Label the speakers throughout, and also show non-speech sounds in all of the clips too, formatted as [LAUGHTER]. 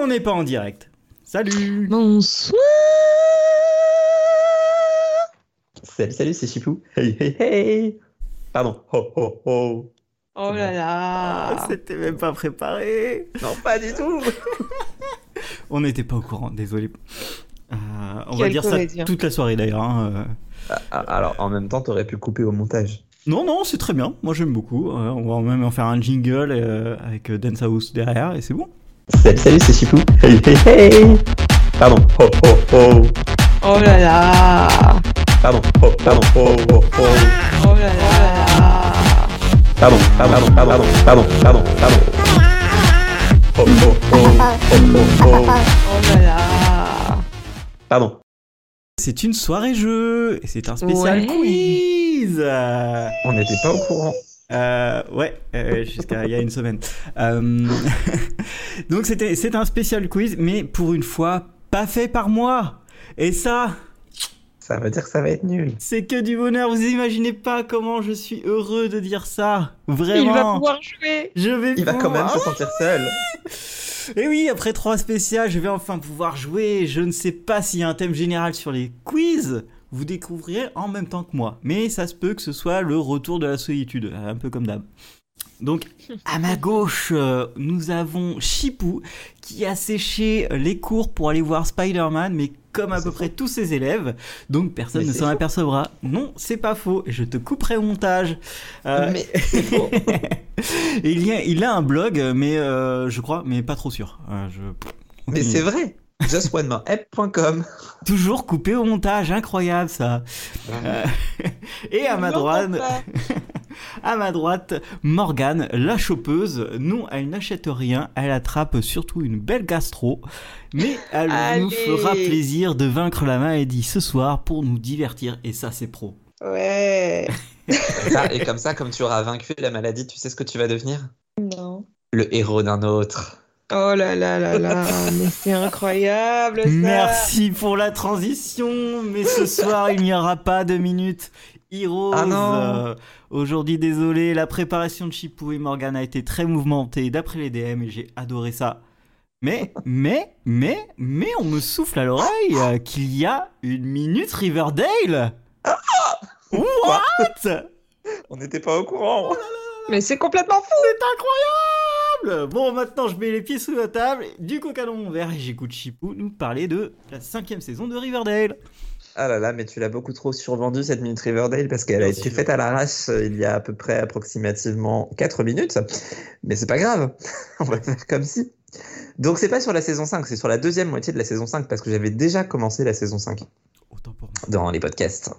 Speaker 1: on n'est pas en direct. Salut
Speaker 2: Bonsoir
Speaker 3: Salut, salut, c'est Chipou. Hey, hey, hey. Pardon. Ho, ho, ho.
Speaker 2: Oh là là
Speaker 1: [LAUGHS] C'était même pas préparé
Speaker 3: Non, pas du tout.
Speaker 1: On n'était pas au courant, désolé. Euh, on va
Speaker 2: Quelle
Speaker 1: dire ça
Speaker 2: comédien.
Speaker 1: toute la soirée d'ailleurs. hein, euh.
Speaker 3: Ah, ah, Alors, en même temps, t'aurais pu couper au montage.
Speaker 1: Non, non, c'est très bien. Moi, j'aime beaucoup. Euh, on va même en faire un jingle euh, avec euh, Dance House derrière et c'est bon.
Speaker 3: Salut, salut, c'est Chipou. Hey, hey, hey. Pardon. Ho, ho, ho.
Speaker 2: Oh là là
Speaker 3: Pardon. Ho, pardon. Ho, ho, ho.
Speaker 2: Oh là là
Speaker 3: Pardon. Pardon. Pardon. Pardon. Pardon. Pardon. Pardon. Ho, ho, ho. Ho, ho, ho.
Speaker 2: Oh là là
Speaker 3: Pardon.
Speaker 1: C'est une soirée jeu et c'est un spécial
Speaker 2: Ouais.
Speaker 1: quiz. Euh,
Speaker 3: On n'était pas au courant.
Speaker 1: Euh, ouais, euh, jusqu'à il y a une semaine. Euh, [LAUGHS] donc c'était c'est un spécial quiz, mais pour une fois pas fait par moi. Et ça,
Speaker 3: Ça veut dire que ça va être nul.
Speaker 1: c'est que du bonheur. Vous imaginez pas comment je suis heureux de dire ça. Vraiment.
Speaker 2: Il va pouvoir jouer
Speaker 1: Je vais.
Speaker 3: Il va quand même
Speaker 1: pouvoir-
Speaker 3: se sentir seul.
Speaker 1: Et oui, après trois spéciales, je vais enfin pouvoir jouer. Je ne sais pas s'il y a un thème général sur les quiz. Vous découvrirez en même temps que moi. Mais ça se peut que ce soit le retour de la solitude, un peu comme d'hab. Donc, à ma gauche, euh, nous avons Chipou qui a séché les cours pour aller voir Spider-Man, mais comme à
Speaker 3: C'est
Speaker 1: peu
Speaker 3: faux.
Speaker 1: près tous ses élèves, donc personne
Speaker 3: Mais
Speaker 1: ne
Speaker 3: c'est
Speaker 1: s'en
Speaker 3: faux.
Speaker 1: apercevra. Non, c'est pas faux, je te couperai au montage. Euh,
Speaker 3: Mais c'est faux.
Speaker 1: et il, y a, il a un blog, mais euh, je crois, mais pas trop sûr. Euh, je-
Speaker 3: Mais c'est vrai. JustOneMoreHelp.com.
Speaker 1: Toujours coupé au montage, incroyable ça. Euh, et à ma droite, [LAUGHS] à ma droite, Morgane, la chopeuse. Non, elle n'achète rien, elle attrape surtout une belle gastro, mais elle nous
Speaker 2: Allez.
Speaker 1: fera plaisir de vaincre la maladie ce soir pour nous divertir. Et ça, c'est pro.
Speaker 2: Ouais
Speaker 3: Ça, et comme ça, comme tu auras vaincu la maladie, tu sais ce que tu vas devenir
Speaker 2: Non
Speaker 3: Le héros d'un autre.
Speaker 2: Oh là là là là Mais c'est incroyable ça
Speaker 1: Merci pour la transition, mais
Speaker 3: [LAUGHS]
Speaker 1: ce soir il n'y aura pas de minute Heroes.
Speaker 3: Ah non.
Speaker 1: Euh, Aujourd'hui, désolé, la préparation de Chipou et Morgan a été très mouvementée d'après les DM et j'ai adoré ça.
Speaker 3: [LAUGHS]
Speaker 1: Mais, mais, mais, mais, on me souffle à l'oreille euh, qu'il y a une minute
Speaker 3: [LAUGHS]
Speaker 1: Riverdale. What?
Speaker 3: On n'était pas au courant.
Speaker 2: Mais c'est complètement fou
Speaker 1: C'est incroyable Bon, maintenant je mets les pieds sous la table, du coca dans mon verre et j'écoute Chipou nous parler de la cinquième saison de Riverdale.
Speaker 3: Ah là là, mais tu l'as beaucoup trop survendue cette minute Riverdale parce qu'elle a
Speaker 1: Bien
Speaker 3: été
Speaker 1: sûr.
Speaker 3: faite à l'arrache euh, il y a à peu près approximativement 4 minutes. Mais c'est pas grave, [LAUGHS] on va faire comme si. Donc c'est pas sur la saison 5, c'est sur la deuxième moitié de la saison 5 parce que j'avais déjà commencé la saison 5
Speaker 1: Autant pour moi.
Speaker 3: dans les podcasts.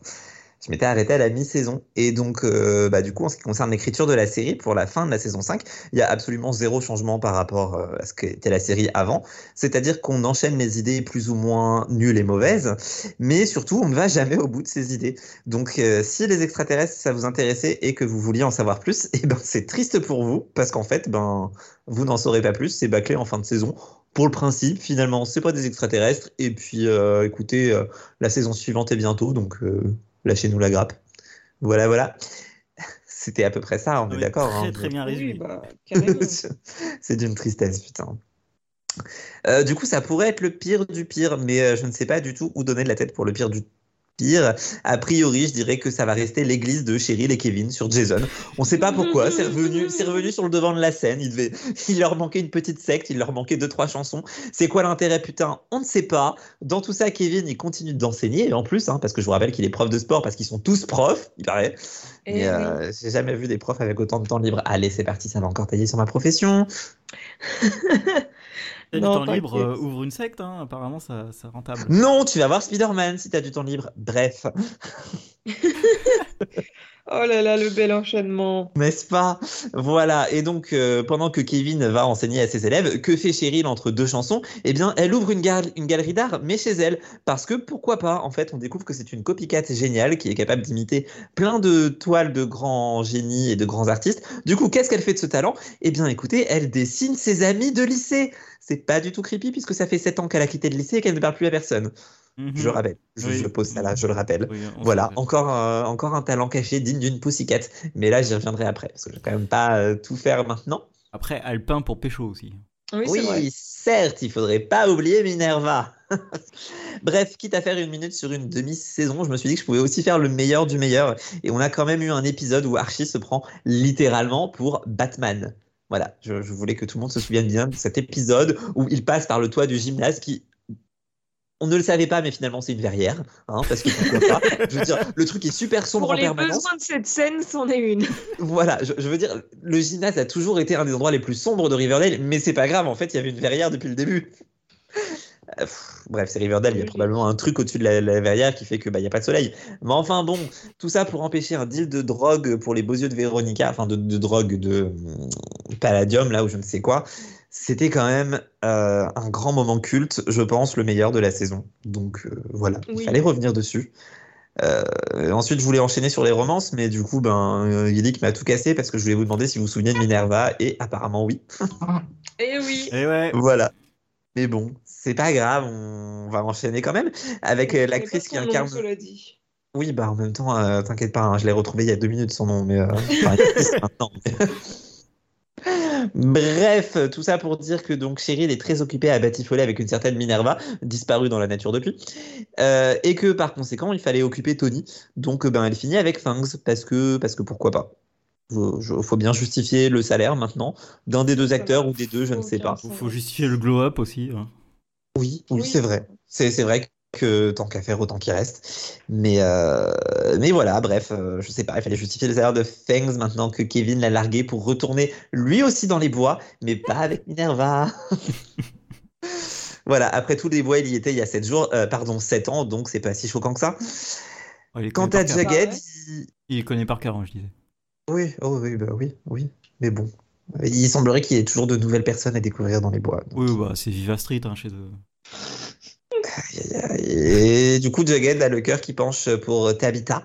Speaker 3: Je m'étais arrêté à la mi-saison. Et donc, euh, bah, du coup, en ce qui concerne l'écriture de la série, pour la fin de la saison 5, il y a absolument zéro changement par rapport euh, à ce qu'était la série avant. C'est-à-dire qu'on enchaîne les idées plus ou moins nulles et mauvaises, mais surtout, on ne va jamais au bout de ces idées. Donc, euh, si les extraterrestres, ça vous intéressait et que vous vouliez en savoir plus, [LAUGHS] eh ben, c'est triste pour vous, parce qu'en fait, ben, vous n'en saurez pas plus, c'est bâclé en fin de saison. Pour le principe, finalement, c'est pas des extraterrestres. Et puis, euh, écoutez, euh, la saison suivante est bientôt, donc euh, lâchez-nous la grappe. Voilà, voilà. [LAUGHS] C'était à peu près ça, on
Speaker 1: Ah
Speaker 3: est
Speaker 1: oui,
Speaker 3: d'accord.
Speaker 1: Très
Speaker 3: hein,
Speaker 1: très bien résumé.
Speaker 2: Oui, bah,
Speaker 3: [LAUGHS]
Speaker 2: carrément.
Speaker 3: c'est d'une tristesse, putain. Euh, du coup, ça pourrait être le pire du pire, mais euh, je ne sais pas du tout où donner de la tête pour le pire du pire. A priori, je dirais que ça va rester l'église de Cheryl et Kevin sur Jason. On ne sait pas pourquoi, c'est revenu, c'est revenu sur le devant de la scène. Il, devait, [LAUGHS] il leur manquait une petite secte, il leur manquait deux, trois chansons. C'est quoi l'intérêt, putain On ne sait pas. Dans tout ça, Kevin, il continue d'enseigner, et en plus, hein, parce que je vous rappelle qu'il est prof de sport, parce qu'ils sont tous profs, il paraît.
Speaker 2: Eh
Speaker 3: Mais
Speaker 2: oui.
Speaker 3: euh, j'ai jamais vu des profs avec autant de temps libre. Allez, c'est parti, ça va encore tailler sur ma profession.
Speaker 1: T'as du
Speaker 2: Non,
Speaker 1: temps libre,
Speaker 2: t'inquiète.
Speaker 1: euh, ouvre une secte, hein, apparemment ça, ça rentable.
Speaker 3: Non, tu vas voir Spider-Man si t'as du temps libre. Bref,
Speaker 2: Oh là là, le bel enchaînement
Speaker 3: n'est-ce pas Voilà, et donc euh, pendant que Kevin va enseigner à ses élèves, que fait Cheryl entre deux chansons Eh bien, elle ouvre une, gal- une galerie d'art, mais chez elle. Parce que pourquoi pas En fait, on découvre que c'est une copycat géniale qui est capable d'imiter plein de toiles de grands génies et de grands artistes. Du coup, qu'est-ce qu'elle fait de ce talent Eh bien, écoutez, elle dessine ses amis de lycée. C'est pas du tout creepy puisque ça fait 7 ans qu'elle a quitté le lycée et qu'elle ne parle plus à personne.
Speaker 2: Mm-hmm.
Speaker 1: Mhm.
Speaker 3: Je le rappelle. Je,
Speaker 1: Oui.
Speaker 3: je pose ça là, je le rappelle.
Speaker 1: Oui, on
Speaker 3: voilà,
Speaker 1: s'en
Speaker 3: encore, euh, encore un talent caché digne d'une poussiquette. Mais là, j'y reviendrai après, parce que je vais quand même pas euh, tout faire maintenant.
Speaker 1: fait. Après, Alpin pour Pécho aussi.
Speaker 2: Oui, c'est
Speaker 3: Oui,
Speaker 2: vrai.
Speaker 3: certes, il faudrait pas oublier Minerva. [LAUGHS] Bref, quitte à faire une minute sur une demi-saison, je me suis dit que je pouvais aussi faire le meilleur du meilleur. Et on a quand même eu un épisode où Archie se prend littéralement pour Batman. Voilà, je, je voulais que tout le monde se souvienne bien de cet épisode où il passe par le toit du gymnase qui... On ne le savait pas, mais finalement c'est une verrière, hein, parce que pourquoi pas Je veux dire, le truc est super sombre
Speaker 2: Pour
Speaker 3: en
Speaker 2: les
Speaker 3: permanence.
Speaker 2: besoins de cette scène, c'en est une.
Speaker 3: Voilà, je, je veux dire, le gymnase a toujours été un des endroits les plus sombres de Riverdale, mais c'est pas grave, en fait, il y avait une verrière depuis le début. Euh, pff, Bref, c'est Riverdale, il y a probablement un truc au-dessus de la, la verrière qui fait que bah, il n'y a pas de soleil. Mais enfin bon, tout ça pour empêcher un deal de drogue pour les beaux yeux de Véronica, enfin de, de drogue de hum, palladium, là ou je ne sais quoi. C'était quand même euh, un grand moment culte, je pense, le meilleur de la saison. Donc euh, voilà,
Speaker 2: Oui.
Speaker 3: il fallait revenir dessus. Euh, ensuite, je voulais enchaîner sur les romances, mais du coup, ben, euh, Yannick m'a tout cassé parce que je voulais vous demander si vous vous souvenez de Minerva, et apparemment oui.
Speaker 2: Eh oui.
Speaker 1: Et ouais.
Speaker 3: Voilà. Mais bon, c'est pas grave, on va enchaîner quand même avec euh, l'actrice qui incarne.
Speaker 2: Cela dit.
Speaker 3: Oui, bah en même temps, euh, t'inquiète pas, hein, je l'ai retrouvé il y a deux minutes son nom, mais euh, enfin, il y a dix maintenant, mais- Bref, tout ça pour dire que donc Cheryl est très occupée à batifoler avec une certaine Minerva, disparue dans la nature depuis, euh, et que par conséquent il fallait occuper Tony. Donc euh, ben elle finit avec Fangs parce que parce que pourquoi pas. Faut, je- faut bien justifier le salaire maintenant d'un des deux acteurs ou des deux, je ne sais pas.
Speaker 1: Faut, faut justifier le glow-up aussi. hein.
Speaker 3: Oui, oui,
Speaker 2: Oui.
Speaker 3: c'est vrai. C'est c'est vrai que tant qu'à faire, autant qu'il reste. Mais, euh, mais voilà, bref, euh, je sais pas, il fallait justifier le salaire de Fangs maintenant que Kevin l'a largué pour retourner lui aussi dans les bois, mais pas avec Minerva. [LAUGHS] Voilà, après tout, les bois, il y était il y a 7 jours, euh, pardon, 7 ans, donc c'est pas si choquant que ça.
Speaker 1: Oh, il les
Speaker 3: Quant
Speaker 1: connaît
Speaker 3: à
Speaker 1: par cœur.
Speaker 2: Jack-
Speaker 3: Jagged,
Speaker 2: Ah ouais.
Speaker 3: il-
Speaker 1: Il les connaît par cœur, hein, je disais.
Speaker 3: oui, oh oui, bah oui, oui, mais bon. Il semblerait qu'il y ait toujours de nouvelles personnes à découvrir dans les bois. donc.
Speaker 1: Oui, bah, c'est Viva Street hein, chez eux.
Speaker 3: Aïe, aïe, aïe. Et du coup, Jughead a le cœur qui penche pour Tabitha.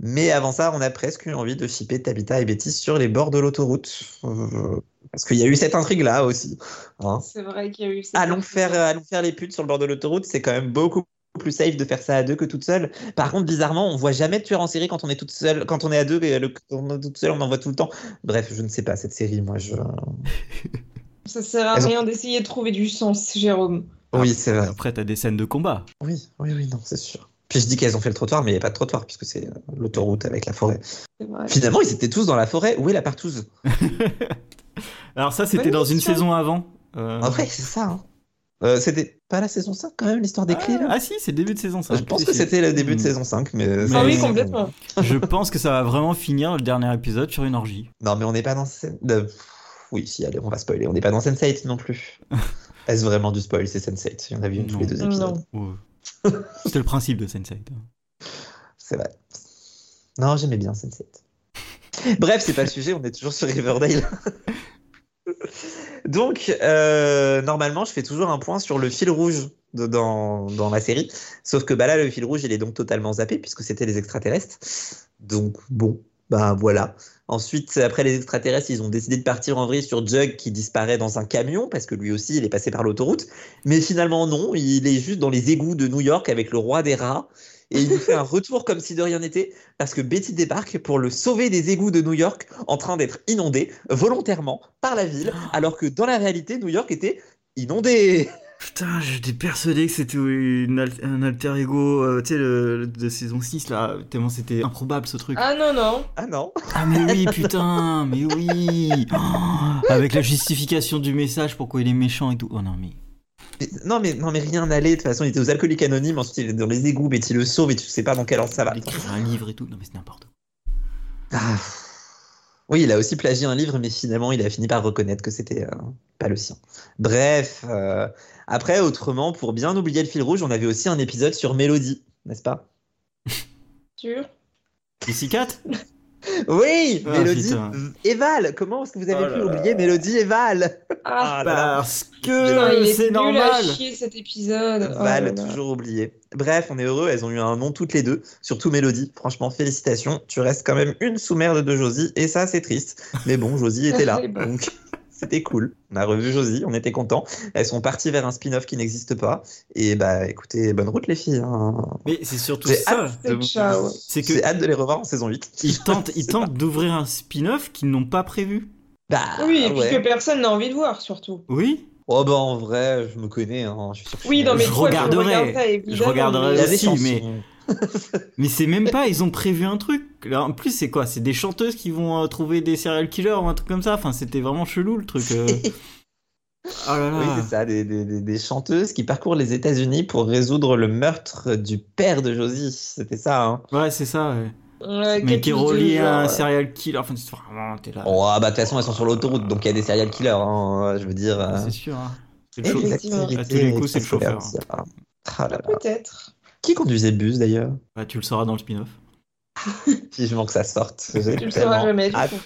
Speaker 3: Mais avant ça, on a presque eu envie de shipper Tabitha et Betty sur les bords de l'autoroute. Euh, parce qu'il y a eu cette intrigue-là aussi. hein.
Speaker 2: C'est vrai qu'il y a eu ça.
Speaker 3: Allons, faire, euh, allons faire les putes sur le bord de l'autoroute, c'est quand même beaucoup plus safe de faire ça à deux que toute seule. Par contre, bizarrement, on voit jamais de tueur en série quand on est toute seule, quand on est à deux, et le- quand on est toute seule, on en voit tout le temps. Bref, je ne sais pas cette série, moi je.
Speaker 2: Ça sert à
Speaker 3: Elles ont-
Speaker 2: rien d'essayer de trouver du sens, Jérôme.
Speaker 3: Oui, c'est vrai.
Speaker 1: Après, t'as des scènes de combat.
Speaker 3: Oui, oui, oui, non, c'est sûr. Puis je dis qu'elles ont fait le trottoir, mais il n'y a pas de trottoir puisque c'est euh, l'autoroute avec la forêt.
Speaker 2: C'est vrai.
Speaker 3: Finalement, ils étaient tous dans la forêt. Où est la partouze
Speaker 1: Alors, ça, c'était
Speaker 2: Bonne
Speaker 1: dans une
Speaker 2: question.
Speaker 1: saison avant. Euh,
Speaker 3: En vrai, c'est ça. hein. Euh, c'était pas la saison 5 quand même, l'histoire des
Speaker 1: ah,
Speaker 3: clés là
Speaker 1: Ah, si, c'est Hmm. début de saison 5.
Speaker 3: Je pense que c'était le début de saison 5, mais.
Speaker 1: Mais-
Speaker 2: Ah oui, complètement.
Speaker 1: Je pense que ça va vraiment finir le dernier épisode sur une orgie.
Speaker 3: Non, mais on n'est pas dans. Sen- de- Oui, si, allez, on va spoiler. On n'est pas dans Sense8 non plus. Est-ce vraiment du spoil C'est Sense8. Il y en a vu une tous
Speaker 1: Non.
Speaker 3: les deux épisodes.
Speaker 2: Non.
Speaker 1: Ouais. euh,
Speaker 3: [LAUGHS]
Speaker 1: c'était le principe de Sensei.
Speaker 3: C'est vrai. Non, j'aimais bien Sense8. Bref, c'est pas le sujet, on est toujours sur Riverdale. [LAUGHS] Donc, euh, normalement, je fais toujours un point sur le fil rouge de- dans, dans la série. Sauf que bah là, le fil rouge, il est donc totalement zappé, puisque c'était les extraterrestres. Donc, bon, bah voilà. Ensuite, après les extraterrestres, ils ont décidé de partir en vrille sur Jug qui disparaît dans un camion, parce que lui aussi, il est passé par l'autoroute. Mais finalement, non, il est juste dans les égouts de New York avec le roi des rats. Et il nous fait un retour comme si de rien n'était, parce que Betty débarque pour le sauver des égouts de New York en train d'être inondé volontairement par la ville, alors que dans la réalité, New York était inondé.
Speaker 1: Putain, j'étais persuadé que c'était une al- un alter ego, euh, tu sais, le- le- de saison 6, là, tellement c'était improbable ce truc. Ah,
Speaker 2: Ah non, non.
Speaker 3: [LAUGHS] Ah non.
Speaker 1: mais oui, putain, mais oui Oh, Avec la justification du message, pourquoi il est méchant et tout. Oh non, mais...
Speaker 3: Mais- Non mais, non mais rien n'allait, de toute façon il était aux alcooliques anonymes, ensuite il est dans les égouts, Betty le sauve et tu sais pas dans quel ordre ça va.
Speaker 1: Il écrivait un livre et tout, non mais c'est n'importe quoi.
Speaker 3: Ah. Oui, il a aussi plagié un livre, mais finalement, il a fini par reconnaître que c'était euh, pas le sien. Bref, euh, après, autrement, pour bien oublier le fil rouge, on avait aussi un épisode sur Mélodie, n'est-ce pas
Speaker 2: Sûr.
Speaker 1: Ici 4
Speaker 3: Oui,
Speaker 1: Ah,
Speaker 3: Mélodie
Speaker 1: putain.
Speaker 3: et Val. Comment est-ce que vous avez
Speaker 1: Oh
Speaker 3: pu
Speaker 1: là là.
Speaker 3: oublier Mélodie et Val
Speaker 2: Ah,
Speaker 3: là là.
Speaker 1: Parce
Speaker 2: putain, il
Speaker 1: que
Speaker 2: est
Speaker 1: Ah, c'est
Speaker 2: nul à
Speaker 1: normal
Speaker 2: chier cet épisode. Oh là
Speaker 3: Val,
Speaker 2: là.
Speaker 3: toujours oublié. Bref, on est heureux, elles ont eu un nom toutes les deux, surtout Mélodie. Franchement, félicitations, tu restes quand même une sous-merde de Josie, et ça, c'est triste. Mais bon, Josie
Speaker 2: [LAUGHS]
Speaker 3: était là,
Speaker 2: Eh ben.
Speaker 3: donc c'était cool. On a revu Josie, on était contents. Elles sont parties vers un spin-off qui n'existe pas. Et bah, écoutez, bonne route, les filles. hein.
Speaker 1: Mais c'est surtout
Speaker 3: J'ai
Speaker 1: ça,
Speaker 2: C'est ciao.
Speaker 1: c'est que
Speaker 3: J'ai hâte de les revoir en saison 8.
Speaker 1: ils tentent, ils tentent d'ouvrir un spin-off qu'ils n'ont pas prévu.
Speaker 3: Bah,
Speaker 2: oui, et puis
Speaker 3: ouais.
Speaker 2: que personne n'a envie de voir, surtout.
Speaker 1: Oui
Speaker 3: Oh, bah, en vrai, je me connais, hein, je suis sûr que
Speaker 2: Oui, non, mais
Speaker 1: Je
Speaker 2: toi, tu
Speaker 1: regarderai.
Speaker 2: regardes ça, évidemment,
Speaker 1: regarderai
Speaker 2: mais-
Speaker 3: Il y a des
Speaker 1: aussi,
Speaker 3: chansons.
Speaker 1: mais- Mais c'est même pas, ils ont prévu un truc. Là, en plus, c'est quoi C'est des chanteuses qui vont euh, trouver des serial killers ou un truc comme ça. Enfin, c'était vraiment chelou le truc. euh. oh là là.
Speaker 3: Oui, c'est ça, des, des- des- des chanteuses qui parcourent les États-Unis pour résoudre le meurtre du père de Josie. C'était ça, hein.
Speaker 1: Ouais, c'est ça. ouais.
Speaker 2: Ouais,
Speaker 1: Mais
Speaker 2: qu'est-ce
Speaker 1: qui est
Speaker 2: que
Speaker 1: relié
Speaker 2: tu veux,
Speaker 1: à un
Speaker 3: euh,
Speaker 2: genre,
Speaker 1: serial killer. Enfin, c'est vraiment, t'es là.
Speaker 3: Oh, ah, bah, de toute façon, elles sont sur l'autoroute, donc il y a des serial killers, hein, je veux dire. euh,
Speaker 1: C'est sûr. hein. C'est le
Speaker 3: et
Speaker 1: chaud-
Speaker 3: des
Speaker 2: effectivement.
Speaker 3: activités
Speaker 1: À tous les coups, c'est le chauffeur. hein.
Speaker 3: extrascolaires, Ah là là.
Speaker 2: Peut-être.
Speaker 3: Qui conduisait le bus d'ailleurs
Speaker 1: Bah, tu le sauras dans le spin-off.
Speaker 3: Vivement que ça sorte. J'ai
Speaker 2: Tu le
Speaker 3: tellement Ah,
Speaker 2: sauras jamais, du
Speaker 3: hâte.
Speaker 2: coup.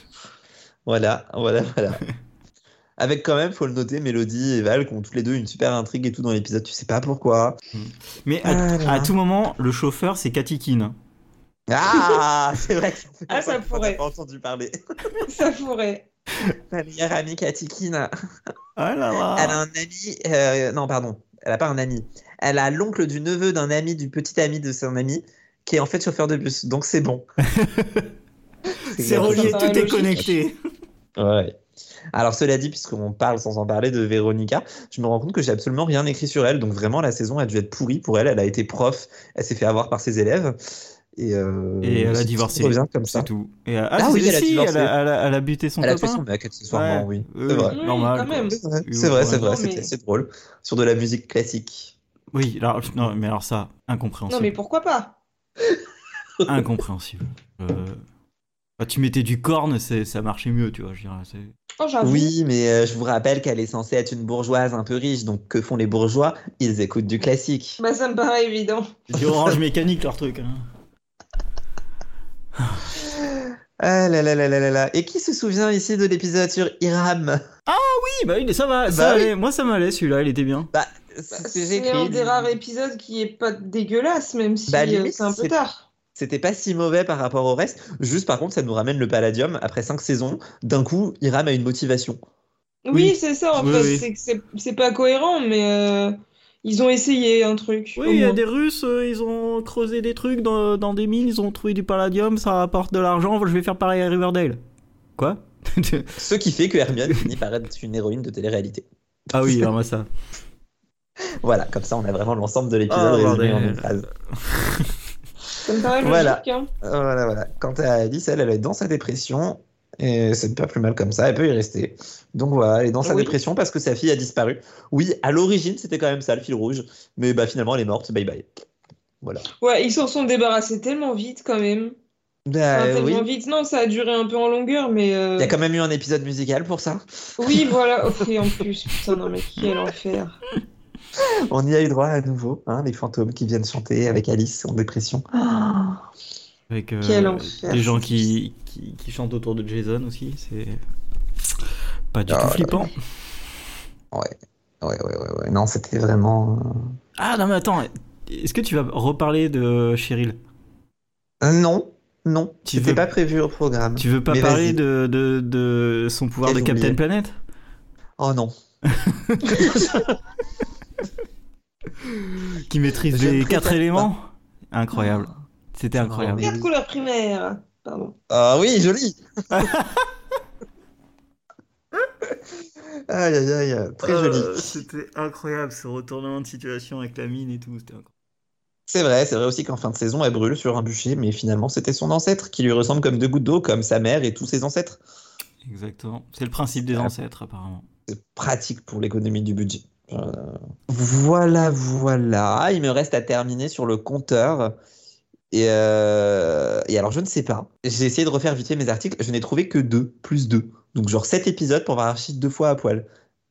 Speaker 3: Voilà, voilà, voilà. [LAUGHS] Avec quand même, faut le noter, Mélodie et Val qui ont tous les deux une super intrigue et tout dans l'épisode, tu sais pas pourquoi.
Speaker 1: Mais à,
Speaker 3: Ah, là.
Speaker 1: à tout moment, le chauffeur, c'est Cathy Keane.
Speaker 3: Ah, [LAUGHS] c'est vrai. que fait
Speaker 2: Ah, ça
Speaker 3: longtemps qu'on
Speaker 2: pourrait.
Speaker 3: n'a pas entendu parler.
Speaker 2: [LAUGHS] Ça pourrait.
Speaker 3: Ma meilleure amie Katikina.
Speaker 1: Ah là
Speaker 3: Elle
Speaker 1: là.
Speaker 3: a un ami. euh, non, pardon. Elle a pas un ami. Elle a l'oncle du neveu d'un ami, du petit ami de son ami, qui est en fait chauffeur de bus. Donc
Speaker 1: [LAUGHS]
Speaker 3: c'est bon.
Speaker 1: C'est relié,
Speaker 2: Ça
Speaker 1: tout
Speaker 3: Ah,
Speaker 1: est
Speaker 2: paraît
Speaker 1: connecté.
Speaker 3: Ouais. Alors cela dit, puisqu'on parle sans en parler de Véronica, je me rends compte que j'ai absolument rien écrit sur elle. Donc vraiment, la saison a dû être pourrie pour elle. Elle a été prof, elle s'est fait avoir par ses élèves. Et, euh,
Speaker 1: Et elle a
Speaker 3: c'est-
Speaker 1: divorcé.
Speaker 3: tout revient comme ça.
Speaker 1: C'est tout. Et, euh, ah,
Speaker 3: Ah
Speaker 1: c'est-
Speaker 3: oui, elle a
Speaker 1: si,
Speaker 3: divorcé.
Speaker 1: elle a, elle a- elle a buté son
Speaker 3: Elle a tué
Speaker 1: copain.
Speaker 3: son mec, accessoirement,
Speaker 1: Ouais.
Speaker 3: oui.
Speaker 1: Euh,
Speaker 3: C'est vrai.
Speaker 2: Oui,
Speaker 1: Normal,
Speaker 2: quand
Speaker 1: quoi.
Speaker 2: même.
Speaker 3: C'est vrai,
Speaker 1: Oui,
Speaker 3: c'est vrai,
Speaker 1: ouais.
Speaker 3: c'est vrai,
Speaker 2: Non,
Speaker 3: c'était
Speaker 2: mais-
Speaker 3: assez drôle. Sur de la musique classique.
Speaker 1: Oui, alors, non, mais alors ça,
Speaker 2: Non,
Speaker 1: incompréhensible.
Speaker 2: mais pourquoi pas
Speaker 1: Incompréhensible. Euh, bah, tu mettais du corne, c'est- ça marchait mieux, tu vois. Je dirais, c'est-
Speaker 2: Oh, j'avoue.
Speaker 3: Oui, mais euh, je vous rappelle qu'elle est censée être une bourgeoise un peu riche, donc que font les bourgeois Ils écoutent du classique.
Speaker 2: Bah, ça me paraît évident.
Speaker 1: C'est du orange mécanique leur truc. hein.
Speaker 3: Ah là là là là là là. Et qui se souvient ici de l'épisode sur Iram
Speaker 1: Oui, bah oui, ça va. ça
Speaker 3: Bah oui.
Speaker 1: allait. Moi, ça m'allait, celui-là, il était bien.
Speaker 3: C'est ce que j'ai
Speaker 2: C'est un
Speaker 3: écrit.
Speaker 2: des rares épisodes qui est pas dégueulasse, même si
Speaker 3: Bah,
Speaker 2: euh,
Speaker 3: limite,
Speaker 2: c'est un peu
Speaker 3: c'est-
Speaker 2: tard.
Speaker 3: C'était pas si mauvais par rapport au reste. Juste par contre, ça nous ramène le Palladium. Après cinq saisons, d'un coup, Iram a une motivation.
Speaker 2: Oui,
Speaker 1: Oui.
Speaker 2: c'est ça, en
Speaker 1: Oui,
Speaker 2: fait.
Speaker 1: oui.
Speaker 2: c'est que C'est c'est pas cohérent, mais euh, ils ont essayé un truc.
Speaker 1: Oui,
Speaker 2: au
Speaker 1: il y a
Speaker 2: moins.
Speaker 1: des Russes, euh, ils ont creusé des trucs dans, dans des mines, ils ont trouvé du palladium, ça apporte de l'argent, je vais faire pareil à Riverdale. Quoi [LAUGHS]
Speaker 3: Ce qui fait que Hermione finit par être une héroïne de télé-réalité.
Speaker 1: Ah oui, alors moi ça.
Speaker 3: Voilà, comme ça, on a vraiment l'ensemble de l'épisode
Speaker 1: Ah,
Speaker 3: résumé en
Speaker 1: bordel.
Speaker 3: une phrase.
Speaker 2: Ça me paraît
Speaker 3: Voilà.
Speaker 2: logique, hein.
Speaker 3: Voilà, voilà. Quant à Alice, elle, elle est dans sa dépression. Et c'est pas plus mal comme ça, elle peut y rester. Donc voilà, elle est dans sa
Speaker 2: Oui.
Speaker 3: dépression parce que sa fille a disparu. Oui, à l'origine, c'était quand même ça, le fil rouge. Mais bah finalement, elle est morte, bye bye. Voilà.
Speaker 2: Ouais, ils s'en sont débarrassés tellement vite, quand même.
Speaker 3: Bah,
Speaker 2: Enfin,
Speaker 3: oui.
Speaker 2: tellement vite. Non, ça a duré un peu en longueur, mais. euh,
Speaker 3: Il y a quand même eu un épisode musical pour ça.
Speaker 2: Oui, voilà. Oh, oui, en plus. Putain, non, mais quel enfer.
Speaker 3: On y a eu droit à nouveau, hein, les fantômes qui viennent chanter avec Alice en dépression. Ah,
Speaker 1: Avec euh,
Speaker 2: Quel enfer.
Speaker 1: des gens qui, qui, qui chantent autour de Jason aussi, c'est pas du
Speaker 3: Ah,
Speaker 1: tout
Speaker 3: ouais.
Speaker 1: flippant.
Speaker 3: Ouais, ouais, ouais, ouais. Non, c'était vraiment.
Speaker 1: Ah non mais attends, est-ce que tu vas reparler de Cheryl
Speaker 3: euh, Non, non.
Speaker 1: Tu
Speaker 3: C'était
Speaker 1: veux-
Speaker 3: pas prévu au programme.
Speaker 1: Tu veux pas
Speaker 3: Mais
Speaker 1: parler
Speaker 3: vas-y.
Speaker 1: de, de, de son pouvoir de
Speaker 3: Qu'est-ce
Speaker 1: Captain
Speaker 3: oublié
Speaker 1: Planet
Speaker 3: Oh non.
Speaker 1: Qui maîtrise
Speaker 3: Je
Speaker 1: les
Speaker 3: ne
Speaker 1: quatre
Speaker 3: préfère
Speaker 1: éléments Incroyable. C'était incroyable.
Speaker 3: mais-
Speaker 2: Quatre couleurs primaires. Pardon.
Speaker 3: Ah oui, [LAUGHS] joli. aïe, aïe, aïe, très joli.
Speaker 1: Euh, C'était incroyable ce retournement de situation avec la mine et tout. C'était incroyable.
Speaker 3: C'est vrai, c'est vrai aussi qu'en fin de saison, elle brûle sur un bûcher, mais finalement, c'était son ancêtre qui lui ressemble comme deux gouttes d'eau, comme sa mère et tous ses ancêtres.
Speaker 1: Exactement. C'est le principe des
Speaker 3: Ah.
Speaker 1: ancêtres apparemment.
Speaker 3: C'est pratique pour l'économie du budget. Euh, Voilà, voilà. Ah, Il me reste à terminer sur le compteur. Et, euh, et alors, je ne sais pas. J'ai essayé de refaire vite fait mes articles. Je n'ai trouvé que deux, plus deux. Donc, genre sept épisodes pour avoir archi deux fois à poil.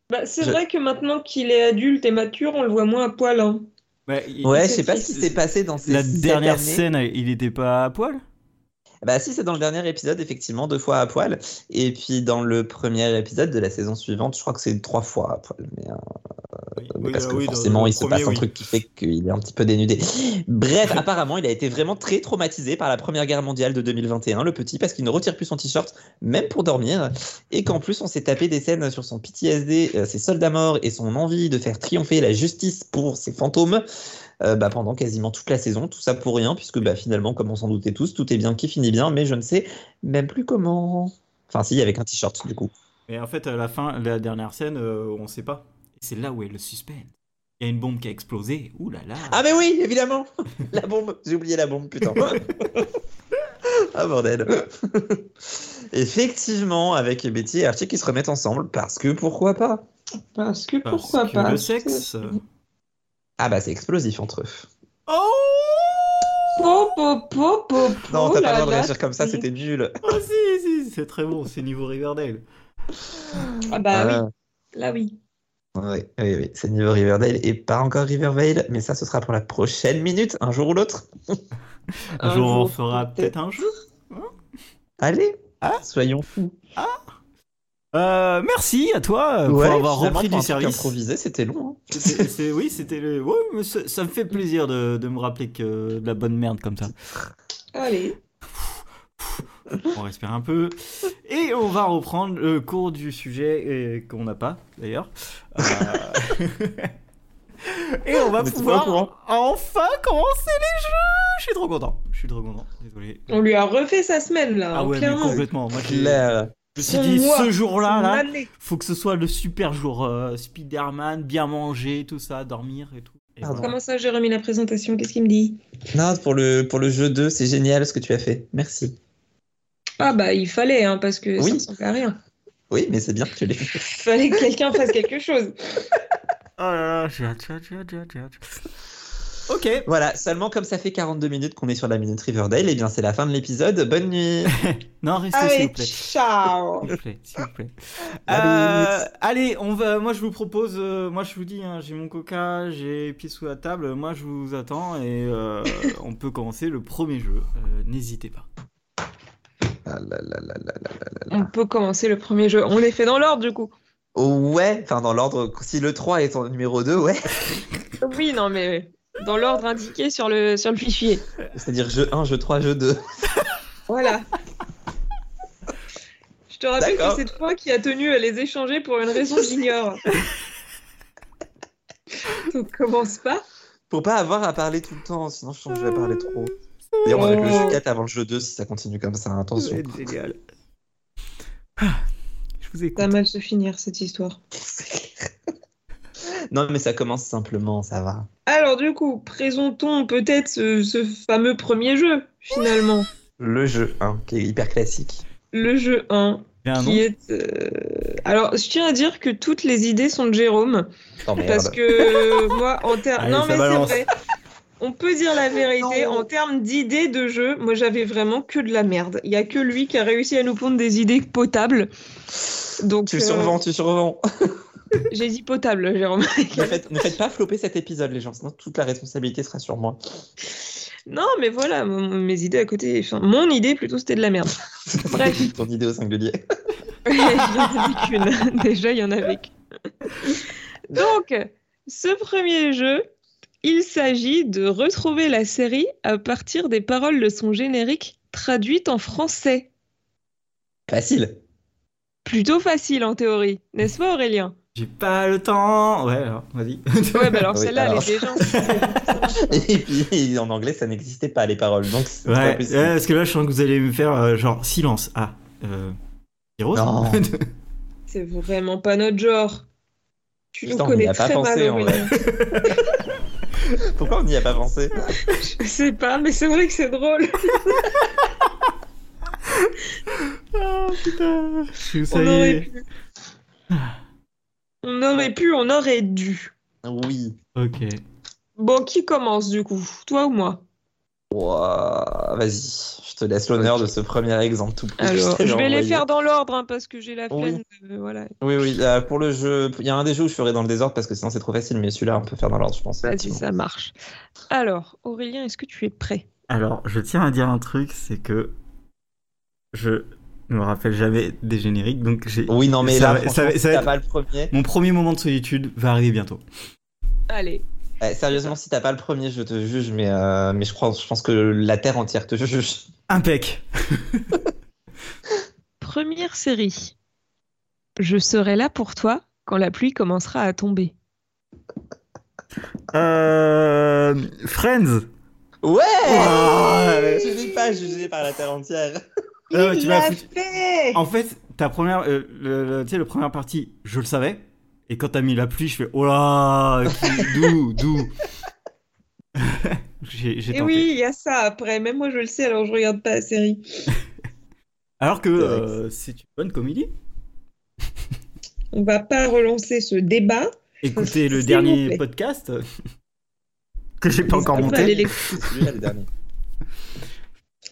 Speaker 2: Bah, c'est
Speaker 3: Je-
Speaker 2: vrai que maintenant qu'il est adulte et mature, on le voit moins à poil. hein.
Speaker 3: Ouais,
Speaker 2: c'est
Speaker 3: je sais pas ce
Speaker 2: triste.
Speaker 3: qui s'est passé dans ces
Speaker 1: La
Speaker 3: sept
Speaker 1: dernière
Speaker 3: années. Euh,
Speaker 1: scène, il était pas à poil
Speaker 3: Bah si, c'est dans le dernier épisode, effectivement, deux fois à poil. Et puis dans le premier épisode de la saison suivante, je crois que c'est trois fois à poil. Mais, euh, parce
Speaker 1: euh,
Speaker 3: que forcément, il se passe un truc qui fait qu'il est un petit peu dénudé. Bref, apparemment, il a été vraiment très traumatisé par la Première Guerre mondiale de 2021, le petit, parce qu'il ne retire plus son t-shirt, même pour dormir. Et qu'en plus, on s'est tapé des scènes sur son PTSD, euh, ses soldats morts et son envie de faire triompher la justice pour ses fantômes. Euh, bah, pendant quasiment toute la saison. Tout ça pour rien, puisque bah, finalement, comme on s'en doutait tous, tout est bien qui finit bien, mais je ne sais même plus comment. Enfin, si, avec un t-shirt, du coup.
Speaker 1: Et en fait, à la fin, la dernière scène, euh, on sait pas. Et c'est là où est le suspense. Il y a une bombe qui a explosé. Ouh là là.
Speaker 3: Ah, mais oui, évidemment [LAUGHS] La bombe J'ai oublié la bombe, putain. [LAUGHS] ah, bordel. [LAUGHS] Effectivement, avec Betty et Archie qui se remettent ensemble, parce que pourquoi pas
Speaker 2: Parce que
Speaker 1: Parce
Speaker 2: pourquoi
Speaker 1: que
Speaker 2: pas
Speaker 1: Le sexe.
Speaker 3: Ah, bah, c'est explosif entre eux.
Speaker 1: Oh,
Speaker 2: Po, po, po, po,
Speaker 3: Non,
Speaker 2: po,
Speaker 3: t'as pas
Speaker 2: la,
Speaker 3: le droit de
Speaker 2: la.
Speaker 3: réagir comme ça, c'était nul.
Speaker 1: oh, si, si, c'est très bon, c'est niveau Riverdale.
Speaker 2: Ah bah
Speaker 3: Ah.
Speaker 2: oui, là oui.
Speaker 3: Oui, Ah, oui, oui, c'est niveau Riverdale et pas encore Rivervale, mais ça, ce sera pour la prochaine minute, un jour ou l'autre.
Speaker 1: [LAUGHS]
Speaker 3: Euh,
Speaker 1: Un jour, on fera peut-être un jour.
Speaker 3: Allez,
Speaker 1: Ah.
Speaker 3: soyons fous.
Speaker 1: Euh, merci à toi euh,
Speaker 3: Ouais,
Speaker 1: pour avoir
Speaker 3: finalement,
Speaker 1: repris
Speaker 3: pour
Speaker 1: du
Speaker 3: un truc
Speaker 1: service.
Speaker 3: improvisé, c'était long. hein. [LAUGHS]
Speaker 1: C'est- c'est- oui, c'était le. Ouais, mais ça, ça me fait plaisir de, de me rappeler que de la bonne merde comme ça.
Speaker 2: Allez,
Speaker 1: On respire un peu. Et on va reprendre le cours du sujet et qu'on n'a pas d'ailleurs. Euh, [LAUGHS] et on va
Speaker 3: On était pas au courant.
Speaker 1: pouvoir enfin commencer les jeux. Je suis trop content. Je suis trop content. Désolé.
Speaker 2: on lui a refait sa semaine là,
Speaker 1: Ah
Speaker 2: hein,
Speaker 1: ouais, mais
Speaker 2: clairement.
Speaker 1: complètement. Moi, j'ai-
Speaker 3: Claire.
Speaker 1: je me suis
Speaker 2: Son
Speaker 1: dit,
Speaker 2: mois,
Speaker 1: ce jour-là, là,
Speaker 2: Son année.
Speaker 1: faut que ce soit le super jour. euh, Spider-Man, bien manger, tout ça, dormir et tout. Et
Speaker 3: Pardon.
Speaker 2: Comment ça, j'ai remis la présentation Qu'est-ce qu'il me dit
Speaker 3: Non, pour le, pour le jeu 2, c'est génial ce que tu as fait. Merci.
Speaker 2: Ah bah il fallait, hein, parce que
Speaker 3: Oui.
Speaker 2: ça ressemblait à rien.
Speaker 3: Oui, mais c'est bien que tu l'aies fait.
Speaker 2: Fallait que quelqu'un fasse
Speaker 1: [LAUGHS]
Speaker 2: quelque chose.
Speaker 1: Oh là là, j'ai hâte, j'ai hâte, j'ai hâte, j'ai hâte, j'ai hâte. Ok.
Speaker 3: [LAUGHS] Voilà, seulement comme ça fait 42 minutes qu'on est sur la minute Riverdale, et bien c'est la fin de l'épisode. Bonne nuit.
Speaker 1: Non, restez s'il
Speaker 2: Allez,
Speaker 1: vous plaît.
Speaker 2: ciao
Speaker 1: S'il vous plaît, s'il vous plaît.
Speaker 3: [LAUGHS] Allez.
Speaker 1: Euh, allez, on va. Moi, je vous propose. euh, moi, je vous dis, hein, j'ai mon coca, j'ai pied sous la table. Moi, je vous attends et euh, [LAUGHS] on peut commencer le premier jeu. Euh, N'hésitez pas.
Speaker 3: Ah là là là là là là là.
Speaker 2: On peut commencer le premier jeu. On les fait dans l'ordre du coup.
Speaker 3: Ouais, enfin dans l'ordre, si le 3 est en numéro 2, ouais.
Speaker 2: Oui, non mais dans l'ordre indiqué sur le, sur le fichier.
Speaker 3: C'est-à-dire jeu 1, jeu 3, jeu 2.
Speaker 2: Voilà. [LAUGHS] Je te rappelle que
Speaker 3: D'accord.
Speaker 2: c'est toi qui as tenu à les échanger pour une raison
Speaker 1: [LAUGHS]
Speaker 2: que j'ignore. Donc commence pas.
Speaker 3: Pour pas avoir à parler tout le temps, sinon je sens que je vais parler trop. D'ailleurs, on va mettre le jeu 4 avant le jeu 2 si ça continue comme ça,
Speaker 1: Ça va
Speaker 3: attention.
Speaker 1: être
Speaker 3: [LAUGHS]
Speaker 1: génial. Ah, Je vous écoute.
Speaker 2: Ça mal se finir cette histoire.
Speaker 3: Non, mais ça commence simplement, ça va.
Speaker 2: Alors du coup, présentons peut-être ce, ce fameux premier jeu finalement.
Speaker 3: Le jeu 1, qui est hyper classique.
Speaker 2: Le jeu 1
Speaker 1: J'ai un nom.
Speaker 2: qui est... euh, Alors je tiens à dire que toutes les idées sont de Jérôme.
Speaker 3: Oh merde.
Speaker 2: Parce que euh, moi, en termes.
Speaker 1: Allez,
Speaker 2: Non,
Speaker 1: ça
Speaker 2: mais c'est
Speaker 1: balance.
Speaker 2: vrai. On peut dire la vérité. En termes d'idées de jeu, moi, j'avais vraiment que de la merde. Il y a que lui qui a réussi à nous pondre des idées potables. Donc,
Speaker 3: Tu
Speaker 2: euh,
Speaker 3: survends, tu survends.
Speaker 2: j'ai dit potable, Jérôme. [LAUGHS]
Speaker 3: ne, faites, ne faites pas flopper cet épisode, les gens, sinon toute la responsabilité sera
Speaker 1: [LAUGHS]
Speaker 3: sur moi.
Speaker 2: non, mais voilà, mon- mes idées à côté. Enfin, mon idée, plutôt, c'était de la merde. Bref.
Speaker 3: Ton idée au singulier.
Speaker 2: [LAUGHS] Il y en avait qu'une. [LAUGHS] Déjà, il y en avait qu'une. Donc, ce premier jeu, il s'agit de retrouver la série à partir des paroles de son générique traduites en français.
Speaker 3: Facile.
Speaker 2: Plutôt facile en théorie, n'est-ce pas Aurélien
Speaker 1: J'ai pas le temps. Ouais, alors, vas-y. [LAUGHS]
Speaker 2: Ouais, bah alors
Speaker 3: [LAUGHS] Oui,
Speaker 2: celle-là, elle
Speaker 3: alors.
Speaker 2: est déjà.
Speaker 3: Et puis en anglais, ça n'existait pas les paroles, donc c'est pas
Speaker 1: Ouais,
Speaker 3: possible.
Speaker 1: ouais, parce que là, je sens que vous allez me faire euh, genre silence. Ah. Euh, Hiro, ça
Speaker 3: Non.
Speaker 2: C'est vraiment pas notre genre. Tu nous
Speaker 3: Putain, on n'y
Speaker 2: connais
Speaker 3: a pas
Speaker 2: très mal,
Speaker 3: pensé en vrai.
Speaker 2: Aurélien.
Speaker 3: Pourquoi on n'y a pas pensé
Speaker 2: [LAUGHS] Je sais pas, mais c'est vrai que c'est drôle.
Speaker 1: [LAUGHS] Ah, putain. Je suis
Speaker 2: On
Speaker 1: ça y
Speaker 2: aurait
Speaker 1: est.
Speaker 2: pu. On aurait pu, on aurait dû.
Speaker 3: Oui.
Speaker 1: Ok.
Speaker 2: Bon, qui commence du coup Toi ou moi
Speaker 3: Ouah, Vas-y, je te laisse l'honneur de ce premier exemple tout pourri que je
Speaker 2: Alors,
Speaker 3: t'avais
Speaker 2: Ah, je vais les
Speaker 3: envoyé.
Speaker 2: faire dans l'ordre hein, parce que j'ai la
Speaker 3: Oui.
Speaker 2: flemme. de- voilà.
Speaker 3: Oui, oui, euh, pour le jeu, il y a un des jeux où je ferai dans le désordre parce que sinon c'est trop facile, mais celui-là on peut faire dans l'ordre, je pense.
Speaker 2: Vas-y,
Speaker 3: effectivement.
Speaker 2: ça marche. Alors, Aurélien, est-ce que tu es prêt
Speaker 1: Alors, je tiens à dire un truc, c'est que je ne me rappelle jamais des génériques, donc j'ai
Speaker 3: Oui, non, mais
Speaker 1: Ça va-
Speaker 3: là,
Speaker 1: ça
Speaker 3: franchement,
Speaker 1: va-
Speaker 3: si
Speaker 1: ça va
Speaker 3: t'as
Speaker 1: être-
Speaker 3: pas le premier.
Speaker 1: mon premier moment de solitude va arriver bientôt.
Speaker 2: Allez.
Speaker 3: Eh, sérieusement, si t'as pas le premier, je te juge, mais, euh, mais je, crois, je pense que la terre entière te juge.
Speaker 1: Impec.
Speaker 2: Première série. Je serai là pour toi quand la pluie commencera à tomber.
Speaker 1: Euh, Friends.
Speaker 3: Ouais
Speaker 1: Ah, ouais.
Speaker 3: Je ne pas jugé par la terre entière.
Speaker 1: Ah ouais, tu m'as foutu-
Speaker 2: fait
Speaker 1: En fait, ta première, euh, le- le- tu sais, la première partie, je le savais. Et quand t'as mis la pluie, je fais, oh là, qui-
Speaker 2: [LAUGHS]
Speaker 1: d'où, d'où. [LAUGHS] J'ai j'ai tenté.
Speaker 2: Et Eh oui, il y a ça après. Même moi, je le sais, alors je regarde pas la série.
Speaker 1: Alors que
Speaker 3: C'est vrai
Speaker 1: euh, c'est une bonne
Speaker 2: [LAUGHS]
Speaker 1: comédie.
Speaker 2: On va pas relancer ce débat.
Speaker 1: Écoutez le
Speaker 2: S'il vous
Speaker 1: dernier
Speaker 2: plaît.
Speaker 1: podcast [LAUGHS] que j'ai pas
Speaker 2: N'hésitez
Speaker 1: encore
Speaker 2: pas à
Speaker 1: monté.
Speaker 2: aller l'écouter.
Speaker 3: Celui-là, le dernier.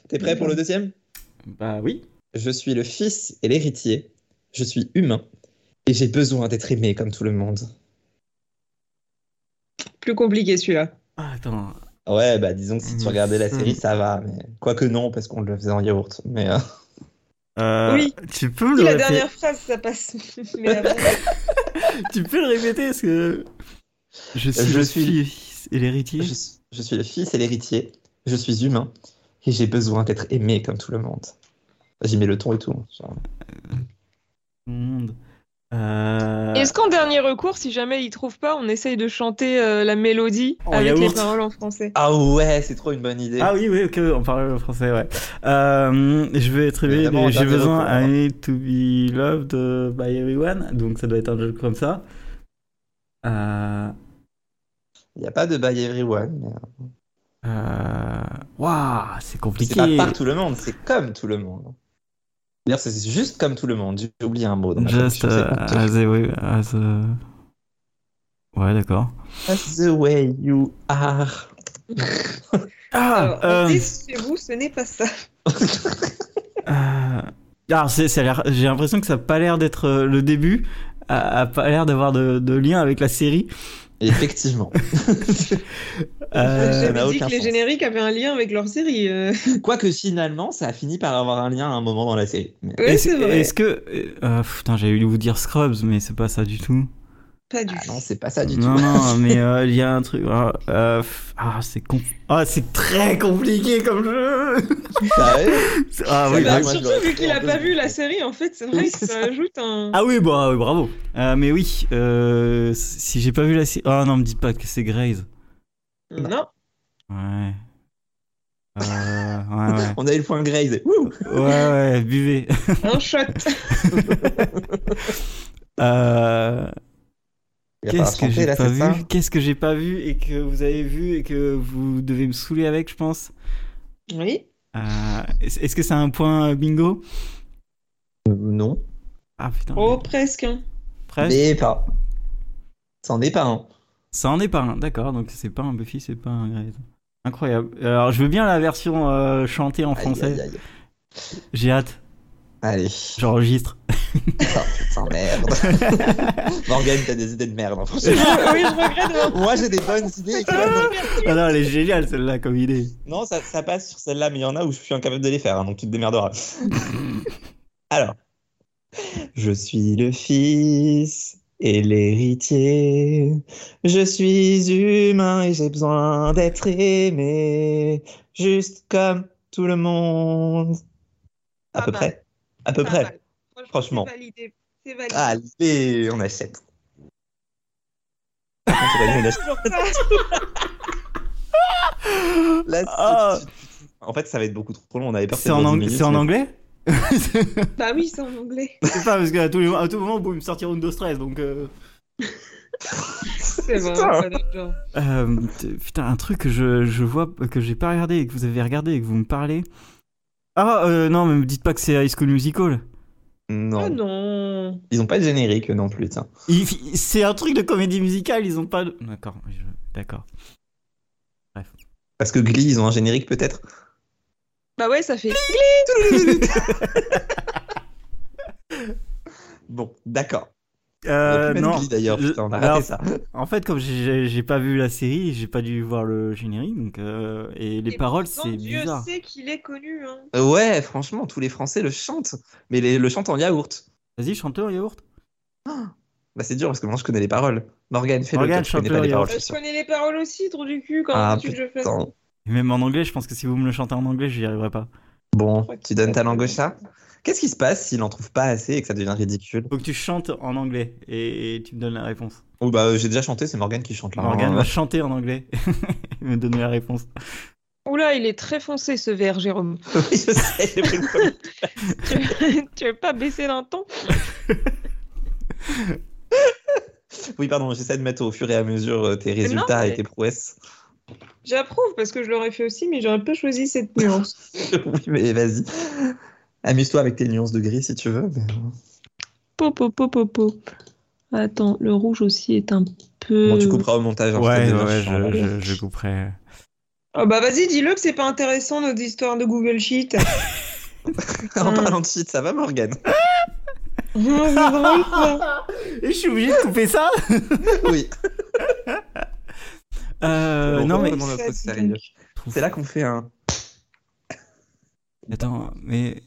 Speaker 3: T'es prêt pour le deuxième
Speaker 1: Bah oui.
Speaker 3: Je suis le fils et l'héritier. Je suis humain. Et j'ai besoin d'être aimé comme tout le monde.
Speaker 2: Plus compliqué celui-là.
Speaker 1: Ah, attends.
Speaker 3: Ouais, bah disons que si tu
Speaker 1: Mais
Speaker 3: regardais la
Speaker 1: ça-
Speaker 3: série, ça va. Mais... Quoique non, parce qu'on le faisait en yaourt. Mais euh,
Speaker 1: Euh,
Speaker 2: Oui.
Speaker 1: Tu peux le
Speaker 2: Si la
Speaker 1: répé-
Speaker 2: dernière phrase, ça passe. [LAUGHS]
Speaker 1: [LAUGHS]
Speaker 2: Mais euh, après,
Speaker 1: Tu peux le répéter parce que je suis
Speaker 3: Je
Speaker 1: le
Speaker 3: suis-
Speaker 1: fils et l'héritier.
Speaker 3: je, suis- je suis le fils et l'héritier. Je suis humain. Et j'ai besoin d'être aimé comme tout le monde. J'y mets le ton et tout. hein, genre.
Speaker 1: Monde. Euh,
Speaker 2: Est-ce qu'en dernier recours, si jamais ils trouvent pas, on essaye de chanter euh, la mélodie
Speaker 1: En
Speaker 2: avec les
Speaker 1: Oh, yaourt.
Speaker 2: paroles en français
Speaker 3: Ah ouais, c'est trop une bonne idée.
Speaker 1: Ah oui, oui, ok, on parle français, ouais. Euh, je vais être aimé,
Speaker 3: Évidemment, en
Speaker 1: j'ai
Speaker 3: dernier
Speaker 1: besoin
Speaker 3: recours,
Speaker 1: I need to be loved by everyone, donc ça doit être un jeu comme ça. Euh,
Speaker 3: Il n'y a pas de by everyone. mais, euh,
Speaker 1: euh, Waouh, c'est
Speaker 3: C'est pas
Speaker 1: compliqué.
Speaker 3: par tout le monde, c'est comme tout le monde. D'ailleurs, c'est juste comme tout le monde. J'ai oublié un mot. dans ma
Speaker 1: Just
Speaker 3: traduction,
Speaker 1: euh,
Speaker 3: c'est comme tout-
Speaker 1: as a way- as a- Ouais, d'accord.
Speaker 3: That's the way you are. [LAUGHS]
Speaker 1: Ah,
Speaker 2: Alors,
Speaker 1: euh,
Speaker 2: on dit chez vous, ce n'est pas ça.
Speaker 1: euh, alors c'est, ça a l'air- j'ai l'impression que ça n'a pas l'air d'être euh, le début, a, a pas l'air d'avoir de, de lien avec la série. [LAUGHS]
Speaker 3: Effectivement.
Speaker 1: Euh,
Speaker 3: Ça n'a
Speaker 2: J'avais dit que
Speaker 3: aucun
Speaker 2: les
Speaker 3: sens.
Speaker 2: génériques avaient un lien avec leur série. euh.
Speaker 3: Quoique finalement, ça a fini par avoir un lien à un moment dans la série. Mais-
Speaker 2: Ouais,
Speaker 1: est-ce,
Speaker 2: c'est vrai.
Speaker 1: est-ce que euh, putain, j'allais vous dire Scrubs, mais c'est pas ça du tout.
Speaker 2: Pas du
Speaker 3: Ah
Speaker 2: tout.
Speaker 3: non, c'est pas ça du
Speaker 1: non, [LAUGHS]
Speaker 3: tout. [LAUGHS]
Speaker 1: non, mais euh, il y a un truc. Ah, euh, pff, ah, c'est com- ah, c'est très compliqué comme jeu. [LAUGHS]
Speaker 3: Ah ouais
Speaker 1: Ah
Speaker 3: C'est
Speaker 1: oui,
Speaker 3: vrai,
Speaker 1: bah,
Speaker 2: Bah,
Speaker 3: moi, je l'aurais
Speaker 2: surtout vu qu'il
Speaker 3: pris en
Speaker 2: a pas
Speaker 3: deux.
Speaker 2: vu la série, en fait, c'est vrai
Speaker 3: Oui,
Speaker 2: que
Speaker 3: c'est
Speaker 2: ça ajoute un.
Speaker 1: Ah oui, bah oui, bravo. Euh, mais oui, euh, si j'ai pas vu la série. Ah non, me dites pas que c'est Graze.
Speaker 2: non.
Speaker 1: Ouais. Euh, ouais,
Speaker 3: [LAUGHS]
Speaker 1: ouais.
Speaker 3: On a eu le point Graze. Wouh
Speaker 1: Ouais, ouais, buvez.
Speaker 2: [LAUGHS] un shot.
Speaker 1: Euh,
Speaker 3: Il va
Speaker 1: Qu'est-ce
Speaker 3: falloir
Speaker 1: que
Speaker 3: chanter,
Speaker 1: j'ai
Speaker 3: là,
Speaker 1: pas
Speaker 3: c'est ça
Speaker 1: vu Qu'est-ce que j'ai pas vu et que vous avez vu et que vous devez me saouler avec, je pense.
Speaker 2: Oui.
Speaker 1: Euh, Est-ce est-ce que c'est un point euh, bingo
Speaker 3: Non,
Speaker 1: Ah putain,
Speaker 2: Oh, presque. hein. [LAUGHS]
Speaker 1: presque.
Speaker 3: mais pas. C'en est pas un.
Speaker 1: Ça en est pas un, d'accord. Donc c'est pas un Buffy, c'est pas un Grey's. Incroyable. Alors je veux bien la version euh, chantée en
Speaker 3: Aïe,
Speaker 1: français.
Speaker 3: aïe, aïe.
Speaker 1: J'ai hâte.
Speaker 3: Allez.
Speaker 1: J'enregistre.
Speaker 3: Oh, putain, merde.
Speaker 1: [LAUGHS]
Speaker 3: Morgane, t'as des idées de merde. hein,
Speaker 2: oui,
Speaker 3: franchement.
Speaker 2: je regrette.
Speaker 3: [LAUGHS]
Speaker 2: vraiment.
Speaker 3: Moi, j'ai des bonnes idées. et toi, non.
Speaker 1: Ah non, elle est géniale celle-là comme idée.
Speaker 3: Non, ça, ça passe sur celle-là, mais il y en a où je suis incapable de les faire, hein, donc tu te démerderas. Alors, je suis le fils et l'héritier. Je suis humain et j'ai besoin d'être aimé, juste comme tout le monde. À
Speaker 2: Pas
Speaker 3: peu
Speaker 2: mal.
Speaker 3: près. À peu
Speaker 2: Pas
Speaker 3: près.
Speaker 2: mal.
Speaker 3: Franchement.
Speaker 2: Ah, bah, C'est
Speaker 3: Ah.
Speaker 2: validé. C'est validé.
Speaker 3: Allez, on achète. Par contre, j'aurais dû en acheter.
Speaker 2: Toujours pas.
Speaker 3: [LAUGHS] Là, c'est-
Speaker 1: Ah.
Speaker 3: En fait, ça va être beaucoup trop long. On avait peur que
Speaker 1: C'est
Speaker 3: ça
Speaker 1: en,
Speaker 3: dure dix
Speaker 1: ang-
Speaker 3: minutes,
Speaker 1: c'est en
Speaker 3: mais-
Speaker 1: anglais [LAUGHS]
Speaker 2: Bah oui, c'est en
Speaker 3: [LAUGHS]
Speaker 2: anglais.
Speaker 1: C'est pas parce qu'à tout, les- à tout moment, boum, sortir Windows 13 donc. euh,
Speaker 2: C'est
Speaker 3: Putain.
Speaker 2: vraiment pas notre genre.
Speaker 1: Euh, t- putain, un truc que je, je vois que j'ai pas regardé et que vous avez regardé et que vous me parlez. Ah euh, non, mais me dites pas que c'est High School Musical.
Speaker 2: Oh
Speaker 3: Non,
Speaker 2: non.
Speaker 3: ils ont pas de générique non plus. Tiens.
Speaker 1: Il- C'est un truc de comédie musicale, ils ont pas. de- D'accord, oui, je- d'accord.
Speaker 3: Parce que Glee, ils ont un générique peut-être.
Speaker 2: Bah ouais, ça fait.
Speaker 3: Bon, d'accord. On a
Speaker 1: [LAUGHS] Euh,
Speaker 3: plus même
Speaker 1: non.
Speaker 3: Glee, d'ailleurs,
Speaker 1: Je-
Speaker 3: putain, on a
Speaker 1: alors,
Speaker 3: raté ça.
Speaker 1: En fait, comme j'ai- j'ai j'ai pas vu la série, j'ai pas dû voir le générique, donc euh, et les
Speaker 2: Et
Speaker 1: paroles,
Speaker 2: pourtant,
Speaker 1: c'est
Speaker 2: Dieu
Speaker 1: bizarre.
Speaker 2: sait qu'il est connu. Hein.
Speaker 3: Euh, Ouais, franchement, tous les Français le chantent, mais les- le chantent en yaourt.
Speaker 1: Vas-y, chanteur yaourt.
Speaker 3: Bah c'est dur parce que moi je connais les paroles. Morgane, fais-le.
Speaker 1: Morgane,
Speaker 3: toi, tu connais
Speaker 1: chanteur
Speaker 3: pas les paroles.
Speaker 1: yaourt.
Speaker 3: je
Speaker 2: Bah,
Speaker 3: suis
Speaker 2: je
Speaker 3: sûr.
Speaker 2: connais les paroles aussi, trou du cul, quand
Speaker 3: Ah,
Speaker 2: tu que je fasse.
Speaker 3: Attends.
Speaker 1: Et Même en anglais, je pense que si vous me le chantez en anglais, j'y arriverai pas.
Speaker 3: Bon, tu donnes ta langue au chat. Qu'est-ce qui se passe s'il en trouve pas assez et que ça devient ridicule
Speaker 1: Faut que tu chantes en anglais et, et tu me donnes la réponse.
Speaker 3: Oh [LAUGHS] bah euh, j'ai déjà chanté, c'est Morgane qui chante
Speaker 1: [LAUGHS]
Speaker 3: là.
Speaker 1: Morgane
Speaker 3: hein.
Speaker 1: va chanter en anglais et me donner la réponse.
Speaker 2: Oula, il est très foncé ce verre, Jérôme.
Speaker 3: Oui, je sais, j'ai pris le premier.
Speaker 2: tu tu veux pas baisser d'un ton
Speaker 3: Oui, pardon, j'essaie de mettre au fur et à mesure euh, tes
Speaker 2: non,
Speaker 3: résultats et
Speaker 2: mais-
Speaker 3: tes prouesses. [LAUGHS]
Speaker 2: J'approuve parce que je l'aurais fait aussi, mais j'aurais pas choisi cette nuance.
Speaker 3: oui, mais vas-y. Amuse-toi avec tes nuances de gris si tu veux. mais-
Speaker 2: po, po, po, po, po. Attends, le rouge aussi est un peu.
Speaker 3: Bon, tu couperas au montage. hein, je te
Speaker 4: Ouais,
Speaker 3: le donne,
Speaker 4: ouais,
Speaker 3: je t'en
Speaker 4: je, je,
Speaker 3: remets.
Speaker 4: je couperai.
Speaker 2: Oh bah vas-y, dis-le que c'est pas intéressant notre histoire de Google Sheet. [LAUGHS]
Speaker 3: [LAUGHS] en parlant de shit, ça va, Morgane
Speaker 2: C'est drôle, quoi.
Speaker 1: [LAUGHS] Et je suis obligé de couper ça
Speaker 3: Oui.
Speaker 1: Euh,
Speaker 3: Bon,
Speaker 1: non mais...
Speaker 3: Vraiment, le truc,
Speaker 2: Ça,
Speaker 3: sérieux.
Speaker 2: dis
Speaker 3: C'est là qu'on fait un.
Speaker 1: Attends, mais...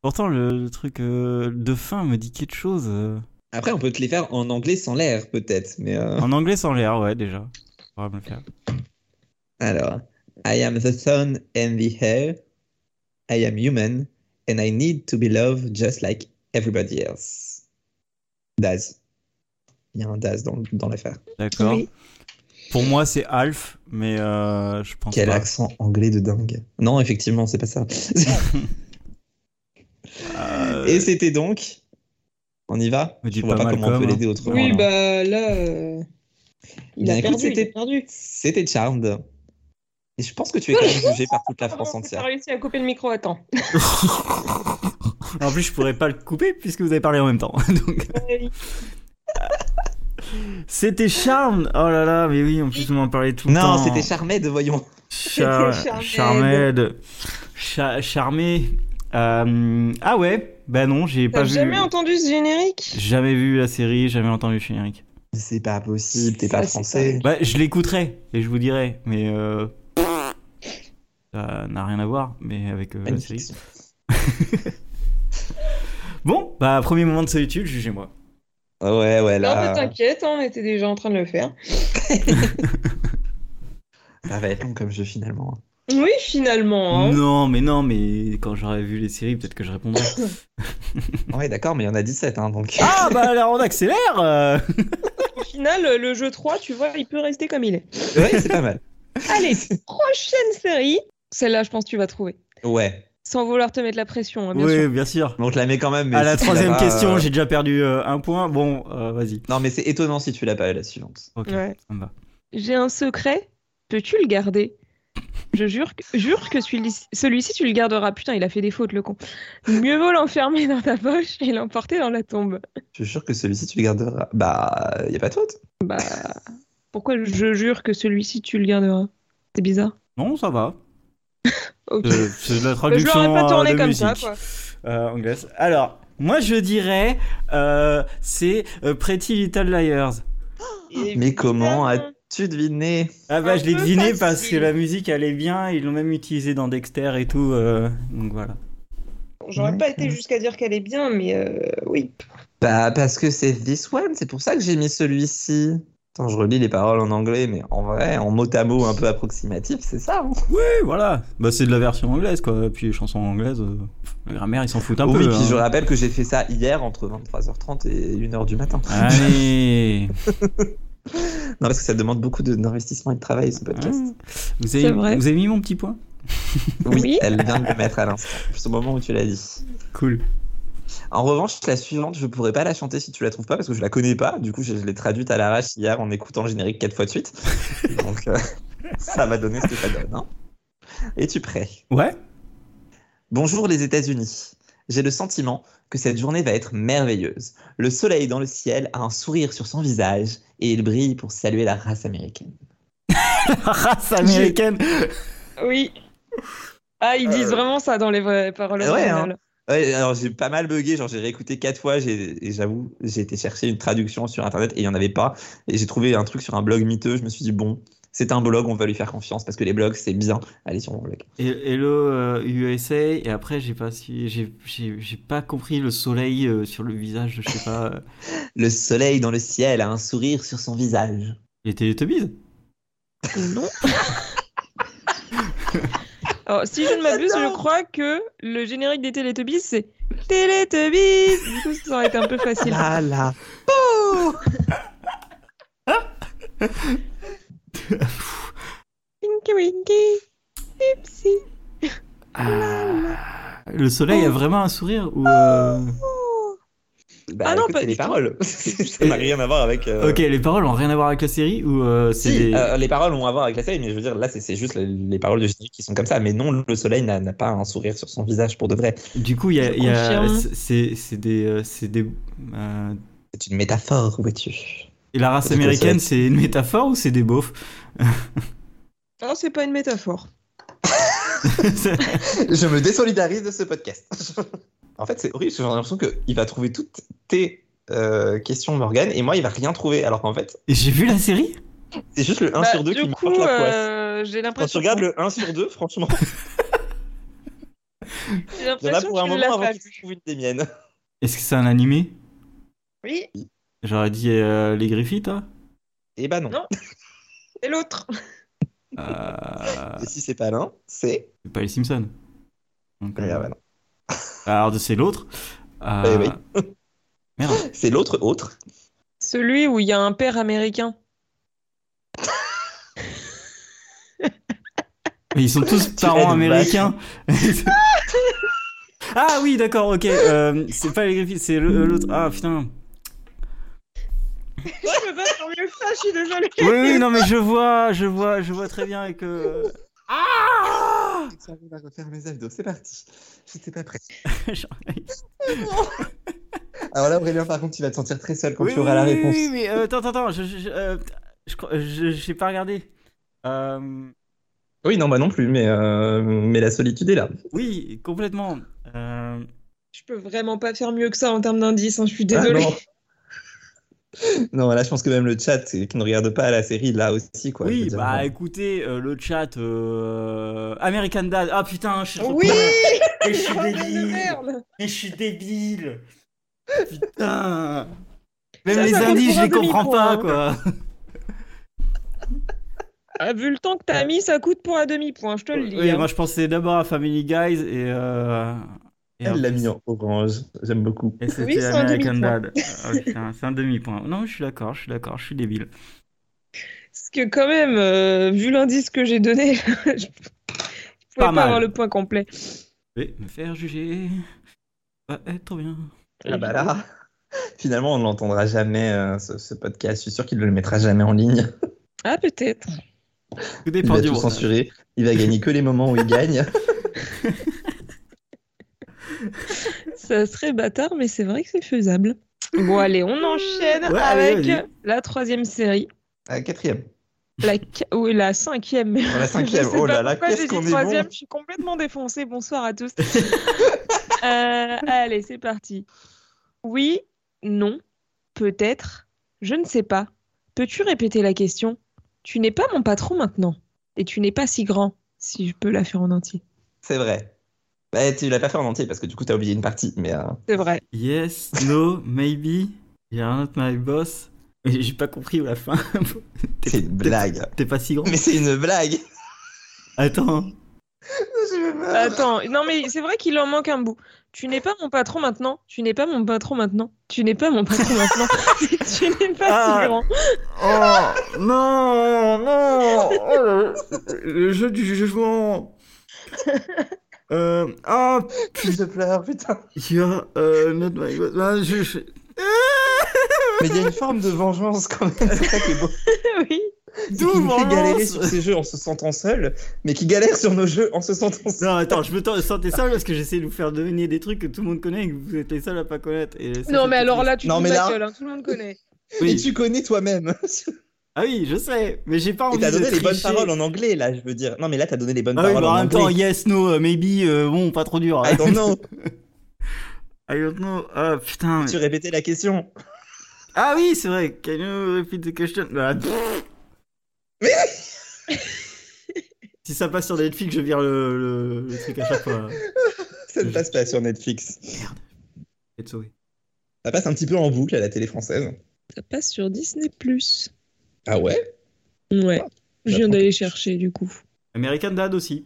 Speaker 1: Pourtant le, le truc euh, de fin me dit quelque chose. euh.
Speaker 3: Après, on peut te les faire en anglais sans l'air, peut-être. Mais euh,
Speaker 1: En anglais sans l'air, ouais déjà. On va me le faire.
Speaker 3: alors, I am the sun and the air. I am human and I need to be loved just like everybody else. Daz. Il y a un Daz dans, dans l'affaire.
Speaker 1: D'accord.
Speaker 2: Oui.
Speaker 1: Pour moi c'est Alf, mais euh, je pense
Speaker 3: Quel
Speaker 1: pas.
Speaker 3: accent anglais de dingue. Non, effectivement, c'est pas ça.
Speaker 1: Euh,
Speaker 3: Et c'était donc. On y va
Speaker 1: Me dis
Speaker 3: Je vois
Speaker 1: pas
Speaker 3: pas, comment on
Speaker 1: Malcolm,
Speaker 3: peut
Speaker 1: hein.
Speaker 3: l'aider autrement.
Speaker 2: Oui,
Speaker 3: là.
Speaker 2: bah là. euh, Il
Speaker 3: Bien,
Speaker 2: a
Speaker 3: écoute,
Speaker 2: perdu, il a
Speaker 3: c'était-
Speaker 2: perdu.
Speaker 3: C'était Charmed. Et je pense que tu es quand même jugé par toute
Speaker 2: [LAUGHS]
Speaker 3: la France
Speaker 2: T'as
Speaker 3: entière.
Speaker 2: réussi à couper le micro, attends.
Speaker 1: En plus je pourrais pas le couper puisque vous avez parlé en même temps. [LAUGHS] Donc... C'était Charme Oh là là, mais oui, en plus on en parlait tout le temps.
Speaker 3: Non, c'était Charmed, voyons.
Speaker 1: Char-
Speaker 2: C'était
Speaker 1: Charmed. Cha- Charmé. Euh, Ah ouais Bah non, j'ai pas
Speaker 2: T'as
Speaker 1: vu.
Speaker 2: jamais entendu ce générique
Speaker 1: Jamais vu la série, jamais entendu le générique.
Speaker 3: C'est pas possible, t'es
Speaker 2: Ça,
Speaker 3: pas
Speaker 2: c'est
Speaker 3: français.
Speaker 1: Bah je l'écouterai et je vous dirai, mais euh, ça n'a rien à voir mais avec euh, la série.
Speaker 3: Magnifique.
Speaker 1: Bon, bah premier moment de solitude, jugez-moi.
Speaker 3: Ouais, ouais,
Speaker 2: Non, mais
Speaker 3: là.
Speaker 2: t'inquiète, hein, on était déjà en train de le faire.
Speaker 3: Ça va être long comme jeu finalement.
Speaker 2: Oui, finalement. hein.
Speaker 1: Non, mais non, mais quand j'aurai vu les séries, peut-être que je
Speaker 2: [LAUGHS]
Speaker 1: répondrai.
Speaker 3: Ah Ouais, d'accord, mais il y en a 17, hein, donc.
Speaker 1: ah bah alors on accélère euh.
Speaker 2: Au final, le jeu 3, tu vois, il peut rester comme il est.
Speaker 3: [LAUGHS] Ouais, c'est pas mal.
Speaker 2: Allez, prochaine série. Celle-là, je pense que tu vas trouver.
Speaker 3: Ouais.
Speaker 2: Sans vouloir te mettre la pression, hein, bien
Speaker 1: Oui,
Speaker 2: sûr.
Speaker 1: bien sûr.
Speaker 3: Donc je la mets quand même. mais
Speaker 1: à
Speaker 3: si
Speaker 1: la
Speaker 3: tu
Speaker 1: troisième
Speaker 3: l'as pas,
Speaker 1: question,
Speaker 3: euh,
Speaker 1: j'ai déjà perdu euh, un point. Bon, euh, vas-y.
Speaker 3: Non, mais c'est étonnant si tu l'as pas, la suivante.
Speaker 1: Ok,
Speaker 2: Ouais.
Speaker 1: ça me va.
Speaker 2: J'ai un secret. Peux-tu le garder Je jure que, jure que celui- celui-ci, tu le garderas. Putain, il a fait des fautes, le con. Mieux vaut l'enfermer dans ta poche et l'emporter dans la tombe.
Speaker 3: Je suis sûr que celui-ci, tu le garderas. Bah, y a pas de faute.
Speaker 2: Bah, pourquoi je jure que celui-ci, tu le garderas C'est bizarre.
Speaker 1: Non, ça va.
Speaker 2: [LAUGHS] Ok.
Speaker 1: Euh, C'est de la
Speaker 2: Bah, je
Speaker 1: traduction
Speaker 2: l'aurais pas
Speaker 1: euh,
Speaker 2: tourné
Speaker 1: de
Speaker 2: comme
Speaker 1: musique
Speaker 2: ça, quoi.
Speaker 1: euh, anglaise. Alors, moi je dirais, euh, c'est euh, Pretty Little Liars.
Speaker 3: Mais comment as-tu deviné
Speaker 1: Ah bah
Speaker 2: Un
Speaker 1: je l'ai
Speaker 2: peu
Speaker 1: deviné parce que
Speaker 2: facile.
Speaker 1: la musique allait bien, ils l'ont même utilisé dans Dexter et tout. euh, donc voilà.
Speaker 2: J'aurais
Speaker 3: Ouais.
Speaker 2: pas été jusqu'à dire qu'elle est bien, mais euh, oui.
Speaker 3: Bah, parce que c'est This One, c'est pour ça que j'ai mis celui-ci. Attends, je relis les paroles en anglais, mais en vrai, en mot à mot un peu approximatif, c'est ça. hein.
Speaker 1: Oui, voilà. Bah c'est de la version anglaise quoi. Puis les chansons anglaises, euh, pff, la grammaire, ils s'en foutent un
Speaker 3: oui,
Speaker 1: peu.
Speaker 3: puis
Speaker 1: hein.
Speaker 3: je rappelle que j'ai fait ça hier entre 23h30 et 1h du matin.
Speaker 1: Allez.
Speaker 3: [LAUGHS] Non, parce que ça demande beaucoup de- d'investissement et de travail, ce podcast.
Speaker 1: vous,
Speaker 2: C'est
Speaker 1: avez,
Speaker 2: vrai.
Speaker 1: vous avez mis mon petit point
Speaker 3: Oui,
Speaker 2: Oui.
Speaker 3: elle vient de le mettre à l'instant, juste au moment où tu l'as dit.
Speaker 1: Cool.
Speaker 3: En revanche, la suivante, je pourrais pas la chanter si tu la trouves pas, parce que je la connais pas. Du coup, je, je l'ai traduite à l'arrache hier en écoutant le générique 4 fois de suite. Donc, euh, ça va donner ce que ça donne. Hein. Es-tu prêt
Speaker 1: [LAUGHS] Ouais.
Speaker 3: Bonjour les États-Unis. J'ai le sentiment que cette journée va être merveilleuse. Le soleil dans le ciel a un sourire sur son visage et il brille pour saluer la race américaine.
Speaker 1: race américaine.
Speaker 2: Oui. Ah, ils
Speaker 3: Euh,
Speaker 2: disent vraiment ça dans les vraies paroles
Speaker 3: Ouais,
Speaker 2: originales.
Speaker 3: Ouais, alors j'ai pas mal bugué, genre j'ai réécouté quatre fois, j'ai- et j'avoue, j'ai été chercher une traduction sur internet et il y en avait pas. Et j'ai trouvé un truc sur un blog miteux, je me suis dit bon, c'est un blog, on va lui faire confiance parce que les blogs c'est bien. Allez sur mon blog.
Speaker 1: Et- Hello euh, USA et après j'ai pas su- j'ai j'ai- j'ai pas compris le soleil euh, sur le visage de je sais pas euh,
Speaker 3: Le soleil dans le ciel a un sourire sur son visage.
Speaker 1: [LAUGHS] les Teletubbies.
Speaker 2: Non. [LAUGHS] Alors, si je ne m'abuse, je crois que le générique des Teletubbies, c'est Teletubbies Du coup, ça aurait été un peu facile.
Speaker 3: Là Ah là.
Speaker 2: Winky, winky. Pepsi.
Speaker 1: Ah. le soleil
Speaker 2: Oh.
Speaker 1: a vraiment un sourire ou euh,
Speaker 3: Bah,
Speaker 2: Ah non,
Speaker 3: écoute,
Speaker 2: pas
Speaker 3: c'est
Speaker 2: du
Speaker 3: les
Speaker 2: tout.
Speaker 3: paroles.
Speaker 2: [LAUGHS]
Speaker 3: ça n'a rien à voir avec. euh,
Speaker 1: Ok, les paroles ont rien à voir avec la série ou euh, c'est
Speaker 3: Si,
Speaker 1: des-
Speaker 3: euh, les paroles ont à voir avec la série, mais je veux dire, là, c'est- c'est juste les, les paroles de générique qui sont comme ça. Mais non, le soleil n'a n'a pas un sourire sur son visage pour de vrai.
Speaker 1: du coup il y a,
Speaker 2: je
Speaker 1: il y a-
Speaker 2: confirme.
Speaker 1: c'est- c'est c'est des euh, c'est des euh,
Speaker 3: C'est une métaphore, vois-tu.
Speaker 1: et la race
Speaker 3: Parce que
Speaker 1: américaine c'est une métaphore ou c'est des
Speaker 3: [LAUGHS]
Speaker 1: beaufs [LAUGHS]
Speaker 2: Non, c'est pas une métaphore.
Speaker 3: Je me désolidarise de ce podcast. [LAUGHS] en fait, c'est horrible, parce que j'ai l'impression qu'il va trouver toutes tes euh, questions, Morgane, et moi, il va rien trouver. Alors qu'en fait,
Speaker 1: Et J'ai vu la série
Speaker 3: c'est juste le 1
Speaker 2: Bah,
Speaker 3: sur 2
Speaker 2: du
Speaker 3: qui me
Speaker 2: coup,
Speaker 3: porte la poisse.
Speaker 2: euh, j'ai
Speaker 3: Quand tu
Speaker 2: l'impression
Speaker 3: regardes le 1 sur 2,
Speaker 2: [LAUGHS]
Speaker 3: franchement,
Speaker 2: j'ai
Speaker 3: il y en a
Speaker 2: l'impression
Speaker 3: pour un
Speaker 2: que tu
Speaker 3: moment
Speaker 2: l'as
Speaker 3: avant
Speaker 2: pas
Speaker 3: que
Speaker 2: vu.
Speaker 3: tu trouves une des miennes. [LAUGHS]
Speaker 1: Est-ce que c'est un animé
Speaker 2: Oui,
Speaker 1: J'aurais dit euh, les Griffiths. hein
Speaker 3: Et bah non.
Speaker 2: Non. et l'autre.
Speaker 1: Euh,
Speaker 3: Et si c'est pas l'un, c'est.
Speaker 1: c'est pas les Simpsons. Donc,
Speaker 3: Ah
Speaker 1: euh,
Speaker 3: bah non.
Speaker 1: Alors c'est l'autre.
Speaker 3: Eh
Speaker 1: Euh,
Speaker 3: oui.
Speaker 1: Merde.
Speaker 3: C'est l'autre, autre.
Speaker 2: Celui où il y a un père américain.
Speaker 1: Mais ils sont
Speaker 3: [LAUGHS]
Speaker 1: tous
Speaker 3: l'as
Speaker 1: parents
Speaker 3: dit,
Speaker 1: américains. [LAUGHS] ah oui, d'accord, ok. euh, c'est pas les Griffiths, c'est le- l'autre. Ah putain.
Speaker 2: Je peux pas faire mieux que ça, je suis désolée.
Speaker 1: Oui, oui, non, mais je vois, je vois, je vois très bien et que. [LAUGHS] Ah
Speaker 3: J'arrive à refaire mes abdos, c'est parti. J'étais pas prêt. Alors là, Aurélien, par contre, tu vas te sentir très seul quand
Speaker 1: Oui,
Speaker 3: tu auras la
Speaker 1: oui,
Speaker 3: réponse.
Speaker 1: Oui, oui, mais euh, attends, attends, attends, je, je, je, euh, je crois- je- j'ai pas regardé. Euh,
Speaker 3: Oui, non, moi non plus, mais, euh, mais la solitude est là.
Speaker 1: oui, complètement. Euh,
Speaker 2: Je peux vraiment pas faire mieux que ça en termes d'indices, hein, je suis
Speaker 3: Ah,
Speaker 2: désolée.
Speaker 3: non. non, là, je pense que même le chat euh, qui ne regarde pas la série, là aussi, quoi. je veux
Speaker 1: oui,
Speaker 3: dire,
Speaker 1: bah
Speaker 3: euh,
Speaker 1: écoutez, euh, le chat euh, American Dad. Ah putain, je suis
Speaker 2: oui [LAUGHS]
Speaker 1: Mais je suis
Speaker 2: Oh, de
Speaker 1: débile
Speaker 2: merde
Speaker 1: Mais je suis débile Putain Même
Speaker 2: Ça,
Speaker 1: les
Speaker 2: ça compte
Speaker 1: indices, je
Speaker 2: pour un
Speaker 1: les comprends
Speaker 2: demi-point,
Speaker 1: pas,
Speaker 2: hein.
Speaker 1: quoi
Speaker 2: Ah, Vu le temps que t'as mis, ça coûte pour un demi-point, je te le dis.
Speaker 1: Oui,
Speaker 2: hein.
Speaker 1: moi je pensais d'abord à Family Guys et... Euh... et
Speaker 3: Elle l'a
Speaker 1: après,
Speaker 3: mis en orange, j'aime beaucoup.
Speaker 1: Et c'était
Speaker 2: Oui, c'est un
Speaker 1: American
Speaker 2: demi-point.
Speaker 1: Dad. Ah, putain, c'est un demi-point. Non, je suis d'accord, je suis d'accord, je suis débile.
Speaker 2: Parce que quand même, euh, vu l'indice que j'ai donné, [LAUGHS] je je pouvais
Speaker 1: Pas
Speaker 2: pas,
Speaker 1: mal.
Speaker 2: avoir le point complet.
Speaker 1: Je vais me faire juger. Ça va être bien.
Speaker 3: Ah bah là, finalement, on l'entendra jamais, euh, ce, ce podcast. Je suis sûr qu'il ne le mettra jamais en ligne.
Speaker 2: Ah, peut-être.
Speaker 1: Tout
Speaker 3: Il
Speaker 1: dépend
Speaker 3: va
Speaker 1: du
Speaker 3: tout
Speaker 1: montage.
Speaker 3: censurer. Il va gagner que les moments où il gagne.
Speaker 2: Ça serait bâtard, mais c'est vrai que c'est faisable. Bon, allez, on enchaîne
Speaker 1: Ouais, allez,
Speaker 2: avec
Speaker 1: vas-y.
Speaker 2: la troisième série.
Speaker 3: Ah, quatrième.
Speaker 2: La, qui- ou la cinquième. même.
Speaker 3: Dans la cinquième.
Speaker 2: Je sais
Speaker 3: Oh
Speaker 2: pas
Speaker 3: là là,
Speaker 2: pourquoi j'ai
Speaker 3: qu'est-ce
Speaker 2: dit
Speaker 3: qu'on est
Speaker 2: troisième,
Speaker 3: bon.
Speaker 2: Je suis complètement défoncée. Bonsoir à tous. [LAUGHS] Euh, allez, c'est parti. Oui, non, peut-être, je ne sais pas. Peux-tu répéter la question Tu n'es pas mon patron maintenant. Et tu n'es pas si grand, si je peux la faire en entier.
Speaker 3: C'est vrai. Bah, tu l'as pas fait en entier parce que du coup, t'as oublié une partie. Mais euh,
Speaker 2: C'est vrai.
Speaker 1: Yes, no, maybe. Il y a un autre my boss. Mais J'ai pas compris où la fin. [LAUGHS] T'es-
Speaker 3: c'est une
Speaker 1: t'es-
Speaker 3: blague.
Speaker 1: T'es pas si grand.
Speaker 3: Mais c'est une blague.
Speaker 1: Attends.
Speaker 3: Je meurs.
Speaker 2: Attends, non mais c'est vrai qu'il en manque un bout. Tu n'es pas mon patron maintenant. Tu n'es pas mon patron maintenant. Tu n'es pas mon patron maintenant. [LAUGHS] tu n'es pas
Speaker 1: Ah.
Speaker 2: si grand. [LAUGHS]
Speaker 1: Oh non, non, oh, le, le jeu du
Speaker 2: [LAUGHS]
Speaker 1: jugement. Euh, ah,
Speaker 3: Je pleure, putain.
Speaker 1: il y a euh, not my boss. Ah, je- je-
Speaker 3: Mais il y a une forme de vengeance quand même. C'est ça qui est beau.
Speaker 2: oui.
Speaker 1: D'où
Speaker 3: qui nous fait
Speaker 1: vengeance
Speaker 3: galérer sur ces jeux en se sentant seul, mais qui galère sur nos jeux en se sentant seul.
Speaker 1: Non, attends, je me t- sentais seul parce que j'essayais de vous faire deviner des trucs que tout le monde connaît et que vous êtes les seuls à pas connaître. Et ça,
Speaker 2: Non
Speaker 1: c'est
Speaker 2: mais alors là, tu
Speaker 3: Non,
Speaker 2: te
Speaker 3: mais
Speaker 2: fous de ma
Speaker 3: là-
Speaker 2: gueule, hein, tout le monde connaît.
Speaker 1: Oui.
Speaker 3: Et tu connais toi-même.
Speaker 1: Ah oui, je sais, mais j'ai pas
Speaker 3: [LAUGHS] Et
Speaker 1: envie
Speaker 3: t'as
Speaker 1: de
Speaker 3: donné les bonnes
Speaker 1: tricher.
Speaker 3: paroles hein. en anglais, là, je veux dire. Non, mais là, t'as donné les bonnes
Speaker 1: Ah oui,
Speaker 3: paroles
Speaker 1: bah, en
Speaker 3: en
Speaker 1: même temps,
Speaker 3: anglais. Ah,
Speaker 1: yes, no, euh, maybe, euh, bon, pas trop dur.
Speaker 3: I
Speaker 1: [LAUGHS]
Speaker 3: don't know.
Speaker 1: I don't know. Ah putain. mais-
Speaker 3: tu répétais la question. [LAUGHS]
Speaker 1: Ah oui, c'est vrai. Can you repeat the question?
Speaker 3: [LAUGHS]
Speaker 1: Bah, pff. si ça passe sur Netflix, je vire le, le- le truc à chaque fois.
Speaker 3: Ça ne passe pas sur Netflix.
Speaker 1: Être sauvé.
Speaker 3: Ça passe un petit peu en boucle à la télé française.
Speaker 2: Ça passe sur Disney Plus.
Speaker 3: Ah ouais
Speaker 2: Ouais.
Speaker 3: Ah,
Speaker 2: Je viens
Speaker 3: j'apprends
Speaker 2: d'aller chercher du coup.
Speaker 1: American Dad aussi.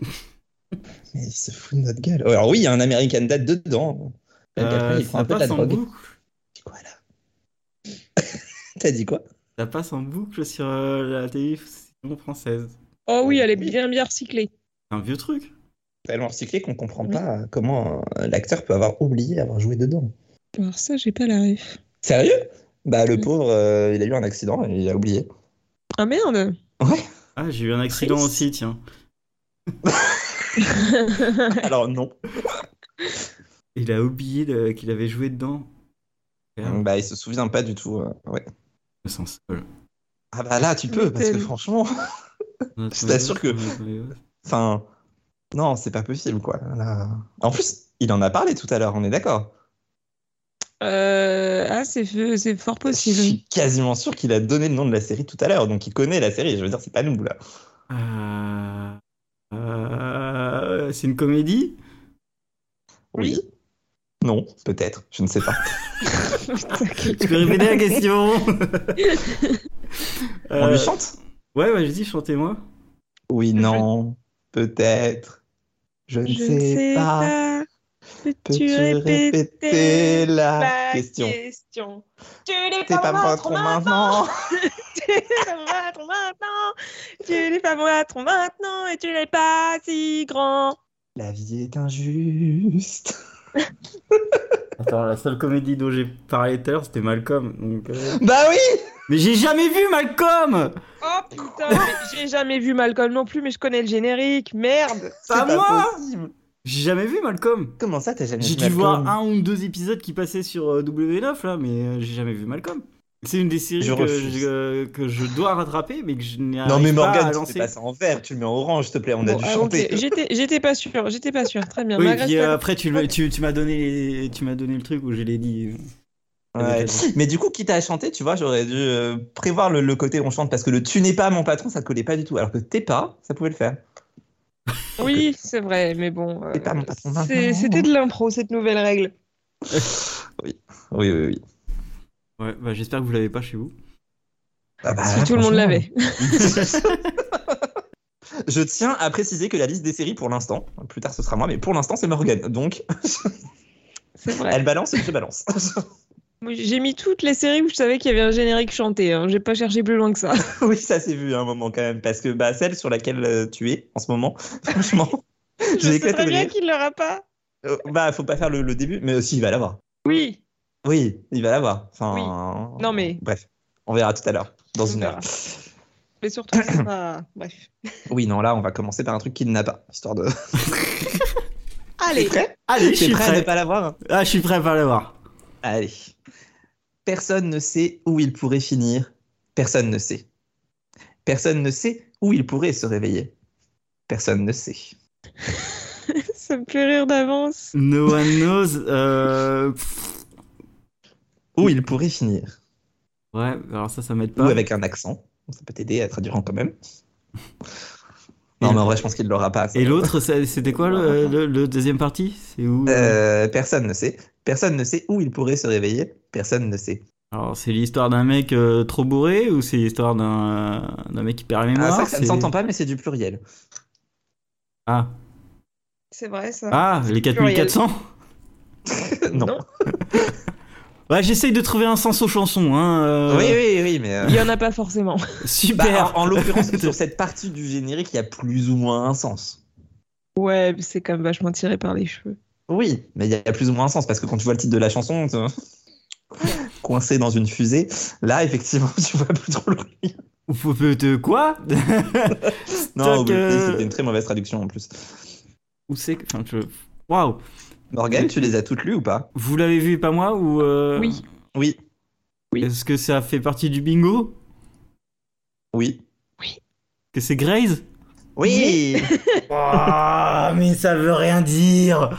Speaker 3: Mais il se fout de notre gueule. Alors oui, il y a un American Dad dedans. Même qu'après,
Speaker 1: Euh,
Speaker 3: il prend
Speaker 1: ça
Speaker 3: un peu de la
Speaker 1: passe en
Speaker 3: drogue.
Speaker 1: boucle.
Speaker 3: C'est quoi, là [LAUGHS] T'as dit quoi
Speaker 1: Ça passe en boucle sur euh, la télévision française.
Speaker 2: Oh oui, elle est bien bien recyclée.
Speaker 1: un vieux truc.
Speaker 3: tellement recyclé qu'on comprend
Speaker 2: Oui.
Speaker 3: pas comment euh, l'acteur peut avoir oublié avoir joué dedans.
Speaker 2: Alors ça, j'ai pas la ref.
Speaker 3: Sérieux Bah le
Speaker 2: Oui.
Speaker 3: pauvre, euh, il a eu un accident et il a oublié.
Speaker 2: Ah merde [LAUGHS]
Speaker 1: Ah, j'ai eu un accident
Speaker 3: Triste.
Speaker 1: aussi, tiens.
Speaker 3: [LAUGHS] Alors non.
Speaker 1: Il a oublié de- qu'il avait joué dedans. Merde,
Speaker 3: Bah il se souvient pas du tout. euh, ouais.
Speaker 1: le sens. Voilà.
Speaker 3: Ah bah là tu peux parce que
Speaker 2: Tel.
Speaker 3: franchement, [LAUGHS] Je t'assure que- enfin, non c'est pas possible quoi. Là- En plus il en a parlé tout à l'heure, on est d'accord.
Speaker 2: Euh, Ah, c'est fe- c'est fort
Speaker 3: Je
Speaker 2: possible.
Speaker 3: suis quasiment sûr qu'il a donné le nom de la série tout à l'heure, donc il connaît la série. Je veux dire c'est pas nous là.
Speaker 1: Ah, ah, c'est une
Speaker 3: [LAUGHS]
Speaker 1: comédie
Speaker 3: Oui. Non, peut-être, je ne sais pas.
Speaker 2: Putain, [LAUGHS] quel
Speaker 1: Tu peux répéter la
Speaker 3: [LAUGHS]
Speaker 1: question
Speaker 3: On
Speaker 1: Euh,
Speaker 3: lui chante
Speaker 1: Ouais, ouais, j'ai dit chantez-moi.
Speaker 3: Oui,
Speaker 2: Je-
Speaker 3: non, peut-être. Je ne
Speaker 2: Je
Speaker 3: sais, pas.
Speaker 2: Peux-tu
Speaker 3: Peux-tu
Speaker 2: répéter
Speaker 3: répéter la,
Speaker 2: la
Speaker 3: question
Speaker 2: question Tu n'es
Speaker 3: T'es pas
Speaker 2: pas moi,
Speaker 3: moi
Speaker 2: trop
Speaker 3: trop
Speaker 2: main. [LAUGHS]
Speaker 3: maintenant
Speaker 2: Tu n'es pas moi, trop maintenant. Tu n'es pas moi, trop maintenant. Et tu n'es pas si grand.
Speaker 3: La vie est injuste.
Speaker 1: Attends, la seule comédie dont j'ai parlé tout à l'heure, c'était Malcolm. donc, euh,
Speaker 3: [LAUGHS] Bah oui
Speaker 1: Mais j'ai jamais vu Malcolm
Speaker 2: Oh putain, mais j'ai jamais vu Malcolm non plus, mais je connais le générique. Merde.
Speaker 3: C'est
Speaker 1: Pas
Speaker 3: pas
Speaker 1: moi
Speaker 3: possible
Speaker 1: J'ai jamais vu Malcolm
Speaker 3: Comment ça, t'as jamais
Speaker 1: J'ai
Speaker 3: vu
Speaker 1: dû
Speaker 3: Malcolm
Speaker 1: voir un ou deux épisodes qui passaient sur euh, W9 là, mais euh, j'ai jamais vu Malcolm. C'est une des séries
Speaker 3: Je
Speaker 1: que,
Speaker 3: refuse.
Speaker 1: je, euh, que je dois rattraper, mais que je n'ai
Speaker 3: Non mais
Speaker 1: pas à
Speaker 3: Morgane, tu fais
Speaker 1: lancer.
Speaker 3: pas ça en vert, tu le mets en orange, s'il te plaît, on a
Speaker 2: Bon,
Speaker 3: dû
Speaker 2: ah,
Speaker 3: chanter.
Speaker 2: ok, J'étais, j'étais pas sûr, j'étais pas sûr. Très bien.
Speaker 1: Oui,
Speaker 2: Malgré
Speaker 1: puis
Speaker 2: ça-
Speaker 1: euh, après tu, le- tu, tu m'as donné les- tu m'as donné le truc où je l'ai dit.
Speaker 3: [LAUGHS] Ouais. Mais du coup, quitte à chanter, tu vois, j'aurais dû euh, prévoir le, le côté on chante parce que le tu n'es pas mon patron, ça te collait pas du tout. Alors que t'es pas, ça pouvait le faire.
Speaker 2: Oui, c'est vrai, mais bon. euh,
Speaker 3: C'est pas mon patron
Speaker 2: c'est-
Speaker 3: maintenant.
Speaker 2: c'était de l'impro, cette nouvelle règle.
Speaker 3: Oui, oui, oui.
Speaker 1: Ouais, bah, j'espère que vous l'avez pas chez vous.
Speaker 3: Ah bah,
Speaker 2: si tout le monde
Speaker 3: franchement.
Speaker 2: l'avait.
Speaker 3: [LAUGHS] Je tiens à préciser que la liste des séries pour l'instant, plus tard ce sera moi, mais pour l'instant c'est Morgane. Donc
Speaker 2: C'est vrai.
Speaker 3: elle balance et je [LAUGHS] balance.
Speaker 2: Moi, J'ai mis toutes les séries où je savais qu'il y avait un générique chanté. hein. J'ai pas cherché plus loin que
Speaker 3: [LAUGHS]
Speaker 2: ça.
Speaker 3: oui, ça s'est vu à un moment quand même, parce que bah, celle sur laquelle euh, tu es en ce moment, [LAUGHS] franchement,
Speaker 2: je
Speaker 3: J'ai
Speaker 2: sais
Speaker 3: éclaté
Speaker 2: très
Speaker 3: de
Speaker 2: bien
Speaker 3: rire.
Speaker 2: qu'il l'aura pas.
Speaker 3: euh, bah faut pas faire le, le début, mais aussi il va l'avoir.
Speaker 2: Oui.
Speaker 3: Oui, il va l'avoir. Enfin,
Speaker 2: Oui. Non, mais-
Speaker 3: Bref, on verra tout à l'heure, dans
Speaker 2: On
Speaker 3: une heure.
Speaker 2: verra. Mais surtout, c'est pas. [COUGHS] Bref.
Speaker 3: Oui, non, là on va commencer par un truc qu'il n'a pas, histoire de.
Speaker 2: Allez.
Speaker 3: [LAUGHS]
Speaker 1: Allez, je
Speaker 3: T'es
Speaker 1: suis
Speaker 3: prêt à ne
Speaker 1: prêt.
Speaker 3: pas l'avoir hein
Speaker 1: Ah, je suis prêt à pas le voir.
Speaker 3: Allez. Personne ne sait où il pourrait finir. Personne ne sait. Personne ne sait où il pourrait se réveiller. Personne ne sait.
Speaker 2: [LAUGHS] ça me fait rire d'avance.
Speaker 1: No one knows. euh, pff,
Speaker 3: Où il pourrait finir.
Speaker 1: Ouais, alors ça, ça m'aide
Speaker 3: Ou
Speaker 1: pas.
Speaker 3: avec un accent. Ça peut t'aider à traduire en
Speaker 1: [LAUGHS]
Speaker 3: quand même. Non, mais en vrai, je pense qu'il ne l'aura pas. ça.
Speaker 1: Et l'autre, c'est- c'était quoi le, le- le deuxième parti C'est où euh,
Speaker 3: Euh, personne ne sait. Personne ne sait où il pourrait se réveiller. Personne ne sait.
Speaker 1: Alors, c'est l'histoire d'un mec euh, trop bourré ou c'est l'histoire d'un euh, d'un mec qui perd la
Speaker 3: Ah,
Speaker 1: mémoire
Speaker 3: ça, ça ne
Speaker 1: C'est-
Speaker 3: s'entend pas, mais c'est
Speaker 1: [LAUGHS]
Speaker 3: du pluriel.
Speaker 1: Ah,
Speaker 2: C'est vrai, ça.
Speaker 1: Ah, les 4400
Speaker 3: non.
Speaker 1: Ouais, j'essaye de trouver un sens aux chansons. Hein, euh,
Speaker 3: Oui, oui, oui, mais. euh,
Speaker 2: Il y en a pas forcément.
Speaker 1: Super.
Speaker 3: bah, en, en l'occurrence,
Speaker 1: [LAUGHS]
Speaker 3: sur cette partie du générique, il y a plus ou moins un sens.
Speaker 2: Ouais, mais c'est quand même vachement tiré par les cheveux.
Speaker 3: Oui, mais il y a plus ou moins un sens parce que quand tu vois [LAUGHS] le titre de la chanson, t'es- coincé dans une fusée, là effectivement [LAUGHS] tu vois plus trop le lien.
Speaker 1: Faut- peut- de quoi [LAUGHS]
Speaker 3: Non,
Speaker 1: Stock,
Speaker 3: oui,
Speaker 1: euh,
Speaker 3: c'était une très mauvaise traduction en plus.
Speaker 1: Où c'est que. Enfin, je... Waouh
Speaker 3: Morgane, tu les as toutes lues ou pas
Speaker 1: Vous l'avez vu, pas moi ou euh,
Speaker 2: Oui.
Speaker 3: Oui, oui.
Speaker 1: Est-ce que ça fait partie du bingo
Speaker 3: oui,
Speaker 1: Que c'est Graze
Speaker 3: oui.
Speaker 2: [LAUGHS]
Speaker 1: Waouh, mais ça veut rien dire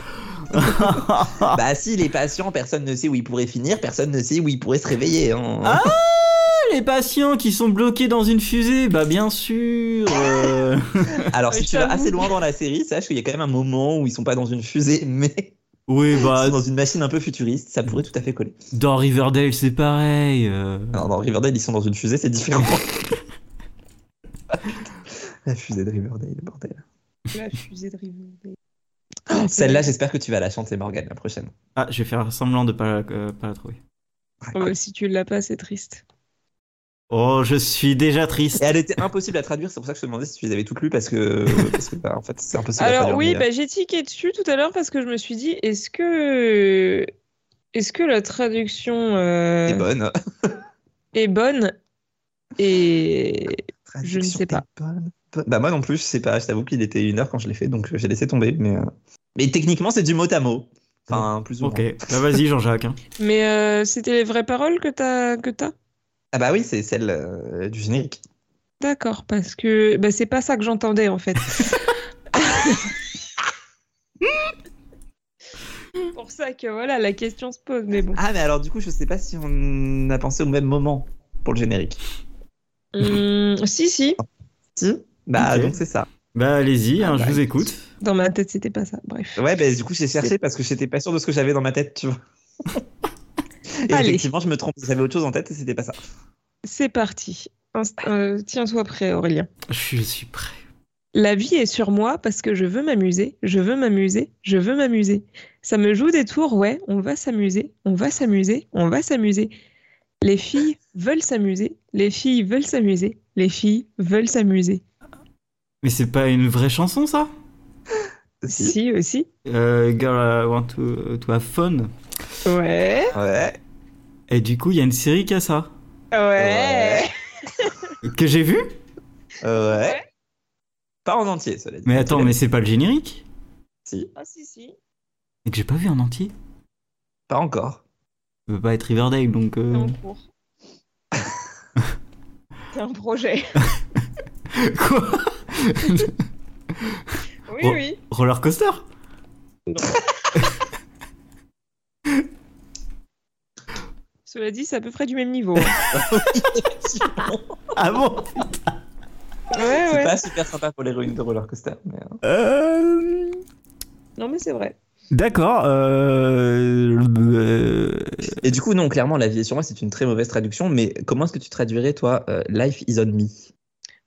Speaker 3: bah si, les patients, personne ne sait où ils pourraient finir, personne ne sait où ils pourraient se réveiller. hein.
Speaker 1: Ah Les patients qui sont bloqués dans une fusée, bah bien sûr
Speaker 3: [LAUGHS]
Speaker 1: euh.
Speaker 3: Alors si
Speaker 2: Je
Speaker 3: tu vas
Speaker 2: t'avoue.
Speaker 3: assez loin dans la série, sache qu'il y a quand même un moment où ils sont pas dans une fusée, [LAUGHS] mais
Speaker 1: Oui,
Speaker 3: ils
Speaker 1: bah
Speaker 3: sont dans une machine un peu futuriste, ça pourrait tout à fait coller.
Speaker 1: dans Riverdale c'est pareil. euh.
Speaker 3: Non, dans Riverdale, ils sont dans une fusée, c'est différent. [LAUGHS] la fusée de Riverdale, bordel.
Speaker 2: La fusée de Riverdale.
Speaker 3: Ah, Celle-là, j'espère que tu vas la chanter, Morgane, la prochaine.
Speaker 1: Ah,
Speaker 2: Ah,
Speaker 1: je vais faire semblant de pas, la- euh, pas la trouver.
Speaker 2: Oh, bah, si tu l'as pas, c'est triste.
Speaker 1: Oh, je suis déjà triste.
Speaker 3: Et elle était impossible à traduire, c'est pour ça que je te demandais si tu les avais toutes lues parce que, parce que, bah, en fait, c'est impossible à
Speaker 2: Alors
Speaker 3: traduire.
Speaker 2: oui,
Speaker 3: mais, euh,
Speaker 2: bah, j'ai tiqué dessus tout à l'heure parce que je me suis dit, est-ce que, est-ce que la traduction euh,
Speaker 3: c'est bonne.
Speaker 2: est bonne Et Je ne sais pas.
Speaker 3: Traduction est bonne, bonne. Bah moi non plus, je sais pas. Je t'avoue qu'il était une heure quand je l'ai fait, donc j'ai laissé tomber. Mais, euh, mais techniquement, c'est du mot à mot. Enfin, plus ou moins.
Speaker 1: Ok, bah vas-y Jean-Jacques. hein.
Speaker 2: mais euh, c'était les vraies paroles que t'as que t'as
Speaker 3: Ah bah oui, c'est celle euh, du générique.
Speaker 2: D'accord, parce que bah, c'est pas ça que j'entendais en
Speaker 3: [LAUGHS]
Speaker 2: fait. C'est Pour ça que voilà, la question se pose, mais bon.
Speaker 3: Ah mais alors du coup, je sais pas si on a pensé au même moment pour le générique.
Speaker 2: Hum, si, si,
Speaker 3: Si Bah
Speaker 1: Ok.
Speaker 3: donc c'est ça.
Speaker 1: Bah allez-y, hein,
Speaker 3: Ah,
Speaker 1: je
Speaker 3: bah,
Speaker 1: vous écoute.
Speaker 2: dans ma tête c'était pas ça, bref.
Speaker 3: Ouais, bah du coup, j'ai cherché parce que j'étais pas sûr de ce que j'avais dans ma tête, [LAUGHS] tu vois. Et
Speaker 2: Allez.
Speaker 3: effectivement, je me trompe. J'avais autre chose en tête et c'était pas ça.
Speaker 2: C'est parti. Inst- euh, Tiens-toi prêt, Aurélien.
Speaker 1: Je suis- je suis prêt.
Speaker 2: La vie est sur moi parce que je veux m'amuser, je veux m'amuser, je veux m'amuser. Ça me joue des tours, ouais, on va s'amuser, on va s'amuser, on va s'amuser. Les filles veulent s'amuser, les filles veulent s'amuser, les filles veulent s'amuser.
Speaker 1: Mais c'est pas une vraie chanson ça
Speaker 2: Si, aussi.
Speaker 1: Euh, Girl, I want to, to have fun.
Speaker 2: Ouais,
Speaker 3: Ouais.
Speaker 1: Et du coup, il y a une série qui a ça.
Speaker 3: Ouais.
Speaker 1: Que j'ai vu
Speaker 3: Ouais. Pas en entier, cela dit.
Speaker 1: Mais attends, mais c'est pas le générique
Speaker 3: Si,
Speaker 2: Ah, si, si.
Speaker 1: Et que j'ai pas vu en entier.
Speaker 3: pas encore.
Speaker 1: Ça peut pas être Riverdale donc.
Speaker 2: C'est
Speaker 1: euh,
Speaker 2: en cours. [LAUGHS] C'est un projet.
Speaker 1: [LAUGHS] Quoi
Speaker 2: Oui,
Speaker 1: Oh.
Speaker 2: oui.
Speaker 1: Roller coaster
Speaker 2: Cela dit, c'est à peu près du même niveau. hein.
Speaker 1: Ah bon
Speaker 2: Ouais,
Speaker 3: [LAUGHS] C'est
Speaker 2: ouais.
Speaker 3: pas super sympa pour les ruines de roller coaster. Mais... euh,
Speaker 1: Euh,
Speaker 2: Non, mais c'est vrai.
Speaker 1: D'accord. euh, euh,
Speaker 3: Et du coup, non, clairement, la vie est sur moi, c'est une très mauvaise traduction. Mais comment est-ce que tu traduirais, toi, euh, Life is on me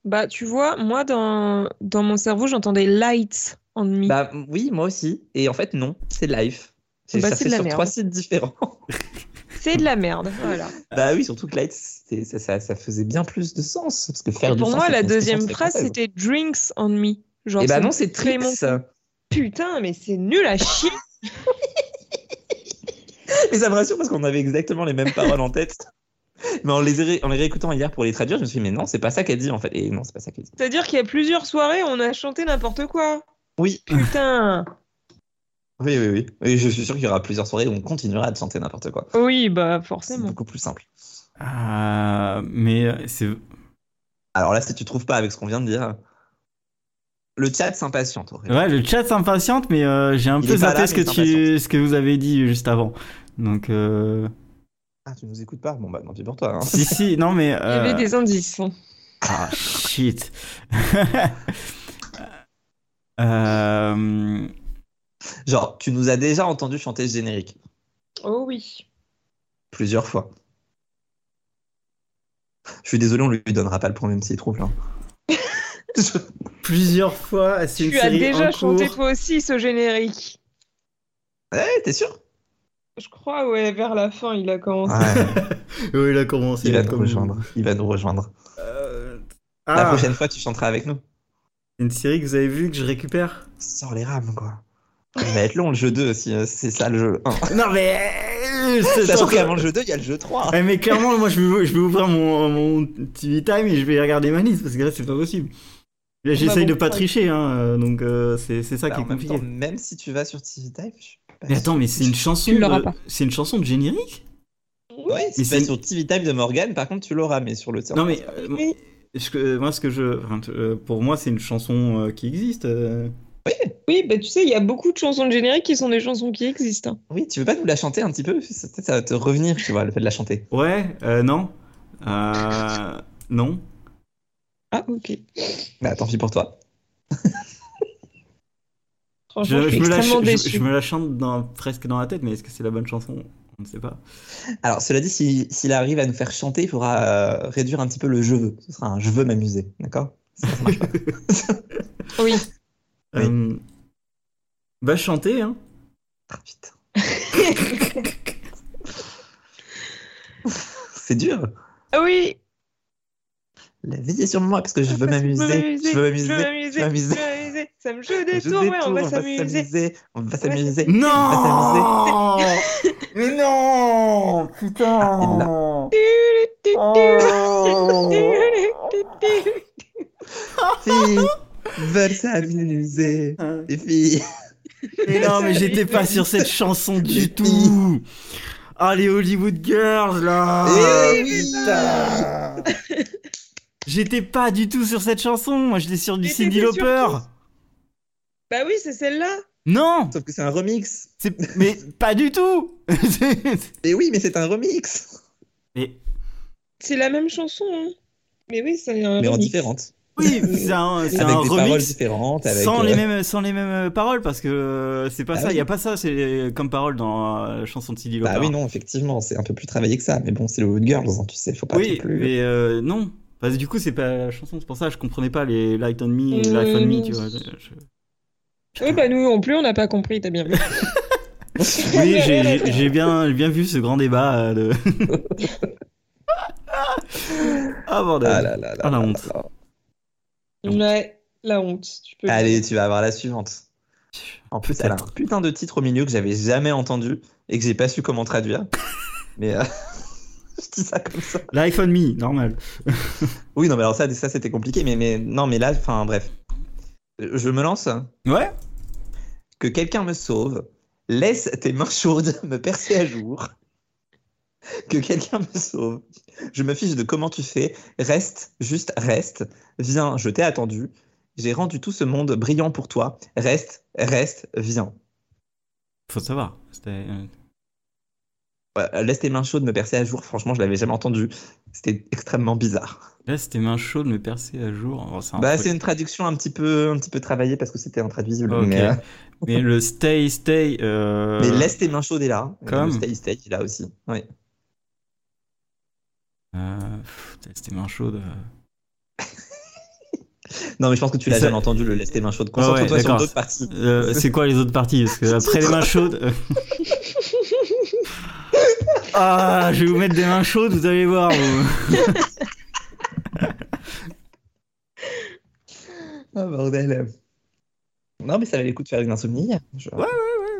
Speaker 2: Bah, tu vois, moi, dans, dans mon cerveau, j'entendais lights en demi.
Speaker 3: Bah oui, moi aussi. Et en fait, non, c'est Life. J'ai
Speaker 2: Bah, c'est
Speaker 3: cherché
Speaker 2: de la
Speaker 3: sur
Speaker 2: merde.
Speaker 3: trois sites différents. [LAUGHS]
Speaker 2: C'est de la merde. Voilà.
Speaker 3: bah oui, surtout que Life, c'était- ça, ça, ça faisait bien plus de sens. Parce que faire
Speaker 2: Et
Speaker 3: du
Speaker 2: pour
Speaker 3: sens,
Speaker 2: moi,
Speaker 3: c'est
Speaker 2: la
Speaker 3: une expression
Speaker 2: deuxième
Speaker 3: très
Speaker 2: phrase,
Speaker 3: française.
Speaker 2: c'était drinks on me. Genre,
Speaker 3: Et bah
Speaker 2: ça
Speaker 3: non,
Speaker 2: me
Speaker 3: c'est
Speaker 2: fait mon-
Speaker 3: Trix.
Speaker 2: Putain, mais c'est nul à chier.
Speaker 3: [LAUGHS] Mais ça me rassure parce qu'on avait exactement les mêmes paroles en tête. Mais en les, ré- en les réécoutant hier pour les traduire, je me suis dit, mais non, c'est pas ça qu'elle dit en fait. Et non, c'est pas ça qu'elle dit.
Speaker 2: C'est-à-dire qu'il y a plusieurs soirées, on a chanté n'importe quoi.
Speaker 3: Oui,
Speaker 2: Putain.
Speaker 3: oui, oui, oui. Et je suis sûr qu'il y aura plusieurs soirées où on continuera de chanter n'importe quoi.
Speaker 2: Oui, bah,
Speaker 3: C'est
Speaker 2: forcément.
Speaker 3: beaucoup plus simple.
Speaker 1: ah, mais c'est.
Speaker 3: Alors là, si tu trouves pas avec ce qu'on vient de dire, le chat s'impatiente. Aurélien.
Speaker 1: Ouais, le chat s'impatiente, mais euh, j'ai un
Speaker 3: Il
Speaker 1: peu
Speaker 3: est pas
Speaker 1: zappé
Speaker 3: là,
Speaker 1: ce que
Speaker 3: mais il
Speaker 1: tu,
Speaker 3: s'impatiente.
Speaker 1: ce que vous avez dit juste avant. Donc euh,
Speaker 3: Ah, tu nous écoutes pas Bon, bah tant pis pour toi. hein.
Speaker 1: si si, non mais.
Speaker 2: [LAUGHS] Il y
Speaker 1: euh,
Speaker 2: avait des indices. hein.
Speaker 1: Ah shit. [LAUGHS] Euh,
Speaker 3: [LAUGHS] Genre, tu nous as déjà entendu chanter ce générique
Speaker 2: Oh oui.
Speaker 3: plusieurs fois. Je suis désolé, on lui donnera pas le problème s'il trouve là. Je-
Speaker 1: plusieurs fois, c'est une
Speaker 2: Tu as
Speaker 1: série
Speaker 2: déjà
Speaker 1: en
Speaker 2: chanté
Speaker 1: cours.
Speaker 2: toi aussi ce générique.
Speaker 3: Ouais, t'es sûr
Speaker 2: Je crois, ouais, vers la fin, il a commencé.
Speaker 3: Ah Ouais,
Speaker 1: Oui, il a commencé.
Speaker 3: il va nous
Speaker 1: comme-
Speaker 3: rejoindre. Il va nous rejoindre.
Speaker 1: Euh, Ah,
Speaker 3: La prochaine fois, tu chanteras avec nous.
Speaker 1: une série que vous avez vue que je récupère.
Speaker 3: Sors les rames, quoi. Ça va être long le jeu 2 si euh, c'est ça le jeu 1.
Speaker 1: Non mais. euh, c'est-
Speaker 3: Sachant qu'avant le jeu 2, il y a le jeu 3.
Speaker 1: Eh, mais clairement, moi je vais, je vais ouvrir mon, mon TV Time et je vais regarder ma liste parce que là c'est pas possible. Là, J'essaye de pas tricher, hein, euh, donc euh, c'est c'est ça
Speaker 3: Bah,
Speaker 1: qui
Speaker 3: en
Speaker 1: est
Speaker 3: même,
Speaker 1: compliqué.
Speaker 3: temps, même si tu vas sur TV Time, je suis pas
Speaker 1: Mais attends,
Speaker 3: sûr.
Speaker 1: mais c'est une chanson.
Speaker 2: Tu l'auras
Speaker 1: de-
Speaker 2: pas.
Speaker 1: C'est une chanson de générique
Speaker 3: Oui,
Speaker 1: Mais
Speaker 3: si tu
Speaker 1: c'est-
Speaker 3: vas sur TV Time de Morgan, par contre, tu l'auras, mais sur le tien.
Speaker 1: Non mais euh, moi, ce que- euh, moi ce que je, enfin, t- euh, pour moi c'est une chanson euh, qui existe. euh.
Speaker 2: Oui, bah tu sais, il y a beaucoup de chansons de générique qui sont des chansons qui existent. hein.
Speaker 3: Oui, tu veux pas nous la chanter un petit peu ça, Peut-être ça va te revenir, tu vois, le fait de la chanter.
Speaker 1: Ouais, euh, non, Euh, non.
Speaker 2: Ah, ok.
Speaker 3: Bah, tant pis pour toi.
Speaker 2: Franchement,
Speaker 1: Je,
Speaker 2: je, suis
Speaker 1: je me la,
Speaker 2: extrêmement
Speaker 1: ch- je,
Speaker 2: déçue.
Speaker 1: je me la chante dans- presque dans la tête, mais est-ce que c'est la bonne chanson On ne sait pas.
Speaker 3: Alors, cela dit, si- s'il arrive à nous faire chanter, il faudra euh, réduire un petit peu le je veux. Ce sera un je veux m'amuser, d'accord
Speaker 2: Oui.
Speaker 3: Oui.
Speaker 1: Euh, va chanter, hein.
Speaker 3: Ah, putain. C'est dur.
Speaker 2: Ah oui
Speaker 3: la vie est sur moi parce que je veux
Speaker 2: Parce que
Speaker 3: m'amuser, je veux
Speaker 2: je
Speaker 3: m'amuser,
Speaker 2: m'amuser,
Speaker 3: je veux
Speaker 2: je
Speaker 3: m'amuser.
Speaker 2: veux m'amuser. Ça me joue
Speaker 3: je
Speaker 2: des tours, ouais, on va
Speaker 3: détourne,
Speaker 2: s'amuser.
Speaker 3: on va
Speaker 2: s'amuser.
Speaker 3: s'amuser.
Speaker 1: Non Mais non
Speaker 3: elle
Speaker 1: Putain
Speaker 2: Tu, tu,
Speaker 1: Oh.
Speaker 2: tu, tu, tu.
Speaker 3: filles veulent s'amuser. Les filles.
Speaker 1: Mais non, mais j'étais pas sur cette chanson du tout Ah, les Hollywood Girls, là Ah,
Speaker 3: Eh oui,
Speaker 1: Putain. J'étais pas du tout sur cette chanson, moi j'étais sur du
Speaker 2: Mais t'étais
Speaker 1: Cindy
Speaker 2: sur
Speaker 1: Lauper
Speaker 2: Bah oui, c'est celle-là.
Speaker 1: Non
Speaker 3: Sauf que c'est un remix.
Speaker 1: c'est- Mais pas du tout [LAUGHS]
Speaker 3: Et oui, mais c'est un remix.
Speaker 1: Mais
Speaker 2: C'est la même chanson. hein. Mais oui, c'est un
Speaker 3: Mais en
Speaker 2: remix.
Speaker 3: différente.
Speaker 1: oui, c'est un, c'est
Speaker 3: Avec
Speaker 1: un
Speaker 3: des paroles
Speaker 1: remix
Speaker 3: différentes. Avec,
Speaker 1: sans,
Speaker 3: euh,
Speaker 1: les mêmes, sans les mêmes euh, paroles, parce que euh, c'est pas
Speaker 3: Bah
Speaker 1: ça,
Speaker 3: oui.
Speaker 1: y a pas ça c'est comme parole dans euh, la chanson de Cindy Lauper.
Speaker 3: Bah oui, non, effectivement, c'est un peu plus travaillé que ça. Mais bon, c'est le Wood Girls, hein, tu sais, faut pas
Speaker 1: Oui,
Speaker 3: non plus.
Speaker 1: mais euh, non. Parce que du coup, c'est pas la chanson, c'est pour ça je comprenais pas les Light on Me et Life on Me, tu vois. Je-
Speaker 2: Oui, bah nous non plus, on n'a pas compris, t'as bien
Speaker 3: [LAUGHS]
Speaker 2: vu.
Speaker 1: Oui, j'ai- j'ai j'ai bien, j'ai bien vu ce grand débat euh, de. [LAUGHS] ah bordel.
Speaker 3: Ah là là là
Speaker 1: Ah, la
Speaker 3: là
Speaker 1: honte.
Speaker 3: là là.
Speaker 2: Ouais, la honte. Tu peux
Speaker 3: Allez, tu vas avoir la suivante. En plus, elle a un putain de titre au milieu que j'avais jamais entendu et que j'ai pas su comment traduire. mais euh, [LAUGHS] je dis ça comme ça.
Speaker 1: Life on Me, normal.
Speaker 3: Oui, non, mais alors ça, ça c'était compliqué. Mais, mais non, mais là, enfin, bref. Je me lance.
Speaker 1: Ouais
Speaker 3: Que quelqu'un me sauve. Laisse tes mains chaudes [LAUGHS] me percer à jour. Que quelqu'un me sauve. Je me fiche de comment tu fais. Reste, juste reste. Viens, je t'ai attendu. J'ai rendu tout ce monde brillant pour toi. Reste, reste, viens.
Speaker 1: Faut savoir. C'était. euh,
Speaker 3: Ouais, Laisse tes mains chaudes me percer à jour. Franchement, je l'avais jamais entendu. C'était extrêmement bizarre.
Speaker 1: Là, c'était main chaude, me percer à jour. Oh, c'est un
Speaker 3: Bah,
Speaker 1: truc.
Speaker 3: c'est une traduction un petit peu, un petit peu travaillée parce que c'était intraduisible.
Speaker 1: Ok.
Speaker 3: Mais, euh,
Speaker 1: Mais le stay, stay. euh,
Speaker 3: mais laisse tes mains chaudes est là.
Speaker 1: comme.
Speaker 3: Le Stay Stay est là aussi. Oui.
Speaker 1: euh, pff, putain, c'était main chaude. euh.
Speaker 3: Non, mais je pense que tu
Speaker 1: Mais
Speaker 3: l'as
Speaker 1: ça- Ah
Speaker 3: jamais entendu. Le laisse tes mains chaudes.
Speaker 1: ouais,
Speaker 3: Concentre-toi sur
Speaker 1: d'accord.
Speaker 3: d'autres parties.
Speaker 1: Euh, c'est quoi les autres parties Parce
Speaker 3: [LAUGHS]
Speaker 1: que après les mains chaudes. euh. ah, je vais vous mettre des mains chaudes, vous allez voir. vous.
Speaker 3: Ah bordel. Non, mais ça valait le coup de faire une insomnie. Je-
Speaker 1: Ouais,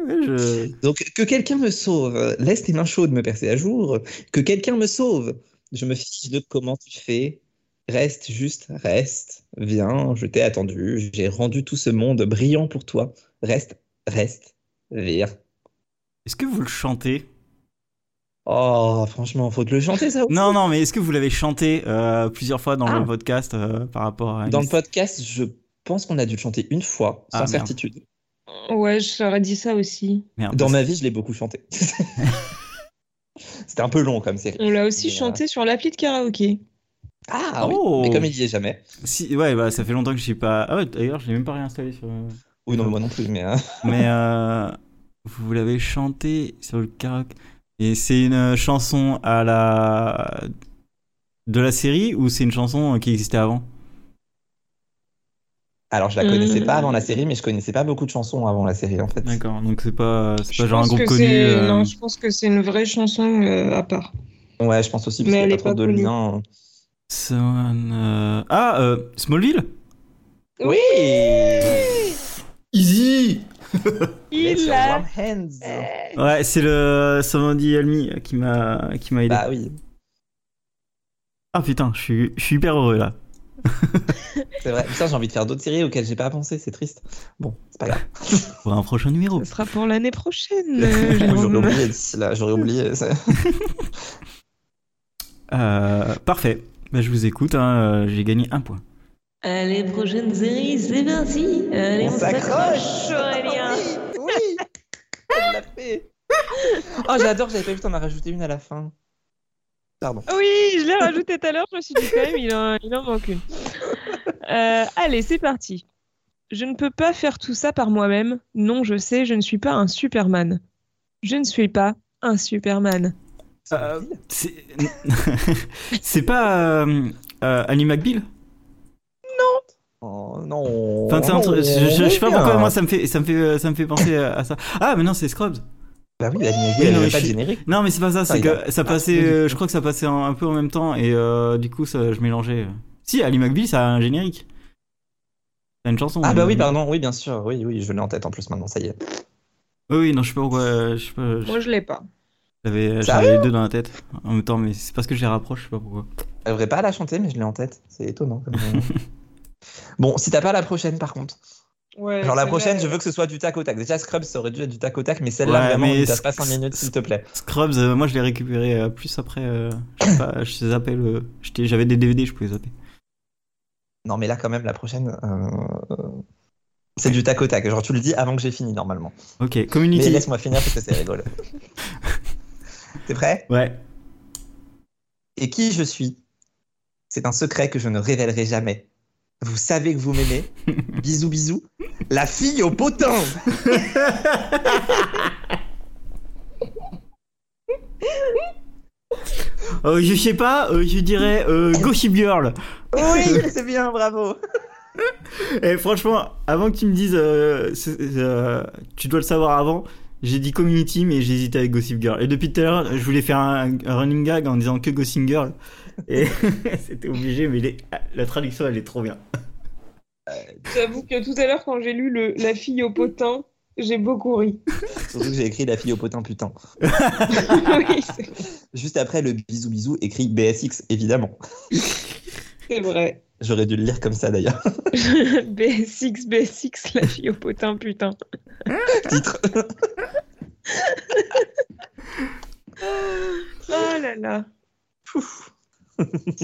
Speaker 1: je-
Speaker 3: Donc, que quelqu'un me sauve. Laisse tes mains chaudes me percer à jour. Que quelqu'un me sauve. Je me fiche de comment tu fais. Reste juste, reste. Viens, je t'ai attendu. J'ai rendu tout ce monde brillant pour toi. Reste, reste, viens.
Speaker 1: Est-ce que vous le chantez
Speaker 3: Oh, franchement, faut te le chanter, ça. aussi.
Speaker 1: Non, non, mais est-ce que vous l'avez chanté euh, plusieurs fois dans
Speaker 3: Ah.
Speaker 1: le podcast euh, par rapport à. une-
Speaker 3: Dans le podcast, je pense qu'on a dû le chanter une fois,
Speaker 1: Ah,
Speaker 3: sans
Speaker 1: merde.
Speaker 3: certitude.
Speaker 2: Ouais, je t'aurais dit ça aussi.
Speaker 1: Ah, Merde.
Speaker 3: Dans ma vie, je l'ai beaucoup chanté. [LAUGHS] C'était un peu long comme série.
Speaker 2: On l'a aussi
Speaker 3: Mais, euh,
Speaker 2: chanté sur l'appli de karaoké.
Speaker 3: Ah
Speaker 1: Oh.
Speaker 3: oui, mais comme il y est jamais.
Speaker 1: Si, ouais, bah, ça fait longtemps que je suis pas. Ah ouais, d'ailleurs, je l'ai même pas réinstallé sur. euh,
Speaker 3: Oui, non, mais moi non plus, mais... euh,
Speaker 1: Mais euh, vous l'avez chanté sur le karaoke. Et c'est une euh, chanson à la. de la série ou c'est une chanson euh, qui existait avant
Speaker 3: Alors, je la connaissais
Speaker 2: Hmm.
Speaker 3: pas avant la série, mais je connaissais pas beaucoup de chansons avant la série, en fait.
Speaker 1: D'accord, donc c'est pas, c'est
Speaker 2: Je
Speaker 1: pas genre un
Speaker 2: pense
Speaker 1: groupe
Speaker 2: que
Speaker 1: connu.
Speaker 2: c'est-
Speaker 1: euh,
Speaker 2: Non, je pense que c'est une vraie chanson euh, à part.
Speaker 3: Ouais, je pense aussi, parce
Speaker 2: Mais
Speaker 3: qu'il n'y a
Speaker 2: elle
Speaker 3: pas
Speaker 2: est pas
Speaker 3: trop de
Speaker 2: connue.
Speaker 3: liens. hein.
Speaker 1: Someone, euh, Ah, euh, Smallville
Speaker 3: Oui
Speaker 1: Easy
Speaker 3: Let
Speaker 2: Il
Speaker 3: your
Speaker 2: a.
Speaker 3: warm hands.
Speaker 2: Euh,
Speaker 1: Ouais, c'est le Samandi Elmi qui m'a qui m'a aidé.
Speaker 3: Bah oui,
Speaker 1: Ah putain, je suis, je suis hyper heureux là.
Speaker 3: c'est vrai. Putain, j'ai envie de faire d'autres séries auxquelles j'ai pas pensé, c'est triste. Bon, c'est pas grave.
Speaker 1: Pour un prochain numéro.
Speaker 2: Ce sera pour l'année
Speaker 3: [LAUGHS]
Speaker 2: prochaine, euh,
Speaker 3: J'aurais
Speaker 2: Jérôme.
Speaker 3: oublié d'ici là, j'aurais oublié. ça.
Speaker 1: Euh, parfait. Bah, je vous écoute, hein, euh, j'ai gagné un point.
Speaker 2: Allez, prochaine série, c'est parti Allez,
Speaker 3: On s'accroche
Speaker 2: Aurélien
Speaker 3: Oui, oui. On l'a fait Oh, j'adore, j'avais pas vu, t'en as rajouté une à la fin. Pardon.
Speaker 1: Euh.
Speaker 2: Oui, je l'ai rajouté tout à l'heure, je me suis dit quand même, il en, il en manque une. Euh, allez, c'est parti. Je ne peux pas faire tout ça par moi-même. Non, je sais, je ne suis pas un Superman. Je ne suis pas un Superman.
Speaker 1: Euh, C'est [LAUGHS] c'est pas euh, euh, Annie McBeal
Speaker 3: Oh non.
Speaker 1: Enfin, c'est un truc- je, je- je sais pas pourquoi moi ça me fait ça me fait ça me fait penser à, à ça. Ah mais non, c'est Scrubs.
Speaker 3: Bah oui, la
Speaker 1: Oui, non,
Speaker 3: il n'y
Speaker 1: mais
Speaker 3: avait pas
Speaker 1: je
Speaker 3: de
Speaker 1: suis-
Speaker 3: générique.
Speaker 1: Non mais c'est pas ça, c'est
Speaker 3: Ah, il
Speaker 1: que ça
Speaker 3: Ah,
Speaker 1: passait
Speaker 3: oui, du
Speaker 1: euh,
Speaker 3: coup.
Speaker 1: je crois que ça passait en- un peu en même temps et euh, du coup ça je mélangeais. Si, Ali McBeal, ça a un générique. C'est une chanson.
Speaker 3: Ah bah oui,
Speaker 1: pardon.
Speaker 3: pardon, oui, bien sûr, oui, oui, je l'ai en tête en plus maintenant, ça y est.
Speaker 1: Oui, oui, non, je sais pas pourquoi. euh, Je sais pas, je-
Speaker 2: Moi, je l'ai pas.
Speaker 1: j'avais
Speaker 3: Ça
Speaker 1: j'avais les deux dans la tête en même temps, mais c'est parce que je les rapproche, je sais pas pourquoi.
Speaker 3: Elle devrait pas la chanter, mais je l'ai en tête. C'est étonnant. comme-
Speaker 1: [LAUGHS]
Speaker 3: bon, si t'as pas la prochaine, par contre.
Speaker 2: Ouais,
Speaker 3: Genre la
Speaker 2: celle-là,
Speaker 3: prochaine,
Speaker 2: elle-
Speaker 3: je veux que ce soit du tac au tac. Déjà, Scrubs, ça aurait dû être du tac au tac, mais celle-là,
Speaker 1: Ouais,
Speaker 3: vraiment,
Speaker 1: mais
Speaker 3: ne tape
Speaker 1: Sc-
Speaker 3: pas 5 minutes, s'il te plaît.
Speaker 1: Scrubs, euh, moi je l'ai récupéré euh, plus après. euh, je sais pas, je sais zapper le. j'étais- J'avais des DVD, je pouvais zapper.
Speaker 3: Non, mais là, quand même, la prochaine, euh, euh, c'est du tac au tac. Genre, tu le dis avant que j'ai fini, normalement.
Speaker 1: Ok,
Speaker 3: Mais
Speaker 1: Community.
Speaker 3: laisse-moi finir parce
Speaker 1: [LAUGHS]
Speaker 3: que c'est rigolo. T'es prêt
Speaker 1: Ouais.
Speaker 3: Et qui je suis C'est un secret que je ne révélerai jamais. Vous savez que vous m'aimez. bisous, bisous. La fille au potin
Speaker 1: Euh, je sais pas, euh, je dirais euh, Gossip Girl.
Speaker 3: Oui, c'est bien, bravo
Speaker 1: Et Eh, franchement, avant que tu me dises, euh, c'est- euh, tu dois le savoir avant. J'ai dit Community, mais j'hésitais avec Gossip Girl. Et depuis tout à l'heure, je voulais faire un, un running gag en disant que Gossip Girl. Et [LAUGHS] c'était obligé, mais les- la traduction, elle est trop bien.
Speaker 2: J'avoue que tout à l'heure, quand j'ai lu le... La fille au potin, j'ai beaucoup ri. [LAUGHS]
Speaker 3: Surtout que j'ai écrit la fille au potin putain.
Speaker 2: oui, c'est-
Speaker 3: Juste après le bisou bisou écrit BSX évidemment.
Speaker 2: c'est vrai.
Speaker 3: J'aurais dû le lire comme ça d'ailleurs. [LAUGHS]
Speaker 2: BSX, BSX, la fille au potin, putain.
Speaker 3: Titre.
Speaker 2: Oh là là.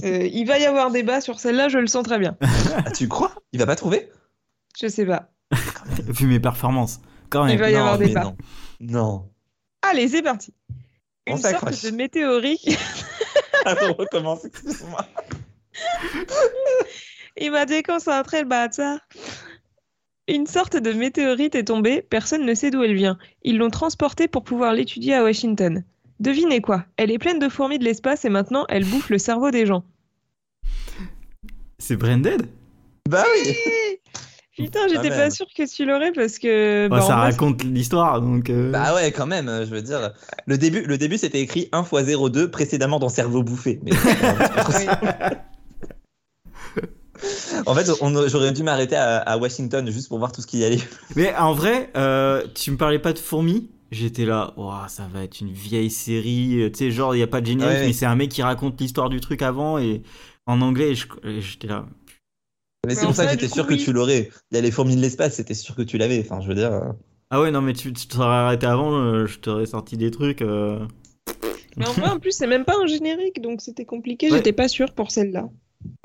Speaker 2: Euh, il va y avoir débat sur celle-là, je le sens très bien.
Speaker 3: Ah, tu crois Il va pas trouver
Speaker 2: Je sais pas.
Speaker 1: Vu mes performances, quand
Speaker 2: Il
Speaker 1: même.
Speaker 2: va y avoir
Speaker 3: mais
Speaker 2: débat.
Speaker 3: non. [LAUGHS] Non.
Speaker 2: Allez, c'est parti.
Speaker 3: On
Speaker 2: Une sorte
Speaker 3: s'accroche.
Speaker 2: de météorite [LAUGHS]
Speaker 3: Alors on recommence. excuse-moi.
Speaker 2: Il m'a déconcentré le bâtard. Une sorte de météorite est tombée, personne ne sait d'où elle vient. Ils l'ont transportée pour pouvoir l'étudier à Washington. Devinez quoi Elle est pleine de fourmis de l'espace et maintenant elle bouffe le cerveau des
Speaker 3: [LAUGHS]
Speaker 2: gens.
Speaker 1: C'est branded
Speaker 3: Bah oui.
Speaker 2: Putain, j'étais
Speaker 3: même.
Speaker 2: pas sûre que tu l'aurais parce que.
Speaker 3: Oh,
Speaker 1: Bah,
Speaker 2: bah,
Speaker 1: Ça
Speaker 2: en vrai,
Speaker 1: raconte l'histoire, donc. euh,
Speaker 2: Mm.
Speaker 3: Bah ouais quand même. Je veux dire le début le début c'était écrit 1 x 02 précédemment dans cerveau bouffé. Mais
Speaker 2: [LAUGHS] c'est-
Speaker 3: en fait on- j'aurais dû m'arrêter à, à Washington juste pour voir tout ce qu'il y allait.
Speaker 1: Mais en vrai, euh, tu me parlais pas de fourmis. J'étais là, Ouah, ça va être une vieille série. euh, Tu sais, genre, il n'y a pas de générique,
Speaker 3: Ouais.
Speaker 1: mais c'est un mec qui raconte l'histoire du truc avant et en anglais. et je- et J'étais là.
Speaker 3: Mais
Speaker 2: Mais
Speaker 3: c'est
Speaker 2: en
Speaker 3: pour ça que
Speaker 2: fait,
Speaker 3: j'étais
Speaker 2: du
Speaker 3: sûr
Speaker 2: coup,
Speaker 3: que
Speaker 2: oui.
Speaker 3: tu l'aurais. Il y a les fourmis de l'espace c'était sûr que tu l'avais. Enfin je veux dire. euh,
Speaker 1: Ah ouais, non, mais tu tu t'aurais arrêté avant, euh, je t'aurais sorti des trucs. euh.
Speaker 2: Mais en vrai, en plus, c'est même pas un générique donc c'était compliqué,
Speaker 1: Ouais.
Speaker 2: j'étais pas sûre pour celle-là.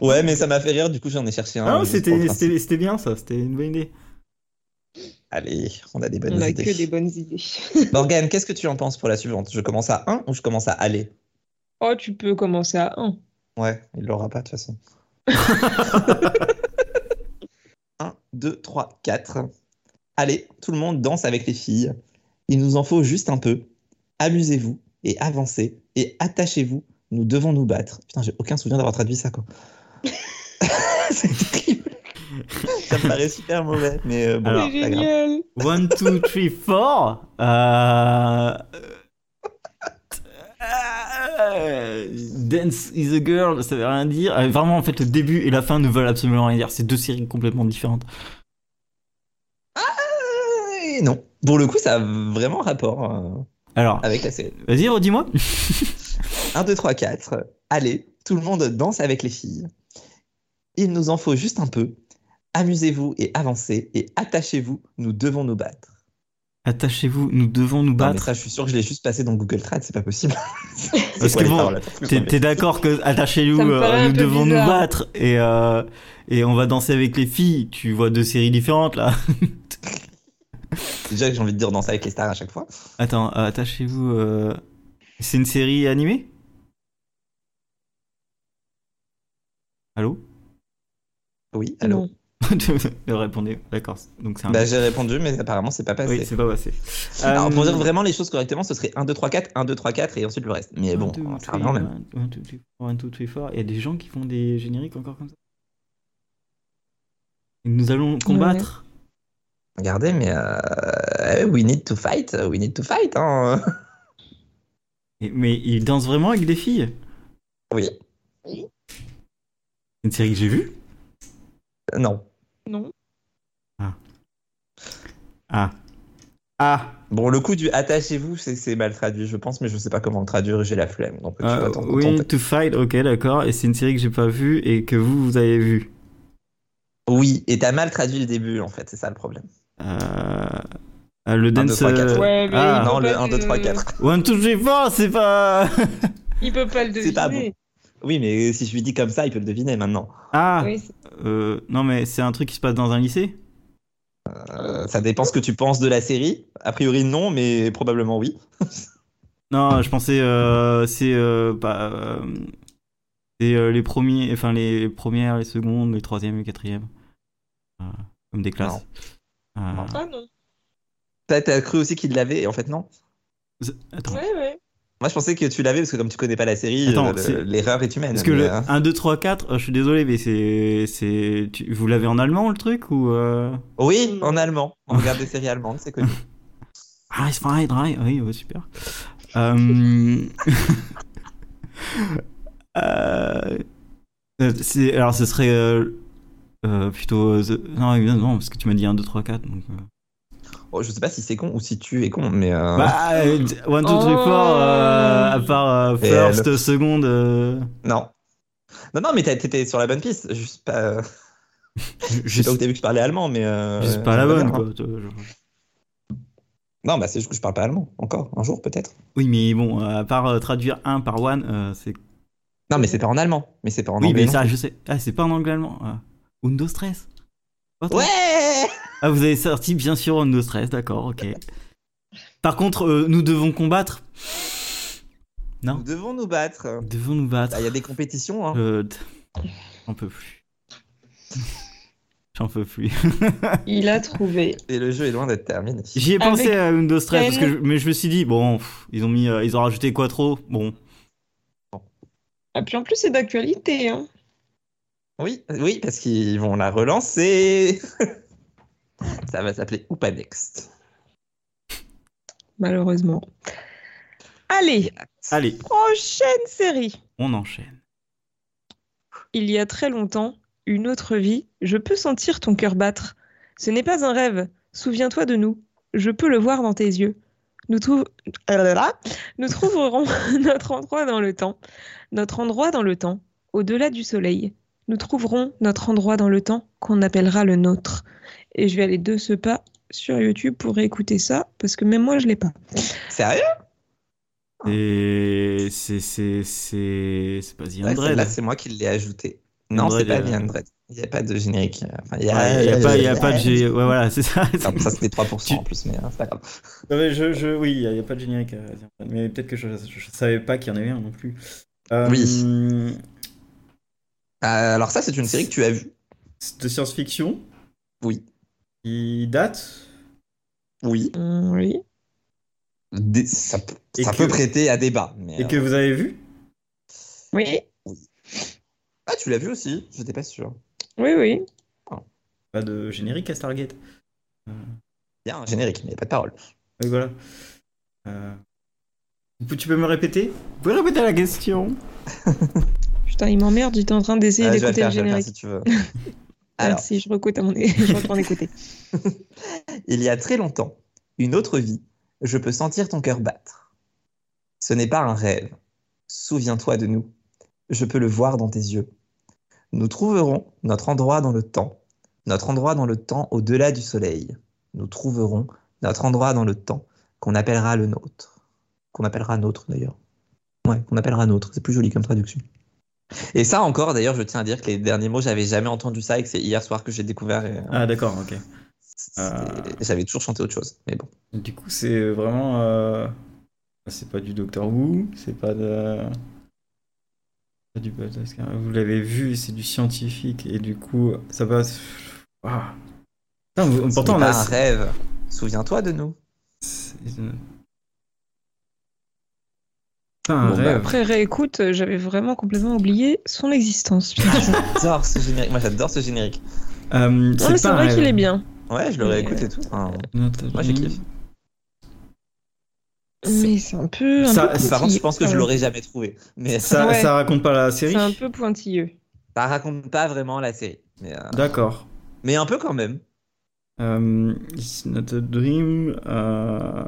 Speaker 3: Ouais mais ça m'a fait rire du coup j'en ai cherché un.
Speaker 1: Ah, non,
Speaker 3: juste pour le
Speaker 1: c'était
Speaker 3: principe.
Speaker 1: c'était- c'était bien ça, c'était une bonne idée.
Speaker 3: Allez, on a des bonnes
Speaker 2: On a
Speaker 3: idées.
Speaker 2: que des bonnes idées. [LAUGHS]
Speaker 3: Morgane, qu'est-ce que tu en penses pour la suivante Je commence à 1 ou je commence à aller
Speaker 2: oh, tu peux commencer à 1.
Speaker 3: Ouais, il l'aura pas de toute
Speaker 2: [LAUGHS]
Speaker 3: façon. 1, 2, 3, 4. Allez, tout le monde danse avec les filles. Il nous en faut juste un peu. Amusez-vous et avancez et attachez-vous. Nous devons nous battre. Putain, j'ai aucun souvenir d'avoir traduit ça, quoi. [LAUGHS] C'est terrible. ça me paraît super mauvais, mais euh, bon,
Speaker 1: Alors,
Speaker 2: C'est
Speaker 3: c'est pas grave.
Speaker 2: génial.
Speaker 1: 1, 2, 3, 4. euh, euh, Dance is a girl, ça veut rien dire. Euh, Vraiment, en fait, le début et la fin ne veulent absolument rien dire. C'est deux séries complètement différentes.
Speaker 3: Et Ah, non, pour le coup, ça a vraiment rapport euh,
Speaker 1: Alors,
Speaker 3: avec la série.
Speaker 1: vas-y, redis-moi. [LAUGHS]
Speaker 3: 1, 2, 3, 4. Allez, tout le monde danse avec les filles. Il nous en faut juste un peu. Amusez-vous et avancez et attachez-vous, nous devons nous battre.
Speaker 1: Attachez-vous, nous devons nous
Speaker 3: Non, mais
Speaker 1: battre.
Speaker 3: ça, je suis sûr que je l'ai juste passé dans Google Trad, c'est pas possible. [LAUGHS] C'est
Speaker 1: Parce
Speaker 3: quoi
Speaker 1: que
Speaker 3: les
Speaker 1: bon,
Speaker 3: paroles Attends,
Speaker 1: T'es t'es d'accord que attachez-nous,
Speaker 2: Ça me paraît
Speaker 1: euh,
Speaker 2: un
Speaker 1: nous
Speaker 2: peu
Speaker 1: devons
Speaker 2: bizarre.
Speaker 1: nous battre et, euh, et on va danser avec les filles. Tu vois deux séries différentes là.
Speaker 3: Déjà que j'ai envie de dire danse avec les stars à chaque fois.
Speaker 1: Attends, euh, attachez-vous. euh, C'est une série animée Allô [LAUGHS] Euh,
Speaker 3: Oui, allô
Speaker 2: Non.
Speaker 1: Répondez. D'accord. Donc c'est un.
Speaker 3: Bah, j'ai répondu, mais apparemment, c'est pas passé.
Speaker 1: oui, c'est pas passé.
Speaker 3: Alors, pour
Speaker 1: Euh,
Speaker 3: dire vraiment les choses correctement, ce serait 1, 2, 3, 4, 1, 2, 3, 4 et ensuite le reste. Mais bon, ça revient au même.
Speaker 1: 1, 2, 3, 4. Il y a des gens qui font des génériques encore comme ça. Nous allons combattre.
Speaker 3: Regardez, mais euh, we need to fight, we need to fight. Hein. [LAUGHS]
Speaker 1: Et- mais ils dansent vraiment avec des filles
Speaker 3: Oui.
Speaker 1: Une série que j'ai vue
Speaker 3: Euh, Non.
Speaker 2: Non.
Speaker 1: Ah. Ah.
Speaker 3: Bon, le coup du attachez-vous, c'est- c'est mal traduit, je pense, mais je sais pas comment le traduire et j'ai la flemme. Donc, tu
Speaker 1: Euh,
Speaker 3: vas t'en
Speaker 1: Willing
Speaker 3: contenter.
Speaker 1: to Fight, ok, d'accord. Et c'est une série que j'ai pas vue et que vous, vous avez vue.
Speaker 3: Oui, et t'as mal traduit le début, en fait, c'est ça le problème.
Speaker 1: Euh, euh, le
Speaker 3: Un, deux,
Speaker 1: dance.
Speaker 3: trois, quatre.
Speaker 1: euh,
Speaker 2: Ouais, mais
Speaker 1: ah,
Speaker 2: il
Speaker 3: non,
Speaker 2: peut
Speaker 3: le
Speaker 2: pas
Speaker 3: 1, 2, 3,
Speaker 2: le-
Speaker 3: 4.
Speaker 1: One, two, three, four, c'est pas. [LAUGHS]
Speaker 2: Il peut pas le deviner.
Speaker 3: [LAUGHS] C'est pas bon. [LAUGHS] Oui, mais si je lui dis comme ça, il peut le deviner maintenant.
Speaker 1: ah.
Speaker 2: Oui, c'est-
Speaker 1: euh, non, mais c'est un truc qui se passe dans un lycée
Speaker 3: Euh, ça dépend ce que tu penses de la série. A priori, non, mais probablement oui.
Speaker 1: Non, je pensais. euh, c'est. euh, bah, euh, c'est euh, les premiers. Enfin, les premières, les secondes, les troisièmes, les quatrièmes. Euh, comme des classes. Euh,
Speaker 3: Non.
Speaker 2: Ah non.
Speaker 3: T'as t'as cru aussi qu'il l'avait, et en fait, non.
Speaker 1: z- Attends.
Speaker 2: Ouais, ouais.
Speaker 3: Moi, je pensais que tu l'avais, parce que comme tu connais pas la série,
Speaker 1: Attends,
Speaker 3: euh, le-
Speaker 1: c'est-
Speaker 3: l'erreur est humaine.
Speaker 1: Parce que
Speaker 3: mais,
Speaker 1: le
Speaker 3: euh,
Speaker 1: 1, 2, 3, 4, euh, je suis désolé, mais c'est. c'est tu- Vous l'avez en allemand le truc ou. Euh...
Speaker 3: Oui, en allemand. On regarde des séries allemandes, c'est
Speaker 1: [LAUGHS]
Speaker 3: connu.
Speaker 1: Ah, c'est pareil, dry. Oui, ouais, super. Euh, [LAUGHS] euh, euh, c'est- Alors, ce serait euh, euh, plutôt. euh, the- Non, évidemment, non, parce que tu m'as dit 1, 2, 3, 4. Donc, euh.
Speaker 3: Oh, je sais pas si c'est con ou si tu es con, mais. euh,
Speaker 1: Bah, 1, 2, 3, 4,
Speaker 2: Oh.
Speaker 1: à part euh,
Speaker 3: Et elle.
Speaker 1: first, seconde. euh,
Speaker 3: Non. Non, non, mais t'as- t'étais sur la bonne piste. Juste pas. euh, Je sais pas au
Speaker 1: Juste
Speaker 3: début que je parlais allemand, mais. euh,
Speaker 1: juste pas la
Speaker 3: voilà.
Speaker 1: bonne, quoi. tu vois, genre.
Speaker 3: Non, bah c'est juste que je parle pas allemand. Encore, un jour peut-être.
Speaker 1: Oui, mais bon, à part euh, traduire 1 par 1, c'est
Speaker 3: Non, mais c'est pas en allemand. Mais c'est pas en
Speaker 1: Oui,
Speaker 3: anglais.
Speaker 1: mais ça,
Speaker 3: non
Speaker 1: je sais. Ah, c'est pas en anglais allemand. Ah. Undo Stress. Pas
Speaker 3: plus.
Speaker 1: toi.
Speaker 3: Ouais
Speaker 1: Ah, vous avez sorti bien sûr Undo Stress, d'accord, ok. Par contre, euh, nous devons combattre. Non.
Speaker 3: Nous devons nous battre.
Speaker 1: Nous devons nous battre.
Speaker 3: Bah, Il y a des compétitions, hein.
Speaker 1: Euh, t- J'en peux plus. J'en peux plus.
Speaker 2: Il a trouvé.
Speaker 3: Et le jeu est loin d'être terminé.
Speaker 1: J'y ai
Speaker 2: Avec
Speaker 1: pensé à Undo Stress, parce que
Speaker 2: peine.
Speaker 1: je- mais je me suis dit, bon, pff, ils ont mis, euh, ils ont rajouté quoi trop Bon,
Speaker 2: Ah, puis en plus, c'est d'actualité. Hein.
Speaker 3: Oui, oui, parce qu'ils vont la relancer. [LAUGHS] ça va s'appeler Oupa Next.
Speaker 2: malheureusement. Allez,
Speaker 1: allez,
Speaker 2: prochaine série.
Speaker 1: on enchaîne.
Speaker 2: Il y a très longtemps, une autre vie, je peux sentir ton cœur battre. Ce n'est pas un rêve, souviens-toi de nous, je peux le voir dans tes yeux. Nous, trouv- Ah là là. nous trouverons [LAUGHS] notre endroit dans le temps, notre endroit dans le temps, au-delà du soleil. Nous trouverons notre endroit dans le temps qu'on appellera le nôtre. Et je vais aller de ce pas sur YouTube pour écouter ça, parce que même moi, je l'ai pas.
Speaker 3: Sérieux
Speaker 1: Et c'est, c'est, c'est, c'est pas The
Speaker 3: Ouais,
Speaker 1: Undread.
Speaker 3: Là, c'est moi qui l'ai ajouté. Non,
Speaker 1: Android,
Speaker 3: c'est pas
Speaker 1: euh,
Speaker 3: Viandred. Il n'y a pas de générique. Enfin, il y
Speaker 1: Ouais, y a pas, y a pas de, G- ouais, voilà, c'est ça.
Speaker 3: Enfin, ça c'était 3%
Speaker 1: Tu-
Speaker 3: en plus, mais hein, c'est pas grave.
Speaker 1: Non, mais je, je, oui, il n'y a, pas de générique. à dire. Mais peut-être que je ne savais pas qu'il y en avait un non plus. Euh,
Speaker 3: Oui. Euh, alors ça, c'est une série que tu as vue.
Speaker 1: c'est De science-fiction
Speaker 3: Oui.
Speaker 1: qui date
Speaker 3: Oui.
Speaker 2: Hum, oui.
Speaker 3: Des- Ça, peut-
Speaker 1: Et
Speaker 3: ça
Speaker 1: que-
Speaker 3: peut prêter à débat. Mais
Speaker 1: et
Speaker 3: euh,
Speaker 1: que vous avez vu
Speaker 2: Oui,
Speaker 3: Ah, tu l'as vue aussi J'étais pas sûr.
Speaker 2: oui, oui.
Speaker 1: Pas de générique à Stargate.
Speaker 3: Il y a un générique, mais il y a pas de parole.
Speaker 1: Donc voilà. Euh, Tu peux me répéter Vous pouvez répéter la question
Speaker 2: Putain, il m'emmerde, j'étais en train
Speaker 3: Euh,
Speaker 2: d'essayer
Speaker 3: je vais le
Speaker 2: d'écouter
Speaker 3: faire,
Speaker 2: le
Speaker 3: je vais le faire
Speaker 2: générique.
Speaker 3: si tu veux. Alors,
Speaker 2: Merci, je recoute à mon [LAUGHS] je retourne écouter.
Speaker 3: il y a très longtemps, une autre vie, je peux sentir ton cœur battre. Ce n'est pas un rêve. Souviens-toi de nous. Je peux le voir dans tes yeux. Nous trouverons notre endroit dans le temps, notre endroit dans le temps au-delà du soleil. Nous trouverons notre endroit dans le temps qu'on appellera le nôtre. Qu'on appellera nôtre d'ailleurs. Ouais, qu'on appellera nôtre. C'est plus joli comme traduction. Et ça encore, d'ailleurs, je tiens à dire que les derniers mots, j'avais jamais entendu ça et que c'est hier soir que j'ai découvert. et, euh,
Speaker 1: Ah d'accord, ok.
Speaker 3: c'est-
Speaker 1: Euh.
Speaker 3: J'avais toujours chanté autre chose, mais bon.
Speaker 1: Du coup, c'est vraiment... euh, C'est pas du Doctor Who, c'est pas de... pas du Madagascar. Vous l'avez vu, c'est du scientifique, et du coup, ça passe... Ah. Putain, vous-
Speaker 3: Ce
Speaker 1: pourtant,
Speaker 3: n'est
Speaker 1: on a...
Speaker 3: pas un rêve. Souviens-toi de nous.
Speaker 1: Putain, un
Speaker 3: Bon, bah,
Speaker 1: rêve.
Speaker 2: Après réécoute, euh, j'avais vraiment complètement oublié son existence. Putain.
Speaker 1: Ah,
Speaker 3: J'adore ce générique. Moi, j'adore ce générique.
Speaker 1: Euh,
Speaker 2: Non, mais c'est
Speaker 1: pas un
Speaker 2: vrai
Speaker 1: rêve.
Speaker 2: qu'il est bien.
Speaker 3: Ouais, je le
Speaker 2: Mais,
Speaker 3: réécoute et tout. Enfin, Moi,
Speaker 1: Mm.
Speaker 3: j'ai kiffé. C'est-
Speaker 2: Mais c'est un peu. Un
Speaker 1: Ça-
Speaker 2: peu
Speaker 1: ça
Speaker 3: Par contre, je
Speaker 1: euh,
Speaker 2: pointilleux,
Speaker 3: pense que
Speaker 2: quand
Speaker 3: je
Speaker 2: même.
Speaker 3: l'aurais jamais trouvé. Mais
Speaker 1: Ça,
Speaker 2: Ouais.
Speaker 1: ça raconte pas la série
Speaker 2: C'est un peu pointilleux.
Speaker 3: ça Ça raconte pas vraiment la série. Mais, euh,
Speaker 1: D'accord.
Speaker 3: mais un peu quand même.
Speaker 1: Euh, it's not a dream. euh,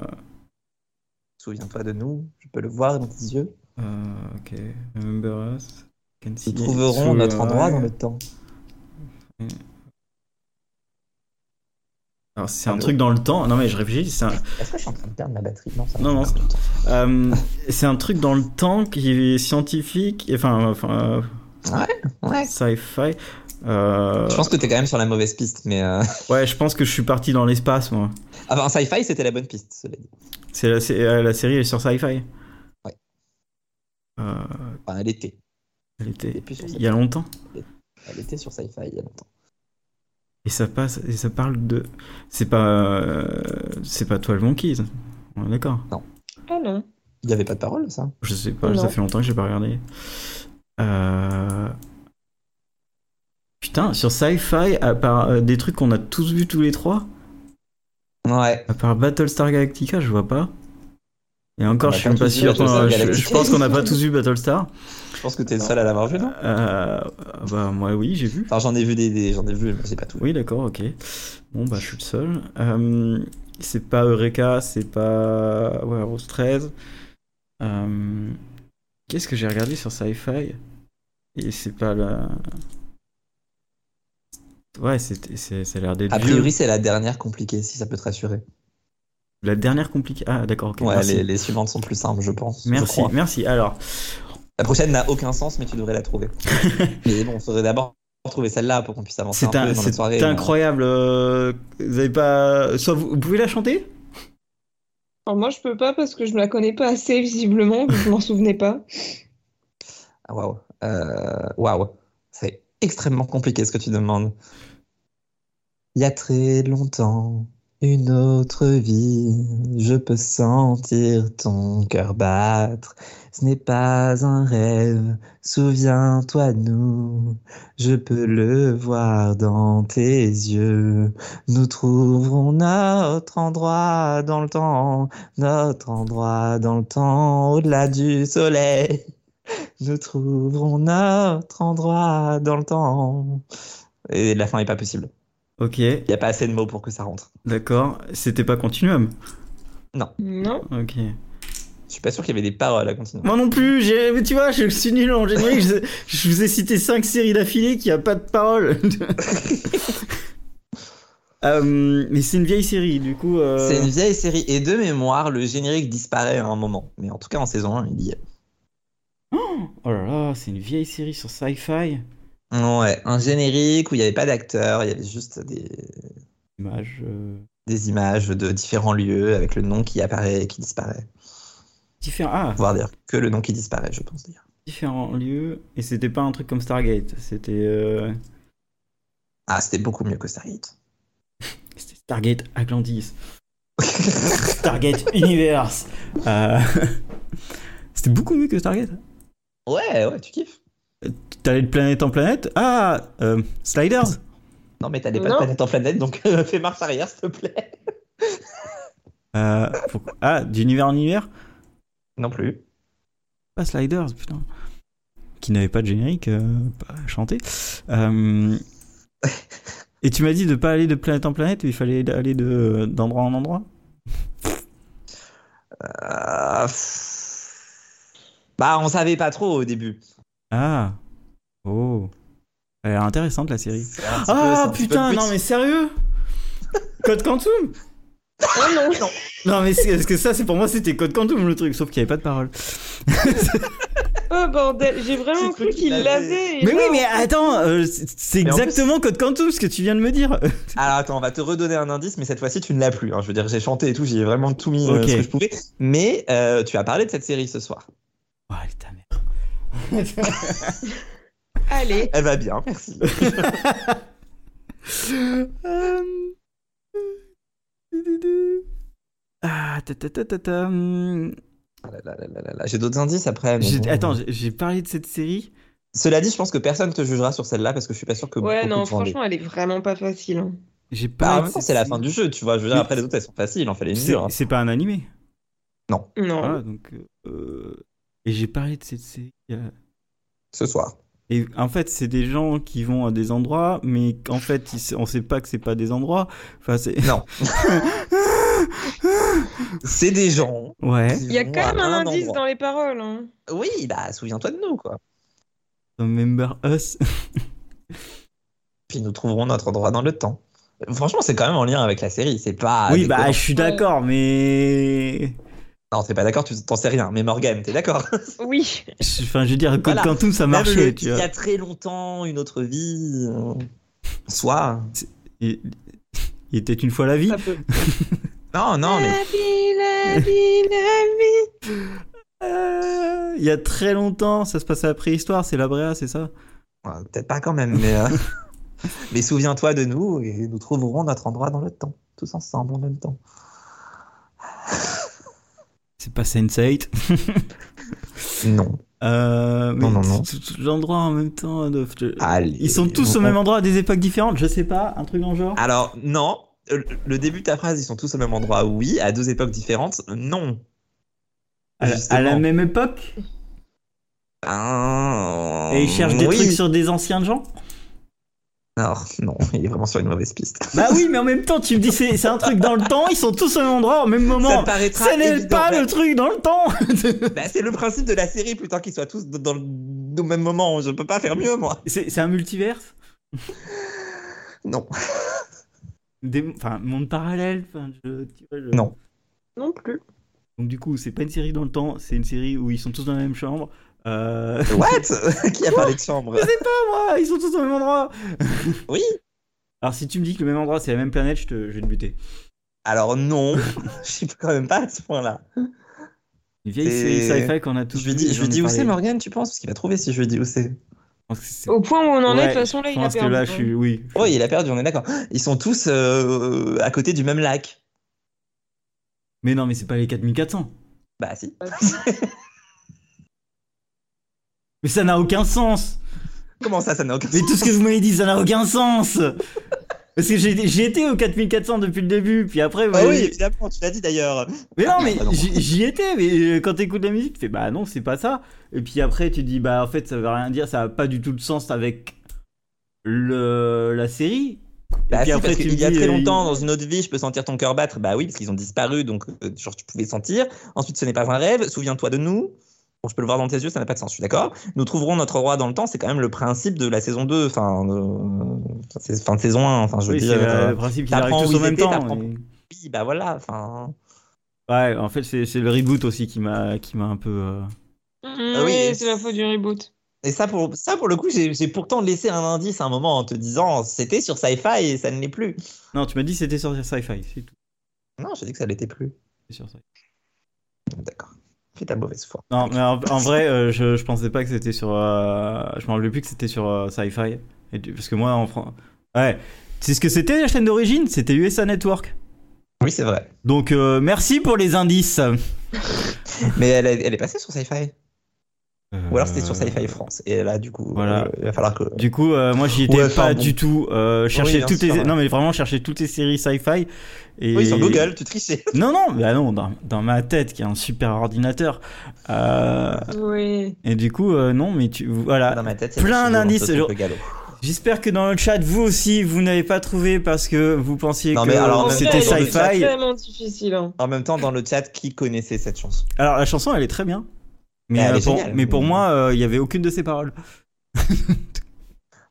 Speaker 3: Souviens-toi de nous, je peux le voir dans tes yeux.
Speaker 1: euh, ok. Remember us. Can see
Speaker 3: Ils
Speaker 1: it euh,
Speaker 3: trouveront
Speaker 1: through
Speaker 3: notre
Speaker 1: your
Speaker 3: endroit
Speaker 1: eye.
Speaker 3: dans le temps.
Speaker 1: Alors, c'est un
Speaker 3: Allô
Speaker 1: truc dans le temps. Non, mais je réfléchis. C'est un,
Speaker 3: Est-ce que je suis en train de perdre ma batterie Non, ça
Speaker 1: Non,
Speaker 3: va.
Speaker 1: non, euh, c'est un truc dans le temps qui est scientifique. Enfin, enfin euh,
Speaker 3: Ouais.
Speaker 1: sci-fi. Euh,
Speaker 3: Je pense que t'es quand même sur la mauvaise piste, mais. euh, [LAUGHS]
Speaker 1: Ouais, je pense que je suis parti dans l'espace, moi.
Speaker 3: Enfin, sci-fi, c'était la bonne piste, cela dit.
Speaker 1: C'est la, sé- euh, la série est sur sci-fi.
Speaker 3: Ouais.
Speaker 1: Euh,
Speaker 3: Enfin, elle était.
Speaker 1: elle
Speaker 3: Elle est
Speaker 1: était
Speaker 3: plus sur
Speaker 1: il y a longtemps.
Speaker 3: Elle était sur sci-fi il y a longtemps.
Speaker 1: Et ça passe, et ça parle de. C'est pas, euh, c'est pas Twelve Monkeys. On est d'accord.
Speaker 2: Ah non.
Speaker 3: Il n'y avait pas de parole, ça
Speaker 1: Je sais pas, ça
Speaker 2: Non.
Speaker 1: fait longtemps que j'ai pas regardé. Euh... Putain, sur Sci-Fi, à part euh, des trucs qu'on a tous vus tous les trois,
Speaker 3: Ouais.
Speaker 1: à part Battlestar Galactica, je vois pas. Et encore,
Speaker 3: On a
Speaker 1: je suis
Speaker 3: pas
Speaker 1: même pas
Speaker 3: tous vu
Speaker 1: sûr.
Speaker 3: Battlestar
Speaker 1: attends, je, je
Speaker 3: Galactica.
Speaker 1: pense qu'on n'a
Speaker 3: [LAUGHS]
Speaker 1: pas tous vu Battlestar.
Speaker 3: Je pense que t'es le seul à l'avoir vu, non
Speaker 1: Euh, bah, moi, oui, j'ai vu.
Speaker 3: Enfin, j'en ai vu des, des- j'en ai vu, mais j'ai pas tout. vu.
Speaker 1: Oui, d'accord, ok. Bon, bah, je suis le seul. Euh, c'est pas Eureka, c'est pas Warehouse 13. Euh, Qu'est-ce que j'ai regardé sur Sci-Fi Et c'est pas la. Ouais, c'est, c'est, ça a l'air d'être
Speaker 3: A
Speaker 1: vieux.
Speaker 3: priori, c'est la dernière compliquée, si ça peut te rassurer.
Speaker 1: La dernière compliquée. Ah, d'accord, ok.
Speaker 3: ouais,
Speaker 1: merci.
Speaker 3: les, les suivantes sont plus simples, je pense. je
Speaker 1: merci,
Speaker 3: crois.
Speaker 1: merci. Alors,
Speaker 3: La prochaine n'a aucun sens, mais tu devrais
Speaker 1: [LAUGHS]
Speaker 3: la trouver. mais bon, faudrait d'abord trouver celle-là pour qu'on puisse avancer
Speaker 1: c'est,
Speaker 3: un,
Speaker 1: un-
Speaker 3: peu dans
Speaker 1: c'est
Speaker 3: notre soirée.
Speaker 1: incroyable. euh, vous avez pas. Soit vous, vous pouvez la chanter
Speaker 2: Alors moi, je peux pas parce que je me la connais pas assez, visiblement, vu que je m'en souvenais pas.
Speaker 3: Ah, Waouh. Euh, Waouh. C'est extrêmement compliqué ce que tu demandes. Il y a très longtemps, une autre vie, je peux sentir ton cœur battre. Ce n'est pas un rêve, souviens-toi de nous. Je peux le voir dans tes yeux. Nous trouverons notre endroit dans le temps, notre endroit dans le temps, au-delà du soleil. Nous trouverons notre endroit dans le temps. Et la fin est pas possible.
Speaker 1: Ok,
Speaker 3: Il n'y a pas assez de mots pour que ça rentre.
Speaker 1: d'accord. C'était pas Continuum
Speaker 2: Non.
Speaker 1: Ok.
Speaker 3: Je suis pas sûr qu'il y avait des paroles à continuer.
Speaker 1: Moi non plus, j'ai- mais tu vois, je suis nul en générique. je, je vous ai cité 5 séries d'affilée qui a pas de [LAUGHS] parole. Euh, mais c'est une vieille série, du coup. euh,
Speaker 3: C'est une vieille série et de mémoire, le générique disparaît à un moment. Mais en tout cas, en saison 1, il y est.
Speaker 1: Oh là là, c'est une vieille série sur Sci-Fi.
Speaker 3: Ouais, un générique où il n'y avait pas d'acteurs, il y avait juste des,
Speaker 1: Image. euh,
Speaker 3: des images de différents lieux avec le nom qui apparaît et qui disparaît.
Speaker 1: Diffé- ah,
Speaker 3: Pouvoir dire que le nom qui disparaît, je pense dire.
Speaker 1: différents lieux. Et c'était pas un truc comme Stargate. C'était. euh,
Speaker 3: Ah, c'était beaucoup mieux que Stargate.
Speaker 1: c'était Stargate Atlantis. [LAUGHS] Stargate Universe. Euh, c'était beaucoup mieux que Stargate.
Speaker 3: [LAUGHS] ouais, ouais, tu kiffes.
Speaker 1: T'allais de planète en planète. Ah, euh, Sliders.
Speaker 3: Non, mais t'allais pas de
Speaker 2: Non.
Speaker 3: planète en planète, donc [LAUGHS] euh, fais marche arrière, s'il te plaît.
Speaker 1: Euh, pourquoi- Ah, d'univers en univers
Speaker 3: Non plus.
Speaker 1: Pas Sliders, putain. Qui n'avait pas de générique, euh, pas chanté. Euh, Et tu m'as dit de pas aller de planète en planète, il fallait aller de d'endroit en endroit
Speaker 3: Euh, pff. Bah, on savait pas trop au début.
Speaker 1: Ah Oh Elle a l'air intéressante la série.
Speaker 3: C'est un petit peu- c'est un
Speaker 1: Ah
Speaker 3: petit peu
Speaker 1: putain,
Speaker 3: petit.
Speaker 1: non mais sérieux Code Quantum
Speaker 2: Oh [LAUGHS] non.
Speaker 1: Non mais c'est- parce que ça, c'est pour moi, c'était Code Quantum le truc, sauf qu'il n'y avait pas de parole.
Speaker 2: Oh bordel, j'ai
Speaker 3: J'ai
Speaker 2: vraiment
Speaker 3: cru
Speaker 2: cru
Speaker 3: qu'il
Speaker 2: qu'il
Speaker 3: l'avait.
Speaker 2: l'avait. et
Speaker 1: Mais
Speaker 2: là,
Speaker 1: oui,
Speaker 2: on-
Speaker 1: mais attends, euh, c'est c'est
Speaker 3: Mais en plus-
Speaker 1: exactement Code Quantum ce que tu viens de me dire. [LAUGHS] Oh,
Speaker 3: Alors attends, on va te redonner un indice, mais cette fois-ci tu ne l'as plus. hein. Je veux dire, j'ai chanté et tout, j'ai vraiment tout mis euh,
Speaker 1: Ok.
Speaker 3: ce que je pouvais. Mais euh, tu as parlé de cette série ce soir.
Speaker 1: Oh, elle est ta mère.
Speaker 2: Allez.
Speaker 3: Elle va bien, merci.
Speaker 1: Euh, euh, Ah, ta ta ta ta ta, hum.
Speaker 3: [LAUGHS] Ah là là là là là là. J'ai d'autres indices après. mais
Speaker 1: J'ai-
Speaker 3: bon.
Speaker 1: Attends, j'ai- j'ai parlé de cette série.
Speaker 3: Cela dit, je pense que personne te jugera sur celle-là parce que je suis pas sûr que.
Speaker 2: Ouais,
Speaker 3: beaucoup
Speaker 2: non,
Speaker 3: de gens l'aient.
Speaker 2: franchement, elle est vraiment pas facile. hein.
Speaker 1: J'ai
Speaker 3: Bah,
Speaker 1: parlé.
Speaker 3: en
Speaker 1: de
Speaker 3: même temps,
Speaker 1: cette
Speaker 3: c'est la
Speaker 1: série.
Speaker 3: fin du jeu, tu vois. Je veux dire,
Speaker 1: Mais-
Speaker 3: après les autres, elles sont faciles, il en fallait une
Speaker 1: C'est
Speaker 3: dure. hein. Ah
Speaker 1: c'est pas un animé.
Speaker 2: Non.
Speaker 1: Voilà, donc. euh, Et j'ai parlé de cette série. euh,
Speaker 3: hein, Ce soir.
Speaker 1: Et en fait, c'est des gens qui vont à des endroits, mais qu'en fait, ils- on sait pas que c'est pas des endroits. Enfin, c'est. [LAUGHS]
Speaker 3: Non. c'est des gens.
Speaker 1: Ouais.
Speaker 3: qui
Speaker 2: Il y a
Speaker 3: vont
Speaker 2: quand
Speaker 3: à
Speaker 2: même un indice
Speaker 3: endroit.
Speaker 2: dans les paroles. hein.
Speaker 3: Oui, bah souviens-toi de nous quoi.
Speaker 1: Remember us.
Speaker 3: Puis nous trouverons notre endroit dans le temps. Franchement, c'est quand même en lien avec la série. C'est pas.
Speaker 1: oui,
Speaker 3: déconnant.
Speaker 1: bah, je suis d'accord, mais.
Speaker 3: Non, t'es pas d'accord, tu t'en sais rien. Mais Morgane, t'es d'accord
Speaker 2: Oui.
Speaker 1: Je- Enfin, je veux dire, Code
Speaker 3: Voilà.
Speaker 1: Quantum, ça
Speaker 3: Même
Speaker 1: marchait,
Speaker 3: le-
Speaker 1: tu
Speaker 3: Il y
Speaker 1: vois.
Speaker 3: a très longtemps, une autre vie. euh, Soit.
Speaker 1: Il... il était une fois la vie.
Speaker 2: Ça peut.
Speaker 3: Non, non, mais.
Speaker 2: La vie, la vie, la vie.
Speaker 1: Euh, Il y a très longtemps, ça se passe à la préhistoire, c'est la Bréa, c'est ça
Speaker 3: Ouais, Peut-être pas quand même,
Speaker 1: [LAUGHS]
Speaker 3: mais. euh, mais souviens-toi de nous et nous trouverons notre endroit dans le temps. Tous ensemble en même temps.
Speaker 1: C'est pas Sense8.
Speaker 3: Non.
Speaker 1: Euh, mais
Speaker 3: Non, non, non.
Speaker 1: tout- tout- tout L'endroit en même temps. de- de-
Speaker 3: Allez.
Speaker 1: Euh, Ils sont tous au
Speaker 3: On- Ah,
Speaker 1: même endroit à des époques différentes, je sais pas, un truc dans le genre.
Speaker 3: Alors, non. Euh, Le début de ta phrase, ils sont tous au même endroit, oui. À deux époques différentes, non.
Speaker 1: À la- Euh, à, la
Speaker 3: Justement.
Speaker 1: même époque
Speaker 3: Ah,
Speaker 1: Et ils cherchent des
Speaker 3: oui.
Speaker 1: trucs sur des anciens gens
Speaker 3: Alors, non, [LAUGHS] il est vraiment sur une mauvaise piste.
Speaker 1: Bah oui, mais en même temps, tu me dis c'est c'est un truc dans le temps, ils sont tous au même endroit au même
Speaker 3: Ça
Speaker 1: moment.
Speaker 3: paraîtra
Speaker 1: Ce n'est
Speaker 3: évident.
Speaker 1: pas
Speaker 3: Bah,
Speaker 1: le truc dans le temps [LAUGHS]
Speaker 3: bah, c'est le principe de la série, plutôt qu'ils soient tous dans le au même moment. Je peux pas faire mieux, moi.
Speaker 1: C'est c'est un multiverse
Speaker 3: Non.
Speaker 1: Des- Enfin, monde parallèle enfin, je- tu vois, je-
Speaker 3: Non.
Speaker 2: Non plus.
Speaker 1: Donc du coup, c'est pas une série dans le temps, c'est une série où ils sont tous dans la même chambre. Euh...
Speaker 3: What [LAUGHS] Qui a parlé de chambre
Speaker 1: Ah, ils sont tous au même endroit
Speaker 3: Oui.
Speaker 1: Alors si tu me dis que le même endroit, c'est la même planète, je, te... je vais te buter.
Speaker 3: Alors, non. [LAUGHS] Je suis quand même pas à ce point-là.
Speaker 1: Une vieille
Speaker 3: Et-
Speaker 1: série sci-fi qu'on a tous
Speaker 3: Je lui
Speaker 1: vue,
Speaker 3: dis, je lui
Speaker 1: j'en ai
Speaker 3: dis où
Speaker 1: parlé.
Speaker 3: c'est, Morgane, tu penses Parce qu'il va trouver si je lui dis où c'est.
Speaker 1: Je pense que c'est-
Speaker 2: Au point où on en est, de
Speaker 1: Ouais,
Speaker 2: toute façon, là,
Speaker 1: Je
Speaker 2: Oh, il a
Speaker 1: pense que
Speaker 2: perdu.
Speaker 1: là, je suis... Oui.
Speaker 3: Oui, il a perdu, on est d'accord. Ils sont tous euh, à côté du même lac.
Speaker 1: Mais non, mais c'est pas les 4400.
Speaker 3: Bah, si.
Speaker 1: Mais ça n'a aucun sens
Speaker 3: Comment ça, ça n'a aucun
Speaker 1: Mais
Speaker 3: sens
Speaker 1: tout ce que vous m'avez dit, ça n'a aucun sens Parce que j'ai j'ai été au 4400 depuis le début, puis après...
Speaker 3: Ah
Speaker 1: vous
Speaker 3: oui,
Speaker 1: m'avez-
Speaker 3: évidemment, tu l'as dit d'ailleurs.
Speaker 1: Mais non, mais
Speaker 3: Ah non.
Speaker 1: j'y j'y étais, mais euh, quand t'écoutes la musique, tu fais bah non, c'est pas ça. Et puis après, tu dis bah en fait, ça veut rien dire, ça a pas du tout de sens avec le la série. Et
Speaker 3: Bah,
Speaker 1: puis
Speaker 3: si,
Speaker 1: après,
Speaker 3: parce
Speaker 1: tu
Speaker 3: qu'il
Speaker 1: me
Speaker 3: y a
Speaker 1: dis,
Speaker 3: très
Speaker 1: euh,
Speaker 3: longtemps, dans une autre vie, je peux sentir ton cœur battre. Bah oui, parce qu'ils ont disparu, donc euh, genre, tu pouvais sentir. Ensuite, ce n'est pas un rêve, souviens-toi de nous. Bon, je peux le voir dans tes yeux, ça n'a pas de sens, je suis d'accord. Nous trouverons notre roi dans le temps, c'est quand même le principe de la saison 2, enfin, euh, c'est- fin de saison 1, enfin, je veux
Speaker 1: oui,
Speaker 3: dire.
Speaker 1: c'est euh,
Speaker 3: euh,
Speaker 1: le principe qu'ils
Speaker 3: t'apprends
Speaker 1: arrivent tous en
Speaker 3: où ils
Speaker 1: même
Speaker 3: étaient,
Speaker 1: temps.
Speaker 3: t'apprends
Speaker 1: mais-
Speaker 3: oui, bah voilà, enfin.
Speaker 1: Ouais, en fait, c'est c'est le reboot aussi qui m'a qui m'a un peu. euh,
Speaker 2: Mmh,
Speaker 3: Ah oui, et-
Speaker 2: oui, c'est la faute du reboot.
Speaker 3: Et ça pour, ça, pour le coup, j'ai j'ai pourtant laissé un indice à un moment en te disant c'était sur sci-fi et ça ne l'est plus.
Speaker 1: Non, tu m'as dit c'était sur Sci-Fi, c'est tout.
Speaker 3: Non, j'ai dit que ça ne l'était plus.
Speaker 1: c'est sur Sci-Fi.
Speaker 3: D'accord. Fais ta mauvaise foi.
Speaker 1: Non, mais en, en vrai, euh, je, je pensais pas que c'était sur. euh, je m'en rappelais plus que c'était sur euh, Sci-Fi. Et du- Parce que moi, en France. Ouais. C'est ce que c'était la chaîne d'origine C'était USA Network.
Speaker 3: Oui, c'est vrai.
Speaker 1: Donc, euh, merci pour les indices.
Speaker 3: Mais elle, est- elle est passée sur sci-fi. Ou alors c'était sur Sci-Fi France. Et là, du coup,
Speaker 1: voilà.
Speaker 3: euh, il va falloir que.
Speaker 1: Euh, Du coup, euh, moi, j'y étais
Speaker 3: Ouais,
Speaker 1: pas
Speaker 3: enfin, bon.
Speaker 1: du tout. Euh, chercher
Speaker 3: Oui, bien
Speaker 1: toutes
Speaker 3: sûr,
Speaker 1: les.
Speaker 3: ouais.
Speaker 1: Non, mais vraiment, chercher toutes les séries sci-fi. Et...
Speaker 3: Oui, sur Google, tu trichais.
Speaker 1: Non, non, bah non, dans, dans ma tête, qui est un super ordinateur. Euh,
Speaker 3: Ah.
Speaker 2: Oui.
Speaker 1: et du coup, euh, non, mais tu. Voilà.
Speaker 3: Dans ma tête,
Speaker 1: plein d'indices, genre-
Speaker 3: Genre...
Speaker 1: J'espère que dans le chat, vous aussi, vous n'avez pas trouvé parce que vous pensiez
Speaker 3: Non,
Speaker 1: que
Speaker 3: mais alors, en même
Speaker 1: c'était
Speaker 3: temps, dans le
Speaker 1: sci-fi.
Speaker 3: chat-
Speaker 2: C'est vraiment difficile. hein.
Speaker 3: En même temps, dans le chat, qui connaissait cette chanson
Speaker 1: Alors la chanson, elle est très bien. Mais,
Speaker 3: Elle
Speaker 1: euh,
Speaker 3: est
Speaker 1: pour,
Speaker 3: géniale.
Speaker 1: mais pour moi, euh, il y avait aucune de ses paroles.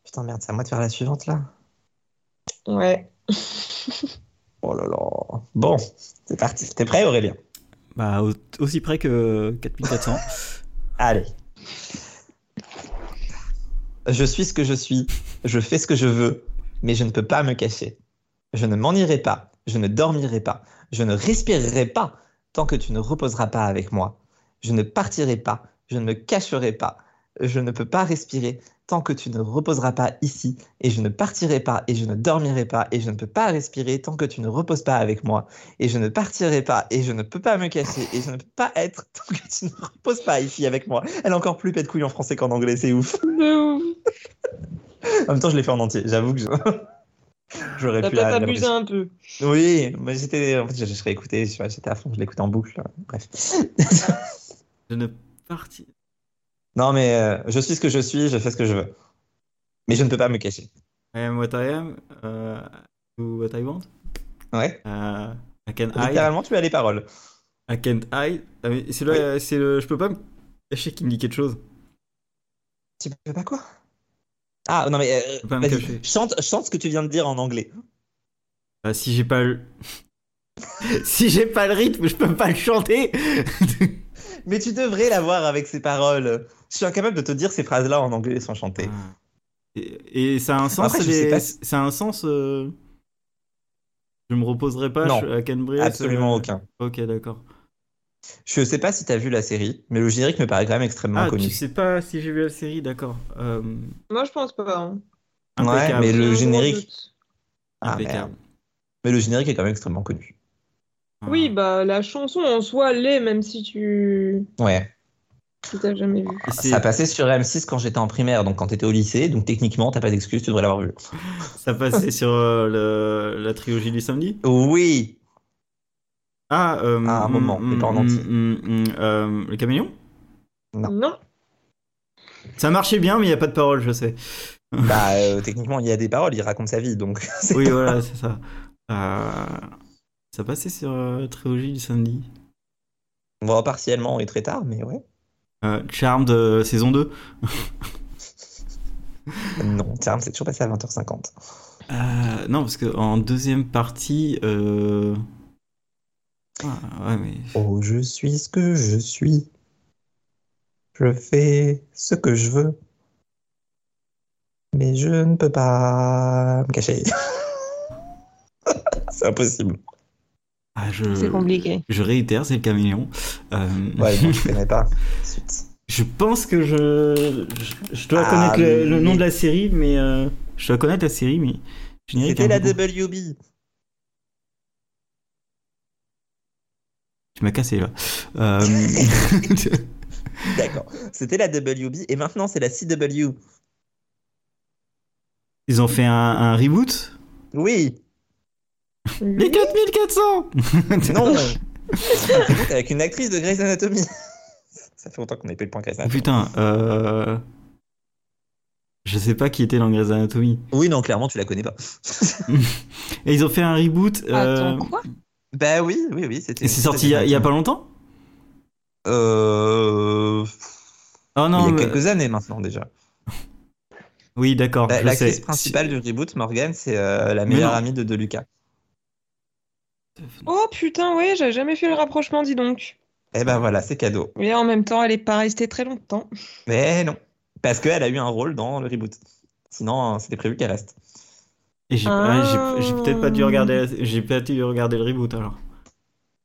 Speaker 3: Putain, merde, c'est à moi de faire la suivante là.
Speaker 2: Ouais.
Speaker 3: Oh là là. Bon, c'est parti. T'es prêt, Aurélien
Speaker 1: Bah, au- aussi près que 4400.
Speaker 3: Allez. Je suis ce que je suis, je fais ce que je veux, mais je ne peux pas me cacher. Je ne m'en irai pas, je ne dormirai pas, je ne respirerai pas tant que tu ne reposeras pas avec moi. Je ne partirai pas, je ne me cacherai pas, je ne peux pas respirer tant que tu ne reposeras pas ici, et je ne partirai pas, et je ne dormirai pas, et je ne peux pas respirer tant que tu ne reposes pas avec moi, et je ne partirai pas, et je ne peux pas me cacher, et je ne peux pas être [LAUGHS] tant que tu ne reposes pas ici avec moi. Elle est encore plus pète couille en français qu'en anglais, c'est ouf.
Speaker 2: De ouf.
Speaker 3: En même temps, je l'ai fait en entier. J'avoue que je- [LAUGHS] j'aurais
Speaker 2: T'as
Speaker 3: pu. la-
Speaker 2: peut-être
Speaker 3: la-
Speaker 2: abusé
Speaker 1: hein.
Speaker 2: un peu.
Speaker 3: Oui, mais j'étais. En fait, je, je réécoutais. hein. je- J'étais à fond. Je l'écoutais en boucle. Bref.
Speaker 1: je ne partis.
Speaker 3: [LAUGHS] Non, mais euh, je suis ce que je suis, je fais ce que je veux. Mais je ne peux pas me cacher.
Speaker 1: I am what I am, euh, do what I want.
Speaker 3: Ouais.
Speaker 1: Euh, I can hide.
Speaker 3: Littéralement, tu as les paroles.
Speaker 1: I can't hide. Ah, mais c'est le, c'est le, je peux pas me cacher qui me dit quelque chose.
Speaker 3: Tu peux pas quoi? Ah, non, mais euh,
Speaker 1: Je peux pas me
Speaker 3: vas-y,
Speaker 1: cacher.
Speaker 3: chante, chante ce que tu viens de dire en anglais.
Speaker 1: Bah, si j'ai pas le, [LAUGHS] si j'ai pas le rythme, je peux pas le chanter.
Speaker 3: Mais tu devrais l'avoir avec ces paroles. Je suis incapable de te dire ces phrases-là en anglais sans chanter.
Speaker 1: [LAUGHS] Et, et ça a un sens.
Speaker 3: Ah. Après, je sais
Speaker 1: les-
Speaker 3: pas si-
Speaker 1: Ça a un sens. euh, Je me reposerai pas
Speaker 3: Non,
Speaker 1: je- à Canberra.
Speaker 3: Absolument
Speaker 1: sur-
Speaker 3: aucun.
Speaker 1: euh, Ok, d'accord.
Speaker 3: Je sais pas si t'as vu la série, mais le générique me paraît quand même extrêmement
Speaker 1: Ah,
Speaker 3: connu.
Speaker 1: tu sais pas si j'ai vu la série, d'accord. Euh,
Speaker 2: Moi, je pense pas. hein.
Speaker 1: impeccable.
Speaker 3: Ah, mais Le
Speaker 2: J'ai un gros
Speaker 3: générique.
Speaker 2: doute.
Speaker 3: Ah,
Speaker 1: Impeccable.
Speaker 3: merde. Mais le générique est quand même extrêmement connu. ben,
Speaker 2: Oui,
Speaker 1: Ah.
Speaker 2: bah la chanson en soi l'est, même si tu
Speaker 3: Ouais.
Speaker 2: si t'as jamais vu.
Speaker 1: Ah. Et c'est-
Speaker 3: Ça passait sur M6 quand j'étais en primaire, donc quand t'étais au lycée, donc techniquement t'as pas d'excuse, tu devrais l'avoir vu.
Speaker 1: Ça passait sur euh, le- la trilogie du samedi
Speaker 3: Oui,
Speaker 1: [LAUGHS] Ah, euh,
Speaker 3: À un moment,
Speaker 1: mm,
Speaker 3: mais pas en
Speaker 1: mm,
Speaker 3: entier.
Speaker 1: mm, mm, euh, le caméléon
Speaker 3: Non.
Speaker 2: Non.
Speaker 1: Ça marchait bien, mais il n'y a pas de parole, je sais.
Speaker 3: Bah, euh, techniquement, il y a des paroles, il raconte sa vie, donc. [LAUGHS] c'est-
Speaker 1: [LAUGHS] Oui, voilà, c'est ça. Euh, ça passait sur euh, la trilogie du samedi.
Speaker 3: Bon, partiellement et très tard, mais ouais.
Speaker 1: Euh, Charmed, euh, saison 2.
Speaker 3: Non, tiens, c'est toujours passé à 20h50.
Speaker 1: Euh, non, parce que en deuxième partie. euh, Ah, ouais, mais.
Speaker 3: Oh, je suis ce que je suis. Je fais ce que je veux. Mais je ne peux pas me cacher. [LAUGHS] c'est impossible.
Speaker 1: Ah, je...
Speaker 2: C'est compliqué.
Speaker 1: je réitère, c'est le caméléon. Euh,
Speaker 3: Ouais,
Speaker 1: [LAUGHS]
Speaker 3: non, je connais pas. Zut.
Speaker 1: Je pense que je. Je, je dois
Speaker 3: Ah,
Speaker 1: connaître le, le nom
Speaker 3: mais-
Speaker 1: de la série, mais. euh, Je dois connaître la série, mais. je n'irai
Speaker 3: C'était
Speaker 1: qu'un
Speaker 3: la
Speaker 1: bout.
Speaker 3: WB.
Speaker 1: Tu m'as cassé là. Euh,
Speaker 3: [LAUGHS] D'accord. C'était la WB et maintenant c'est la CW.
Speaker 1: [LAUGHS] Ils ont fait un, un reboot [LAUGHS]
Speaker 3: Oui.
Speaker 1: Les 4400
Speaker 3: Non. Écoute, avec une actrice de Grey's Anatomy. [LAUGHS] Ça fait longtemps qu'on n'a pas eu le point Grey's
Speaker 1: Oh,
Speaker 3: Anatomy.
Speaker 1: Putain, euh... Je sais pas qui était l'anglaise Anatomy.
Speaker 3: Oui, non, clairement, tu la connais pas.
Speaker 1: Et ils ont fait un reboot. euh,
Speaker 2: Ah, Attends quoi
Speaker 3: bah oui, oui, oui. C'était
Speaker 1: Et c'est sorti il y, a- il y a pas longtemps
Speaker 3: Euh...
Speaker 1: Oh non,
Speaker 3: il y a
Speaker 1: mais-
Speaker 3: quelques années maintenant déjà.
Speaker 1: oui, d'accord.
Speaker 3: La-
Speaker 1: je
Speaker 3: L'actrice
Speaker 1: sais.
Speaker 3: principale du reboot, Morgan, c'est euh, la
Speaker 1: Mais
Speaker 3: meilleure
Speaker 1: non.
Speaker 3: amie de, de Lucas.
Speaker 2: Oh putain, ouais, j'avais jamais fait le rapprochement, dis donc.
Speaker 3: Eh ben voilà, c'est cadeau.
Speaker 2: Mais en même temps, elle est pas restée très longtemps.
Speaker 3: Mais non, parce qu'elle a eu un rôle dans le reboot. Sinon, euh, c'était prévu qu'elle reste.
Speaker 1: Et J'ai
Speaker 2: Ah.
Speaker 1: ouais, j'ai- j'ai peut-être pas dû regarder. la- J'ai peut-être dû regarder le reboot alors.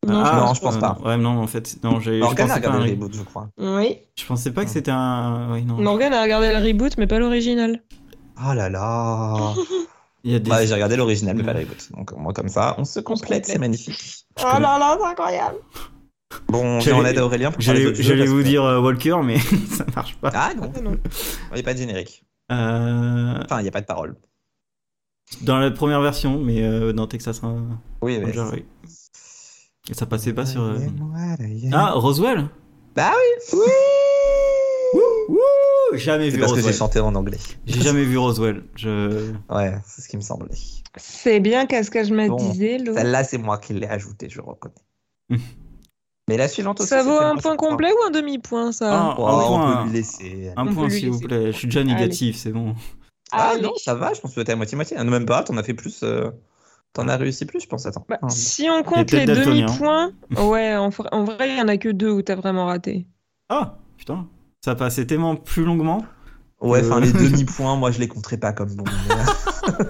Speaker 2: Non,
Speaker 1: Ah,
Speaker 3: non, je pense
Speaker 1: euh,
Speaker 3: pas.
Speaker 1: Ouais, non, en fait, non, j'ai- je
Speaker 3: Morgan a
Speaker 1: pensais pas hein. à
Speaker 3: regardé
Speaker 1: un
Speaker 3: le
Speaker 1: reboot.
Speaker 3: reboot, je crois.
Speaker 2: Oui.
Speaker 1: Je pensais pas que c'était un. ouais, non.
Speaker 2: Morgan a regardé le reboot, mais pas l'original.
Speaker 3: Oh là
Speaker 1: [LAUGHS]
Speaker 3: là.
Speaker 1: Il y a des.
Speaker 3: Bah, j'ai regardé l'original, mais pas le reboot. Donc, moi, comme ça, on se complète,
Speaker 2: complète.
Speaker 3: c'est magnifique.
Speaker 2: Oh là là, c'est incroyable.
Speaker 3: Bon,
Speaker 1: J'allais-
Speaker 3: viens en aide à Aurélien pour parler
Speaker 1: J'allais
Speaker 3: d'autres jeux,
Speaker 1: j'allais
Speaker 3: Ah, parce
Speaker 1: vous
Speaker 3: que-
Speaker 1: dire euh, Walker, mais [LAUGHS] ça marche pas.
Speaker 3: Ah non,
Speaker 2: Ah non.
Speaker 3: il n'y a pas de générique.
Speaker 1: Euh,
Speaker 3: Enfin, il n'y a pas de parole.
Speaker 1: dans la première version, mais euh, dans Texas hein,
Speaker 3: Oui, mais.
Speaker 1: Ranger, oui. Et ça passait pas sur. euh, Ah,
Speaker 3: Ah
Speaker 1: Roswell
Speaker 3: Bah oui Oui
Speaker 1: Ouh, Jamais
Speaker 3: C'est
Speaker 1: vu
Speaker 3: parce que j'ai
Speaker 1: Roswell.
Speaker 3: chanté en anglais.
Speaker 1: J'ai jamais vu Roswell. Je.
Speaker 3: [LAUGHS] Ouais, c'est ce qui me semblait.
Speaker 2: C'est bien qu'à ce que je me
Speaker 3: Bon,
Speaker 2: disais, l'autre.
Speaker 3: Celle-là, c'est moi qui l'ai ajoutée,
Speaker 1: [LAUGHS]
Speaker 3: je reconnais.
Speaker 1: Hmm.
Speaker 3: Mais la suivante aussi.
Speaker 2: Ça vaut
Speaker 3: c'était
Speaker 2: un
Speaker 3: moi,
Speaker 2: point
Speaker 3: je crois.
Speaker 2: complet ou un demi-point, ça
Speaker 1: Ah,
Speaker 3: hein. Oh,
Speaker 1: un
Speaker 3: on
Speaker 1: point.
Speaker 3: peut lui laisser.
Speaker 1: Un
Speaker 2: On
Speaker 1: point,
Speaker 2: peut lui
Speaker 1: s'il vous
Speaker 2: laisser.
Speaker 1: plaît. Je suis déjà négatif, c'est bon.
Speaker 3: Ah
Speaker 2: Allez.
Speaker 3: non, ça va, je pense que t'es à moitié-moitié. Ah, Non, même pas, t'en as fait plus. euh, T'en as réussi plus, je pense. Attends. Ah.
Speaker 2: Bah,
Speaker 3: Un,
Speaker 2: si on compte
Speaker 1: peut-être
Speaker 2: les
Speaker 1: daltonien.
Speaker 2: demi-points, ouais, en, fr- en vrai, il n'y en a que deux où t'as vraiment raté.
Speaker 1: Ah, putain. Ça passait tellement plus longuement.
Speaker 3: Ouais, enfin,
Speaker 1: Euh.
Speaker 3: les demi-points, moi, je les compterai
Speaker 1: [LAUGHS]
Speaker 3: pas comme bon. euh,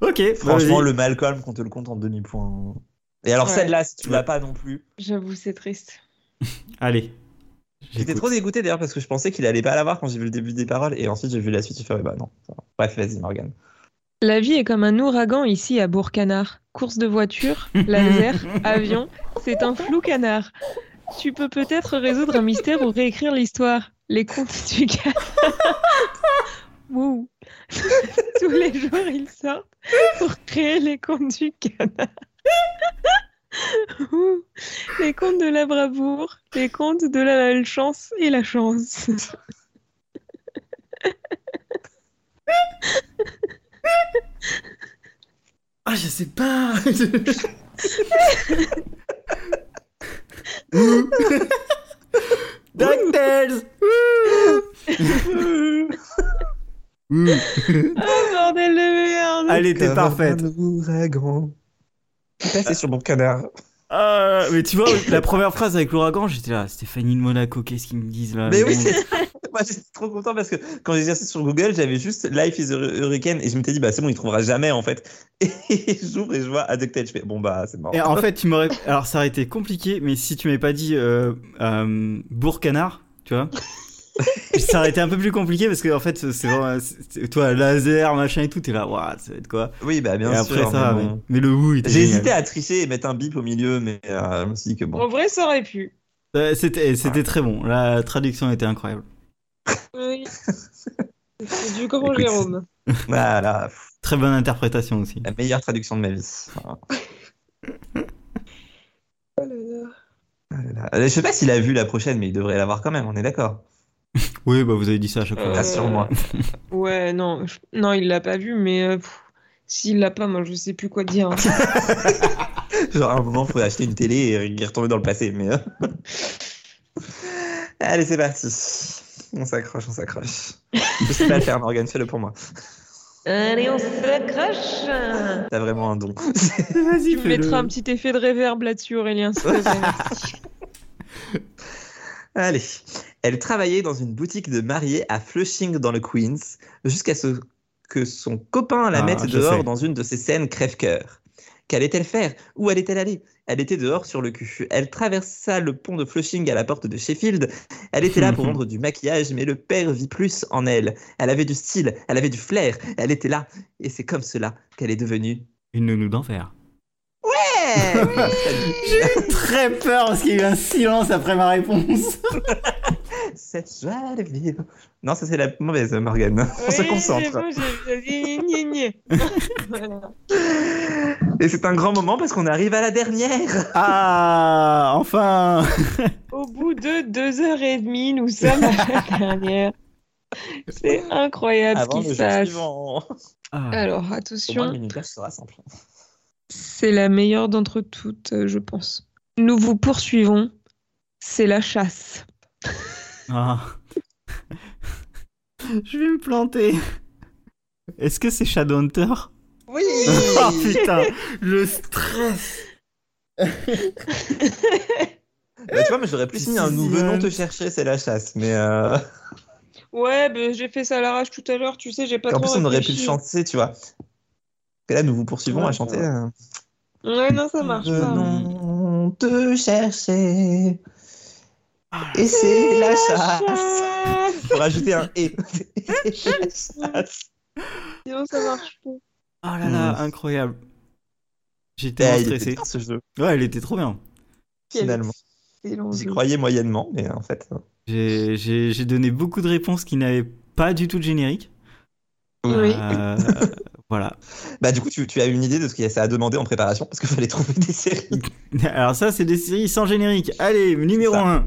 Speaker 1: Ok. bah,
Speaker 3: Franchement,
Speaker 1: vas-y.
Speaker 3: le Malcolm, qu'on te le compte en demi-points. Et alors,
Speaker 2: Ouais.
Speaker 3: celle-là, si tu
Speaker 1: Ouais.
Speaker 3: l'as pas non plus.
Speaker 2: J'avoue, c'est triste.
Speaker 1: Allez.
Speaker 3: J'étais
Speaker 1: J'écoute.
Speaker 3: trop dégoûté d'ailleurs parce que je pensais qu'il allait pas l'avoir quand j'ai vu le début des paroles et ensuite j'ai vu la suite. J'ai fait, ouais, bah non. ça va. Bref, vas-y, Morgan.
Speaker 2: La vie est comme un ouragan ici à Bourg-Canard. Course de voiture, laser, avion, c'est un flou canard. Tu peux peut-être résoudre un mystère ou réécrire l'histoire. Les contes du canard. Wouh. [LAUGHS] Tous les jours, ils sortent pour créer les contes du canard. Ouh. les contes de la bravoure, les contes de la malchance et la chance.
Speaker 1: Ah, je sais
Speaker 2: [LAUGHS]
Speaker 1: pas. Ouh. DuckTales. Ouh. Ouh.
Speaker 2: Oh bordel de merde
Speaker 1: Allez, t'es
Speaker 3: Comme
Speaker 1: parfaite.
Speaker 3: un ouragan. Putain, c'est sur mon canard.
Speaker 1: Ah, mais tu vois,
Speaker 3: [COUGHS]
Speaker 1: la première phrase avec l'ouragan, j'étais là, Stéphanie de Monaco, qu'est-ce qu'ils me disent là
Speaker 3: Mais oui,
Speaker 1: Bon.
Speaker 3: [LAUGHS] moi j'étais trop content parce que quand j'ai cherché sur Google, j'avais juste Life is a Hurricane et je m'étais dit, bah c'est bon, il trouvera jamais en fait. [LAUGHS] Et j'ouvre et je vois Addicted. Je fais, bon bah c'est mort.
Speaker 1: Et en fait, tu m'aurais. Alors, ça aurait été compliqué, mais si tu m'avais pas dit euh, euh, bourg-canard, tu
Speaker 3: [LAUGHS]
Speaker 1: vois, ça aurait été un peu plus compliqué parce que, en fait, c'est vraiment. c'est- Toi, laser, machin et tout, t'es là, waouh, ça va être quoi
Speaker 3: Oui, bah bien
Speaker 1: Et
Speaker 3: sûr.
Speaker 1: après, ça va,
Speaker 3: mais
Speaker 1: mais,
Speaker 3: bon.
Speaker 1: mais le oui,
Speaker 3: J'ai hésité à tricher et mettre un bip au milieu, mais euh, je me suis dit que bon.
Speaker 2: En vrai, ça aurait pu.
Speaker 1: Euh, C'était c'était très bon, la traduction était incroyable.
Speaker 3: [LAUGHS]
Speaker 2: Oui. C'est du grand
Speaker 3: Écoute,
Speaker 2: Jérôme.
Speaker 3: Voilà, pff,
Speaker 1: Très bonne interprétation aussi.
Speaker 3: la meilleure traduction de ma vie. Enfin,
Speaker 2: [LAUGHS] Oh là là.
Speaker 3: voilà. Euh, Je sais pas s'il a vu la prochaine, mais il devrait l'avoir quand même, on est d'accord.
Speaker 1: Oui, bah, vous avez dit ça à chaque
Speaker 2: Euh,
Speaker 1: fois.
Speaker 3: Rassure-moi.
Speaker 2: [LAUGHS] Ouais, non, je- non, il l'a pas vu, mais euh, pff, s'il l'a pas, moi je sais plus quoi dire.
Speaker 3: [LAUGHS] Genre, à un moment, faut acheter une télé et y retomber dans le passé. Mais euh. [LAUGHS] Allez, c'est parti. On s'accroche, on s'accroche. Je sais pas le faire, Morgan, fais-le pour moi.
Speaker 2: [LAUGHS] Allez, on s'accroche.
Speaker 3: T'as vraiment un don.
Speaker 1: [LAUGHS] Vas-y,
Speaker 2: Tu mettras un petit effet de réverb là-dessus, Aurélien. s'il te plaît.
Speaker 3: Allez. Elle travaillait dans une boutique de mariée à Flushing dans le Queens jusqu'à ce que son copain la
Speaker 1: Ah,
Speaker 3: mette
Speaker 1: je
Speaker 3: dehors
Speaker 1: sais.
Speaker 3: dans une de ses scènes crève-cœur. Qu'allait-elle faire Où allait-elle aller Elle était dehors sur le cul. Elle traversa le pont de Flushing à la porte de Sheffield. Elle
Speaker 1: [LAUGHS]
Speaker 3: était là pour vendre du maquillage, mais le père vit plus en elle. Elle avait du style, elle avait du flair, elle était là. Et c'est comme cela qu'elle est devenue.
Speaker 1: Une nounou d'enfer.
Speaker 3: [LAUGHS] Hey
Speaker 1: J'ai eu très peur parce qu'il y a eu un silence après ma réponse.
Speaker 3: Cette joie de vivre. Non, ça c'est la mauvaise, Morgane. [LAUGHS] [LAUGHS] On se
Speaker 2: Oui,
Speaker 3: concentre.
Speaker 2: c'est bon, j'ai- j'ai- gna, gna, gna. [LAUGHS] Voilà.
Speaker 3: Et c'est un grand moment parce qu'on arrive à la dernière.
Speaker 1: [LAUGHS] Ah, enfin
Speaker 2: Au bout de deux heures et demie, nous sommes à la dernière. C'est incroyable ce qui se passe.
Speaker 3: suivant.
Speaker 1: Ah.
Speaker 2: Alors,
Speaker 3: Au moins,
Speaker 2: attention,
Speaker 3: l'univers sera simple.
Speaker 2: c'est la meilleure d'entre toutes, euh, je pense. Nous vous poursuivons. C'est la chasse.
Speaker 1: Ah. Je vais me planter. Est-ce que c'est Shadowhunter
Speaker 2: [LAUGHS]
Speaker 3: Oui
Speaker 1: [LAUGHS]
Speaker 2: Ah,
Speaker 1: Oh putain, le stress
Speaker 3: Tu vois, mais j'aurais plus mis un nouveau nom te chercher, c'est la chasse. Mais euh,
Speaker 2: Ouais, ben, j'ai fait ça à l'arrache tout à l'heure, tu sais, j'ai pas
Speaker 3: [LAUGHS] en
Speaker 2: trop
Speaker 3: plus, on aurait pu le
Speaker 2: réfléchi.
Speaker 3: chanter, tu vois. Et là, nous vous poursuivons
Speaker 2: Ouais,
Speaker 3: à chanter.
Speaker 2: ouais.
Speaker 3: euh,
Speaker 2: Ouais, non, ça marche pas.
Speaker 3: Venons te chercher. Et c'est la chasse.
Speaker 2: Ah. chasse.
Speaker 3: Faut rajouter un
Speaker 2: [LAUGHS]
Speaker 3: et. [LAUGHS]
Speaker 2: Sinon, ça marche pas.
Speaker 1: Oh là là,
Speaker 3: Mm.
Speaker 1: incroyable. J'étais
Speaker 3: Ah,
Speaker 1: tellement
Speaker 3: il
Speaker 1: stressé.
Speaker 3: était bien, ce jeu,
Speaker 1: Ouais, il était trop bien.
Speaker 3: finalement. J'y croyais moyennement, mais en fait. euh,
Speaker 1: J'ai- J'ai j'ai donné beaucoup de réponses qui n'avaient pas du tout de générique.
Speaker 2: Oui.
Speaker 1: Euh, voilà. [LAUGHS]
Speaker 3: Bah, du coup, tu, tu as une idée de ce que ça a demandé en préparation parce qu'il fallait trouver des séries.
Speaker 1: Alors ça, c'est des séries sans générique. Allez, numéro
Speaker 3: Ça.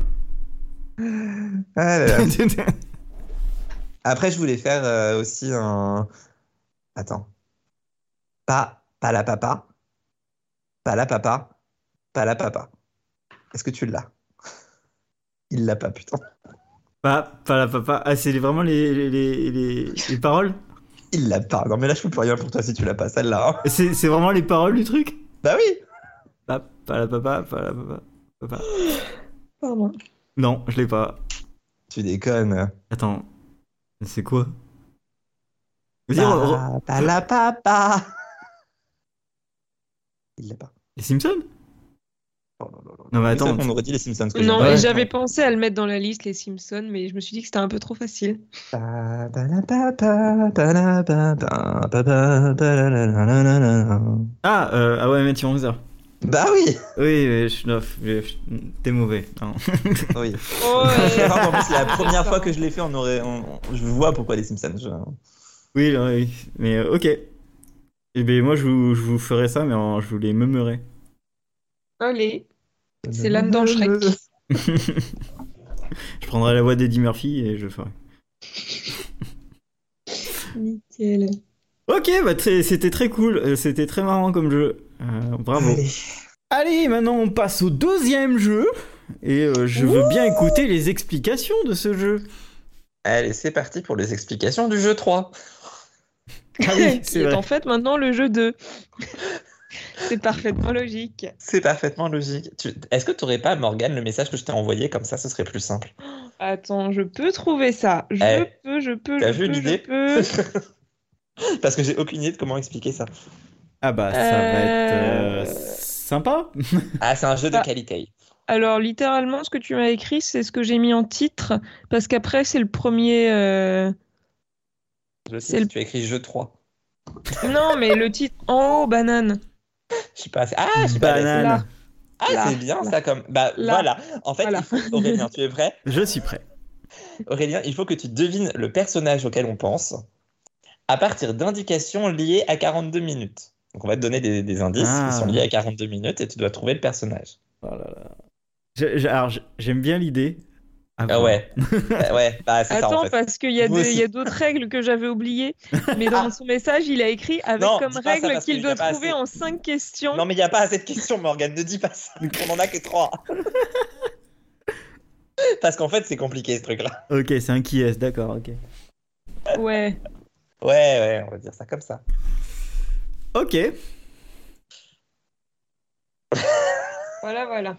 Speaker 1: 1.
Speaker 3: Ah là là.
Speaker 1: [LAUGHS]
Speaker 3: Après, je voulais faire euh, aussi un. Attends. Pas, pas la papa. Pas la papa. Pas la papa. Est-ce que tu l'as Il l'a pas, putain.
Speaker 1: Pas, pas la papa. Ah, c'est vraiment les, les, les, les- les paroles
Speaker 3: Il l'a pas. Non, mais là, je peux plus rien pour toi si tu l'as pas, celle-là. hein.
Speaker 1: C'est c'est vraiment les paroles du truc
Speaker 3: Bah oui
Speaker 1: Pas, pas la papa, pas la papa, papa.
Speaker 2: Pardon.
Speaker 1: Non, je l'ai pas.
Speaker 3: Tu déconnes.
Speaker 1: Attends, c'est quoi Vas-y, re- re-
Speaker 3: Pas, pas la papa. Il l'a pas.
Speaker 1: Les Simpsons
Speaker 3: Oh là là là là.
Speaker 1: Non, mais
Speaker 3: Oui, c'est
Speaker 1: Bah, attends.
Speaker 3: vrai qu'on aurait dit les Simpsons. que
Speaker 2: Non,
Speaker 3: j'ai pas.
Speaker 2: et j'avais pensé à le mettre dans la liste, les Simpsons, mais je me suis dit que c'était un peu trop facile.
Speaker 3: Ba- ba- la- ba- ba- ba- la- ba- ba- ba- ba- ba- la- la- la- la- la- la- la.
Speaker 1: Ah, euh, ah ouais, Mathieu Mozart.
Speaker 3: Bah oui
Speaker 1: Oui, mais je, non, je- je- t'es mauvais. Non. [LAUGHS]
Speaker 2: [LAUGHS]
Speaker 3: Oui.
Speaker 2: Oh,
Speaker 3: [LAUGHS] [LAUGHS] Pardon, parce
Speaker 2: [LAUGHS]
Speaker 3: que la première fois que je l'ai fait, on aurait, on- on- je vois pourquoi les Simpsons. je-
Speaker 1: oui, non, oui, mais Eh ben, euh, ok. Et bien, moi, je vous, je vous ferai ça, mais en- je vous les meumerai.
Speaker 2: Allez,
Speaker 3: Euh,
Speaker 2: c'est l'âme dans
Speaker 3: [LAUGHS]
Speaker 2: Shrek.
Speaker 1: Je prendrai la voix d'Eddie Murphy et je ferai.
Speaker 2: Nickel.
Speaker 1: Ok, bah, très- c'était très cool, euh, c'était très marrant comme jeu. Euh, bravo. Allez.
Speaker 3: Allez.
Speaker 1: maintenant on passe au deuxième jeu. Et euh, je veux bien écouter les explications de ce
Speaker 2: [LAUGHS]
Speaker 1: jeu.
Speaker 3: Allez, c'est parti pour les explications du jeu 3.
Speaker 1: Ah
Speaker 2: [LAUGHS]
Speaker 1: oui,
Speaker 2: Qui
Speaker 1: c'est
Speaker 2: est
Speaker 1: vrai.
Speaker 2: en fait maintenant le jeu 2. [LAUGHS] c'est parfaitement logique.
Speaker 3: C'est parfaitement logique. Tu- Est-ce que tu n'aurais pas, Morgane, le message que je t'ai envoyé Comme ça, ce serait plus simple.
Speaker 2: Attends, je peux trouver ça. Je
Speaker 3: Eh,
Speaker 2: peux, je peux,
Speaker 3: t'as
Speaker 2: je
Speaker 3: vu
Speaker 2: peux, je
Speaker 3: l'idée [LAUGHS]
Speaker 2: peux.
Speaker 3: Parce que j'ai aucune idée de comment expliquer ça.
Speaker 1: Ah bah ça va
Speaker 2: Euh.
Speaker 1: être euh, sympa.
Speaker 3: Ah, c'est un jeu de
Speaker 2: Ah.
Speaker 3: qualité.
Speaker 2: Alors, littéralement, ce que tu m'as écrit, c'est ce que j'ai mis en titre, parce qu'après, c'est le premier. euh,
Speaker 3: Je sais
Speaker 2: C'est
Speaker 3: si
Speaker 2: le-
Speaker 3: tu écris jeu 3.
Speaker 2: Non, mais le titre en haut, banane.
Speaker 3: Je suis pas assez- Ah, je suis
Speaker 1: Bah,
Speaker 3: pas assez-
Speaker 1: Banane.
Speaker 2: là.
Speaker 3: Ah,
Speaker 2: Là.
Speaker 3: c'est bien
Speaker 2: Là.
Speaker 3: ça comme. Bah
Speaker 2: Là.
Speaker 3: voilà. En fait,
Speaker 2: Voilà.
Speaker 3: il faut- Aurélien, tu es prêt
Speaker 1: Je suis prêt.
Speaker 3: Aurélien, il faut que tu devines le personnage auquel on pense à partir d'indications liées à 42 minutes. Donc on va te donner des, des indices
Speaker 1: Ah.
Speaker 3: qui sont liés à 42 minutes et tu dois trouver le personnage.
Speaker 1: Oh là là. Je- je- alors je- j'aime bien l'idée.
Speaker 3: Ah
Speaker 1: bon.
Speaker 3: ouais. Ah ouais, bah c'est ça
Speaker 2: Attends,
Speaker 3: en fait.
Speaker 2: parce qu'il y a
Speaker 3: Moi
Speaker 2: des- il y a
Speaker 3: aussi. Ah.
Speaker 2: d'autres règles que j'avais oubliées, mais dans son message, il a écrit avec
Speaker 3: Non,
Speaker 2: comme
Speaker 3: dis pas ça,
Speaker 2: règle
Speaker 3: parce
Speaker 2: qu'il
Speaker 3: qu'il
Speaker 2: doit
Speaker 3: y a pas
Speaker 2: trouver
Speaker 3: assez.
Speaker 2: en 5 questions.
Speaker 3: Non mais il n'y a pas assez de questions Morgane, ne dis pas ça. On en a que 3. [LAUGHS] Parce qu'en fait c'est compliqué ce truc-là.
Speaker 1: Ok, c'est un qui est, d'accord, ok.
Speaker 2: Ouais.
Speaker 3: Ouais, ouais, on va dire ça comme ça.
Speaker 1: Ok, eh
Speaker 2: Voilà, voilà.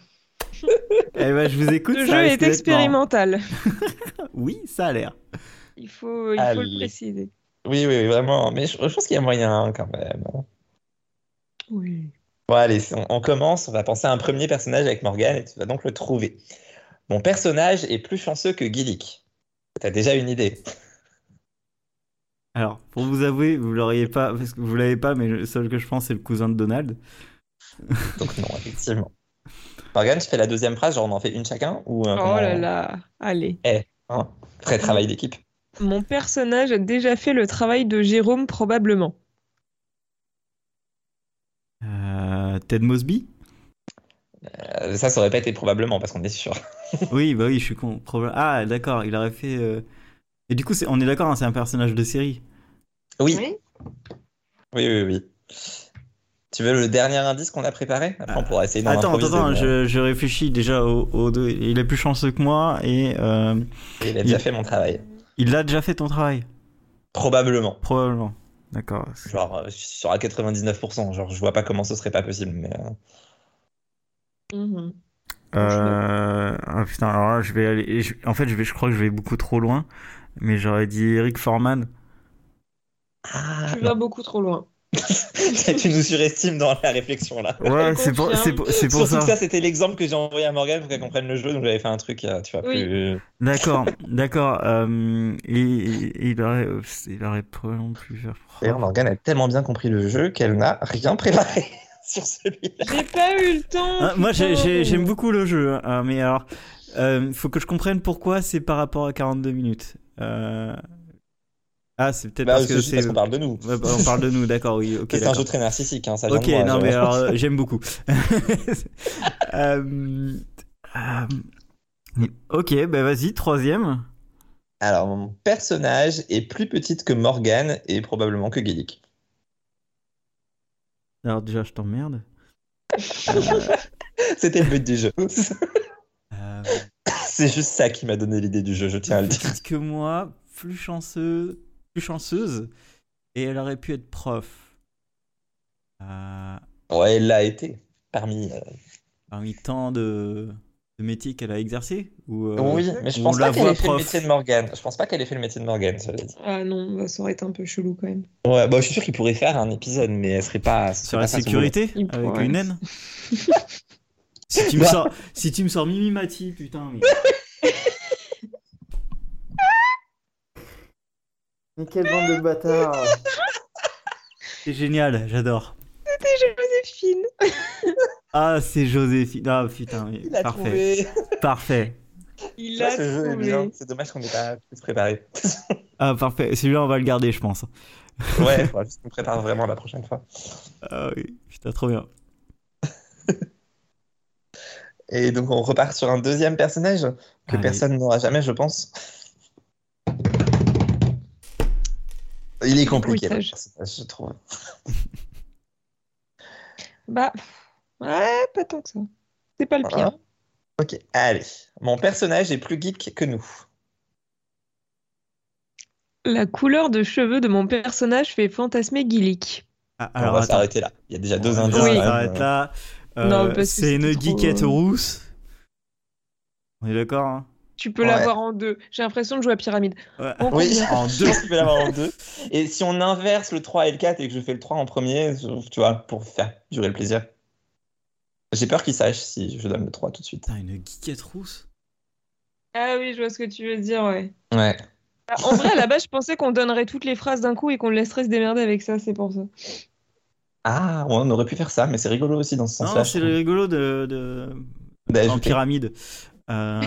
Speaker 1: eh ben, je vous
Speaker 2: [LAUGHS]
Speaker 1: écoute.
Speaker 2: Le
Speaker 1: ça
Speaker 2: jeu
Speaker 1: risque
Speaker 2: est
Speaker 1: d'être
Speaker 2: expérimental.
Speaker 1: marrant. Oui, ça a l'air.
Speaker 2: Il faut, il faut le
Speaker 3: Allez.
Speaker 2: préciser.
Speaker 3: Oui, oui, oui, vraiment. Mais je, je pense qu'il y a moyen quand même. hein.
Speaker 2: Oui.
Speaker 3: Bon, allez, on, on commence. On va penser à un premier personnage avec Morgane et tu vas donc le trouver. Mon personnage est plus chanceux que Gillick. T'as déjà une idée.
Speaker 1: Alors, pour vous avouer, vous l'auriez pas, parce que vous l'avez pas, mais le seul que je pense, c'est le cousin de Donald.
Speaker 2: [LAUGHS]
Speaker 3: Donc, non, effectivement. Morgane, je fais la deuxième phrase, genre on en fait une chacun ou euh,
Speaker 2: Oh
Speaker 3: comment-
Speaker 2: là là. Allez.
Speaker 3: hein Vrai travail d'équipe.
Speaker 2: Mon personnage a déjà fait le travail de Jérôme, probablement.
Speaker 1: Euh, Ted Mosby
Speaker 3: Euh, ça, ça aurait pas été probablement parce qu'on est sûr. [LAUGHS]
Speaker 1: Oui, bah oui, je suis con. Probable- Ah, d'accord, il aurait fait. euh, Et du coup, c'est- on est d'accord, hein, c'est un personnage de série.
Speaker 3: Oui, oui, oui, oui. Tu veux le dernier indice qu'on a préparé Après, on pourra essayer d'en
Speaker 1: attends, attends,
Speaker 3: improviser,
Speaker 1: attends,
Speaker 3: mais, euh,
Speaker 1: je, je réfléchis déjà aux au deux. Il est plus chanceux que moi et euh,
Speaker 3: Il a déjà
Speaker 1: il-
Speaker 3: fait mon travail.
Speaker 1: il a déjà fait ton travail,
Speaker 3: Probablement.
Speaker 1: probablement. D'accord. c'est-
Speaker 3: Genre, euh, je suis sûr à 99%. Genre, je vois pas comment ce serait pas possible, mais. euh,
Speaker 2: Mhm.
Speaker 1: Euh... Ah putain, alors là, je vais aller. je- En fait, je, vais... je crois que je vais beaucoup trop loin, mais j'aurais dit Eric
Speaker 3: [LAUGHS]
Speaker 1: Forman.
Speaker 3: Ah,
Speaker 2: Tu vas beaucoup trop loin.
Speaker 3: tu nous surestimes dans la réflexion là.
Speaker 1: Ouais,
Speaker 2: Je
Speaker 1: c'est pour,
Speaker 2: confirme.
Speaker 1: c'est pour, c'est pour
Speaker 3: Surtout
Speaker 1: ça.
Speaker 3: que ça, c'était l'exemple que j'ai envoyé à Morgane pour qu'elle comprenne le jeu, donc j'avais fait un truc, euh, tu vois,
Speaker 2: Oui.
Speaker 3: plus...
Speaker 1: D'accord, d'accord. euh, il- il, il aurait, il aurait probablement pu faire.
Speaker 3: D'ailleurs, Morgane a tellement bien compris le jeu qu'elle n'a rien préparé [LAUGHS] sur celui-là.
Speaker 2: J'ai pas eu le temps.
Speaker 1: Ah, moi, j'ai-
Speaker 2: putain.
Speaker 1: j'ai- j'aime beaucoup le jeu, hein, mais alors, euh, faut que je comprenne pourquoi c'est par rapport à 42 minutes. Euh, Ah, c'est peut-être
Speaker 3: Bah,
Speaker 1: parce
Speaker 3: c'est
Speaker 1: que
Speaker 3: juste
Speaker 1: c'est.
Speaker 3: parce qu'on parle de nous.
Speaker 1: Ouais, bah, on parle de nous, d'accord, oui. ok,
Speaker 3: C'est un
Speaker 1: d'accord.
Speaker 3: jeu très narcissique, hein, ça vient
Speaker 1: Ok,
Speaker 3: de moi,
Speaker 1: non,
Speaker 3: je-
Speaker 1: mais alors euh, j'aime beaucoup. [LAUGHS] Euh, euh, ok, bah vas-y, troisième.
Speaker 3: Alors, mon personnage est plus petite que Morgane et probablement que Gaelic.
Speaker 1: Alors déjà, je t'emmerde.
Speaker 3: [LAUGHS] C'était le but du jeu. [LAUGHS]
Speaker 1: Euh,
Speaker 3: c'est juste ça qui m'a donné l'idée du jeu, je tiens à le dire.
Speaker 1: petite que moi, plus chanceuse, plus chanceuse, et elle aurait pu être prof. Euh,
Speaker 3: Ouais, elle l'a été, parmi... euh,
Speaker 1: parmi tant de, de métiers qu'elle a exercé ou, euh,
Speaker 3: Oui, mais je
Speaker 1: ou
Speaker 3: pense
Speaker 1: on la
Speaker 3: pas qu'elle
Speaker 1: voit
Speaker 3: ait fait le
Speaker 1: prof.
Speaker 3: métier de Morgane. Je pense pas qu'elle ait fait le métier de Morgane, cela dit.
Speaker 2: Ah non, bah, ça aurait été un peu chelou quand même.
Speaker 3: Ouais, bah, je suis sûr qu'il pourrait faire un épisode, mais elle serait pas. ce
Speaker 1: Sur
Speaker 3: serait
Speaker 1: la
Speaker 3: pas ça son
Speaker 1: sécurité
Speaker 2: Il
Speaker 1: avec
Speaker 2: pourrait.
Speaker 1: une
Speaker 3: [LAUGHS]
Speaker 1: haine si, tu me
Speaker 3: Bah.
Speaker 1: sors, si tu me sors Mimi Mati, putain. Mais... mais quelle bande de bâtards C'est génial, j'adore.
Speaker 2: Joséphine.
Speaker 1: Ah, c'est Joséphine. Ah, putain, mais
Speaker 3: boulot. Il a
Speaker 1: parfait.
Speaker 3: trouvé.
Speaker 1: Parfait.
Speaker 2: Il
Speaker 3: Ça,
Speaker 2: a
Speaker 3: ce jeu est
Speaker 2: trouvé.
Speaker 3: bien. C'est dommage qu'on n'ait pas plus [LAUGHS] préparé.
Speaker 1: Ah, parfait. Celui-là, on va le garder, je pense.
Speaker 3: ouais, faudra juste qu'on prépare vraiment la prochaine fois.
Speaker 1: Ah oui, putain, trop bien.
Speaker 3: Et donc on repart sur un deuxième personnage que
Speaker 1: Allez.
Speaker 3: personne n'aura jamais, je pense. Il est compliqué, le
Speaker 2: bruitage.
Speaker 3: personnage, je trouve.
Speaker 2: Bah, ouais, pas tant que ça. C'est pas le
Speaker 3: Voilà.
Speaker 2: pire.
Speaker 3: Ok, allez. Mon personnage est plus geek que nous.
Speaker 2: La couleur de cheveux de mon personnage fait fantasmer Gillick.
Speaker 1: Ah,
Speaker 3: on
Speaker 1: alors,
Speaker 3: va
Speaker 1: attends.
Speaker 3: s'arrêter là. Il y a déjà deux
Speaker 1: On
Speaker 3: indices.
Speaker 2: Oui.
Speaker 3: quand même.
Speaker 1: s'arrête là. Euh,
Speaker 2: Non, parce que
Speaker 1: c'est une
Speaker 2: c'était trop- euh,
Speaker 1: geekette rousse. On est d'accord, hein
Speaker 2: Tu peux
Speaker 3: Ouais.
Speaker 2: l'avoir en deux. J'ai l'impression de jouer à pyramide.
Speaker 1: Ouais.
Speaker 2: En
Speaker 3: Oui.
Speaker 2: combien
Speaker 1: En
Speaker 3: Je
Speaker 1: deux.
Speaker 3: pense qu'il peut l'avoir en deux. [LAUGHS] Et si on inverse le 3 et le 4 et que je fais le 3 en premier, je- tu vois, pour faire durer le plaisir. J'ai peur qu'il sache si je donne le 3 tout de suite.
Speaker 1: Putain, une geekette rousse
Speaker 2: Ah oui, je vois ce que tu veux dire, ouais.
Speaker 3: Ouais.
Speaker 2: Bah, en vrai, à la base, je pensais qu'on donnerait toutes les phrases d'un coup et qu'on le laisserait se démerder avec ça, c'est pour ça.
Speaker 3: Ah, ouais, on aurait pu faire ça, mais c'est rigolo aussi dans ce
Speaker 1: Non,
Speaker 3: sens-là. Bah,
Speaker 1: c'est le rigolo de. de... En
Speaker 3: D'ajouter.
Speaker 1: pyramide.
Speaker 3: [LAUGHS]
Speaker 1: Euh,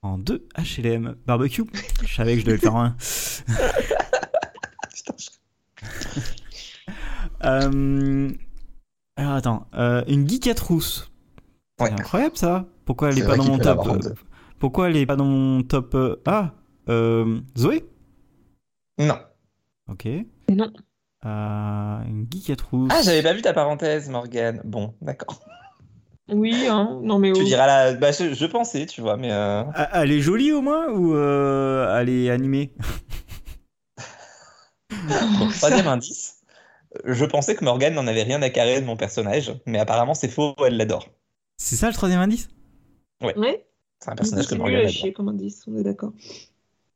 Speaker 1: en deux HLM. Barbecue Je savais que je devais le faire en un.
Speaker 3: [LAUGHS] Putain, je-
Speaker 1: Euh, Alors attends. Euh, une geekette rousse.
Speaker 3: Ouais.
Speaker 1: C'est incroyable ça. Pourquoi elle
Speaker 3: C'est
Speaker 1: est, pas
Speaker 3: vrai
Speaker 1: dans
Speaker 3: qu'il
Speaker 1: mon
Speaker 3: peut
Speaker 1: top
Speaker 3: l'avoir en
Speaker 1: euh,
Speaker 3: deux.
Speaker 1: Pourquoi elle est pas dans mon top euh, Ah euh, Zoé
Speaker 3: Non.
Speaker 1: Ok.
Speaker 2: Non.
Speaker 1: Euh, une geekette rousse.
Speaker 3: Ah, j'avais pas vu ta parenthèse, Morgane. Bon, d'accord.
Speaker 2: Oui, hein. Non, mais
Speaker 3: Tu
Speaker 2: oh.
Speaker 3: diras la. Bah, je, je pensais, tu vois, mais. euh,
Speaker 1: Ah, Elle est jolie au moins ou euh, elle est animée
Speaker 2: [LAUGHS]
Speaker 3: Bon,
Speaker 2: ça.
Speaker 3: troisième indice. Je pensais que Morgane n'en avait rien à carrer de mon personnage, mais apparemment c'est faux, elle l'adore.
Speaker 1: C'est ça le troisième indice
Speaker 2: Ouais.
Speaker 3: C'est un personnage que
Speaker 2: C'est nul
Speaker 3: Morgane
Speaker 2: à
Speaker 3: adore.
Speaker 2: chier comme indice, on est d'accord.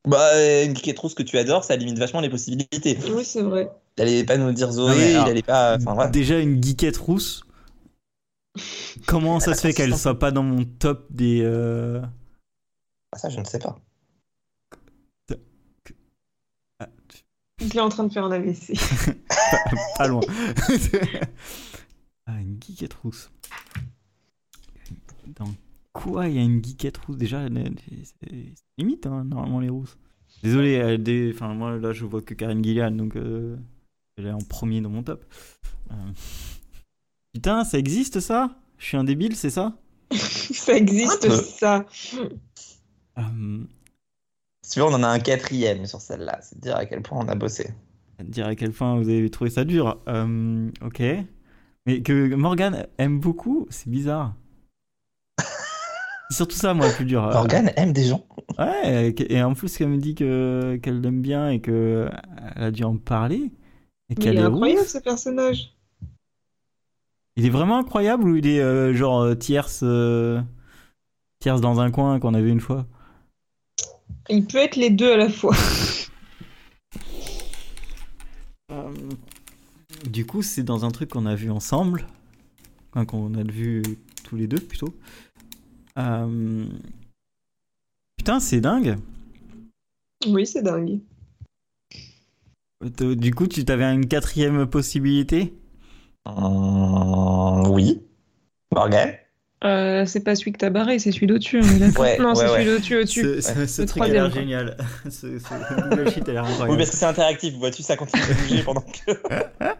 Speaker 3: Bah, euh, une geekette rousse que tu adores, ça limite vachement les possibilités.
Speaker 2: Oui, c'est vrai.
Speaker 3: Il allait pas nous dire
Speaker 1: Non,
Speaker 3: Zoé,
Speaker 1: mais alors,
Speaker 3: il allait pas. Enfin, voilà.
Speaker 1: Déjà une geekette rousse. Comment ça se fait qu'elle soit pas dans mon top des. euh,
Speaker 3: Ah, Ça, je ne sais pas.
Speaker 1: ah,
Speaker 2: Il est en train de faire un AVC.
Speaker 1: Pas [LAUGHS] loin. ah, une geekette rousse. Dans quoi il y a une geekette rousse Déjà, c'est- c'est limite, hein, normalement, les rousses. Désolé, euh, des... enfin, moi là je vois que Karine Gillian, donc euh, elle est en premier dans mon top. Euh, Putain, ça existe ça Je suis un débile, c'est ça
Speaker 2: [LAUGHS] ça existe,
Speaker 3: Un peu.
Speaker 2: ça.
Speaker 1: Euh,
Speaker 3: Si tu veux, on en a un quatrième sur celle-là. C'est dire à quel point on a bossé.
Speaker 1: À te dire à quel point vous avez trouvé ça dur. Euh, ok. Mais que Morgane aime beaucoup, c'est bizarre. c'est surtout ça, moi, le plus dur. Euh,
Speaker 3: Morgane aime des gens.
Speaker 1: Ouais, et que- et en plus, qu'elle me dit que- qu'elle l'aime bien et qu'elle a dû en parler. Et
Speaker 2: Mais il
Speaker 1: qu'elle
Speaker 2: est
Speaker 1: est
Speaker 2: incroyable,
Speaker 1: rousse.
Speaker 2: ce personnage.
Speaker 1: Il est vraiment incroyable ou il est euh, genre euh, tierce, euh, tierce dans un coin qu'on avait une fois
Speaker 2: Il peut être les deux à la fois. [LAUGHS]
Speaker 1: Euh, Du coup, c'est dans un truc qu'on a vu ensemble, enfin, qu'on a vu tous les deux plutôt. Euh, Putain, c'est dingue.
Speaker 2: Oui, c'est dingue.
Speaker 1: T- Du coup, tu t'avais une quatrième possibilité.
Speaker 3: Hum, oui. Morgane
Speaker 2: Euh, c'est pas celui que t'as barré, c'est celui d'au-dessus. hein, on est d'accord
Speaker 3: Ouais,
Speaker 2: non, c'est
Speaker 3: ouais,
Speaker 2: celui
Speaker 3: ouais.
Speaker 2: d'au-dessus, au-dessus.
Speaker 1: Ce, ce- ce
Speaker 2: Le
Speaker 1: truc a l'air
Speaker 2: troisième, quoi.
Speaker 1: génial. [LAUGHS] ce, ce Google Sheet a l'air
Speaker 3: Oui,
Speaker 1: incroyable.
Speaker 3: parce que c'est interactif, vois-tu, ça continue de bouger pendant que.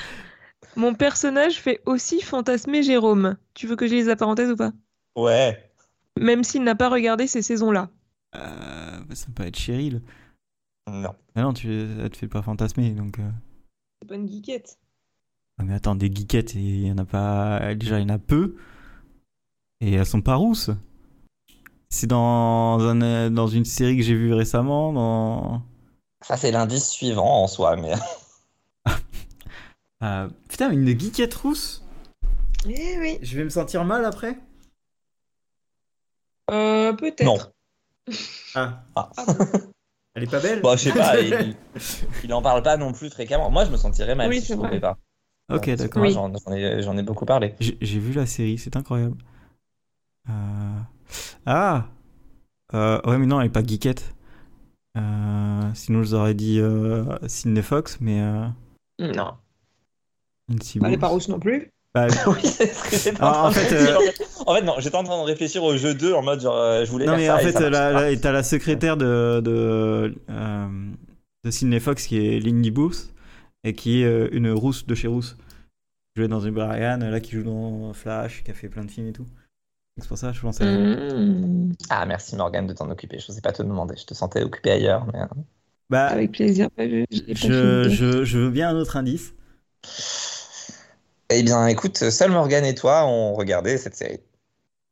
Speaker 3: [LAUGHS]
Speaker 2: Mon personnage fait aussi fantasmer Jérôme. Tu veux que je lise la parenthèse ou pas
Speaker 3: Ouais.
Speaker 2: Même s'il n'a pas regardé ces saisons-là.
Speaker 1: Euh, bah, ça peut pas être Cheryl.
Speaker 3: Non.
Speaker 1: Ah non, tu, ça te fait pas fantasmer. Donc, euh.
Speaker 2: C'est pas une geekette.
Speaker 1: Ah, mais attends, des geekettes, il y en a pas. Déjà, il y en a peu. Et elles sont pas rousses. C'est dans, un, euh, dans une série que j'ai vue récemment. Dans...
Speaker 3: Ça, c'est l'indice suivant en soi, mais. [LAUGHS]
Speaker 1: Ah, putain, mais une geekette rousse
Speaker 2: Eh oui.
Speaker 1: Je vais me sentir mal après
Speaker 2: Euh, peut-être.
Speaker 3: Non.
Speaker 1: Ah,
Speaker 2: Ah
Speaker 3: [LAUGHS]
Speaker 2: bon.
Speaker 1: elle est pas belle
Speaker 3: Bon, je sais pas, il, il en parle pas non plus fréquemment. Moi, je me sentirais mal
Speaker 2: Oui,
Speaker 3: si
Speaker 2: c'est
Speaker 3: je
Speaker 2: vrai.
Speaker 3: trouvais pas.
Speaker 1: [LAUGHS] Ok,
Speaker 3: Parce que
Speaker 1: d'accord.
Speaker 3: moi,
Speaker 2: Oui.
Speaker 3: J'en j'en ai, j'en ai beaucoup parlé.
Speaker 1: J'ai j'ai vu la série, c'est incroyable. Euh, Ah Euh, Ouais, mais non, elle est pas geekette. Euh, Sinon, je vous aurais dit euh, Sydney Fox, mais. euh,
Speaker 2: Non.
Speaker 1: une
Speaker 2: Bah, Elle est
Speaker 1: ciboule.
Speaker 2: pas rousse non plus.
Speaker 1: Bah,
Speaker 3: [LAUGHS] Oui, c'est ce que j'étais
Speaker 1: Ah, en
Speaker 3: en train de
Speaker 1: fait,
Speaker 3: [LAUGHS] dire. En fait, non, j'étais en train de réfléchir au jeu 2 en mode genre, euh, je voulais
Speaker 1: Non
Speaker 3: faire
Speaker 1: mais
Speaker 3: ça
Speaker 1: en
Speaker 3: et
Speaker 1: fait,
Speaker 3: ça marchait
Speaker 1: là,
Speaker 3: pas.
Speaker 1: là, et t'as la secrétaire de de, euh, de Sydney Fox qui est Lindy Booth et qui est euh, une rousse de chez rousse. jouait dans une Brian, là qui joue dans Flash, qui a fait plein de films et tout. C'est pour ça, je pense à elle.
Speaker 2: Mmh.
Speaker 3: Ah, merci Morgane de t'en occuper. Je ne sais pas te demander. Je te sentais occupé ailleurs. Mais... hein.
Speaker 1: Bah,
Speaker 2: Avec plaisir. Pas vu, je l'ai pas
Speaker 1: je,
Speaker 2: fini.
Speaker 1: je, je veux bien un autre indice.
Speaker 3: Eh bien, écoute, seul Morgane et toi ont regardé cette série.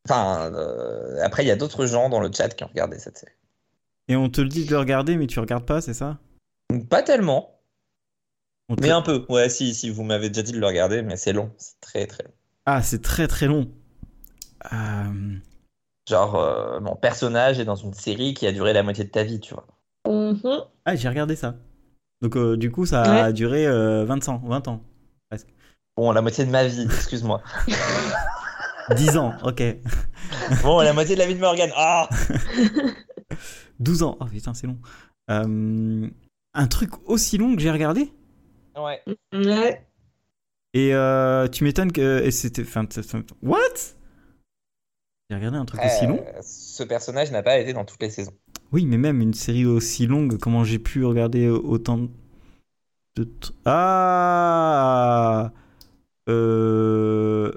Speaker 3: Enfin, euh, après, il y a d'autres gens dans le chat qui ont regardé cette série.
Speaker 1: Et on te le dit de le regarder, mais tu regardes pas, c'est ça
Speaker 3: Donc, Pas tellement,
Speaker 1: On te-
Speaker 3: mais un peu. Ouais, si, si, vous m'avez déjà dit de le regarder, mais c'est long. C'est très, très long.
Speaker 1: Ah, c'est très très long. Euh,
Speaker 3: Genre, euh, mon personnage est dans une série qui a duré la moitié de ta vie, tu vois.
Speaker 2: Mhm.
Speaker 1: Ah, j'ai regardé ça. Donc, euh, du coup, ça a duré euh, 20 ans. 20 ans.
Speaker 3: Bon, la moitié de ma vie, excuse-moi.
Speaker 1: 10 ans, ok.
Speaker 3: Bon, la moitié de la vie de Morgane. Ah
Speaker 1: 12 ans. Oh putain, c'est long. Euh, un truc aussi long que j'ai regardé
Speaker 3: Ouais.
Speaker 2: Ouais.
Speaker 1: Et euh, tu m'étonnes que. et c'était. Enfin, t- t- what J'ai regardé un truc aussi
Speaker 3: Euh,
Speaker 1: long
Speaker 3: Ce personnage n'a pas été dans toutes les saisons.
Speaker 1: Oui, mais même une série aussi longue, comment j'ai pu regarder autant de. tr- Ah Euh.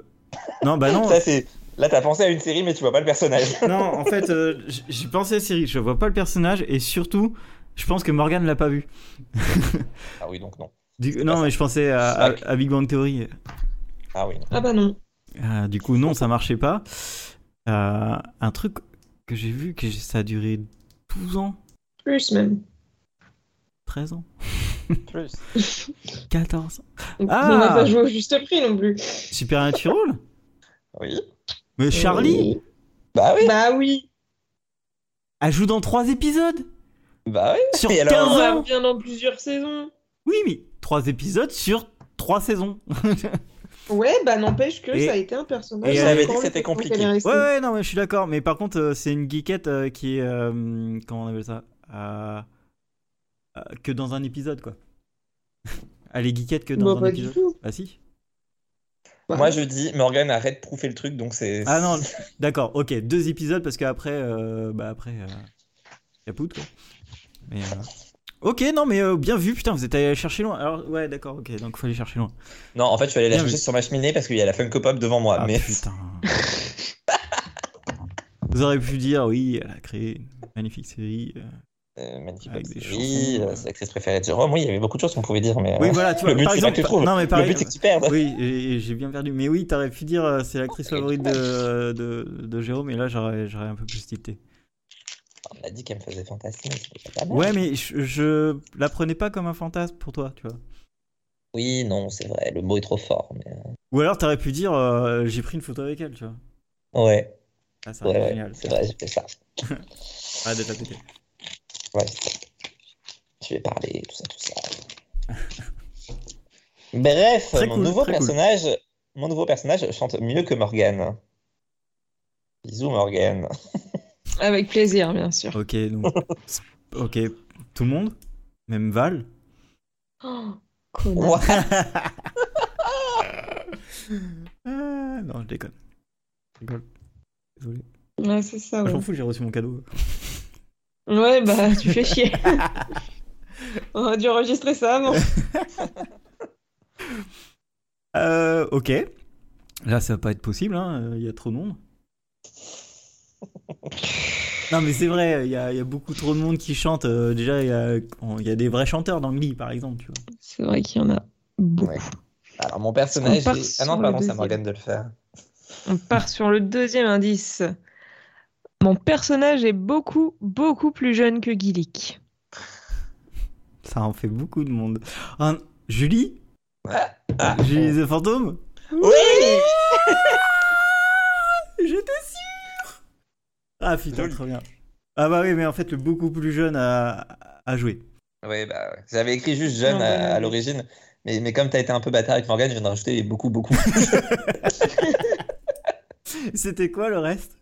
Speaker 1: Non, bah non.
Speaker 3: Ça, c'est... Là, t'as pensé à une série, mais tu vois pas
Speaker 1: [LAUGHS]
Speaker 3: le personnage.
Speaker 1: Non, en fait, euh, j- j'ai pensé à la série, je vois pas le personnage et surtout, je pense que Morgan l'a pas vu.
Speaker 3: Ah oui, donc non.
Speaker 1: Du- non, mais je pensais à, à- à Big Bang Theory.
Speaker 3: Ah oui, non.
Speaker 2: Ah bah non.
Speaker 1: Euh, du coup, non, ça marchait pas. Euh, un truc que j'ai vu, que j'ai- ça a duré 12 ans,
Speaker 2: Plus même.
Speaker 1: 13 ans,
Speaker 3: Plus.
Speaker 1: 14 ans.
Speaker 2: Donc,
Speaker 1: Ah.
Speaker 2: On n'a pas joué au juste prix non plus.
Speaker 1: Supernatural
Speaker 3: Oui.
Speaker 1: Mais Charlie,
Speaker 2: Oui.
Speaker 3: Bah oui.
Speaker 2: Bah oui.
Speaker 1: elle joue dans 3 épisodes
Speaker 3: Bah
Speaker 1: [LAUGHS]
Speaker 3: oui.
Speaker 1: Sur
Speaker 3: Et
Speaker 1: 15
Speaker 3: alors
Speaker 2: On va
Speaker 1: ans
Speaker 2: bien dans plusieurs saisons.
Speaker 1: Oui, mais 3 épisodes sur 3 saisons. [LAUGHS]
Speaker 2: Ouais, bah n'empêche que
Speaker 1: Et-
Speaker 2: ça a été un personnage.
Speaker 1: et
Speaker 2: ça
Speaker 1: j'avais
Speaker 2: a
Speaker 3: dit que c'était
Speaker 2: complètement
Speaker 3: compliqué.
Speaker 2: galéré,
Speaker 1: Ouais, ouais, non, mais je suis d'accord. Mais par contre, euh, c'est une geekette euh, qui est. euh, comment on appelle ça Euh, euh, Que dans un épisode, quoi. [LAUGHS] Elle est geekette que
Speaker 2: ça.
Speaker 1: dans
Speaker 2: Bah,
Speaker 1: un
Speaker 2: pas du
Speaker 1: épisode.
Speaker 2: tout.
Speaker 1: Ah, si
Speaker 3: Moi, je dis, Morgan, arrête de prouver le truc, donc c'est.
Speaker 1: Bah Ah, non, d'accord, ok. Deux épisodes parce qu'après. euh, bah, après. Euh, capoute, quoi. Mais, euh, Ok, non, mais euh, bien vu, putain, vous êtes allé chercher loin. Alors, ouais, d'accord, ok, donc faut aller chercher loin.
Speaker 3: Non, en fait, je suis allé la
Speaker 1: Bien
Speaker 3: chercher
Speaker 1: vu.
Speaker 3: sur ma cheminée parce qu'il y a la Funko Pop devant moi.
Speaker 1: Ah
Speaker 3: mais [LAUGHS]
Speaker 1: putain. Vous auriez pu dire, oui, elle a créé une magnifique série. euh.
Speaker 3: Euh, magnifique
Speaker 1: Avec des
Speaker 3: série,
Speaker 1: chansons,
Speaker 3: euh, c'est l'actrice préférée de Jérôme. Oui, il y avait beaucoup de choses qu'on pouvait dire, mais.
Speaker 1: Oui,
Speaker 3: euh,
Speaker 1: voilà, tu vois.
Speaker 3: le but,
Speaker 1: par
Speaker 3: c'est pas
Speaker 1: exemple,
Speaker 3: que tu trouves.
Speaker 1: Non, mais par
Speaker 3: le but, c'est que tu perdes.
Speaker 1: Oui, et- et j'ai bien perdu. Mais oui, t'aurais pu dire euh, c'est l'actrice favorite de, de, de Jérôme, et là j'aurais j'aurais un peu plus tilté.
Speaker 3: On a dit qu'elle me faisait fantasmer. c'était pas mal.
Speaker 1: Ouais, mais je, je la prenais pas comme un fantasme pour toi, tu vois.
Speaker 3: Oui, non, c'est vrai, le mot est trop fort. mais, euh,
Speaker 1: Ou alors t'aurais pu dire euh, j'ai pris une photo avec elle, tu vois.
Speaker 3: euh, Ouais,
Speaker 1: Ah, ça
Speaker 3: ouais,
Speaker 1: aurait été
Speaker 3: ouais,
Speaker 1: génial.
Speaker 3: c'est vrai, j'ai fait ça.
Speaker 1: Arrête de te la péter.
Speaker 3: Ouais. Tu vais parler, tout ça, tout ça. [LAUGHS] Bref,
Speaker 1: Très
Speaker 3: mon,
Speaker 1: cool,
Speaker 3: nouveau
Speaker 1: très cool.
Speaker 3: personnage, mon nouveau personnage chante mieux que Morgane. Bisous, Morgane.
Speaker 2: Avec plaisir, bien sûr.
Speaker 1: Ok,
Speaker 3: [LAUGHS]
Speaker 1: donc. ok, tout le monde Même Val
Speaker 2: Oh, connard.
Speaker 3: What
Speaker 1: Ah, Non, je déconne. Je rigole. Désolé.
Speaker 2: Ouais, c'est ça, ouais.
Speaker 1: J'en fous, j'ai reçu mon cadeau.
Speaker 2: Ouais, bah tu
Speaker 1: [LAUGHS]
Speaker 2: fais chier. On a dû enregistrer ça avant.
Speaker 1: Euh, ok. Là, ça va pas être possible, hein, euh, il y a trop de monde. Non, mais c'est vrai, il y, a il y a beaucoup trop de monde qui chante. euh, déjà, il y a, on- il y a des vrais chanteurs dans Glee, par exemple. Tu vois.
Speaker 2: C'est vrai qu'il y en a beaucoup.
Speaker 3: Ouais. Alors, mon personnage.
Speaker 2: On part
Speaker 3: est- Ah non,
Speaker 2: sur
Speaker 3: pardon,
Speaker 2: le
Speaker 3: c'est à
Speaker 2: deuxième.
Speaker 3: Morgane de le faire.
Speaker 2: On part sur le deuxième indice. Mon personnage est beaucoup, beaucoup plus jeune que Gillick.
Speaker 1: Ah Ça en fait beaucoup de monde. Ah, Julie
Speaker 3: Ah, ah.
Speaker 1: Julie The Fantôme
Speaker 3: Oui!
Speaker 1: [LAUGHS] J'étais sûr Ah putain,
Speaker 3: Joli.
Speaker 1: trop bien. Ah bah oui, mais en fait, le beaucoup plus jeune à, à jouer.
Speaker 3: Oui, bah, ouais. j'avais écrit juste jeune
Speaker 2: Non,
Speaker 3: à,
Speaker 2: bah,
Speaker 3: à
Speaker 2: ouais.
Speaker 3: l'origine, mais, mais comme t'as été un peu bâtard avec Morgane, je viens de rajouter beaucoup,
Speaker 2: [LAUGHS]
Speaker 3: beaucoup.
Speaker 1: C'était quoi le reste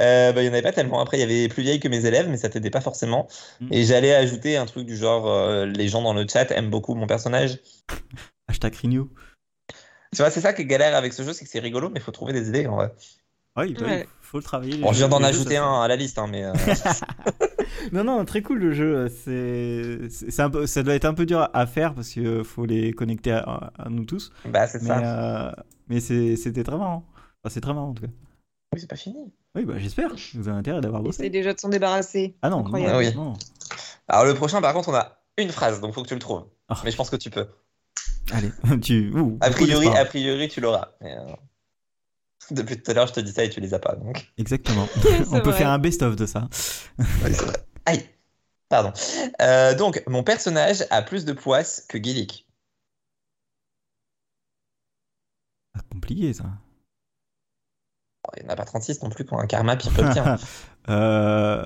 Speaker 3: Euh, bah, il n'y en avait pas tellement. Après, il y avait plus vieille que mes élèves, mais ça t'aidait pas forcément.
Speaker 1: Mm.
Speaker 3: Et j'allais ajouter un truc du genre euh, les gens dans le chat aiment beaucoup mon personnage.
Speaker 1: Hashtag Renew.
Speaker 3: Tu vois, c'est ça qui est galère avec ce jeu, c'est que c'est rigolo, mais il faut trouver des idées en vrai.
Speaker 1: Oui, bah oui,
Speaker 2: Ouais.
Speaker 1: faut le travailler. les
Speaker 3: Bon, je
Speaker 1: jeux-
Speaker 3: viens d'en
Speaker 1: les jeux,
Speaker 3: ajouter
Speaker 1: ça-
Speaker 3: un à la liste, hein,
Speaker 1: [LAUGHS]
Speaker 3: mais euh,
Speaker 1: Non, non, très cool le jeu. euh, C'est, c'est c'est un peu, ça doit être un peu dur à faire parce que euh, faut les connecter à, à nous tous.
Speaker 3: bah, c'est
Speaker 1: Mais,
Speaker 3: ça.
Speaker 1: euh, mais c'est- c'était très marrant. Enfin, c'est très marrant en tout cas.
Speaker 3: Mais c'est pas fini.
Speaker 1: Oui, bah j'espère. Vous avez intérêt d'avoir
Speaker 2: Essaye
Speaker 1: bossé.
Speaker 2: déjà de s'en débarrasser. [LAUGHS]
Speaker 1: Ah non,
Speaker 2: Incroyable.
Speaker 1: non,
Speaker 3: Ah oui.
Speaker 1: non.
Speaker 3: Alors, le prochain, par contre, on a une phrase, donc faut que tu le trouves.
Speaker 1: Oh.
Speaker 3: Mais je pense que tu peux.
Speaker 1: Allez, [LAUGHS] tu. ouh,
Speaker 3: A
Speaker 1: beaucoup
Speaker 3: priori,
Speaker 1: d'espoir.
Speaker 3: a priori, tu l'auras. mais, euh, [LAUGHS] Depuis tout à l'heure, je te dis ça et tu les as pas. Donc...
Speaker 1: Exactement.
Speaker 2: C'est
Speaker 1: On peut
Speaker 2: vrai.
Speaker 1: faire un best-of de ça.
Speaker 3: Aïe Pardon. Euh, donc, mon personnage a plus de poisse que Gillick.
Speaker 1: Ah, compliqué ça.
Speaker 3: Oh, Il n'y en a pas 36 non plus pour un karma pire que
Speaker 1: [LAUGHS]
Speaker 3: le tien.
Speaker 1: Euh,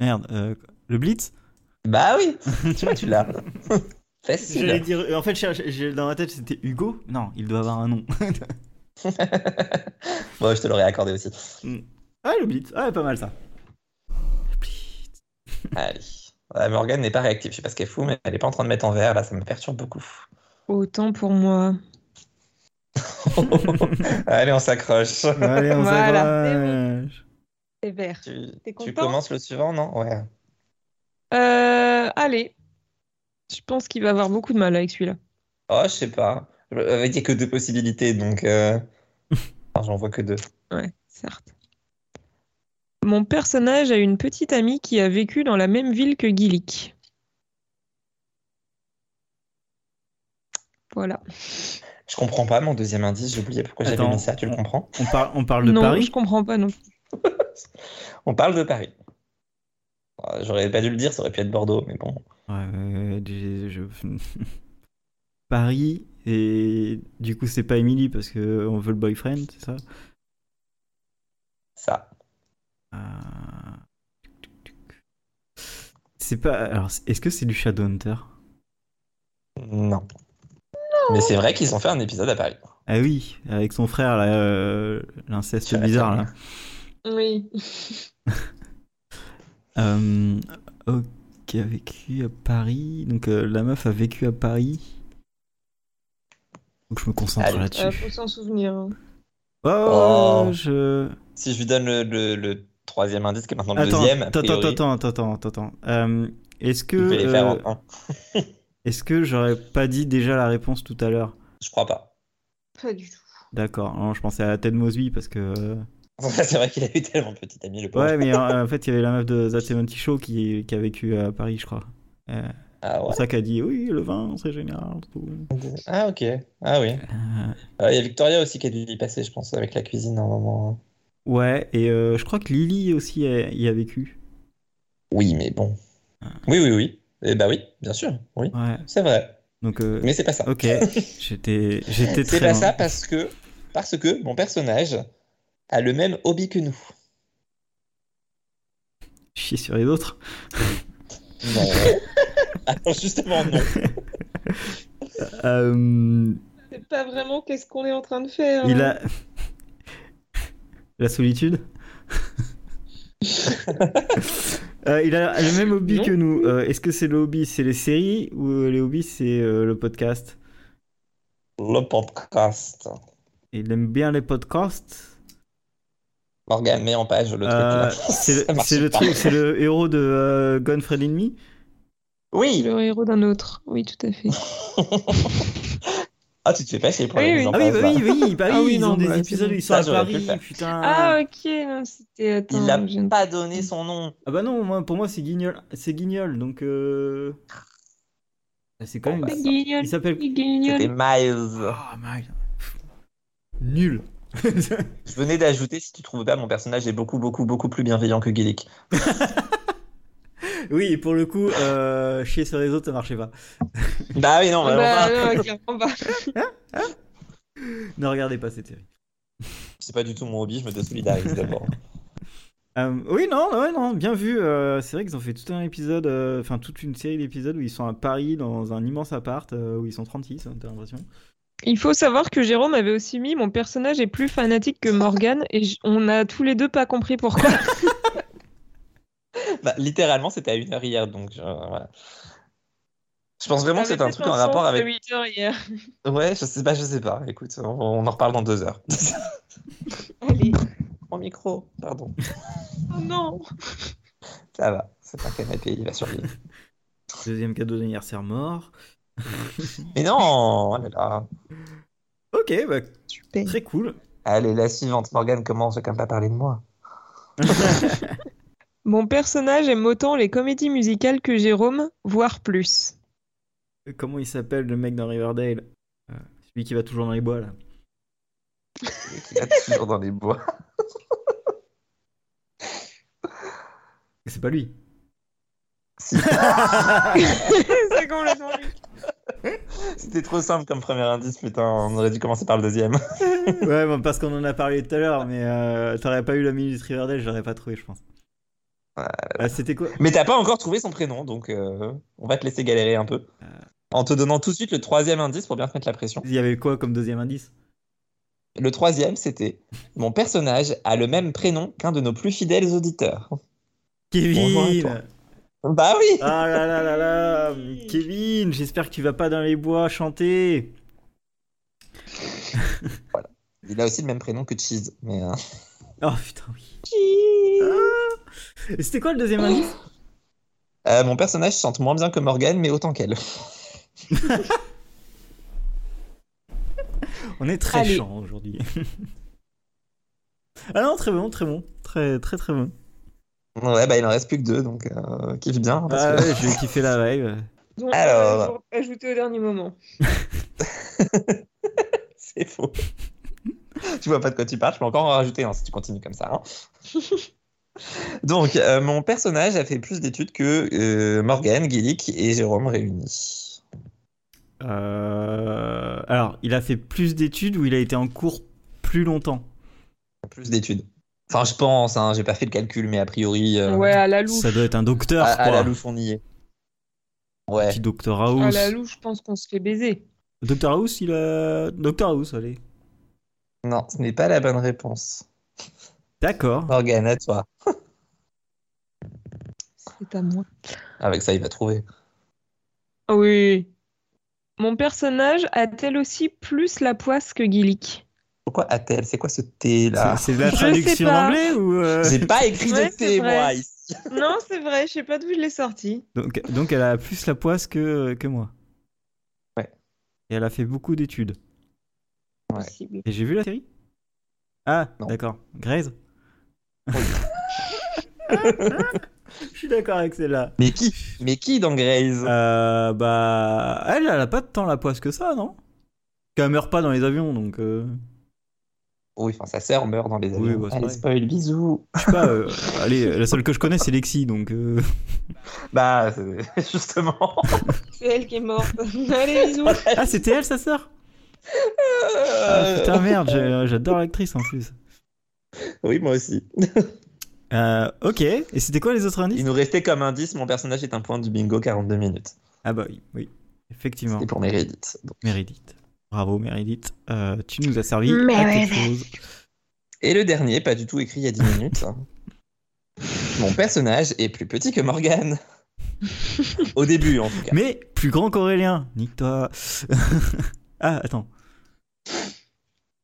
Speaker 1: Merde, euh, le Blitz
Speaker 3: bah oui Tu vois, tu
Speaker 1: [LAUGHS]
Speaker 3: l'as.
Speaker 1: J'allais
Speaker 3: Facile.
Speaker 1: dire. euh, En fait, j'ai- j'ai- dans ma tête, c'était Hugo. Non, il doit avoir un nom. [LAUGHS]
Speaker 3: Bon, je te l'aurais accordé aussi.
Speaker 1: ah, le Blitz. Ah, pas mal ça.
Speaker 3: Allez. Voilà, Morgane n'est pas réactive. Je sais pas ce qu'elle fout, mais elle n'est pas en train de mettre en verre. Là, ça me
Speaker 1: [LAUGHS]
Speaker 3: perturbe beaucoup. [LAUGHS]
Speaker 2: Autant pour moi.
Speaker 3: Allez, on s'accroche.
Speaker 1: Allez, on
Speaker 2: Voilà.
Speaker 1: s'accroche.
Speaker 2: C'est vert.
Speaker 3: Tu,
Speaker 2: T'es
Speaker 3: tu
Speaker 2: content
Speaker 3: commences le suivant, non Ouais.
Speaker 2: Euh, allez. Je pense qu'il va avoir beaucoup de mal avec celui-là.
Speaker 3: Oh, je sais pas. Euh, Il n'y a que deux possibilités, donc.
Speaker 1: [LAUGHS]
Speaker 3: euh, enfin, J'en vois que deux.
Speaker 2: Ouais, certes. Mon personnage a une petite amie qui a vécu dans la même ville que Gillick. Voilà.
Speaker 3: Je comprends pas mon deuxième indice, j'ai oublié pourquoi j'avais
Speaker 1: Attends.
Speaker 3: mis ça, tu le comprends?
Speaker 1: On parle, on parle de
Speaker 2: non,
Speaker 1: Paris.
Speaker 2: je comprends pas non. plus.
Speaker 3: On parle de Paris. Euh, J'aurais pas dû le dire, ça aurait pu être Bordeaux, mais bon.
Speaker 1: Ouais, ouais, ouais, j'ai- je- [LAUGHS] Paris et du coup c'est pas Emily parce que on veut le boyfriend, c'est ça
Speaker 3: Ça.
Speaker 1: Euh, C'est pas. Alors, c'est- est-ce que c'est du Shadowhunter
Speaker 3: Non. Mais c'est vrai qu'ils ont fait un épisode à Paris.
Speaker 1: Ah oui, avec son frère, là, euh, l'inceste
Speaker 3: Sur la
Speaker 1: bizarre là.
Speaker 3: Terre.
Speaker 2: Oui.
Speaker 1: Euh, ok, a vécu à Paris. Donc euh, la meuf a vécu à Paris. Faut que je me concentre
Speaker 3: Allez.
Speaker 1: là-dessus.
Speaker 2: euh, faut s'en souvenir. hein.
Speaker 1: Oh,
Speaker 3: Oh.
Speaker 1: je.
Speaker 3: Si je lui donne le, le- le troisième indice, qui est maintenant le
Speaker 1: Attends,
Speaker 3: deuxième, a
Speaker 1: attends,
Speaker 3: priori,
Speaker 1: attends, attends, attends, attends. Euh, est-ce que
Speaker 3: il peut les faire hein.
Speaker 1: euh,
Speaker 3: en un.
Speaker 1: est-ce que j'aurais pas dit déjà la réponse tout à l'heure
Speaker 3: Je crois pas. [LAUGHS]
Speaker 2: Pas du tout.
Speaker 1: D'accord. Non, je pensais à Ted Mosby parce que. euh,
Speaker 3: C'est vrai qu'il a eu tellement de petits amis, le pauvre.
Speaker 1: Ouais, mais en, en fait, il y avait la meuf de The 70 Show qui, qui a vécu à Paris, je crois. Euh, c'est
Speaker 3: Ah
Speaker 1: pour
Speaker 3: ouais.
Speaker 1: ça qu'elle a dit oui, le vin, c'est génial. tout.
Speaker 3: Ah ok. Ah oui.
Speaker 1: Euh,
Speaker 3: Euh, Il y a Victoria aussi qui a dû y passer, je pense, avec la cuisine à un moment.
Speaker 1: ouais, et euh, je crois que Lily aussi a- y a vécu.
Speaker 3: Oui, mais bon. Oui, oui, oui. Eh bah oui, bien sûr. Oui,
Speaker 1: Ouais,
Speaker 3: c'est vrai.
Speaker 1: donc. euh,
Speaker 3: Mais c'est pas ça. [LAUGHS]
Speaker 1: Ok, j'étais j'étais très
Speaker 3: C'est pas
Speaker 1: loin.
Speaker 3: ça parce que parce que mon personnage a le même hobby que nous.
Speaker 1: Chier sur les autres.
Speaker 3: Non. [LAUGHS] Alors justement non.
Speaker 1: Euh,
Speaker 2: C'est pas vraiment qu'est-ce qu'on est en train de faire. hein.
Speaker 1: il a [LAUGHS] la
Speaker 3: [LAUGHS]
Speaker 1: solitude. Euh, il a le même hobby
Speaker 2: Non.
Speaker 1: que nous. Euh, Est-ce que c'est le hobby, c'est les séries ou euh, les hobbies, c'est euh, le podcast
Speaker 3: Le podcast.
Speaker 1: Il aime bien les podcasts.
Speaker 3: Morgan, mets en page le truc.
Speaker 1: Euh,
Speaker 3: là.
Speaker 1: c'est
Speaker 3: [LAUGHS] Ça
Speaker 1: le-
Speaker 3: marche
Speaker 1: c'est le
Speaker 3: pas.
Speaker 1: truc, c'est le héros de euh, Gunfred Enemy.
Speaker 3: Oui.
Speaker 2: Le héros d'un autre. Oui, tout à fait.
Speaker 3: [LAUGHS] Ah tu te fais passer pour
Speaker 2: Oui, oui.
Speaker 3: la mise en
Speaker 1: Ah oui,
Speaker 3: place,
Speaker 1: bah oui,
Speaker 3: là.
Speaker 1: oui, bah oui,
Speaker 2: Ah oui,
Speaker 1: ils
Speaker 2: non,
Speaker 1: ont des
Speaker 2: bah, c'est
Speaker 1: épisodes,
Speaker 2: bon.
Speaker 1: ils sont
Speaker 3: Ça,
Speaker 1: à
Speaker 3: j'aurais pu le
Speaker 1: Paris,
Speaker 3: faire.
Speaker 1: putain.
Speaker 2: Ah, ok. Non, c'était. Attends.
Speaker 3: Il a
Speaker 2: je viens de-
Speaker 3: pas donné son nom.
Speaker 1: Ah bah non, moi, pour moi c'est Guignol, c'est Guignol, donc euh... Ah, c'est quand
Speaker 3: Bon,
Speaker 1: même.
Speaker 3: bah,
Speaker 2: Guignol,
Speaker 1: Il s'appelle.
Speaker 2: guignol.
Speaker 3: C'était Miles.
Speaker 1: Ah merde. Nul. [LAUGHS]
Speaker 3: Je venais d'ajouter, si tu trouves pas, mon personnage est beaucoup, beaucoup, beaucoup plus bienveillant que Gillick.
Speaker 1: oui, et pour le coup, euh, chier sur les autres, ça marchait pas.
Speaker 3: Bah oui, non,
Speaker 2: Ah
Speaker 3: vraiment
Speaker 2: bah,
Speaker 3: pas.
Speaker 2: non, clairement pas.
Speaker 1: Ne regardez pas cette série.
Speaker 3: C'est pas du tout mon hobby, je me désolidarise d'abord.
Speaker 1: Euh, oui, non, ouais, non, bien vu. euh, c'est vrai qu'ils ont fait tout un épisode, euh, enfin toute une série d'épisodes où ils sont à Paris dans un immense appart euh, où ils sont 36, hein, t'as l'impression.
Speaker 2: Il faut savoir que Jérôme avait aussi mis mon personnage est plus fanatique que Morgane et j- on a tous les deux pas compris pourquoi.
Speaker 3: Bah, littéralement, c'était à une heure hier, donc je, voilà. Je pense
Speaker 2: Ah,
Speaker 3: vraiment que c'est un truc en rapport avec. Ouais, je sais pas, je sais pas. Écoute, on, on en reparle dans deux heures.
Speaker 2: Allez.
Speaker 3: On [LAUGHS] mon micro, pardon.
Speaker 2: Oh non
Speaker 3: Ça va, c'est un canapé, il va survivre.
Speaker 1: Deuxième cadeau d'anniversaire mort.
Speaker 3: Mais non oh là là.
Speaker 1: Ok, bah,
Speaker 2: Super.
Speaker 1: très cool.
Speaker 3: Allez, la suivante, Morgane commence quand même pas parler de moi.
Speaker 2: Mon personnage aime autant les comédies musicales que Jérôme, voire plus.
Speaker 1: Comment il s'appelle le mec dans Riverdale Euh, Celui qui va toujours dans les bois là.
Speaker 3: Il est toujours dans les bois.
Speaker 1: C'est pas lui.
Speaker 3: Si.
Speaker 2: [LAUGHS] C'est complètement lui.
Speaker 3: [LAUGHS] C'était trop simple comme premier indice, putain, on aurait dû commencer par le deuxième.
Speaker 1: ouais, bon, parce qu'on en a parlé tout à l'heure, mais euh, t'aurais pas eu la minute Riverdale, j'aurais pas trouvé, je pense. Ah, C'était quoi
Speaker 3: Mais t'as pas encore trouvé son prénom, donc euh, on va te laisser galérer un peu. En te donnant tout de suite le troisième indice pour bien te mettre la pression.
Speaker 1: Il y avait quoi comme deuxième indice
Speaker 3: Le troisième, c'était Mon personnage a le même prénom qu'un de nos plus fidèles auditeurs. Bonjour à
Speaker 1: Kevin
Speaker 3: Bah oui
Speaker 1: Ah là là là là
Speaker 2: Oui.
Speaker 1: Kevin, j'espère que tu vas pas dans les bois chanter
Speaker 3: Il a aussi le même prénom que Cheese. Mais euh,
Speaker 1: Oh putain, oui.
Speaker 2: Qui
Speaker 1: Et C'était quoi le deuxième indice
Speaker 3: euh, mon personnage chante moins bien que Morgane, mais autant qu'elle.
Speaker 1: On est très
Speaker 2: Allez.
Speaker 1: chiant aujourd'hui. [LAUGHS] ah non, très bon, très bon. Très très très bon.
Speaker 3: Ouais, bah il en reste plus que deux, donc euh, kiffe bien. parce
Speaker 1: Ah
Speaker 3: que-
Speaker 1: ouais, j'ai kiffé la vibe.
Speaker 2: Donc,
Speaker 3: Alors.
Speaker 2: euh, pour ajouter au dernier moment.
Speaker 3: [LAUGHS] C'est faux. tu vois pas de quoi tu parles, je peux encore en rajouter un si tu continues comme ça. hein. [LAUGHS] Donc, euh, mon personnage a fait plus d'études que euh, Morgane, Guilic et Jérôme réunis.
Speaker 1: Euh, Alors, il a fait plus d'études ou il a été en cours plus longtemps
Speaker 3: Plus d'études. Enfin, je pense, hein, j'ai pas fait le calcul, mais a priori, euh,
Speaker 2: Ouais, à la louche.
Speaker 1: Ça doit être un docteur,
Speaker 3: à, à
Speaker 1: quoi.
Speaker 3: Ah, la louche, on y est. Ouais.
Speaker 1: Petit Docteur
Speaker 2: À
Speaker 3: Ah,
Speaker 1: House.
Speaker 2: Ah, la louche, je pense qu'on se fait baiser.
Speaker 1: Docteur House, il a. Docteur House, allez.
Speaker 3: Non, ce n'est pas la bonne réponse.
Speaker 1: D'accord.
Speaker 3: Morgane, à toi.
Speaker 2: C'est à moi.
Speaker 3: Avec ça, il va trouver.
Speaker 2: Ah Oui. Mon personnage a-t-elle aussi plus la poisse que Gillick
Speaker 3: Pourquoi a-t-elle C'est quoi ce thé là
Speaker 1: C'est c'est de la
Speaker 2: Je sais
Speaker 1: traduction en
Speaker 2: pas.
Speaker 1: anglais ou. euh,
Speaker 3: J'ai pas écrit
Speaker 2: Ouais,
Speaker 3: de
Speaker 2: c'est
Speaker 3: thé,
Speaker 2: vrai.
Speaker 3: moi, ici.
Speaker 2: Non, c'est vrai, je sais pas d'où je l'ai sorti.
Speaker 1: Donc, donc elle a plus la poisse que, que moi.
Speaker 3: Ouais.
Speaker 1: Et elle a fait beaucoup d'études.
Speaker 3: Ouais.
Speaker 2: Possible.
Speaker 1: Et j'ai vu la série Ah,
Speaker 3: Non.
Speaker 1: d'accord. Graze [LAUGHS] Je suis d'accord avec celle-là.
Speaker 3: Mais qui Mais qui dans Graze
Speaker 1: Euh, bah, elle, elle a pas tant la poisse que ça, non Qu'elle meurt pas dans les avions, donc. euh,
Speaker 3: Oui, enfin, sa sœur meurt dans les
Speaker 1: Oui,
Speaker 3: avions.
Speaker 1: bah, c'est
Speaker 3: Allez,
Speaker 1: vrai.
Speaker 3: spoil, bisous.
Speaker 1: je sais pas. euh, allez, la seule que je connais, c'est Lexi, donc.
Speaker 3: [LAUGHS]
Speaker 1: euh,
Speaker 3: Bah, euh, [LAUGHS] justement.
Speaker 2: C'est elle qui est morte. [LAUGHS] Allez, bisous.
Speaker 1: Ah, c'était elle, sa sœur ah,
Speaker 3: Euh.
Speaker 1: Putain, merde, j'ai- j'adore l'actrice en plus.
Speaker 3: [LAUGHS] oui, moi aussi.
Speaker 1: Euh, ok, et c'était quoi les autres indices
Speaker 3: Il nous restait comme indice mon personnage est un point du bingo 42 minutes.
Speaker 1: Ah, bah oui, oui. Effectivement.
Speaker 3: C'était pour Meredith. Donc.
Speaker 1: Meredith. Bravo Meredith, Euh, tu nous as servi à
Speaker 2: Meredith.
Speaker 1: quelque chose.
Speaker 3: Et le dernier, pas du tout écrit il
Speaker 1: [LAUGHS]
Speaker 3: y a 10 minutes. mon personnage est plus petit
Speaker 1: [LAUGHS]
Speaker 3: que Morgane. Au début, en tout cas.
Speaker 1: Mais plus grand qu'Aurélien, nique-toi. [LAUGHS] ah, attends.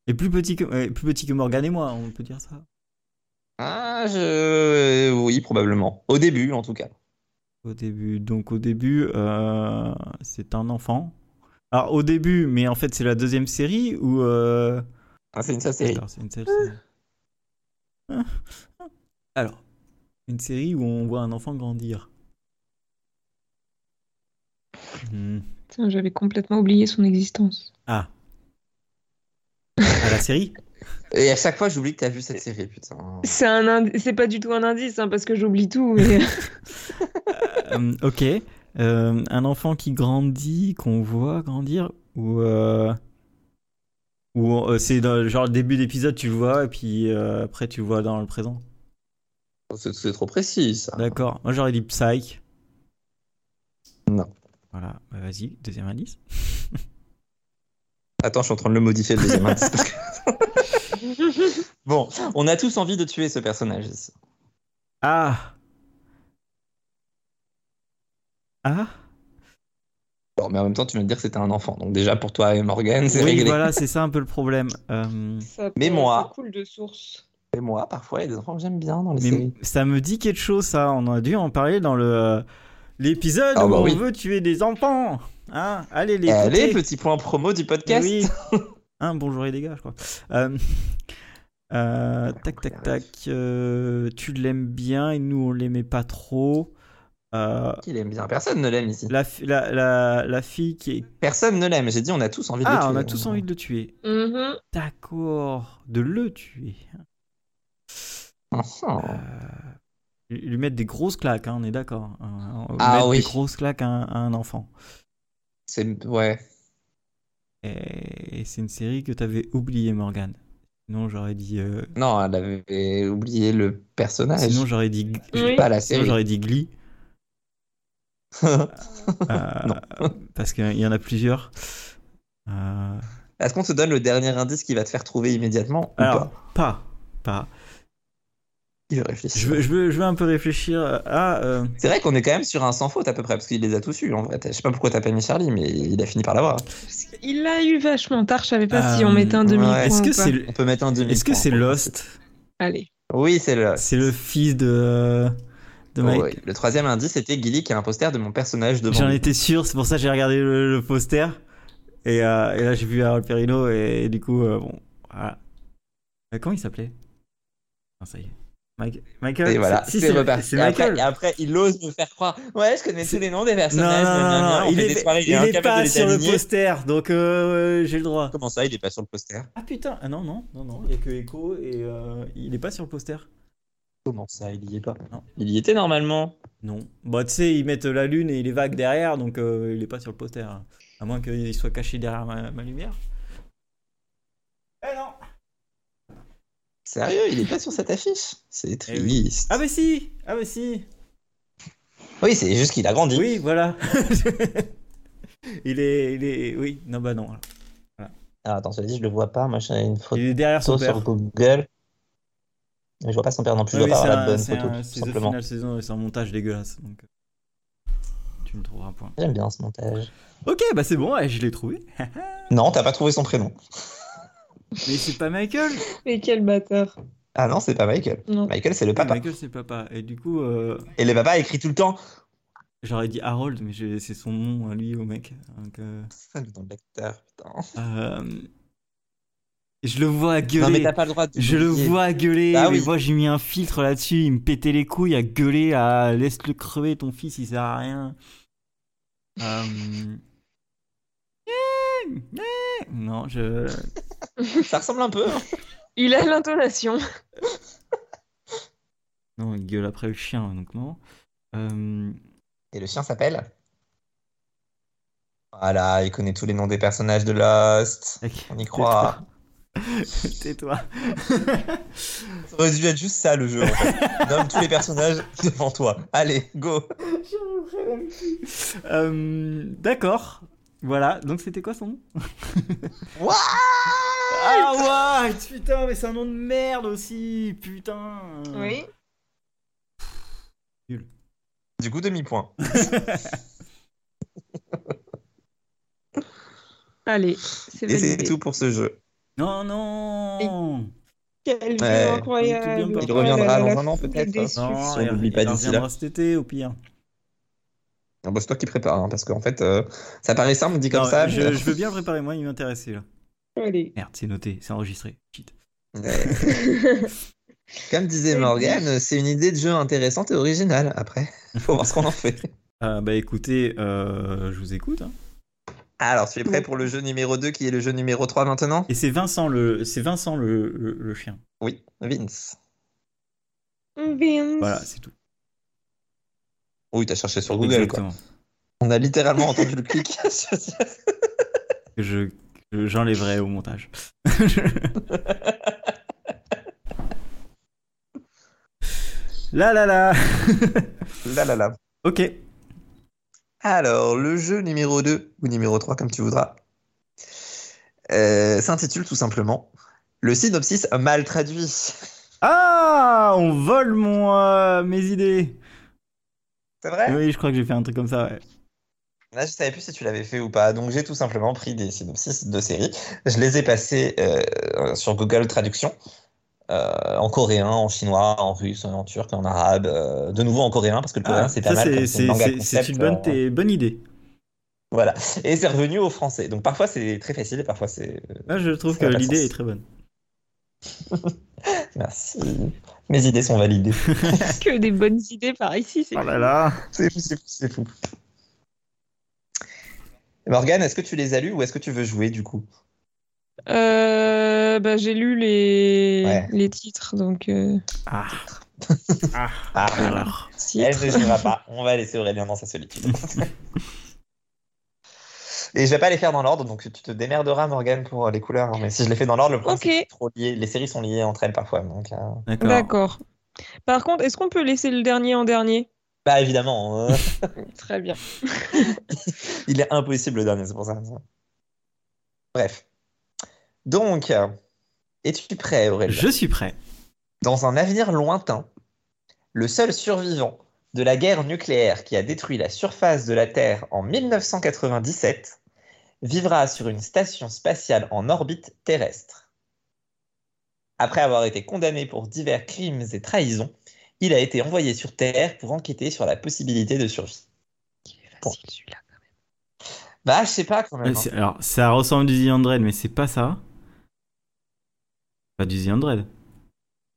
Speaker 1: Et plus petit que, euh, plus petit que Morgane et moi, on peut dire ça.
Speaker 3: Ah, je. euh, Oui, probablement. Au début, en tout cas.
Speaker 1: Au début, donc au début, euh, c'est un enfant. Alors au début, mais en fait c'est la deuxième série ou... euh,
Speaker 3: Ah, C'est une seule série.
Speaker 1: D'accord, c'est une seule série. [LAUGHS] Alors, une série où on voit un enfant grandir. Hmm.
Speaker 2: Tiens, j'avais complètement oublié son existence.
Speaker 1: Ah. À la [LAUGHS] série
Speaker 3: Et à chaque fois, j'oublie que t'as vu cette série, putain.
Speaker 2: C'est un indi- c'est pas du tout un indice hein, parce que j'oublie tout. [LAUGHS] Mais...
Speaker 1: Euh, Ok. Euh, un enfant qui grandit, qu'on voit grandir, ou. euh, Ou euh, c'est dans, genre le début d'épisode, tu le vois, et puis euh, après tu le vois dans le présent.
Speaker 3: C'est c'est trop précis, ça.
Speaker 1: D'accord. Moi j'aurais dit Psyche.
Speaker 3: Non.
Speaker 1: Voilà. Bah, vas-y, deuxième indice.
Speaker 3: Attends, je suis en train de le modifier le deuxième indice, parce que- Bon, on a tous envie de tuer ce personnage. ici.
Speaker 1: Ah Ah
Speaker 3: Bon, mais en même temps, tu vas me dire que c'était un enfant. Donc déjà, pour toi et Morgan, c'est
Speaker 1: Oui,
Speaker 3: réglé. Ah,
Speaker 1: voilà, c'est ça un peu le problème. Euh,
Speaker 2: Ça
Speaker 3: Mais
Speaker 2: peut-
Speaker 3: moi-
Speaker 2: ça coule de source.
Speaker 3: et moi, parfois, il y a des enfants que j'aime bien dans les
Speaker 1: Mais
Speaker 3: séries.
Speaker 1: ça me dit quelque chose, ça. On a dû en parler dans le euh, l'épisode
Speaker 3: Ah
Speaker 1: où
Speaker 3: bah
Speaker 1: on
Speaker 3: oui.
Speaker 1: veut tuer des enfants. Hein Allez les.
Speaker 3: Et Eh, allez,
Speaker 1: écoutez.
Speaker 3: petit point promo du podcast.
Speaker 1: Oui. [LAUGHS] Hein, bonjour et dégage, quoi. Euh, [LAUGHS] euh, tac, tac, tac. euh, tu l'aimes bien et nous, on l'aimait pas trop. Euh,
Speaker 3: Qui l'aime bien Personne ne l'aime ici.
Speaker 1: la, fi- la, la, la fille qui est.
Speaker 3: Personne ne l'aime. J'ai dit, on a tous envie de le
Speaker 1: Ah,
Speaker 3: tuer.
Speaker 1: on a tous envie de le tuer.
Speaker 2: Mhm.
Speaker 1: D'accord. De le tuer.
Speaker 3: Ah,
Speaker 1: Euh,
Speaker 3: Enfin.
Speaker 1: Lui- Lui mettre des grosses claques, hein, on est d'accord. Euh,
Speaker 3: Ah
Speaker 1: mettre
Speaker 3: oui.
Speaker 1: Des grosses claques à un- à un enfant.
Speaker 3: C'est ouais.
Speaker 1: Et et c'est une série que t'avais oublié, Morgane. Sinon, j'aurais dit. euh,
Speaker 3: Non, elle avait oublié le personnage,
Speaker 1: Sinon, j'aurais dit. Gl-
Speaker 2: Oui.
Speaker 3: pas la
Speaker 1: Sinon,
Speaker 3: série.
Speaker 1: j'aurais dit
Speaker 3: [LAUGHS]
Speaker 1: Glee. euh, parce qu'il y en a plusieurs. Euh,
Speaker 3: Est-ce qu'on te donne le dernier indice qui va te faire trouver immédiatement ou
Speaker 1: alors,
Speaker 3: pas
Speaker 1: pas. Pas.
Speaker 3: Il réfléchit.
Speaker 1: Je veux, je, veux, je veux un peu réfléchir à. euh,
Speaker 3: C'est vrai qu'on est quand même sur un sans faute à peu près parce qu'il les a tous eus en vrai. Je sais pas pourquoi t'as pas mis Charlie, mais il a fini par l'avoir.
Speaker 2: Parce qu'il- Il l'a eu vachement tard, je savais pas
Speaker 1: Euh,
Speaker 2: si on mettait un
Speaker 3: Ah, ouais.
Speaker 2: demi point
Speaker 1: Est-ce
Speaker 2: ou
Speaker 1: que
Speaker 2: pas.
Speaker 1: c'est
Speaker 3: On peut mettre un demi.
Speaker 1: est-ce que c'est Lost
Speaker 2: Allez.
Speaker 3: Oui, c'est Lost.
Speaker 1: C'est le fils de. de Mike
Speaker 3: Oui. Le troisième indice c'était Gilly qui a un poster de mon personnage devant.
Speaker 1: J'en
Speaker 3: lui.
Speaker 1: étais sûr, c'est pour ça que j'ai regardé le, le poster. Et, euh, et là, j'ai vu Harold Perrino, et, du coup, euh, bon, voilà. Euh, comment il s'appelait Ah, ça y est. Mike- Michael
Speaker 3: Et voilà,
Speaker 1: Si,
Speaker 3: c'est
Speaker 1: c'est
Speaker 3: reparti.
Speaker 1: c'est
Speaker 3: Et après,
Speaker 1: Michael
Speaker 3: et après, il ose me faire croire. Ouais, je connais
Speaker 1: C'est-
Speaker 3: tous les noms des
Speaker 1: Non,
Speaker 3: personnages.
Speaker 1: non, non,
Speaker 3: gna, gna,
Speaker 1: non,
Speaker 3: gna, on
Speaker 1: il
Speaker 3: fait
Speaker 1: est,
Speaker 3: des soirées,
Speaker 1: il est
Speaker 3: incapable de
Speaker 1: pas
Speaker 3: les
Speaker 1: sur le
Speaker 3: aligner.
Speaker 1: poster, donc euh, j'ai le droit.
Speaker 3: Comment ça, il est pas sur le poster
Speaker 1: Ah putain, ah non, non, non, non, il y a que Echo, et euh, il est pas sur le poster.
Speaker 3: Comment ça, il y est pas
Speaker 1: Non.
Speaker 3: Il y était normalement.
Speaker 1: Non. Bah, tu sais, ils mettent la lune et les vagues derrière, donc euh, il est pas sur le poster. À moins qu'il soit caché derrière ma, ma lumière. Eh non
Speaker 3: Sérieux, il est pas sur cette affiche C'est
Speaker 1: Eh
Speaker 3: triste.
Speaker 1: oui. Ah bah si Ah bah si
Speaker 3: Oui, c'est juste qu'il a grandi.
Speaker 1: Oui, voilà. [LAUGHS] il, est, il est... Oui, non bah non.
Speaker 3: Ah, attends, ça dit, je le vois pas. Moi, j'ai une photo
Speaker 1: Il est derrière son père. Ah,
Speaker 3: sur Google. Mais je vois pas son père non plus.
Speaker 1: Oui,
Speaker 3: je vois
Speaker 1: c'est
Speaker 3: pas avoir
Speaker 1: un-
Speaker 3: la bonne
Speaker 1: c'est
Speaker 3: photo,
Speaker 1: un-
Speaker 3: tout
Speaker 1: c'est au
Speaker 3: simplement.
Speaker 1: final saison et c'est un montage dégueulasse. Donc... euh, Tu me trouveras un point.
Speaker 3: J'aime bien ce montage.
Speaker 1: Ok, bah c'est bon, ouais, je l'ai trouvé.
Speaker 3: Non, t'as pas trouvé son prénom.
Speaker 1: Mais c'est pas Michael
Speaker 2: Mais quel bâtard.
Speaker 3: Ah non, c'est pas Michael.
Speaker 2: Non.
Speaker 3: Michael, c'est le papa.
Speaker 1: Oh. Michael c'est papa. Et du coup, euh,
Speaker 3: Et le papa écrit tout le temps.
Speaker 1: j'aurais dit Harold, mais j'ai- c'est son nom à lui, au mec. Donc, euh,
Speaker 3: Ah, le nom de l'acteur, putain.
Speaker 1: euh, Je le vois
Speaker 3: Non, mais
Speaker 1: gueuler.
Speaker 3: t'as pas le droit de.
Speaker 1: Je le
Speaker 3: l'oublier.
Speaker 1: vois gueuler,
Speaker 3: Bah
Speaker 1: mais
Speaker 3: oui.
Speaker 1: moi j'ai mis un filtre là-dessus, il me pétait les couilles à gueuler, à laisse-le crever ton fils, il sert à rien. Euh, Non, je.
Speaker 3: Ça ressemble un peu. hein.
Speaker 2: Il a l'intonation.
Speaker 1: Non, il gueule après le chien, donc non. Euh,
Speaker 3: Et le chien s'appelle. Voilà, il connaît tous les noms des personnages de Lost.
Speaker 1: tac,
Speaker 3: On y croit.
Speaker 1: Tais-toi. [LAUGHS]
Speaker 3: Ça aurait dû être juste ça le jeu
Speaker 1: [LAUGHS]
Speaker 3: en fait. Nomme tous les personnages devant toi. Allez, go.
Speaker 1: Tais-toi. Euh, D'accord. Voilà, donc c'était quoi son nom
Speaker 3: Ouah
Speaker 1: Ah ouais Putain, mais c'est un nom de merde aussi Putain
Speaker 3: du coup, demi-point.
Speaker 2: Allez, c'est
Speaker 3: Et c'est
Speaker 2: validé.
Speaker 3: tout pour ce jeu.
Speaker 1: [LAUGHS] Non, non
Speaker 2: Quel jeu
Speaker 3: Ouais.
Speaker 1: Il
Speaker 2: incroyable.
Speaker 3: reviendra
Speaker 2: Oh là là,
Speaker 3: dans un an,
Speaker 2: full
Speaker 3: peut-être.
Speaker 2: déçu.
Speaker 1: Non,
Speaker 3: on
Speaker 1: il-
Speaker 3: l'oublie
Speaker 1: il
Speaker 3: pas
Speaker 1: en
Speaker 3: d'ici là.
Speaker 1: reviendra cet été, au pire.
Speaker 3: Ah bah, c'est toi qui prépare, hein, parce qu'en fait, euh, ça paraît simple dit comme
Speaker 1: Non,
Speaker 3: ça.
Speaker 1: je,
Speaker 3: mais-
Speaker 1: je veux bien le préparer, moi, il m'intéressait là.
Speaker 3: [LAUGHS]
Speaker 2: Allez.
Speaker 1: Merde, c'est noté, c'est enregistré. Shit. [LAUGHS]
Speaker 3: Ouais. euh, Comme disait Morgan, c'est une idée de jeu intéressante et originale. Après,
Speaker 1: [LAUGHS]
Speaker 3: faut voir ce qu'on en fait.
Speaker 1: Euh, bah écoutez, euh, je vous écoute. hein.
Speaker 3: Alors, tu es prêt pour le jeu numéro 2 qui est le jeu numéro 3 maintenant
Speaker 1: Et c'est Vincent le, c'est Vincent le, le- le chien.
Speaker 3: Oui, Vince.
Speaker 2: Vince.
Speaker 1: Voilà, c'est tout.
Speaker 3: Oui, t'as cherché sur Google. Quoi.
Speaker 1: Exactement.
Speaker 3: On a littéralement entendu le clic. [LAUGHS] sur-
Speaker 1: Que je, que j'enlèverai au
Speaker 3: [LAUGHS]
Speaker 1: montage. là là là.
Speaker 3: là, là, là.
Speaker 1: ok.
Speaker 3: Alors, le jeu numéro 2, ou numéro 3, comme tu voudras, euh, s'intitule tout simplement Le synopsis mal traduit.
Speaker 1: Ah, on vole mon euh, mes idées.
Speaker 3: C'est vrai
Speaker 1: Oui, je crois que j'ai fait un truc comme ça. ouais.
Speaker 3: Là, je savais plus si tu l'avais fait ou pas. Donc, j'ai tout simplement pris des synopsis de séries. Je les ai passés euh, sur Google Traduction. euh, en coréen, en chinois, en russe, en turc, en arabe, euh, de nouveau en coréen, parce que le coréen,
Speaker 1: Ah,
Speaker 3: c'est
Speaker 1: ça,
Speaker 3: pas mal. comme
Speaker 1: c'est-
Speaker 3: langue à
Speaker 1: c'est-
Speaker 3: concept,
Speaker 1: C'est une bonne,
Speaker 3: euh,
Speaker 1: thé- bonne idée.
Speaker 3: Voilà. Et c'est revenu au français. Donc parfois, c'est très facile, et parfois, c'est.
Speaker 1: Moi, je trouve que
Speaker 3: Ça a pas de
Speaker 1: l'idée
Speaker 3: sens.
Speaker 1: est très bonne.
Speaker 3: Merci. Mes idées sont validées.
Speaker 2: [LAUGHS] Que des bonnes idées par ici, c'est
Speaker 1: Oh là
Speaker 3: [LAUGHS] C'est fou, c'est fou, c'est fou. Morgane, est-ce que tu les as lues ou est-ce que tu veux jouer du coup
Speaker 2: Euh, bah, j'ai lu les...
Speaker 3: Ouais.
Speaker 2: les titres, donc euh,
Speaker 1: Ah. Ah,
Speaker 3: Ah,
Speaker 1: alors.
Speaker 3: elle
Speaker 2: titres.
Speaker 3: ne jouera pas. On va laisser Aurélien dans sa solitude. [LAUGHS] Et je vais pas les faire dans l'ordre, donc tu te démerderas, Morgane, pour les couleurs. hein. Mais si je les fais dans l'ordre, le problème,
Speaker 2: Ok.
Speaker 3: c'est que c'est trop lié. Les séries sont liées entre elles parfois. Donc, euh,
Speaker 1: D'accord.
Speaker 2: D'accord. Par contre, est-ce qu'on peut laisser le dernier en dernier
Speaker 3: Bah évidemment, euh,
Speaker 2: Très bien.
Speaker 3: il est impossible le dernier, c'est pour ça. Bref. Donc, euh, es-tu prêt, Aurélien
Speaker 1: Je suis prêt.
Speaker 3: Dans un avenir lointain, le seul survivant de la guerre nucléaire qui a détruit la surface de la Terre en 1997 vivra sur une station spatiale en orbite terrestre. Après avoir été condamné pour divers crimes et trahisons, il a été envoyé sur Terre pour enquêter sur la possibilité de survie.
Speaker 2: Il est
Speaker 3: Bon.
Speaker 2: facile celui-là.
Speaker 3: Bah, je sais pas quand même.
Speaker 1: Euh,
Speaker 3: hein.
Speaker 1: c'est- Alors, ça ressemble du The Andred, mais c'est pas ça. Pas du The Andred.
Speaker 3: hein.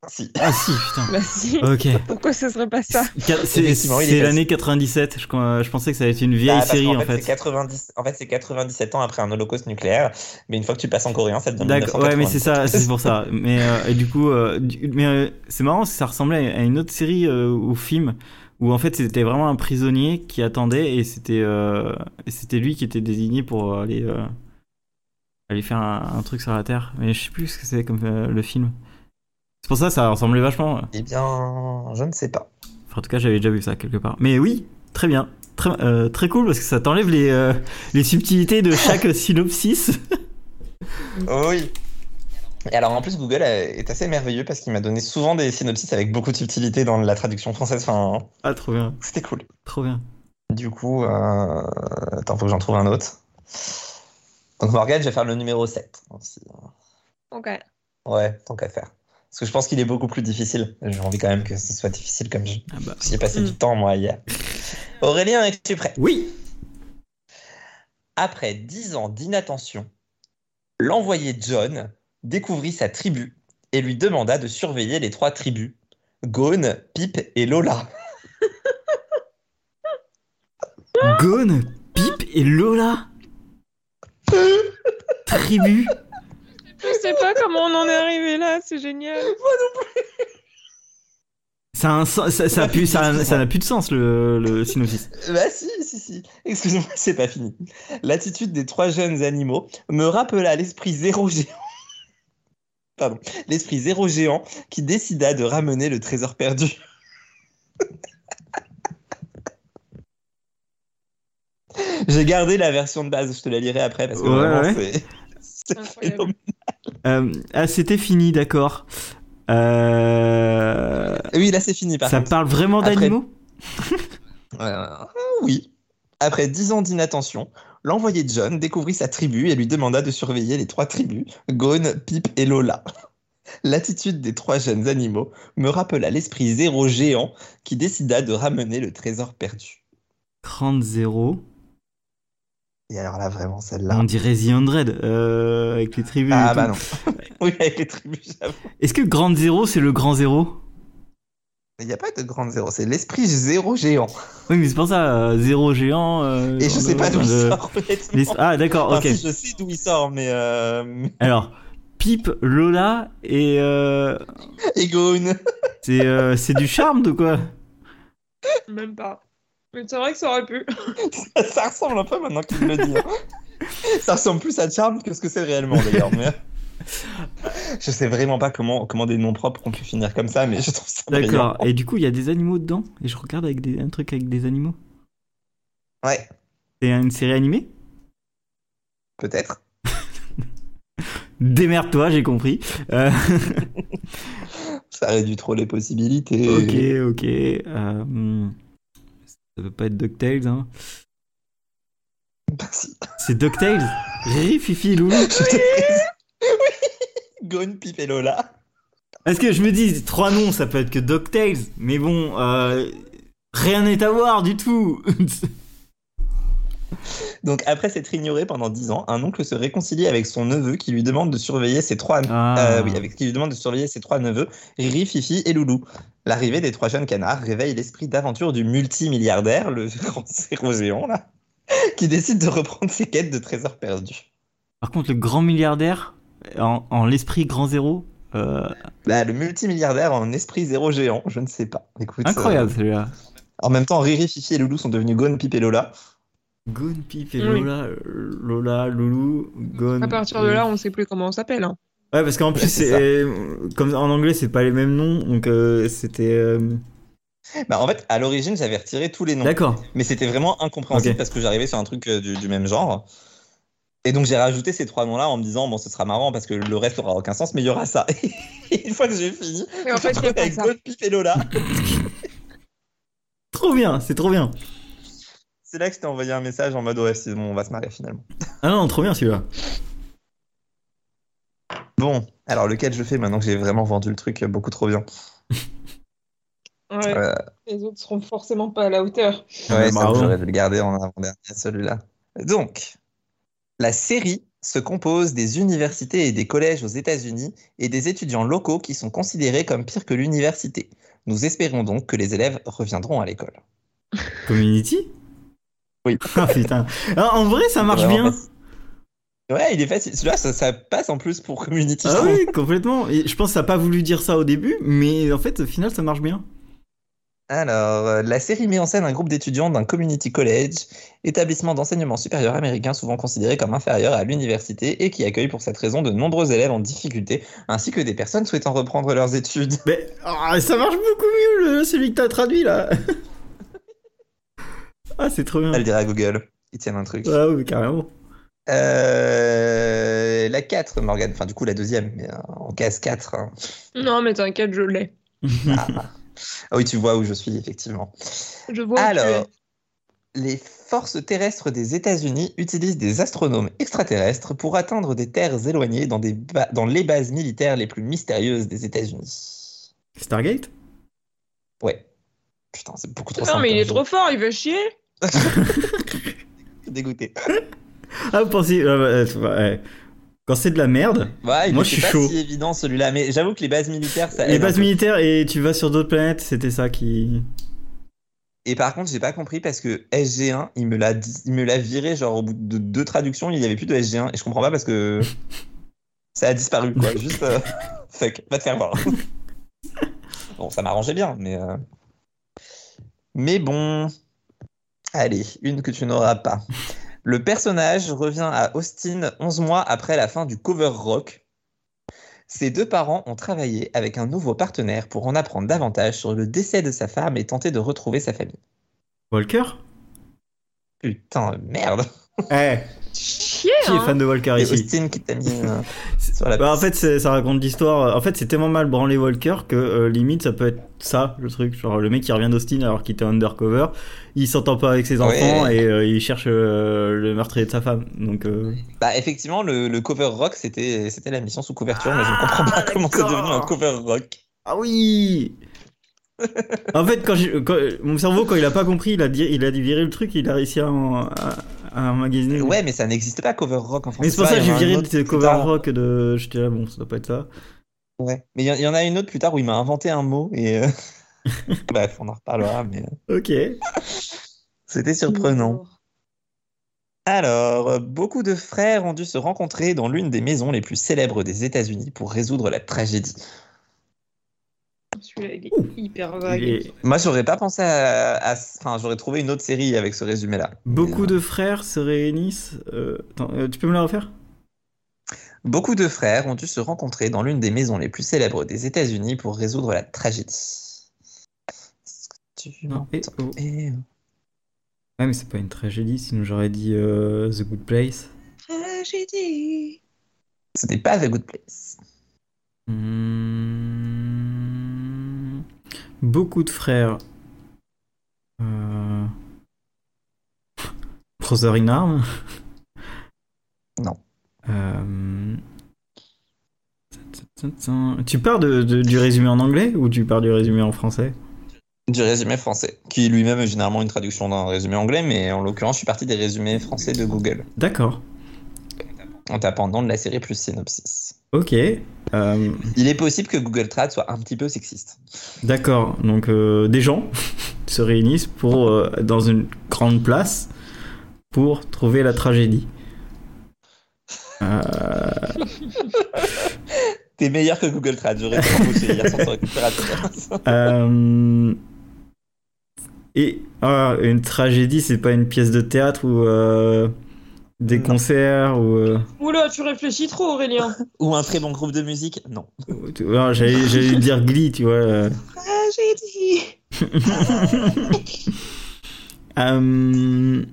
Speaker 3: Si.
Speaker 1: Ah si, putain.
Speaker 2: Bah si,
Speaker 3: Euh.
Speaker 1: Ok.
Speaker 2: pourquoi ce serait pas
Speaker 3: [LAUGHS]
Speaker 2: ça
Speaker 1: Quat- C'est
Speaker 3: Effectivement, il est
Speaker 1: c'est
Speaker 3: passé.
Speaker 1: l'année 97. Je, crois- je pensais que ça allait être une vieille
Speaker 3: Bah, parce
Speaker 1: série
Speaker 3: qu'en
Speaker 1: en
Speaker 3: fait,
Speaker 1: fait.
Speaker 3: c'est 90... en fait, c'est 97 ans après un holocauste nucléaire, mais une fois que tu passes en coréen, ça devient
Speaker 1: D'accord, ouais, mais
Speaker 3: 1990.
Speaker 1: c'est ça, c'est pour ça. Mais euh, et du coup, euh, du- mais euh, c'est marrant, parce que ça ressemblait à une autre série euh, ou film où en fait c'était vraiment un prisonnier qui attendait et c'était euh, et c'était lui qui était désigné pour aller euh, aller faire un, un truc sur la terre. Mais je sais plus ce que c'est comme euh, le film. C'est pour ça, ça ressemblait vachement.
Speaker 3: Eh bien, je ne sais pas.
Speaker 1: Enfin, en tout cas, j'avais déjà vu ça quelque part. Mais oui, très bien. Très, euh, très cool parce que ça t'enlève les, euh, les subtilités de chaque synopsis.
Speaker 3: Oh Oui. Et alors en plus Google euh, est assez merveilleux parce qu'il m'a donné souvent des synopsis avec beaucoup de subtilité dans la traduction française. Enfin,
Speaker 1: Ah, trop bien,
Speaker 3: c'était cool.
Speaker 1: trop bien.
Speaker 3: Du coup, euh... attends, faut que j'en trouve un autre. Donc Morgan, je vais faire le numéro 7. aussi.
Speaker 2: Ok.
Speaker 3: Ouais, tant qu'à faire. Parce que je pense qu'il est beaucoup plus difficile. J'ai envie quand même que ce soit difficile comme jeu.
Speaker 1: Ah bah.
Speaker 3: Parce que J'y ai passé
Speaker 2: Mm.
Speaker 3: du temps moi hier. Aurélien, es-tu prêt
Speaker 1: Oui,
Speaker 3: Après dix ans d'inattention, l'envoyé John découvrit sa tribu et lui demanda de surveiller les trois tribus, Gone, Pipe et Lola.
Speaker 1: Gone, Pipe et Lola. Tribu.
Speaker 2: Je sais pas comment on en est arrivé là, c'est génial.
Speaker 1: Ça a, un sens- ça, ça a plus, ça a- ça n'a plus de sens le, le synopsis.
Speaker 3: [LAUGHS] Bah si, si, si. Excuse-moi, c'est pas fini. L'attitude des trois jeunes animaux me rappela l'esprit zéro géant. [LAUGHS] Pardon, l'esprit zéro géant qui décida de ramener le trésor perdu. [LAUGHS] J'ai gardé la version de base, je te la lirai après parce que
Speaker 1: Ouais,
Speaker 3: vraiment
Speaker 1: ouais.
Speaker 3: c'est- [LAUGHS] c'est
Speaker 2: Incroyable.
Speaker 3: phénoménal.
Speaker 1: Euh, ah, c'était fini, d'accord. Euh,
Speaker 3: Oui, là c'est fini par
Speaker 1: ça
Speaker 3: contre.
Speaker 1: parle vraiment
Speaker 3: Après-
Speaker 1: d'animaux
Speaker 3: Euh, oui. Après dix ans d'inattention, l'envoyé John découvrit sa tribu et lui demanda de surveiller les trois tribus, Gone, Pipe et Lola. L'attitude des trois jeunes animaux me rappela l'esprit zéro géant qui décida de ramener le trésor perdu.
Speaker 1: 30-0.
Speaker 3: Et alors là, vraiment,
Speaker 1: On
Speaker 3: celle-là.
Speaker 1: dirait The Andred euh, avec les tribus. et
Speaker 3: Ah
Speaker 1: tout.
Speaker 3: bah non. oui, avec les tribus, j'avoue.
Speaker 1: Est-ce que Grand Zéro c'est le grand zéro
Speaker 3: Il n'y a pas de grande zéro, c'est l'esprit zéro géant.
Speaker 1: Oui, mais c'est pour ça, euh, zéro géant. euh,
Speaker 3: Et je
Speaker 1: genre
Speaker 3: sais
Speaker 1: de-
Speaker 3: pas d'où il
Speaker 1: de-
Speaker 3: sort, honnêtement.
Speaker 1: les- Ah, d'accord,
Speaker 3: Enfin,
Speaker 1: ok.
Speaker 3: si, je sais d'où il sort, mais... euh,
Speaker 1: Alors, Pipe, Lola et. euh,
Speaker 3: Et Gone.
Speaker 1: C'est euh, c'est du charme de quoi
Speaker 2: Même pas. Mais c'est vrai que ça aurait pu.
Speaker 3: [LAUGHS] Ça ressemble un peu maintenant qu'il me le dit. hein. [LAUGHS] Ça ressemble plus à Charme que ce que c'est réellement d'ailleurs. Mais... euh, Je sais vraiment pas comment, comment des noms propres ont pu finir comme ça, mais je trouve ça brillant.
Speaker 1: D'accord. Et du coup, il y a des animaux dedans et je regarde avec des, un truc avec des animaux.
Speaker 3: Ouais,
Speaker 1: C'est une série animée
Speaker 3: peut-être.
Speaker 1: Démerde-toi, j'ai compris. Euh,
Speaker 3: Ça réduit trop les possibilités.
Speaker 1: [LAUGHS] ok, ok. euh, hmm. ça peut pas être DuckTales, hein.
Speaker 3: Merci.
Speaker 1: C'est DuckTales Riri, Fifi, Loulou
Speaker 3: [LAUGHS] Je t'ai prise. Oui Gone, Pip et Lola.
Speaker 1: Parce que je me dis, trois noms, ça peut être que DuckTales, mais bon, euh, rien n'est à voir du tout. [LAUGHS]
Speaker 3: Donc après s'être ignoré pendant 10 ans, un oncle se réconcilie avec son neveu qui lui demande de surveiller ses trois
Speaker 1: Ah.
Speaker 3: euh, oui, avec qui lui demande de surveiller ses trois neveux, Riri, Fifi et Loulou. L'arrivée des trois jeunes canards réveille l'esprit d'aventure du multimilliardaire, le [LAUGHS] grand zéro géant là, qui décide de reprendre ses quêtes de trésors perdus.
Speaker 1: Par contre, le grand milliardaire, en, en l'esprit grand zéro, euh,
Speaker 3: Bah, le multimilliardaire en esprit zéro géant, je ne sais pas. Écoute,
Speaker 1: incroyable celui-là.
Speaker 3: euh, en même temps, Riri, Fifi et Loulou sont devenus Gone, Pip et Lola.
Speaker 1: Gone, Pip et
Speaker 2: Oui.
Speaker 1: Lola, euh, Lola, Loulou, Gone.
Speaker 2: Mm.
Speaker 3: Mm.
Speaker 2: À partir de là, on ne sait plus comment on s'appelle. hein.
Speaker 1: Ouais, parce qu'en plus,
Speaker 3: Ouais, c'est
Speaker 1: c'est- euh, comme en anglais, c'est pas les mêmes noms, donc euh, c'était. euh,
Speaker 3: Bah, en fait, à l'origine, j'avais retiré tous les noms.
Speaker 1: D'accord.
Speaker 3: Mais c'était vraiment incompréhensible
Speaker 1: Ok.
Speaker 3: parce que j'arrivais sur un truc euh, du, du même genre. Et donc j'ai rajouté ces trois noms-là en me disant bon ce sera marrant parce que le reste aura aucun sens mais il y aura ça. [LAUGHS] Et une fois que j'ai fini,
Speaker 2: [LAUGHS] Mais en fait,
Speaker 3: je
Speaker 2: il
Speaker 3: me
Speaker 2: y a
Speaker 3: retrouve
Speaker 2: pas
Speaker 3: avec
Speaker 2: ça.
Speaker 3: Gold Pip et Lola.
Speaker 1: Trop bien, c'est trop bien.
Speaker 3: C'est là que je t'ai envoyé un message en mode ouais c'est bon on va se marier finalement.
Speaker 1: Ah non, trop bien celui-là.
Speaker 3: Bon alors lequel je fais maintenant que j'ai vraiment vendu le truc euh, beaucoup trop bien.
Speaker 2: Ouais,
Speaker 3: Euh,
Speaker 2: Les autres seront forcément pas à la hauteur.
Speaker 1: bah,
Speaker 3: Ouais, ça,
Speaker 1: bravo.
Speaker 3: j'aurais dû le garder en avant-dernier, celui-là. Donc, la série se compose des universités et des collèges aux États-Unis et des étudiants locaux qui sont considérés comme pires que l'université. Nous espérons donc que les élèves reviendront à l'école.
Speaker 1: Community
Speaker 3: Oui.
Speaker 1: [LAUGHS] Ah putain. Ah, en vrai, ça marche
Speaker 3: Vraiment
Speaker 1: bien.
Speaker 3: facile. Ouais, il est facile. Celui-là, ça, ça passe en plus pour Community. je
Speaker 1: Ah
Speaker 3: trouve.
Speaker 1: oui, complètement. Et je pense que ça n'a pas voulu dire ça au début, mais en fait, au final, ça marche bien.
Speaker 3: Alors, euh, la série met en scène un groupe d'étudiants d'un community college, établissement d'enseignement supérieur américain souvent considéré comme inférieur à l'université et qui accueille pour cette raison de nombreux élèves en difficulté, ainsi que des personnes souhaitant reprendre leurs études.
Speaker 1: Mais ah, ça marche beaucoup mieux, le- celui que t'as traduit là. [LAUGHS] ah, c'est trop bien.
Speaker 3: Elle dira à Google, ils tiennent un truc.
Speaker 1: Ah oui, carrément.
Speaker 3: Euh, la 4, Morgane, enfin du coup la deuxième, mais euh, en case 4. hein.
Speaker 2: Non, mais t'inquiète, je l'ai.
Speaker 3: Ah oui, tu vois où je suis, effectivement.
Speaker 2: Je vois. où tu
Speaker 3: Alors, les forces terrestres des États-Unis utilisent des astronomes extraterrestres pour atteindre des terres éloignées dans, des ba- dans les bases militaires les plus mystérieuses des États-Unis.
Speaker 1: Stargate
Speaker 3: Ouais. Putain, c'est beaucoup
Speaker 2: es.
Speaker 3: trop
Speaker 2: Non,
Speaker 3: simple hein,
Speaker 2: mais il
Speaker 3: comme
Speaker 2: est
Speaker 3: jeu.
Speaker 2: trop fort, il va chier.
Speaker 3: dégoûté.
Speaker 1: Ah, vous pensez. ah, bah, euh, ouais. Quand c'est de la merde,
Speaker 3: Ouais,
Speaker 1: Moi,
Speaker 3: Moi,
Speaker 1: je
Speaker 3: je
Speaker 1: suis
Speaker 3: pas
Speaker 1: chaud.
Speaker 3: si évident celui-là, mais j'avoue que les bases militaires, ça
Speaker 1: les
Speaker 3: aide un
Speaker 1: bases
Speaker 3: peu.
Speaker 1: militaires et tu vas sur d'autres planètes, c'était ça qui.
Speaker 3: Et par contre, j'ai pas compris parce que SG1, il me l'a dit- il me l'a viré genre au bout de deux traductions, il y avait plus de SG1 et je comprends pas parce que ça a disparu quoi, juste euh, [LAUGHS] fuck, va te faire voir. bon, ça m'arrangeait bien mais euh, mais bon. Allez, une que tu n'auras pas. Le personnage revient à Austin 11 mois après la fin du cover rock. Ses deux parents ont travaillé avec un nouveau partenaire pour en apprendre davantage sur le décès de sa femme et tenter de retrouver sa famille.
Speaker 1: Walker
Speaker 3: Putain, merde.
Speaker 1: Eh,
Speaker 2: Chier,
Speaker 3: [LAUGHS]
Speaker 1: qui est
Speaker 2: hein.
Speaker 1: fan de Walker
Speaker 3: Et
Speaker 1: Ah, ici
Speaker 3: Austin qui t'a mis euh, sur la
Speaker 1: Bah, en fait, c'est- ça raconte l'histoire. En fait, c'est tellement mal branlé Walker que euh, limite, ça peut être ça, le truc. Genre, le mec qui revient d'Austin alors qu'il était undercover, il s'entend pas avec ses
Speaker 3: Ouais.
Speaker 1: enfants et euh, il cherche euh, le meurtrier de sa femme. Donc, euh,
Speaker 3: Bah, effectivement, le, le cover rock, c'était c'était la mission sous couverture, mais je ne comprends pas
Speaker 1: Ah,
Speaker 3: comment c'est devenu un
Speaker 1: d'accord.
Speaker 3: cover rock.
Speaker 1: Ah oui En fait, quand, j'ai- quand- mon cerveau, quand il a pas compris, il a, di- il a viré le truc, il a réussi à, en- à, à emmagasiner.
Speaker 3: Ouais, mais ça n'existe pas, cover rock en français.
Speaker 1: Mais c'est pour ça que
Speaker 3: Il y
Speaker 1: j'ai
Speaker 3: en a un
Speaker 1: viré
Speaker 3: autre
Speaker 1: le
Speaker 3: plus
Speaker 1: cover
Speaker 3: tard.
Speaker 1: rock de. J'étais là, bon, ça doit pas être ça.
Speaker 3: Ouais. Mais il y en- il y, en a une autre plus tard où il m'a inventé un mot et.
Speaker 1: [LAUGHS]
Speaker 3: euh, Bref, on en reparlera, mais euh,
Speaker 1: Ok.
Speaker 3: c'était surprenant. Alors, euh, beaucoup de frères ont dû se rencontrer dans l'une des maisons les plus célèbres des États-Unis pour résoudre la tragédie.
Speaker 2: Celui-là, il est
Speaker 1: Ouh.
Speaker 2: hyper vague.
Speaker 1: Et
Speaker 3: Moi, j'aurais pas pensé à. à- Enfin, j'aurais trouvé une autre série avec ce résumé-là.
Speaker 1: beaucoup de frères se réunissent. euh, attends, euh, tu peux me la refaire
Speaker 3: Beaucoup de frères ont dû se rencontrer dans l'une des maisons les plus célèbres des États-Unis pour résoudre la tragédie. Est-ce que tu
Speaker 1: Non.
Speaker 3: m'entends
Speaker 1: Et- oh.
Speaker 3: Eh, oh.
Speaker 1: Ouais, mais c'est pas une tragédie, sinon j'aurais dit euh, The Good Place.
Speaker 2: Tragédie.
Speaker 3: Ce n'est pas The Good Place.
Speaker 1: Hmm. Beaucoup de frères. Euh... Brother in Arms
Speaker 3: Non.
Speaker 1: Euh, Tu pars de- de- du résumé en anglais ou tu pars du résumé en français
Speaker 3: Du résumé français, qui lui-même est généralement une traduction d'un résumé anglais, mais en l'occurrence, je suis parti des résumés français de Google,
Speaker 1: D'accord.
Speaker 3: en tapant nom de la série plus synopsis.
Speaker 1: Ok. Euh,
Speaker 3: Il est possible que Google Trad soit un petit peu sexiste.
Speaker 1: D'accord. Donc euh, des gens [LAUGHS] se réunissent pour euh, dans une grande place pour trouver la tragédie. Euh,
Speaker 3: T'es meilleur que Google Trad, j'aurais été embauché hier sans ton récupérateur. [LAUGHS]
Speaker 1: euh, et ah, une tragédie, c'est pas une pièce de théâtre ou euh, des
Speaker 3: Non.
Speaker 1: concerts ou. euh,
Speaker 2: Oula, tu réfléchis trop, Aurélien.
Speaker 3: Ou un très bon groupe de musique Non.
Speaker 1: ou- tu- alors, J'allais
Speaker 2: [LAUGHS]
Speaker 1: j'allais dire Glee, tu vois. euh.
Speaker 2: Tragédie.
Speaker 1: Euh,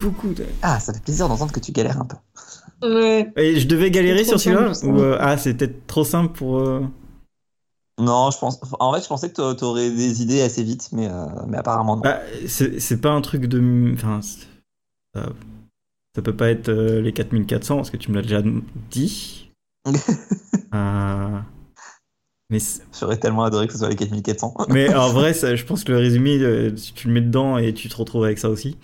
Speaker 1: beaucoup de.
Speaker 3: Ah, ça fait plaisir d'entendre que tu galères un peu.
Speaker 2: Ouais.
Speaker 1: Et je devais galérer
Speaker 2: C'est trop
Speaker 1: sur celui-là
Speaker 2: simple, ça.
Speaker 1: ou euh, ah c'était trop simple pour euh,
Speaker 3: Non, je pense. En fait, je pensais que t'a- t'aurais des idées assez vite, mais, euh, mais apparemment non.
Speaker 1: bah, c'est c'est pas un truc de enfin c'est- ça, ça peut pas être euh, les 4400 parce que tu me l'as déjà
Speaker 2: [LAUGHS]
Speaker 1: dit Euh, mais c'est-
Speaker 3: J'aurais tellement adoré que ce soit les 4400.
Speaker 1: mais en vrai ça- je pense que le résumé euh, si tu le mets dedans et tu te retrouves avec ça aussi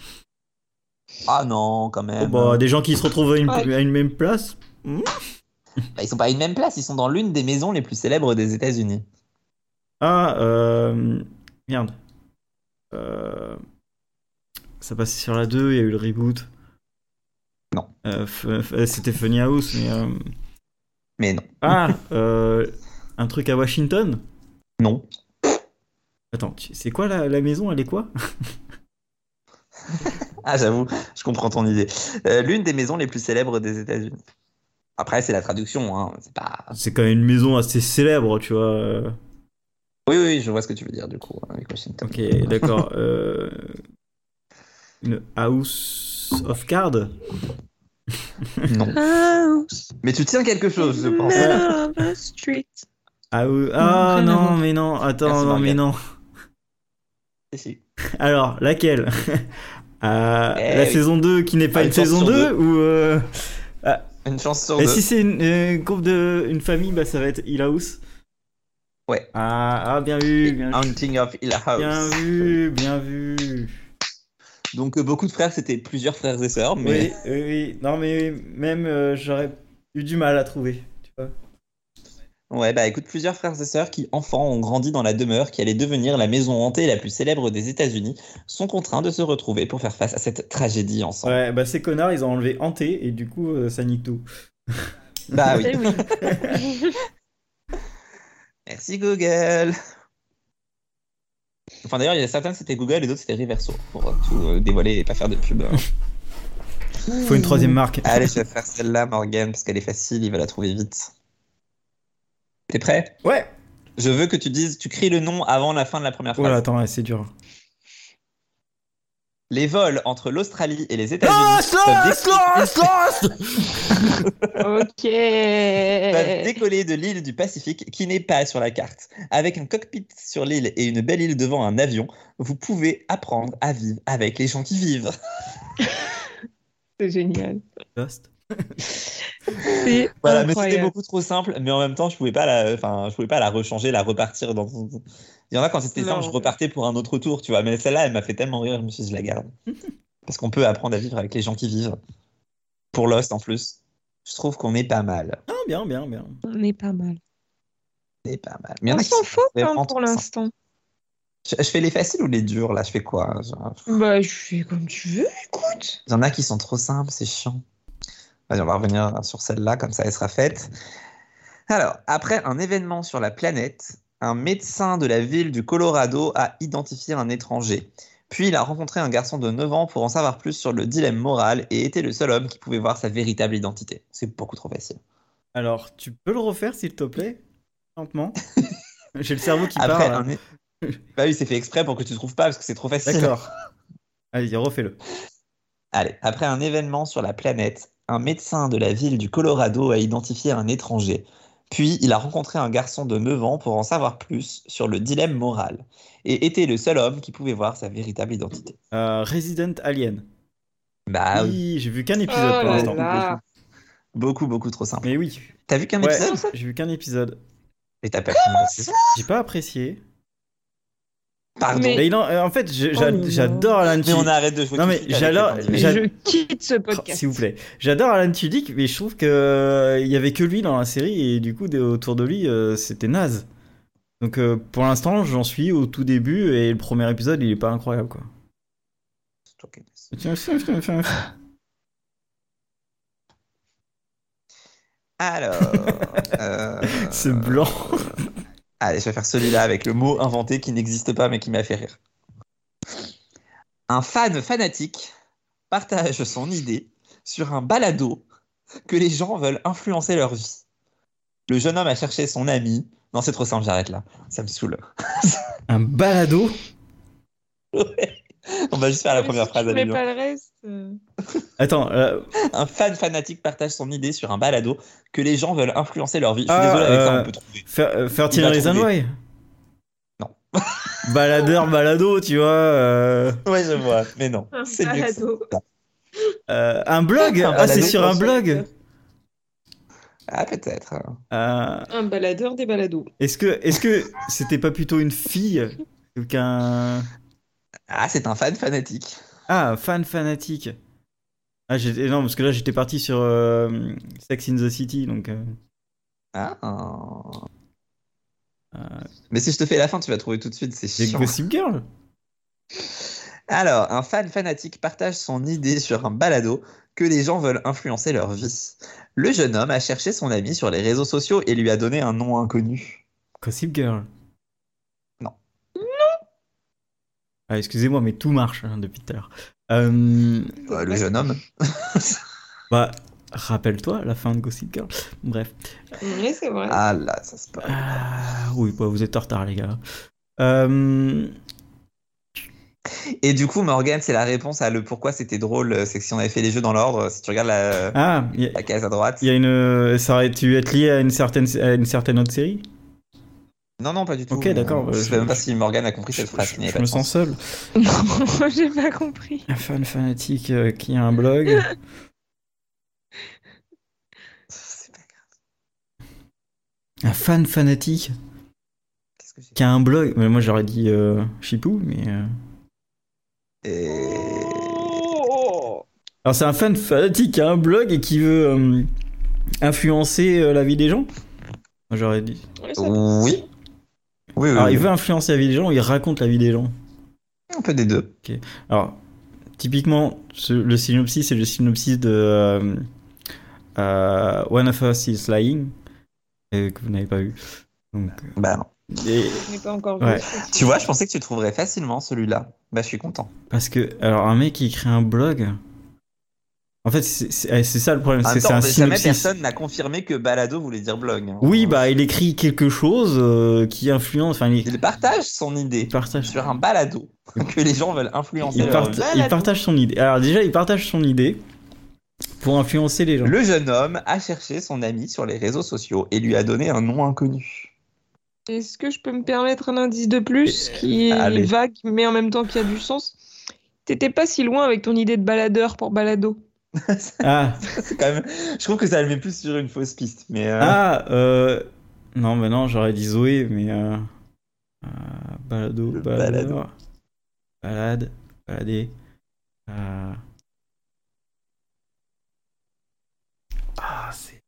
Speaker 3: Ah non, quand
Speaker 1: Bon,
Speaker 3: même.
Speaker 1: bah, des gens qui se retrouvent à une,
Speaker 2: Ouais.
Speaker 1: à une même place
Speaker 3: Bah, ils sont pas à une même place, ils sont dans l'une des maisons les plus célèbres des États-Unis.
Speaker 1: ah euh, merde Euh, ça passait sur la 2 il y a eu le reboot
Speaker 3: Non.
Speaker 1: Euh, f- f- c'était Funny House mais euh,
Speaker 3: Mais non.
Speaker 1: [LAUGHS] Ah, euh, un truc à Washington
Speaker 3: Non.
Speaker 1: Attends, tu- c'est quoi la, la maison Elle est quoi
Speaker 3: Ah, j'avoue, je comprends ton idée. Euh, l'une des maisons les plus célèbres des États-Unis. Après, c'est la traduction, hein. C'est pas.
Speaker 1: C'est quand même une maison assez célèbre, tu vois. euh.
Speaker 3: Oui, oui, je vois ce que tu veux dire, du coup, euh, avec Washington.
Speaker 1: Ok, d'accord. euh, Une house of cards
Speaker 3: Non.
Speaker 2: House
Speaker 3: Mais tu tiens quelque chose, je
Speaker 2: in
Speaker 3: pense.
Speaker 2: the middle of a street.
Speaker 1: Ah, ou- ah,
Speaker 2: rien à
Speaker 1: non,
Speaker 2: voir.
Speaker 1: mais non, attends,
Speaker 3: Merci,
Speaker 1: non, mais non.
Speaker 3: Si.
Speaker 1: Alors, laquelle [LAUGHS] Euh,
Speaker 3: Eh
Speaker 1: La
Speaker 3: oui.
Speaker 1: saison 2 qui n'est pas
Speaker 3: Ah,
Speaker 1: une
Speaker 3: une chance
Speaker 1: saison
Speaker 3: sur
Speaker 1: 2 ou. euh,
Speaker 3: Une chance sur
Speaker 1: Et
Speaker 3: deux.
Speaker 1: si c'est une, euh, une groupe de. Une famille, bah ça va être Hill House.
Speaker 3: Ouais.
Speaker 1: Ah, ah, bien vu, bien vu.
Speaker 3: Hunting of Hill House.
Speaker 1: Bien vu, bien vu.
Speaker 3: Donc euh, beaucoup de frères, c'était plusieurs frères et sœurs, mais
Speaker 1: Oui, oui, oui. Non, mais même euh, j'aurais eu du mal à trouver. tu vois.
Speaker 3: ouais, bah écoute, plusieurs frères et sœurs qui enfants ont grandi dans la demeure qui allait devenir la maison hantée la plus célèbre des États-Unis sont contraints de se retrouver pour faire face à cette tragédie ensemble.
Speaker 1: Ouais, bah ces connards, ils ont enlevé hanté et du coup, euh, ça nique tout. [LAUGHS]
Speaker 3: Bah oui.
Speaker 2: Eh oui.
Speaker 3: Merci Google. Enfin d'ailleurs, il y a certains c'était Google et d'autres c'était Reverso pour euh, tout euh, dévoiler et pas faire de pub. hein.
Speaker 1: [LAUGHS] Faut une troisième marque.
Speaker 3: [LAUGHS] Allez, je vais faire celle-là, Morgan, parce qu'elle est facile, il va la trouver vite. T'es prêt
Speaker 1: Ouais.
Speaker 3: Je veux que tu dises, tu cries le nom avant la fin de la première
Speaker 1: Oh là,
Speaker 3: phrase.
Speaker 1: attends, ouais, c'est dur.
Speaker 3: Les vols entre l'Australie et les États-Unis peuvent, déc-
Speaker 2: [LAUGHS]
Speaker 3: [LAUGHS]
Speaker 2: Ok. [LAUGHS]
Speaker 3: peuvent décoller de l'île du Pacifique qui n'est pas sur la carte. Avec un cockpit sur l'île et une belle île devant un avion, vous pouvez apprendre à vivre avec les gens qui vivent.
Speaker 2: C'est génial.
Speaker 1: Lost.
Speaker 2: C'est
Speaker 3: [LAUGHS] Voilà, mais c'était
Speaker 2: incroyable.
Speaker 3: beaucoup trop simple, mais en même temps, je pouvais pas la, enfin, je pouvais pas la rechanger, la repartir dans. Il y en a quand c'était simple,
Speaker 2: Non.
Speaker 3: je repartais pour un autre tour, tu vois. Mais celle-là, elle m'a fait tellement rire, je me suis dit, je
Speaker 2: [LAUGHS]
Speaker 3: la garde. Parce qu'on peut apprendre à vivre avec les gens qui vivent. Pour Lost, en plus. Je trouve qu'on est pas mal.
Speaker 1: Ah, bien, bien, bien.
Speaker 2: On est pas mal.
Speaker 3: On est pas mal. Mais il y en
Speaker 2: On
Speaker 3: a qui
Speaker 2: s'en
Speaker 3: sont
Speaker 2: fout hein,
Speaker 3: vraiment
Speaker 2: pour
Speaker 3: trop simples.
Speaker 2: l'instant.
Speaker 3: Je, je fais les faciles ou les durs là Je fais quoi hein, genre
Speaker 2: Bah, je fais comme tu veux, écoute.
Speaker 3: Il y en a qui sont trop simples, c'est chiant. Vas-y, on va revenir sur celle-là, comme ça elle sera faite. Alors, après un événement sur la planète, un médecin de la ville du Colorado a identifié un étranger. Puis il a rencontré un garçon de 9 ans pour en savoir plus sur le dilemme moral et était le seul homme qui pouvait voir sa véritable identité. C'est beaucoup trop facile.
Speaker 1: Alors, tu peux le refaire, s'il te plaît
Speaker 3: [LAUGHS]
Speaker 1: Lentement. J'ai le cerveau qui
Speaker 3: Après,
Speaker 1: part. là.
Speaker 3: un... é- bah oui, c'est fait exprès pour que tu trouves pas parce que c'est trop facile.
Speaker 1: D'accord. Allez, refais-le.
Speaker 3: Allez, après un événement sur la planète, un médecin de la ville du Colorado a identifié un étranger. Puis il a rencontré un garçon de 9 ans pour en savoir plus sur le dilemme moral et était le seul homme qui pouvait voir sa véritable identité.
Speaker 1: Euh, Resident Alien.
Speaker 3: Bah oui.
Speaker 1: oui, j'ai vu qu'un épisode
Speaker 2: Oh
Speaker 1: pour
Speaker 2: là
Speaker 1: l'instant.
Speaker 2: là.
Speaker 3: Beaucoup, beaucoup trop simple.
Speaker 1: Mais oui,
Speaker 3: T'as vu qu'un
Speaker 1: Ouais.
Speaker 3: épisode
Speaker 1: j'ai vu qu'un épisode.
Speaker 3: Et t'as pas fini la saison.
Speaker 1: J'ai pas apprécié.
Speaker 3: Pardon.
Speaker 2: Mais-
Speaker 3: Mais,
Speaker 1: Mais il en- euh, en fait, je- j'a-
Speaker 2: Oh non.
Speaker 1: j'adore Alan Tudyk.
Speaker 3: on arrête de jouer.
Speaker 1: Non,
Speaker 3: tout de
Speaker 1: mais
Speaker 3: suite avec
Speaker 1: j'adore-
Speaker 3: les
Speaker 2: Mais
Speaker 3: pandémies.
Speaker 1: j'a-
Speaker 2: je quitte ce
Speaker 1: Oh,
Speaker 2: podcast.
Speaker 1: S'il vous plaît. J'adore Alan Tudyk, mais je trouve que euh, il y avait que lui dans la série et du coup de- autour de lui euh, c'était naze. Donc euh, pour l'instant j'en suis au tout début et le premier épisode il est pas incroyable quoi.
Speaker 3: Ok.
Speaker 1: [LAUGHS]
Speaker 3: Alors. euh,
Speaker 1: Ce blanc.
Speaker 3: Allez, je vais faire celui-là avec le mot inventé qui n'existe pas mais qui m'a fait rire. Un fan fanatique partage son idée sur un balado que les gens veulent influencer leur vie. Le jeune homme a cherché son ami. Non, c'est trop simple, j'arrête là. Ça me saoule.
Speaker 1: Un balado.
Speaker 3: On va juste faire la
Speaker 2: Mais
Speaker 3: première
Speaker 2: si
Speaker 3: phrase à
Speaker 2: tu mets
Speaker 3: Lyon.
Speaker 2: pas le reste. euh,
Speaker 1: Attends. euh,
Speaker 3: Un fan fanatique partage son idée sur un balado que les gens veulent influencer leur vie. Je suis
Speaker 1: Ah,
Speaker 3: désolé avec ça,
Speaker 1: euh,
Speaker 3: on peut trouver.
Speaker 1: Fer- euh, Fertile
Speaker 3: Il va
Speaker 1: Reason
Speaker 3: trouver.
Speaker 1: Why
Speaker 3: Non.
Speaker 1: [LAUGHS] Baladeur, balado, tu vois. euh,
Speaker 3: Ouais, je vois, mais non.
Speaker 2: Un
Speaker 3: C'est mieux que ça.
Speaker 2: balado.
Speaker 1: euh, un blog
Speaker 3: Un
Speaker 1: Ah, c'est
Speaker 3: balado
Speaker 1: sur un
Speaker 3: sur-
Speaker 1: blog
Speaker 3: Ah, peut-être.
Speaker 1: Euh,
Speaker 2: Un baladeur des balados.
Speaker 1: Est-ce que est-ce que c'était pas plutôt une fille qu'un.
Speaker 3: Ah, c'est un fan fanatique.
Speaker 1: Ah, fan fanatique ah, j'étais- non, parce que là j'étais parti sur euh, Sex in the City, donc. euh,
Speaker 3: Ah. Euh. Mais si je te fais la fin, tu vas trouver tout de suite, c'est
Speaker 1: j'ai
Speaker 3: chiant.
Speaker 1: Gossip Girl
Speaker 3: Alors, un fan fanatique partage son idée sur un balado que les gens veulent influencer leur vie. Le jeune homme a cherché son ami sur les réseaux sociaux et lui a donné un nom inconnu.
Speaker 1: Gossip Girl
Speaker 3: Non.
Speaker 1: Ah, excusez-moi, mais tout marche hein, depuis tout à l'heure. Euh,
Speaker 3: Euh, le jeune homme.
Speaker 1: bah, rappelle-toi la fin de Gossip Girl. Bref.
Speaker 2: Oui, c'est vrai.
Speaker 3: Ah là, ça se passe.
Speaker 1: Ah, oui, bah, vous êtes en retard, les gars. Euh,
Speaker 3: Et du coup, Morgan, c'est la réponse à le pourquoi c'était drôle. euh, C'est que si on avait fait les jeux dans l'ordre, euh, si tu regardes la,
Speaker 1: Ah, il y, a-
Speaker 3: la case à droite.
Speaker 1: il y a une. Ça aurait dû être lié à une certaine, à une certaine autre série
Speaker 3: Non, non, pas du tout.
Speaker 1: Ok, d'accord, bah,
Speaker 3: Je
Speaker 1: je-
Speaker 3: sais même pas si Morgan a compris cette phrase.
Speaker 1: je-
Speaker 3: il n'y avait
Speaker 1: je
Speaker 3: pas
Speaker 1: me
Speaker 3: de
Speaker 1: sens
Speaker 3: sens.
Speaker 1: seul.
Speaker 2: [LAUGHS] Non, j'ai pas compris.
Speaker 1: Un fan fanatique euh, qui a un blog.
Speaker 3: C'est pas grave.
Speaker 1: un fan fanatique
Speaker 3: Qu'est-ce que j'ai
Speaker 1: qui a un blog. Mais moi, j'aurais dit euh, Chipou, mais. euh,
Speaker 3: Et-
Speaker 2: Oh
Speaker 1: Alors, c'est un fan fanatique qui a un blog et qui veut euh, influencer euh, la vie des gens Moi, J'aurais dit.
Speaker 2: Ouais, ça-
Speaker 3: Oui. Oui, oui,
Speaker 1: Alors,
Speaker 3: oui.
Speaker 1: il veut influencer la vie des gens ou il raconte la vie des gens
Speaker 3: un peu des deux.
Speaker 1: Alors, typiquement, ce- le synopsis, c'est le synopsis de euh, euh, One of Us is Lying, euh, que vous n'avez pas vu. Donc, euh,
Speaker 3: Bah non.
Speaker 1: et-
Speaker 2: Je n'ai pas encore vu.
Speaker 1: Ouais.
Speaker 3: Tu vois, je pensais que tu trouverais facilement celui-là. Bah, je suis content.
Speaker 1: parce que, alors, un mec qui écrit un blog. En fait, c'est c'est- eh, c'est ça le problème,
Speaker 3: En
Speaker 1: c'est
Speaker 3: même
Speaker 1: c'est un
Speaker 3: temps, jamais
Speaker 1: synopsis.
Speaker 3: personne n'a confirmé que balado voulait dire blog. hein.
Speaker 1: Oui, bah, il écrit quelque chose euh, qui influence. Enfin, il,
Speaker 3: Il partage son idée
Speaker 1: il partage.
Speaker 3: sur un balado [LAUGHS] que les gens veulent influencer.
Speaker 1: Il,
Speaker 3: leur
Speaker 1: part-
Speaker 3: vie.
Speaker 1: il partage son idée. Alors, déjà, il partage son idée pour influencer les gens.
Speaker 3: Le jeune homme a cherché son ami sur les réseaux sociaux et lui a donné un nom inconnu.
Speaker 2: Est-ce que je peux me permettre un indice de plus qui est
Speaker 3: Euh, allez.
Speaker 2: vague mais en même temps qui a du sens T'étais pas si loin avec ton idée de baladeur pour balado.
Speaker 1: Ah,
Speaker 3: C'est quand même. Je trouve que ça le met plus sur une fausse piste, mais. euh,
Speaker 1: Ah, euh... Non, mais non, j'aurais dit Zoé, mais... Euh... euh, balado,
Speaker 3: Le
Speaker 1: balado. Balade, baladé. euh, Ah, c'est...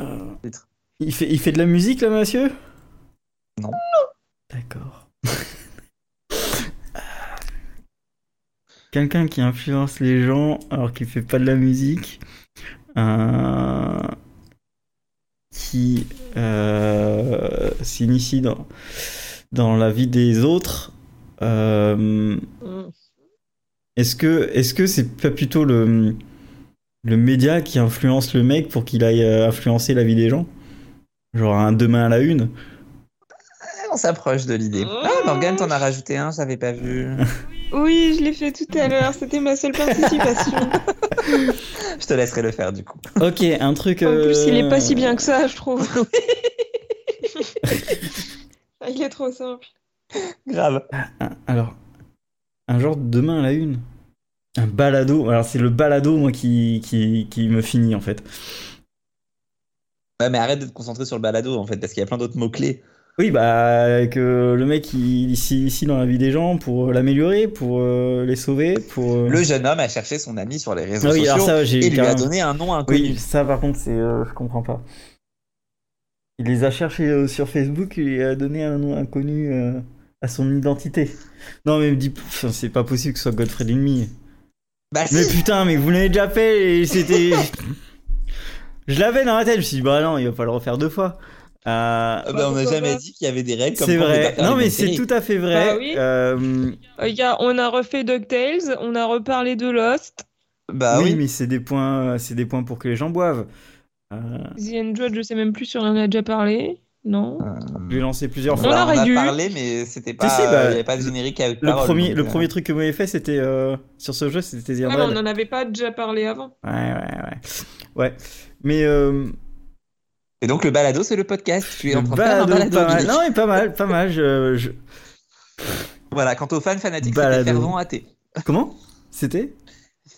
Speaker 1: Euh,
Speaker 3: Titre.
Speaker 1: Il, fait, il fait de la musique, là, monsieur
Speaker 3: Non.
Speaker 1: D'accord. Quelqu'un qui influence les gens alors qu'il fait pas de la musique. Euh, qui euh, s'initie dans, dans la vie des autres. Euh, est-ce que est-ce que c'est pas plutôt le le média qui influence le mec pour qu'il aille euh, influencer la vie des gens Genre un demain à la une.
Speaker 3: On s'approche de l'idée. Ah, Morgane, t'en as rajouté un, j'avais pas vu.
Speaker 2: Oui, je l'ai fait tout à l'heure, c'était ma seule [LAUGHS] participation.
Speaker 3: Je te laisserai le faire du coup.
Speaker 1: [LAUGHS] Ok, un truc.
Speaker 2: En plus, il est
Speaker 1: euh,
Speaker 2: pas si bien que ça, je trouve. [LAUGHS] Ah, il est trop simple.
Speaker 3: Grave.
Speaker 1: un- alors, un genre de demain à la une. Un balado. Alors, c'est le balado, moi, qui, qui, qui me finit, en fait.
Speaker 3: Ouais, mais arrête de te concentrer sur le balado, en fait, parce qu'il y a plein d'autres mots-clés.
Speaker 1: Oui, bah, que le mec, il ici, ici dans la vie des gens pour l'améliorer, pour euh, les sauver, pour. euh,
Speaker 3: Le jeune homme a cherché son ami sur les réseaux
Speaker 1: Ah oui, alors
Speaker 3: sociaux
Speaker 1: ça, j'ai
Speaker 3: et lui a
Speaker 1: carrément-
Speaker 3: donné un nom
Speaker 1: Oui,
Speaker 3: inconnu.
Speaker 1: ça par contre, c'est, euh, je comprends pas. Il les a cherchés euh, sur Facebook, il a donné un nom inconnu euh, à son identité. Non mais il me dit, pff, c'est pas possible que ce soit Godfrey l'ennemi.
Speaker 3: Bah
Speaker 1: Mais
Speaker 3: si,
Speaker 1: putain, mais vous l'avez déjà fait et
Speaker 3: [LAUGHS]
Speaker 1: c'était... je l'avais dans la tête, je me suis dit, bah non, il va pas le refaire deux fois. Euh,
Speaker 3: euh, bah, on n'a
Speaker 2: Pourquoi
Speaker 3: jamais
Speaker 2: pas
Speaker 3: dit qu'il y avait des règles [LAUGHS] comme
Speaker 1: c'est
Speaker 3: quoi on peut
Speaker 1: vrai,
Speaker 3: pas faire
Speaker 1: non
Speaker 3: les
Speaker 1: mais
Speaker 3: mêmes
Speaker 1: c'est
Speaker 3: séries.
Speaker 1: tout à fait vrai.
Speaker 2: Bah oui.
Speaker 1: Euh,
Speaker 2: Regarde, on a refait DuckTales, on a reparlé de Lost.
Speaker 3: Bah
Speaker 1: oui,
Speaker 3: oui,
Speaker 1: mais c'est des points, euh, c'est des points pour que les gens boivent. Euh,
Speaker 2: The Android, je sais même plus si on en a déjà parlé. Non.
Speaker 1: je l'ai lancé plusieurs
Speaker 3: Bah,
Speaker 1: fois.
Speaker 2: On a
Speaker 3: on a
Speaker 2: régulé.
Speaker 3: parlé, mais c'était pas,
Speaker 1: si, bah,
Speaker 3: il y avait pas de générique avec
Speaker 1: Le
Speaker 3: parole,
Speaker 1: premier,
Speaker 3: donc,
Speaker 1: le
Speaker 3: euh,
Speaker 1: premier truc que vous m'avez fait, c'était euh, sur ce jeu, c'était The
Speaker 2: Ah, mais
Speaker 1: Unreal.
Speaker 2: on en avait pas déjà parlé avant.
Speaker 1: Ouais, ouais, ouais. Ouais. Mais euh,
Speaker 3: Et donc le balado, c'est le podcast. Tu es en
Speaker 1: le
Speaker 3: train de faire un
Speaker 1: balado,
Speaker 3: balado.
Speaker 1: pas mal.
Speaker 3: Billy.
Speaker 1: Non, mais pas mal, pas mal. Je, je-
Speaker 3: Voilà, quant aux fans fanatiques, c'est un
Speaker 1: Balado.
Speaker 3: fervent athée.
Speaker 1: Comment C'était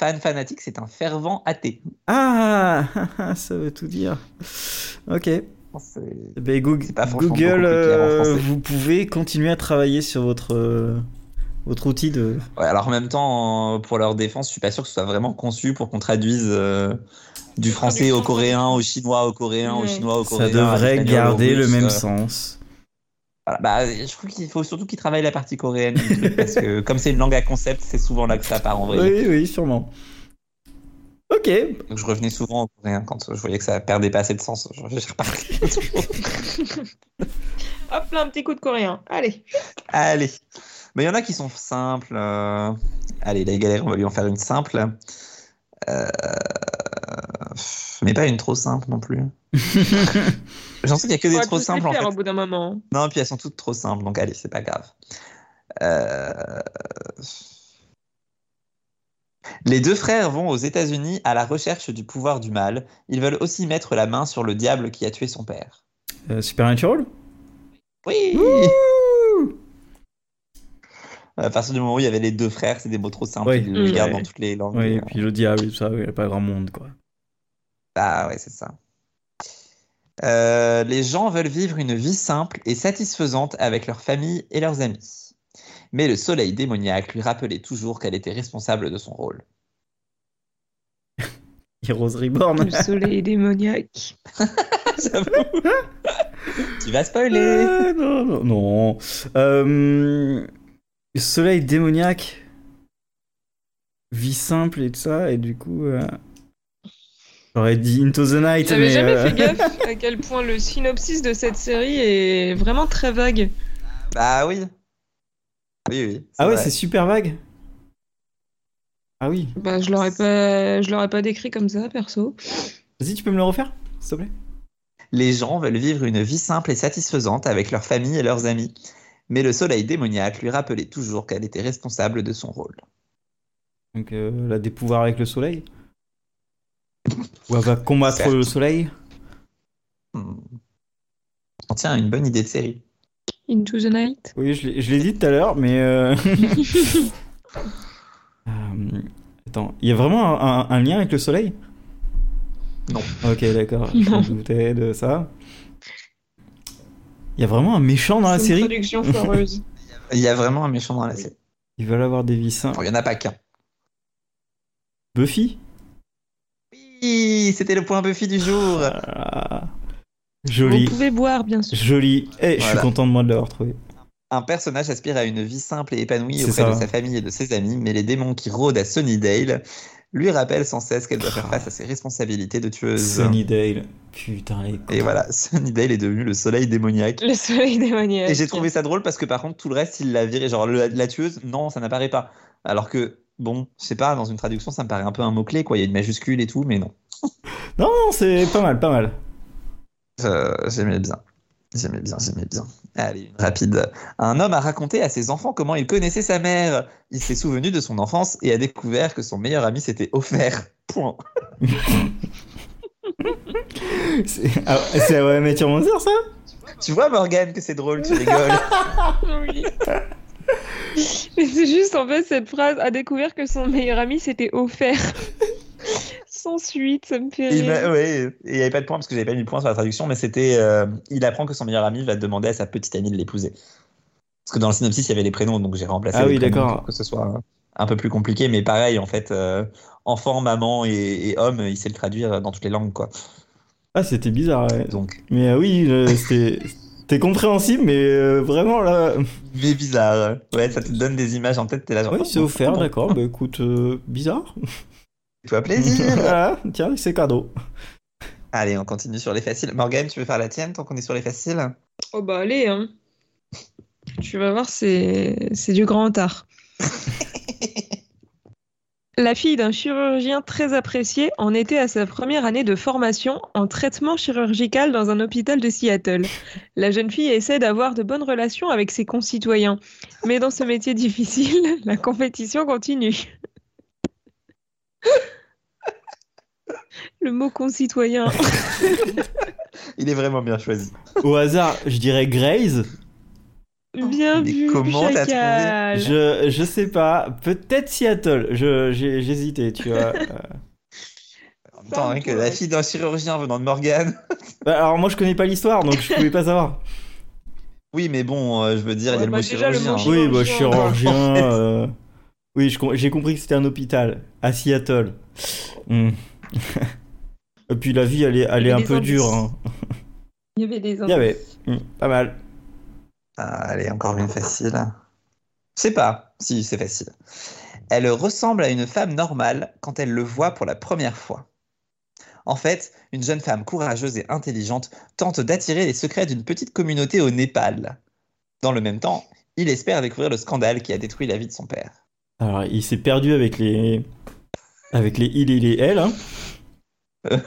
Speaker 3: Fan fanatique, c'est un fervent athée.
Speaker 1: Ah, [LAUGHS] ça veut tout dire. Ok.
Speaker 3: C'est-
Speaker 1: Ben, Goog-
Speaker 3: C'est pas franchement beaucoup
Speaker 1: Google,
Speaker 3: plus clair en
Speaker 1: euh,
Speaker 3: français.
Speaker 1: vous pouvez continuer à travailler sur votre euh, votre outil de.
Speaker 3: Ouais, alors en même temps, euh, pour leur défense, je suis pas sûr que ce soit vraiment conçu pour qu'on traduise euh, du français au coréen, au chinois, au coréen, au
Speaker 2: Ouais.
Speaker 3: chinois, au
Speaker 1: Ça
Speaker 3: coréen. à
Speaker 1: devrait
Speaker 3: l'espagnol, au
Speaker 1: garder le
Speaker 3: russe,
Speaker 1: même
Speaker 3: euh,
Speaker 1: sens.
Speaker 3: voilà. Bah, je trouve qu'il faut surtout qu'ils travaillent la partie coréenne, du truc, parce que comme c'est une langue à concept, c'est souvent là que ça part en vrai.
Speaker 1: Oui, oui, sûrement. Ok,
Speaker 3: Donc je revenais souvent au coréen quand euh, je voyais que ça perdait pas assez de sens. Je, je repartais.
Speaker 2: Hop là, un petit coup de coréen. Allez.
Speaker 3: Allez. Mais il y en a qui sont simples. euh, Allez, la galère, on va lui en faire une simple. Euh, Mais pas une trop simple non plus. J'en sais qu'il y a que des
Speaker 2: Faudra
Speaker 3: trop
Speaker 2: tous les
Speaker 3: simples en
Speaker 2: faire
Speaker 3: fait.
Speaker 2: au bout d'un moment.
Speaker 3: Non, puis elles sont toutes trop simples, donc allez, c'est pas grave. Euh, Les deux frères vont aux États-Unis à la recherche du pouvoir du mal. Ils veulent aussi mettre la main sur le diable qui a tué son père.
Speaker 1: [LAUGHS] Euh, Supernatural.
Speaker 3: Oui À partir du moment où il y avait les deux frères, c'est des mots trop simples.
Speaker 1: Oui.
Speaker 3: Ils le
Speaker 2: Mm.
Speaker 3: gardent
Speaker 1: Ouais.
Speaker 3: dans toutes les langues.
Speaker 1: Oui,
Speaker 3: Et,
Speaker 1: et
Speaker 3: euh,
Speaker 1: puis le diable, et tout ça, il n'y a pas grand monde, quoi.
Speaker 3: Ah ouais, c'est ça. Euh, les gens veulent vivre une vie simple et satisfaisante avec leur famille et leurs amis. Mais le soleil démoniaque lui rappelait toujours qu'elle était responsable de
Speaker 1: [LAUGHS]
Speaker 3: son rôle.
Speaker 1: Heroes Reborn.
Speaker 2: [LAUGHS] Le soleil démoniaque.
Speaker 3: J'avoue. tu vas spoiler.
Speaker 1: Euh, non, non, non. Euh, soleil démoniaque. Vie simple et tout ça, et du coup. euh, J'aurais dit Into the Night,
Speaker 2: J'avais
Speaker 1: mais.
Speaker 2: jamais
Speaker 1: euh,
Speaker 2: fait gaffe
Speaker 3: [LAUGHS]
Speaker 2: à quel point le synopsis de cette série est vraiment très vague.
Speaker 3: Bah oui. Oui, oui.
Speaker 1: Ah ouais,
Speaker 3: vrai.
Speaker 1: c'est super vague. Ah oui.
Speaker 2: Bah, je l'aurais pas, je l'aurais pas décrit comme ça, perso.
Speaker 1: Vas-y, tu peux me le refaire, s'il te plaît
Speaker 3: Les gens veulent vivre une vie simple et satisfaisante avec leur famille et leurs amis. Mais le soleil démoniaque lui rappelait toujours qu'elle était responsable de son rôle.
Speaker 1: Donc, euh, la dépouvoir avec le soleil. Ou elle va combattre
Speaker 3: Certes.
Speaker 1: le soleil.
Speaker 3: Hmm. On tient à une bonne idée de série.
Speaker 2: Into the Night.
Speaker 1: Oui, je l'ai- je l'ai dit tout à l'heure, mais. euh, [LAUGHS] Euh, attends, il y a vraiment un, un- un lien avec le soleil
Speaker 3: Non.
Speaker 1: Ok,
Speaker 2: [LAUGHS]
Speaker 1: d'accord. Je
Speaker 2: Non.
Speaker 1: me doutais de ça. Il y a vraiment un méchant dans la
Speaker 2: C'est une
Speaker 1: série. [LAUGHS]
Speaker 2: production foireuse.
Speaker 3: Il y a vraiment un méchant dans la série.
Speaker 1: Ils veulent avoir des vies sains.
Speaker 3: Bon, il n'y en a pas qu'un.
Speaker 1: Buffy
Speaker 3: Oui, c'était le point Buffy du jour.
Speaker 1: Ah,
Speaker 2: Vous
Speaker 1: Joli.
Speaker 2: pouvez boire,
Speaker 1: [LAUGHS]
Speaker 2: bien sûr.
Speaker 1: Joli. Eh, je suis
Speaker 3: Voilà.
Speaker 1: content de moi de l'avoir trouvé.
Speaker 3: Un personnage aspire à une vie simple et épanouie
Speaker 1: C'est
Speaker 3: auprès
Speaker 1: ça.
Speaker 3: de sa famille et de ses amis, mais les démons qui rôdent à Sunnydale lui rappellent sans cesse qu'elle doit faire face à ses responsabilités de tueuse.
Speaker 1: Ah. Sunnydale. Putain, les
Speaker 3: Et voilà, [LAUGHS] Sunnydale est devenu le soleil démoniaque.
Speaker 2: Le soleil démoniaque.
Speaker 3: Et j'ai trouvé ça drôle parce que par contre, tout le reste, il l'a viré. Genre, le- la tueuse, non, ça n'apparaît pas. Alors que, bon, je sais pas, dans une traduction, ça me paraît un peu un mot-clé, quoi. Il y a une majuscule et tout, mais non.
Speaker 1: Non, non, c'est pas mal, pas mal.
Speaker 3: Euh, j'aimais bien. J'aimais bien, j'aimais bien. Allez, une rapide. Un homme a raconté à ses enfants comment il connaissait sa mère. Il s'est souvenu de son enfance et a découvert que son meilleur ami s'était offert. Point.
Speaker 1: C'est ah, c'est ouais, mais tu Monster, ça [LAUGHS]
Speaker 2: [LAUGHS]
Speaker 3: Tu vois, Morgane, que c'est drôle, tu rigoles.
Speaker 2: Oui. Et c'est juste en fait cette phrase a découvert que son meilleur ami s'était offert.
Speaker 1: [LAUGHS]
Speaker 2: Sans suite, ça me fait
Speaker 3: Il
Speaker 2: rire.
Speaker 3: m'a- ouais, et il n'y avait pas de point parce que j'avais pas mis le point sur la traduction, mais c'était euh, il apprend que son meilleur ami va demander à sa petite amie de l'épouser. Parce que dans le synopsis, il y avait les prénoms, donc j'ai remplacé
Speaker 1: Ah
Speaker 3: les
Speaker 1: oui,
Speaker 3: prénoms
Speaker 1: d'accord.
Speaker 3: pour que ce soit un peu plus compliqué, mais pareil, en fait, euh, enfant, maman et, et homme, il sait le traduire dans toutes les langues, quoi.
Speaker 1: Ah, c'était bizarre, ouais.
Speaker 3: Donc,
Speaker 1: Mais euh, oui, euh, c'était c'était compréhensible, mais euh, vraiment là.
Speaker 3: mais bizarre. hein. Ouais, ça te donne des images en tête, t'es là genre.
Speaker 1: Oui,
Speaker 3: oh,
Speaker 1: c'est
Speaker 3: bon,
Speaker 1: offert,
Speaker 3: bon,
Speaker 1: d'accord. Bah écoute, euh, bizarre.
Speaker 3: Toi,
Speaker 1: [LAUGHS]
Speaker 3: plaisir.
Speaker 1: voilà, tiens, c'est cadeau.
Speaker 3: Allez, on continue sur les faciles. Morgane, tu veux faire la tienne tant qu'on est sur les faciles
Speaker 2: Oh bah allez, hein. Tu vas voir, c'est c'est du grand art. [LAUGHS] La fille d'un chirurgien très apprécié en était à sa première année de formation en traitement chirurgical dans un hôpital de Seattle. La jeune fille essaie d'avoir de bonnes relations avec ses concitoyens, mais dans ce métier difficile, [LAUGHS] la compétition continue. [LAUGHS] Le mot concitoyen.
Speaker 3: [LAUGHS] Il est vraiment bien choisi.
Speaker 1: Au hasard, je dirais Graze.
Speaker 2: Bien
Speaker 3: Mais
Speaker 2: vu,
Speaker 3: comment t'as trouvé
Speaker 2: chacal.
Speaker 1: Je, je sais pas, peut-être Seattle. Je- j'ai- J'hésitais, tu vois. Euh,
Speaker 3: En même temps, rien que la fille d'un chirurgien venant de Morgane.
Speaker 1: bah, alors moi, je connais pas l'histoire, donc je pouvais pas savoir.
Speaker 3: Oui, mais bon, euh, je veux dire, il y
Speaker 2: Ouais,
Speaker 3: a le
Speaker 2: bah,
Speaker 3: mot
Speaker 2: déjà, le
Speaker 3: chirurgien.
Speaker 2: mot
Speaker 1: Oui, bah,
Speaker 2: Chirurgien.
Speaker 1: chirurgien. euh, Oui, je com- j'ai compris que c'était un hôpital à Seattle. Hmm. [LAUGHS] Et puis la vie, elle est, elle
Speaker 2: Il y
Speaker 1: est
Speaker 2: avait
Speaker 1: un
Speaker 2: des
Speaker 1: peu
Speaker 2: indices.
Speaker 1: dure. hein.
Speaker 2: Il y avait des
Speaker 1: Il y avait. hmm, Pas mal.
Speaker 3: Ah, allez, encore une facile. Je sais pas si c'est facile. Elle ressemble à une femme normale quand elle le voit pour la première fois. En fait, une jeune femme courageuse et intelligente tente d'attirer les secrets d'une petite communauté au Népal. Dans le même temps, il espère découvrir le scandale qui a détruit la vie de son père. [LAUGHS]
Speaker 1: Alors, il s'est perdu avec les. Avec les il et les elle. hein.
Speaker 2: Le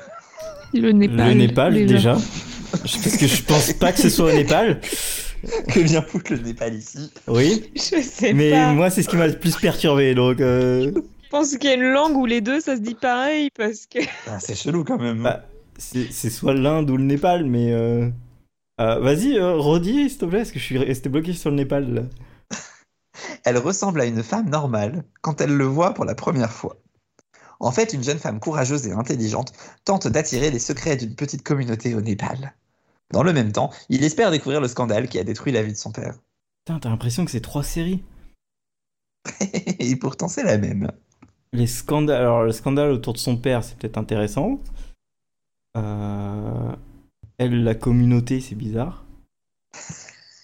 Speaker 1: Le
Speaker 2: Népal.
Speaker 1: Népal, déjà. Je- Parce que je pense pas que ce soit au Népal.
Speaker 3: Que vient foutre le Népal ici
Speaker 1: Oui.
Speaker 2: Je sais
Speaker 1: Mais
Speaker 2: pas.
Speaker 1: moi, c'est ce qui m'a le plus perturbé. Donc, euh,
Speaker 2: Je pense qu'il y a une langue où les deux, ça se dit pareil parce que. [LAUGHS]
Speaker 3: Ah, C'est chelou quand même.
Speaker 1: Bah, c'est c'est soit l'Inde ou le Népal, mais. euh, euh, Vas-y, euh, redis, s'il te plaît, parce que je suis resté bloqué sur le Népal. là.
Speaker 3: Elle ressemble à une femme normale quand elle le voit pour la première fois. En fait, une jeune femme courageuse et intelligente tente d'attirer les secrets d'une petite communauté au Népal. Dans le même temps, il espère découvrir le scandale qui a détruit la vie de son père. [LAUGHS]
Speaker 1: Putain, t'as l'impression que c'est trois séries.
Speaker 3: et pourtant, c'est la même.
Speaker 1: Les scandales. Alors, le scandale autour de son père, c'est peut-être intéressant. Euh, Elle, la communauté, c'est bizarre.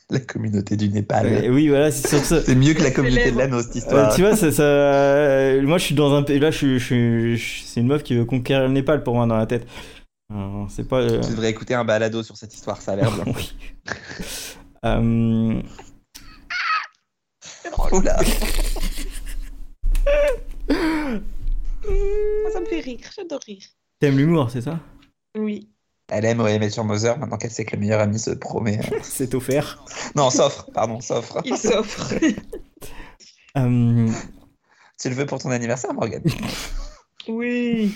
Speaker 3: La communauté du Népal.
Speaker 1: Euh, oui, voilà, c'est sur [LAUGHS] ce.
Speaker 3: C'est mieux que la communauté de
Speaker 2: Célèbre.
Speaker 3: l'anneau, cette
Speaker 1: Euh,
Speaker 3: histoire.
Speaker 1: tu vois, ça, ça- euh, moi je suis dans un pays. Là, je, suis- je suis- je- c'est une meuf qui veut conquérir le Népal pour moi dans la tête. Euh, c'est pas. euh,
Speaker 3: Tu devrais écouter un balado sur cette
Speaker 1: [LAUGHS]
Speaker 3: histoire, ça a l'air bien.
Speaker 1: oui. Euh,
Speaker 3: Oh là
Speaker 2: Ça me fait rire, j'adore rire.
Speaker 1: T'aimes l'humour, c'est ça
Speaker 2: Oui.
Speaker 3: Elle aime Remet sur Mother maintenant qu'elle sait que le meilleur ami se promet.
Speaker 1: [LAUGHS] C'est offert.
Speaker 3: Non, s'offre, pardon, s'offre.
Speaker 2: Il s'offre.
Speaker 1: Euh,
Speaker 3: Tu le veux pour ton anniversaire, Morgan
Speaker 2: [LAUGHS] oui.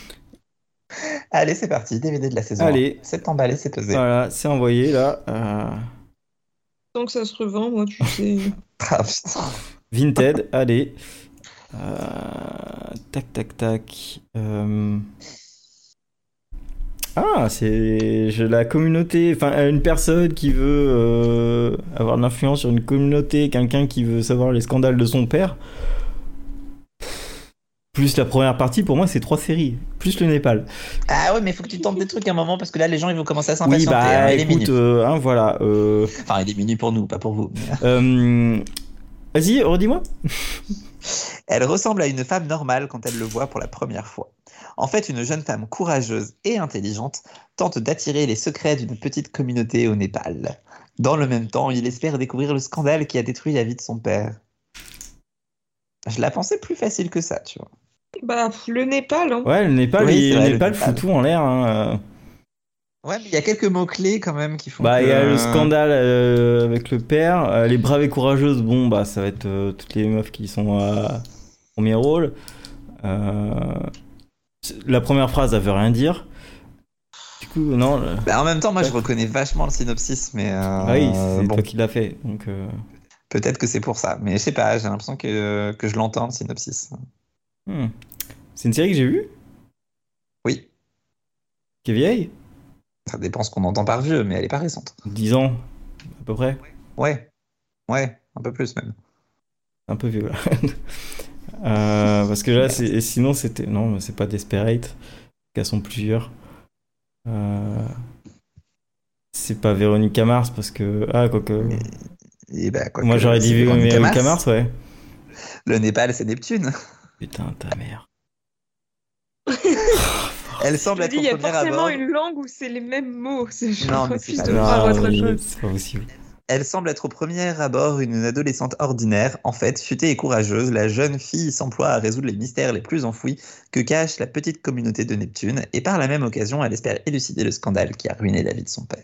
Speaker 3: Allez, c'est parti, DVD de la saison.
Speaker 1: Allez.
Speaker 3: un. C'est emballé, c'est pesé.
Speaker 1: voilà, c'est envoyé là. Euh,
Speaker 2: Tant que ça se revend, moi, tu sais.
Speaker 3: Ah, putain.
Speaker 1: Vinted, allez. Euh, Tac, tac, tac. Euh, Ah, c'est je- la communauté, enfin une personne qui veut euh, avoir de l'influence sur une communauté, quelqu'un qui veut savoir les scandales de son père. Plus la première partie, pour moi, c'est trois séries, plus le Népal.
Speaker 3: Ah ouais, mais faut que tu tentes des trucs un moment parce que là, les gens, ils vont commencer à
Speaker 1: Oui,
Speaker 3: s'impatienter. hein,
Speaker 1: bah
Speaker 3: il est
Speaker 1: écoute,
Speaker 3: minuit.
Speaker 1: euh, hein, voilà.
Speaker 3: [LAUGHS]
Speaker 1: euh,
Speaker 3: Enfin, il est minuit pour nous, pas pour
Speaker 1: [LAUGHS]
Speaker 3: vous.
Speaker 1: euh, Vas-y, redis-moi.
Speaker 3: Elle ressemble à une femme normale quand elle le voit pour la première fois. En fait, une jeune femme courageuse et intelligente tente d'attirer les secrets d'une petite communauté au Népal. Dans le même temps, il espère découvrir le scandale qui a détruit la vie de son père. Je la pensais plus facile que ça, tu vois.
Speaker 2: Bah, pff, le Népal, hein.
Speaker 1: Ouais, le Népal,
Speaker 3: Oui,
Speaker 1: il-
Speaker 3: c'est
Speaker 1: le
Speaker 3: vrai, le
Speaker 1: Népal
Speaker 3: Népal.
Speaker 1: fout tout en l'air. Hein. euh.
Speaker 3: Ouais, mais il y a quelques mots-clés quand même qui font.
Speaker 1: Bah, il y a
Speaker 3: que-
Speaker 1: le scandale euh, avec le père. euh, les braves et courageuses, bon, bah, ça va être euh, toutes les meufs qui sont à premier rôle. Euh, c'est- la première phrase, elle veut rien dire. Du coup, non. le-
Speaker 3: Bah, en même temps, moi, je reconnais vachement le synopsis, mais. euh,
Speaker 1: Ah oui, c'est
Speaker 3: bon.
Speaker 1: toi qui l'as fait. Donc, euh,
Speaker 3: Peut-être que c'est pour ça, mais je sais pas, j'ai l'impression que, que je l'entends le synopsis.
Speaker 1: Hmm. C'est une série que j'ai vue
Speaker 3: Oui,
Speaker 1: Qui est vieille
Speaker 3: ça dépend ce qu'on entend par vieux, mais elle est pas récente.
Speaker 1: 10 ans, à peu près.
Speaker 3: Ouais, ouais, un peu plus même.
Speaker 1: Un peu vieux, là. [LAUGHS] Euh, parce que là, c'est- et sinon, c'était. Non, mais c'est pas Desperate. Qu'elles sont plusieurs. Euh, C'est pas Véronique Mars parce que. Ah, quoique.
Speaker 3: Mais- Et bah, quoi
Speaker 1: Moi,
Speaker 3: que,
Speaker 1: j'aurais
Speaker 3: c'est
Speaker 1: dit
Speaker 3: Véronique
Speaker 1: Véronique
Speaker 3: Mars.
Speaker 1: Mars, ouais.
Speaker 3: Le Népal,
Speaker 1: [LAUGHS]
Speaker 3: c'est Neptune.
Speaker 1: Putain, ta mère.
Speaker 3: Elle
Speaker 2: Je
Speaker 3: semble
Speaker 2: me
Speaker 3: être
Speaker 2: dis,
Speaker 3: au
Speaker 2: il y a
Speaker 3: premier
Speaker 2: forcément
Speaker 3: abord.
Speaker 2: une langue où c'est les mêmes mots. C'est- Je
Speaker 3: Non, mais c'est
Speaker 2: refuse
Speaker 3: pas
Speaker 2: de
Speaker 3: grave.
Speaker 2: voir autre
Speaker 1: mais
Speaker 2: chose.
Speaker 1: Ah C'est pas possible.
Speaker 3: Elle semble être au premier abord une adolescente ordinaire. En fait, futée et courageuse, la jeune fille s'emploie à résoudre les mystères les plus enfouis que cache la petite communauté de Neptune, et par la même occasion, elle espère élucider le scandale qui a ruiné la vie de son père.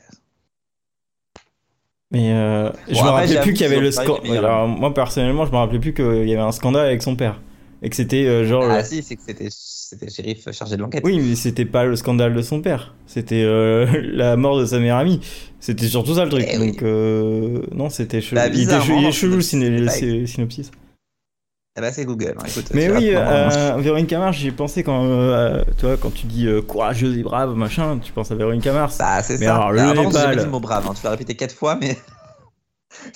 Speaker 1: Mais euh, je me
Speaker 3: après,
Speaker 1: rappelais
Speaker 3: j'avoue
Speaker 1: plus qu'il y avait
Speaker 3: qu'ils
Speaker 1: le
Speaker 3: ont pas été
Speaker 1: scandale.
Speaker 3: meilleurs.
Speaker 1: Alors, moi, personnellement, je me rappelais plus qu'il y avait un scandale avec son père. Et que c'était euh, genre. le-
Speaker 3: Ah si, c'est que c'était c'était le shérif chargé de l'enquête.
Speaker 1: Oui, mais c'était pas le scandale de son père. C'était euh, [LAUGHS] la mort de sa meilleure amie. C'était surtout ça le truc.
Speaker 3: Eh oui.
Speaker 1: Donc, euh, non, c'était chelou.
Speaker 3: Bah,
Speaker 1: il était
Speaker 3: bizarrement,
Speaker 1: chelou, il est
Speaker 3: dans
Speaker 1: chelou,
Speaker 3: le
Speaker 1: ciné- le
Speaker 3: synopsis,
Speaker 1: sy-
Speaker 3: c'est
Speaker 1: synopsis.
Speaker 3: Ah bah c'est Google, hein, écoute.
Speaker 1: Mais
Speaker 3: tu
Speaker 1: oui,
Speaker 3: vas prendre-
Speaker 1: euh, Véronique Mars, j'y ai pensé quand, euh, tu vois, quand tu dis euh, courageuse et brave, machin, tu penses à Véronique Mars.
Speaker 3: Bah c'est
Speaker 1: Mais
Speaker 3: ça.
Speaker 1: alors, le
Speaker 3: par contre, j'ai
Speaker 1: Népal.
Speaker 3: pas dit le mot brave, hein, tu l'as répété quatre fois, mais... [LAUGHS]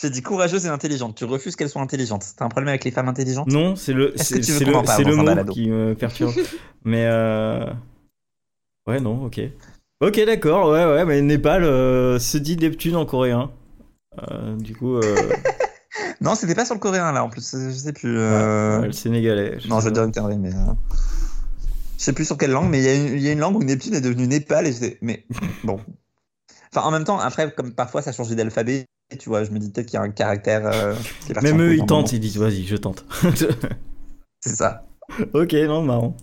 Speaker 3: J'ai dit courageuse et intelligente. Tu refuses qu'elle soit intelligente. T'as un problème avec les femmes intelligentes
Speaker 1: Non, c'est le,
Speaker 3: Est-ce
Speaker 1: c'est
Speaker 3: que tu veux
Speaker 1: c'est
Speaker 3: qu'on
Speaker 1: le,
Speaker 3: en
Speaker 1: c'est
Speaker 3: parle
Speaker 1: le
Speaker 3: dans
Speaker 1: mot
Speaker 3: un balado
Speaker 1: qui me perturbe. [LAUGHS] mais euh, ouais, non, ok, ok, d'accord, ouais, ouais, mais Népal euh, se dit Neptune en coréen. Euh, du coup,
Speaker 3: [LAUGHS]
Speaker 1: euh,
Speaker 3: Non, c'était pas sur le coréen là en plus, je sais plus. euh,
Speaker 1: ouais, le sénégalais.
Speaker 3: Non, je
Speaker 1: sais pas.
Speaker 3: vais dire une connerie, mais. euh, Je sais plus sur quelle langue, mais il y a une- il y, a une langue où Neptune est devenu Népal, et j'étais.
Speaker 1: [LAUGHS]
Speaker 3: Mais bon. Enfin, en même temps, après, comme parfois ça changeait d'alphabet, tu vois, je me dis peut-être qu'il y a un caractère. euh, qui est parti
Speaker 1: Même
Speaker 3: en
Speaker 1: eux, ils
Speaker 3: couille à un moment.
Speaker 1: tentent, ils disent vas-y, je tente. [LAUGHS]
Speaker 3: C'est ça.
Speaker 1: ok, non, marrant.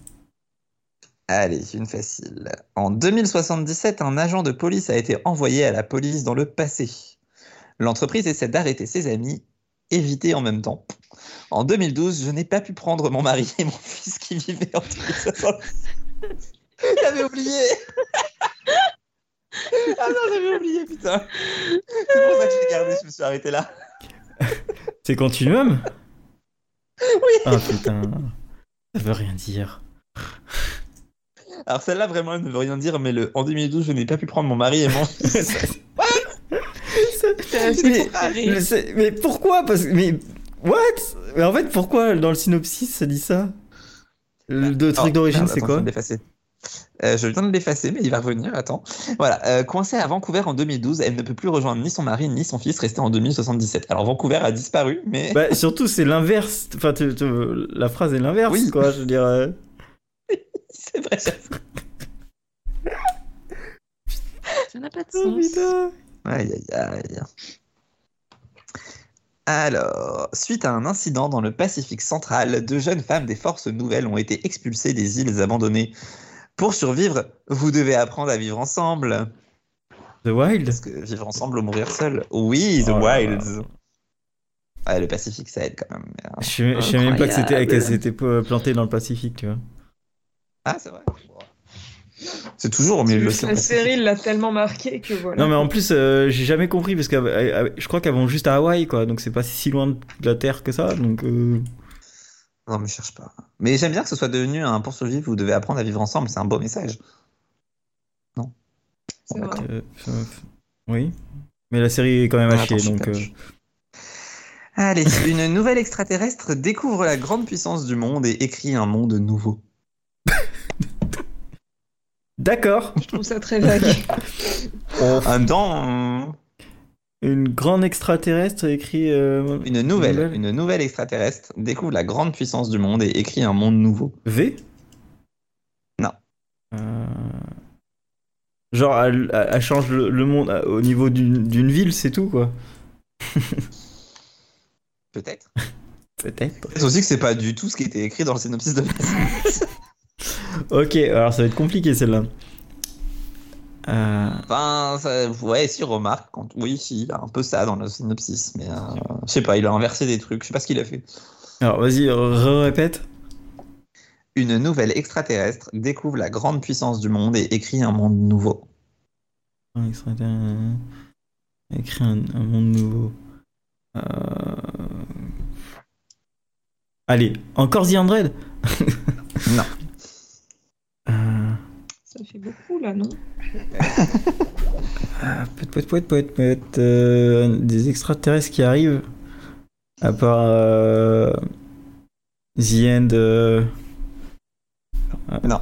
Speaker 3: Allez, une facile. En 2077, un agent de police a été envoyé à la police dans le passé. L'entreprise essaie d'arrêter ses amis, éviter en même temps. En 2012, je n'ai pas pu prendre mon mari et mon fils qui vivaient en 2060. [LAUGHS] J'avais oublié [LAUGHS] Ah non, j'avais oublié, putain C'est pour ça que je l'ai gardé, je me suis arrêté là.
Speaker 1: C'est Continuum
Speaker 3: [LAUGHS] Oui.
Speaker 1: Ah putain, ça veut rien
Speaker 3: [LAUGHS]
Speaker 1: dire.
Speaker 3: Alors celle-là, vraiment, elle ne veut rien dire, mais le... en 2012, je n'ai pas pu prendre mon mari et mon fils.
Speaker 2: [LAUGHS] T'as assez
Speaker 1: Mais-
Speaker 2: pour faire rire.
Speaker 1: Mais, c'est- mais pourquoi Parce que mais what Mais en fait, pourquoi dans le synopsis ça dit ça Le le truc
Speaker 3: Oh,
Speaker 1: d'origine,
Speaker 3: merde,
Speaker 1: c'est
Speaker 3: attends,
Speaker 1: quoi
Speaker 3: Je viens de l'effacer. Euh, je viens de l'effacer, mais il va revenir. Attends. Voilà. euh, coincée à Vancouver en 2012, elle ne peut plus rejoindre ni son mari ni son fils, resté en 2077. Alors Vancouver a disparu, mais
Speaker 1: Bah surtout, c'est l'inverse. Enfin, tu- tu- la phrase est l'inverse,
Speaker 3: Oui.
Speaker 1: quoi. Je veux dire. euh,
Speaker 3: [LAUGHS] c'est vrai.
Speaker 2: Ça n'a pas de
Speaker 1: Oh
Speaker 2: sens.
Speaker 1: putain.
Speaker 3: Aïe, aïe, aïe. Alors, suite à un incident dans le Pacifique central, deux jeunes femmes des forces nouvelles ont été expulsées des îles abandonnées. Pour survivre, vous devez apprendre à vivre ensemble.
Speaker 1: The Wild.
Speaker 3: Parce que vivre ensemble ou mourir seul. Oui, The
Speaker 1: Oh là là.
Speaker 3: Wilds. Ouais, le Pacifique, ça aide quand même. mais, euh,
Speaker 1: Je sais- je sais même pas que c'était
Speaker 3: Incroyable.
Speaker 1: qu'elle s'était euh, plantée dans le Pacifique, tu vois.
Speaker 3: Ah, c'est vrai. C'est toujours au milieu de l'océan.
Speaker 2: La série l'a tellement marqué que voilà.
Speaker 1: Non mais en plus euh, j'ai jamais compris parce que euh, euh, je crois qu'elles vont juste à Hawaï quoi donc c'est pas si loin de la terre que ça donc euh,
Speaker 3: Non, mais cherche pas. Mais j'aime bien que ce soit devenu un pour survivre, vous devez apprendre à vivre ensemble, c'est un beau message. Non
Speaker 2: C'est
Speaker 3: Bon,
Speaker 2: vrai.
Speaker 3: d'accord.
Speaker 1: euh, euh, oui mais la série est quand même à
Speaker 3: Ah, attends,
Speaker 1: chier
Speaker 3: je suis
Speaker 1: donc euh.
Speaker 3: perdu. Allez, une nouvelle extraterrestre découvre la grande puissance du monde et écrit un monde nouveau.
Speaker 1: euh,
Speaker 3: [LAUGHS]
Speaker 1: d'accord Oh,
Speaker 2: Je trouve ça très vague.
Speaker 3: En même temps, euh,
Speaker 1: une grande extraterrestre écrit euh,
Speaker 3: une nouvelle,
Speaker 1: Nouvelle.
Speaker 3: une nouvelle extraterrestre découvre la grande puissance du monde et écrit un monde nouveau.
Speaker 1: V
Speaker 3: Non.
Speaker 1: Euh, genre elle, elle- elle change le, le monde euh, au niveau d'une d'une ville c'est tout quoi
Speaker 3: Peut-être.
Speaker 1: peut-être
Speaker 3: Peut-être aussi que c'est pas du tout ce qui était écrit dans le synopsis de
Speaker 1: ok alors ça va être compliqué celle-là euh...
Speaker 3: Enfin, ça- ouais, si, remarque. Quand... Oui, si, il a un peu ça dans le synopsis. Mais euh, je sais pas, il a inversé des trucs. Je sais pas ce qu'il a fait.
Speaker 1: alors vas-y répète
Speaker 3: Une nouvelle extraterrestre découvre la grande puissance du monde et écrit un monde nouveau.
Speaker 1: Un extraterrestre, euh, écrit un, un monde nouveau. Euh, Allez, encore The Andred
Speaker 3: [LAUGHS] Non.
Speaker 1: Euh,
Speaker 2: Ça fait beaucoup là, non
Speaker 1: ah, peut- peut- peut- peut- peut- euh, des extraterrestres qui arrivent. À part euh, The End. euh, ah,
Speaker 3: Non.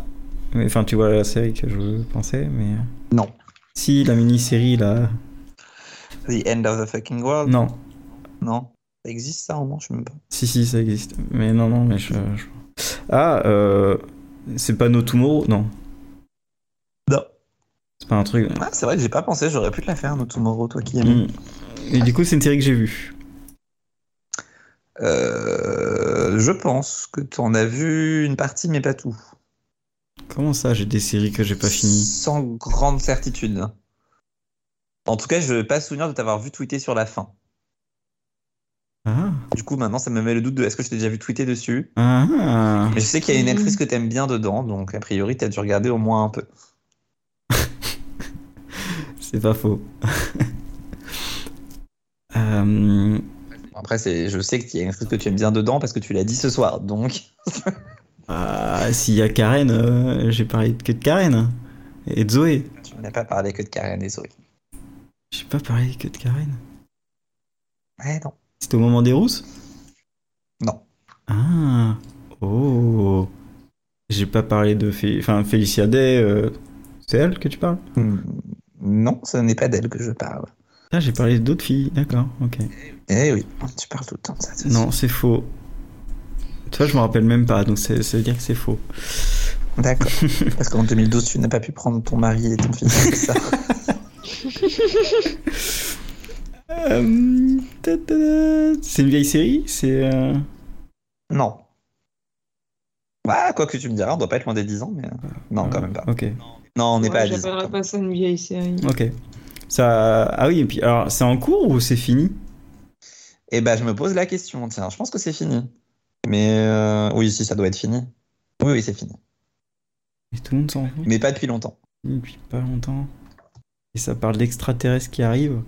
Speaker 1: mais, Enfin, tu vois la série que je pensais, mais.
Speaker 3: Non.
Speaker 1: Si, la mini-série là.
Speaker 3: The End of the Fucking World
Speaker 1: Non.
Speaker 3: Non. Ça existe ça au moins Je sais même pas.
Speaker 1: Si, si, ça existe. Mais non, non, mais je. je- Ah, euh, c'est pas No Tomorrow Non,
Speaker 3: Non.
Speaker 1: c'est pas un truc.
Speaker 3: Ah, c'est vrai que j'ai pas pensé, j'aurais pu te la faire, No Tomorrow, toi qui aimes.
Speaker 1: Mm. Et du coup, c'est une série que j'ai vue.
Speaker 3: Euh, je pense que t'en as vu une partie, mais pas tout.
Speaker 1: Comment ça, j'ai des séries que j'ai pas finies
Speaker 3: Sans grande certitude. En tout cas, je n'ai pas souvenir de t'avoir vu tweeter sur la fin.
Speaker 1: Ah,
Speaker 3: Du coup, maintenant, ça me met le doute de est-ce que je t'ai déjà vu tweeter dessus
Speaker 1: ah, ah.
Speaker 3: Mais je sais qu'il y a une
Speaker 2: Mhm.
Speaker 3: actrice que t'aimes bien dedans, donc a priori, t'as dû regarder au moins un peu.
Speaker 1: c'est pas faux. [LAUGHS] Euh,
Speaker 3: Après, c'est, je sais qu'il y a une actrice que tu aimes bien dedans parce que tu l'as dit ce soir, donc.
Speaker 1: ah, S'il y a Karen, euh, j'ai parlé que de Karen. Et de Zoé.
Speaker 3: Tu n'as pas parlé que de Karen et Zoé.
Speaker 1: J'ai pas parlé que de Karen.
Speaker 3: Ouais, Eh non.
Speaker 1: C'était au moment des rousses
Speaker 3: Non.
Speaker 1: Ah, oh. J'ai pas parlé de Fé- enfin, Félicia Day. euh, C'est elle que tu parles
Speaker 3: Hmm, Non, ce n'est pas d'elle que je parle.
Speaker 1: Ah, j'ai parlé d'autres filles, d'accord, ok.
Speaker 3: Eh oui, tu parles tout le temps de ça. de toute
Speaker 1: Non, c'est faux. Toi, je me rappelle même pas, donc c'est- ça veut dire que c'est faux. [LAUGHS]
Speaker 3: D'accord. Parce qu'en 2012, tu n'as pas pu prendre ton mari et ton fils, c'est ça
Speaker 1: Euh, ta- ta- C'est une vieille série C'est. euh,
Speaker 3: Non. Bah, quoi que tu me diras, on doit pas être loin des 10 ans, mais. euh, Non, quand même pas.
Speaker 1: Ok,
Speaker 3: Non, on n'est
Speaker 2: Ouais,
Speaker 3: pas à 10 ans.
Speaker 2: J'appellerais pas ça une vieille série.
Speaker 1: ok. Ça. Ah oui, et puis alors, c'est en cours ou c'est fini
Speaker 3: Et bah, je me pose la question, tiens, je pense que c'est fini. Mais euh, oui, si, ça doit être fini. Oui, oui, c'est fini.
Speaker 1: Et tout le monde s'en fout
Speaker 3: Mais pas depuis longtemps.
Speaker 1: depuis pas longtemps. Et ça parle d'extraterrestres qui arrivent.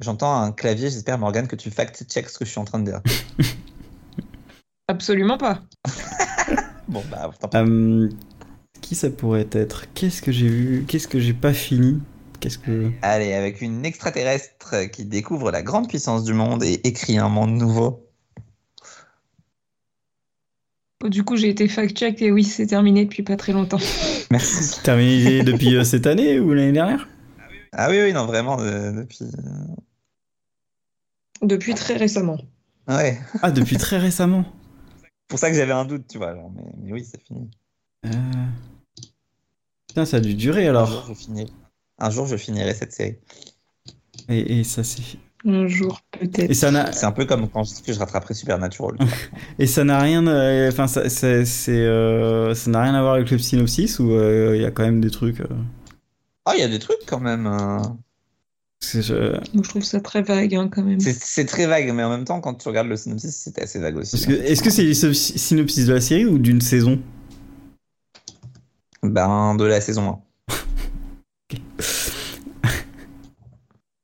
Speaker 3: J'entends un clavier, j'espère, Morgane, que tu fact-check ce que je suis en train de dire.
Speaker 2: Absolument pas.
Speaker 3: Bon, bah, tant pis.
Speaker 1: Euh, qui ça pourrait être Qu'est-ce que j'ai vu Qu'est-ce que j'ai pas fini Qu'est-ce que.
Speaker 3: Allez, avec une extraterrestre qui découvre la grande puissance du monde et écrit un monde nouveau.
Speaker 2: Du coup, j'ai été fact-check et oui, c'est terminé depuis pas très longtemps.
Speaker 3: Merci.
Speaker 1: Terminé depuis euh, cette année ou l'année dernière
Speaker 3: Ah oui, oui, non, vraiment, euh, depuis.
Speaker 2: [LAUGHS] Depuis très récemment.
Speaker 3: Ouais.
Speaker 1: Ah, depuis très récemment.
Speaker 3: pour ça que j'avais un doute, tu vois. genre, mais, mais oui, c'est fini.
Speaker 1: Euh, Putain, ça a dû durer
Speaker 3: Un jour,
Speaker 1: alors.
Speaker 3: je finirai, un jour, je finirai cette série.
Speaker 1: Et, et ça s'est-
Speaker 2: Un jour, peut-être.
Speaker 1: et ça n'a
Speaker 3: C'est un peu comme quand je dis que je rattraperai Supernatural. tu vois.
Speaker 1: et ça n'a rien. euh, Enfin, ça c'est- c'est, euh, ça n'a rien à voir avec le synopsis ou euh, il y a quand même des trucs. euh,
Speaker 3: Ah, il y a des trucs quand même. euh.
Speaker 1: c'est- je-
Speaker 2: Moi, je trouve ça très vague hein, quand même.
Speaker 3: C'est- C'est très vague, mais en même temps, quand tu regardes le synopsis, c'est assez vague aussi. hein.
Speaker 1: Parce que- Est-ce que c'est le synopsis- synopsis de la série ou d'une saison
Speaker 3: Ben, de la saison 1.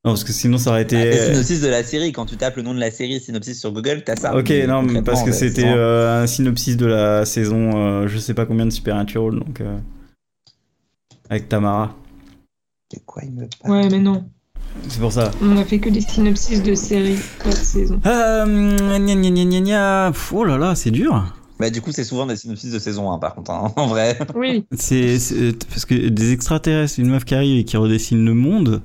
Speaker 1: Non, parce que sinon ça aurait été.
Speaker 3: Ah, Le synopsis de la série, quand tu tapes le nom de la série, synopsis sur Google, t'as ça.
Speaker 1: Ok,
Speaker 3: Mais
Speaker 1: non, mais
Speaker 3: concrètement, ben, bah,
Speaker 1: parce que
Speaker 3: la
Speaker 1: c'était
Speaker 3: saison un-
Speaker 1: euh, un synopsis de la saison, euh, je sais pas combien de Supernatural, donc euh, avec Tamara. euh,
Speaker 3: De quoi il me parle
Speaker 2: Ouais, mais non.
Speaker 1: C'est pour ça.
Speaker 2: On a fait que des synopsis de séries pas de saison.
Speaker 1: Euh, gna, gna, gna, gna, gna. Pff, Oh là là, c'est dur.
Speaker 3: Bah, du coup, c'est souvent des synopsis de saison 1, par contre, hein, [LAUGHS] en vrai.
Speaker 2: [LAUGHS] Oui,
Speaker 1: C'est c'est- parce que des extraterrestres, une meuf qui arrive et qui redessine le monde.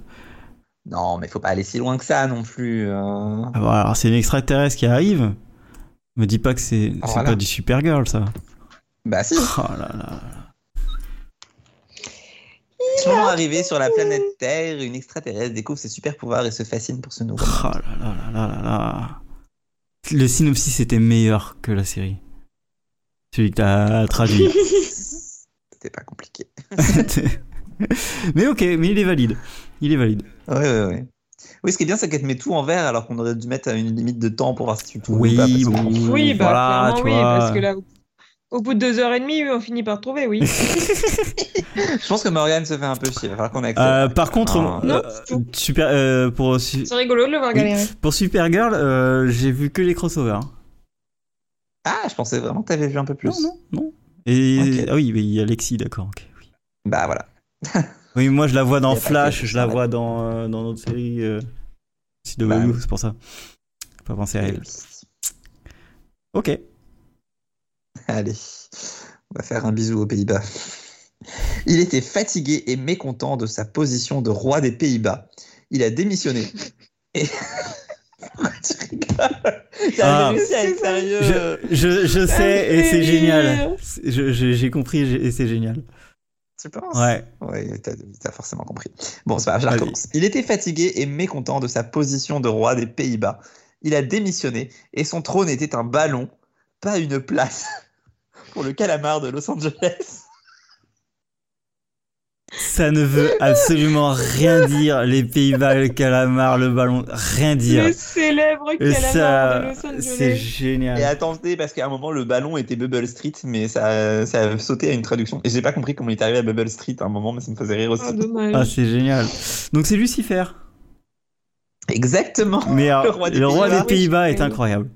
Speaker 3: Non, mais faut pas aller si loin que ça non plus. euh.
Speaker 1: Ah, bon, alors c'est une extraterrestre qui arrive. Me dis pas que c'est c'est
Speaker 3: Voilà.
Speaker 1: pas du Supergirl ça.
Speaker 3: Bah, si.
Speaker 1: Oh là là.
Speaker 3: Sûrement arrivée sur la planète Terre, une extraterrestre découvre ses super pouvoirs et se fascine pour ce nouveau.
Speaker 1: Oh là là là là là là. Le synopsis était meilleur que la série. Celui que t'as traduit.
Speaker 3: C'était pas compliqué.
Speaker 1: mais ok, mais il est valide. Il est valide.
Speaker 3: Ouais, ouais, ouais. Oui, ce qui est bien, c'est qu'elle te met tout en vert alors qu'on aurait dû mettre une limite de temps pour voir si tu trouves ou pas, parce que-
Speaker 2: oui, bah, clairement, oui, parce que là, au- au bout de deux heures et demie, on finit par
Speaker 1: [LAUGHS]
Speaker 2: trouver, oui.
Speaker 3: Je pense que Morgane se fait un peu chier. Il va falloir qu'on
Speaker 1: Euh,
Speaker 3: accepte.
Speaker 1: par contre,
Speaker 3: Non.
Speaker 1: euh,
Speaker 2: Non, c'est tout.
Speaker 1: super, euh, pour, su-
Speaker 2: C'est rigolo de le voir galérer.
Speaker 1: pour Supergirl, euh, j'ai vu que les crossovers. hein.
Speaker 3: Ah, je pensais vraiment que t'avais vu un peu plus.
Speaker 1: Non, non, non. Et
Speaker 3: Ok.
Speaker 1: ah oui, mais il y a Alexis, d'accord. ok, oui.
Speaker 3: Bah voilà.
Speaker 1: oui, moi je la vois
Speaker 3: Il
Speaker 1: dans
Speaker 3: y a pas
Speaker 1: Flash,
Speaker 3: que-
Speaker 1: je la vois dans euh, dans notre série euh, CW,
Speaker 3: Bah, oui.
Speaker 1: c'est pour ça. Faut Pas penser à elle. Ok.
Speaker 3: Allez, on va faire un bisou aux Pays-Bas. Il était fatigué et mécontent de sa position de roi des Pays-Bas. Il
Speaker 1: [LAUGHS]
Speaker 3: a démissionné. Et... [LAUGHS] Pourquoi tu rigoles T'as
Speaker 1: Ah.
Speaker 3: réussi à être sérieux
Speaker 1: Je, je, je
Speaker 2: Ça
Speaker 1: sais
Speaker 2: me
Speaker 1: et
Speaker 2: fait
Speaker 1: c'est
Speaker 2: rire.
Speaker 1: génial. C'est- je- je- J'ai compris et c'est génial.
Speaker 3: Tu penses
Speaker 1: Ouais.
Speaker 3: Ouais, t'as, t'as forcément compris. Bon, c'est pas grave, je la
Speaker 1: Vas-y.
Speaker 3: recommence. Il était fatigué et mécontent de sa position de roi des Pays-Bas. Il a démissionné et son trône était un ballon, pas une place, [LAUGHS] pour le calamar de Los Angeles.
Speaker 1: Ça ne veut absolument rien dire. Les Pays-Bas, le calamar, le ballon, rien dire.
Speaker 2: Le célèbre
Speaker 1: Et
Speaker 2: calamar de
Speaker 1: ça,
Speaker 2: Los
Speaker 1: c'est
Speaker 2: Angeles.
Speaker 1: génial.
Speaker 3: Et attendez, parce qu'à un moment, le ballon était Bubble Street, mais ça, ça a sauté à une traduction. Et j'ai pas compris comment il est arrivé à Bubble Street à un moment, mais ça me faisait rire
Speaker 2: Ah,
Speaker 3: aussi.
Speaker 1: Ah,
Speaker 2: dommage.
Speaker 1: c'est génial. Donc c'est Lucifer.
Speaker 3: Exactement.
Speaker 1: Mais alors,
Speaker 3: Le roi des
Speaker 1: le roi
Speaker 3: Pays-Bas.
Speaker 1: des Pays-Bas
Speaker 2: Oui,
Speaker 1: est
Speaker 2: je-
Speaker 1: incroyable.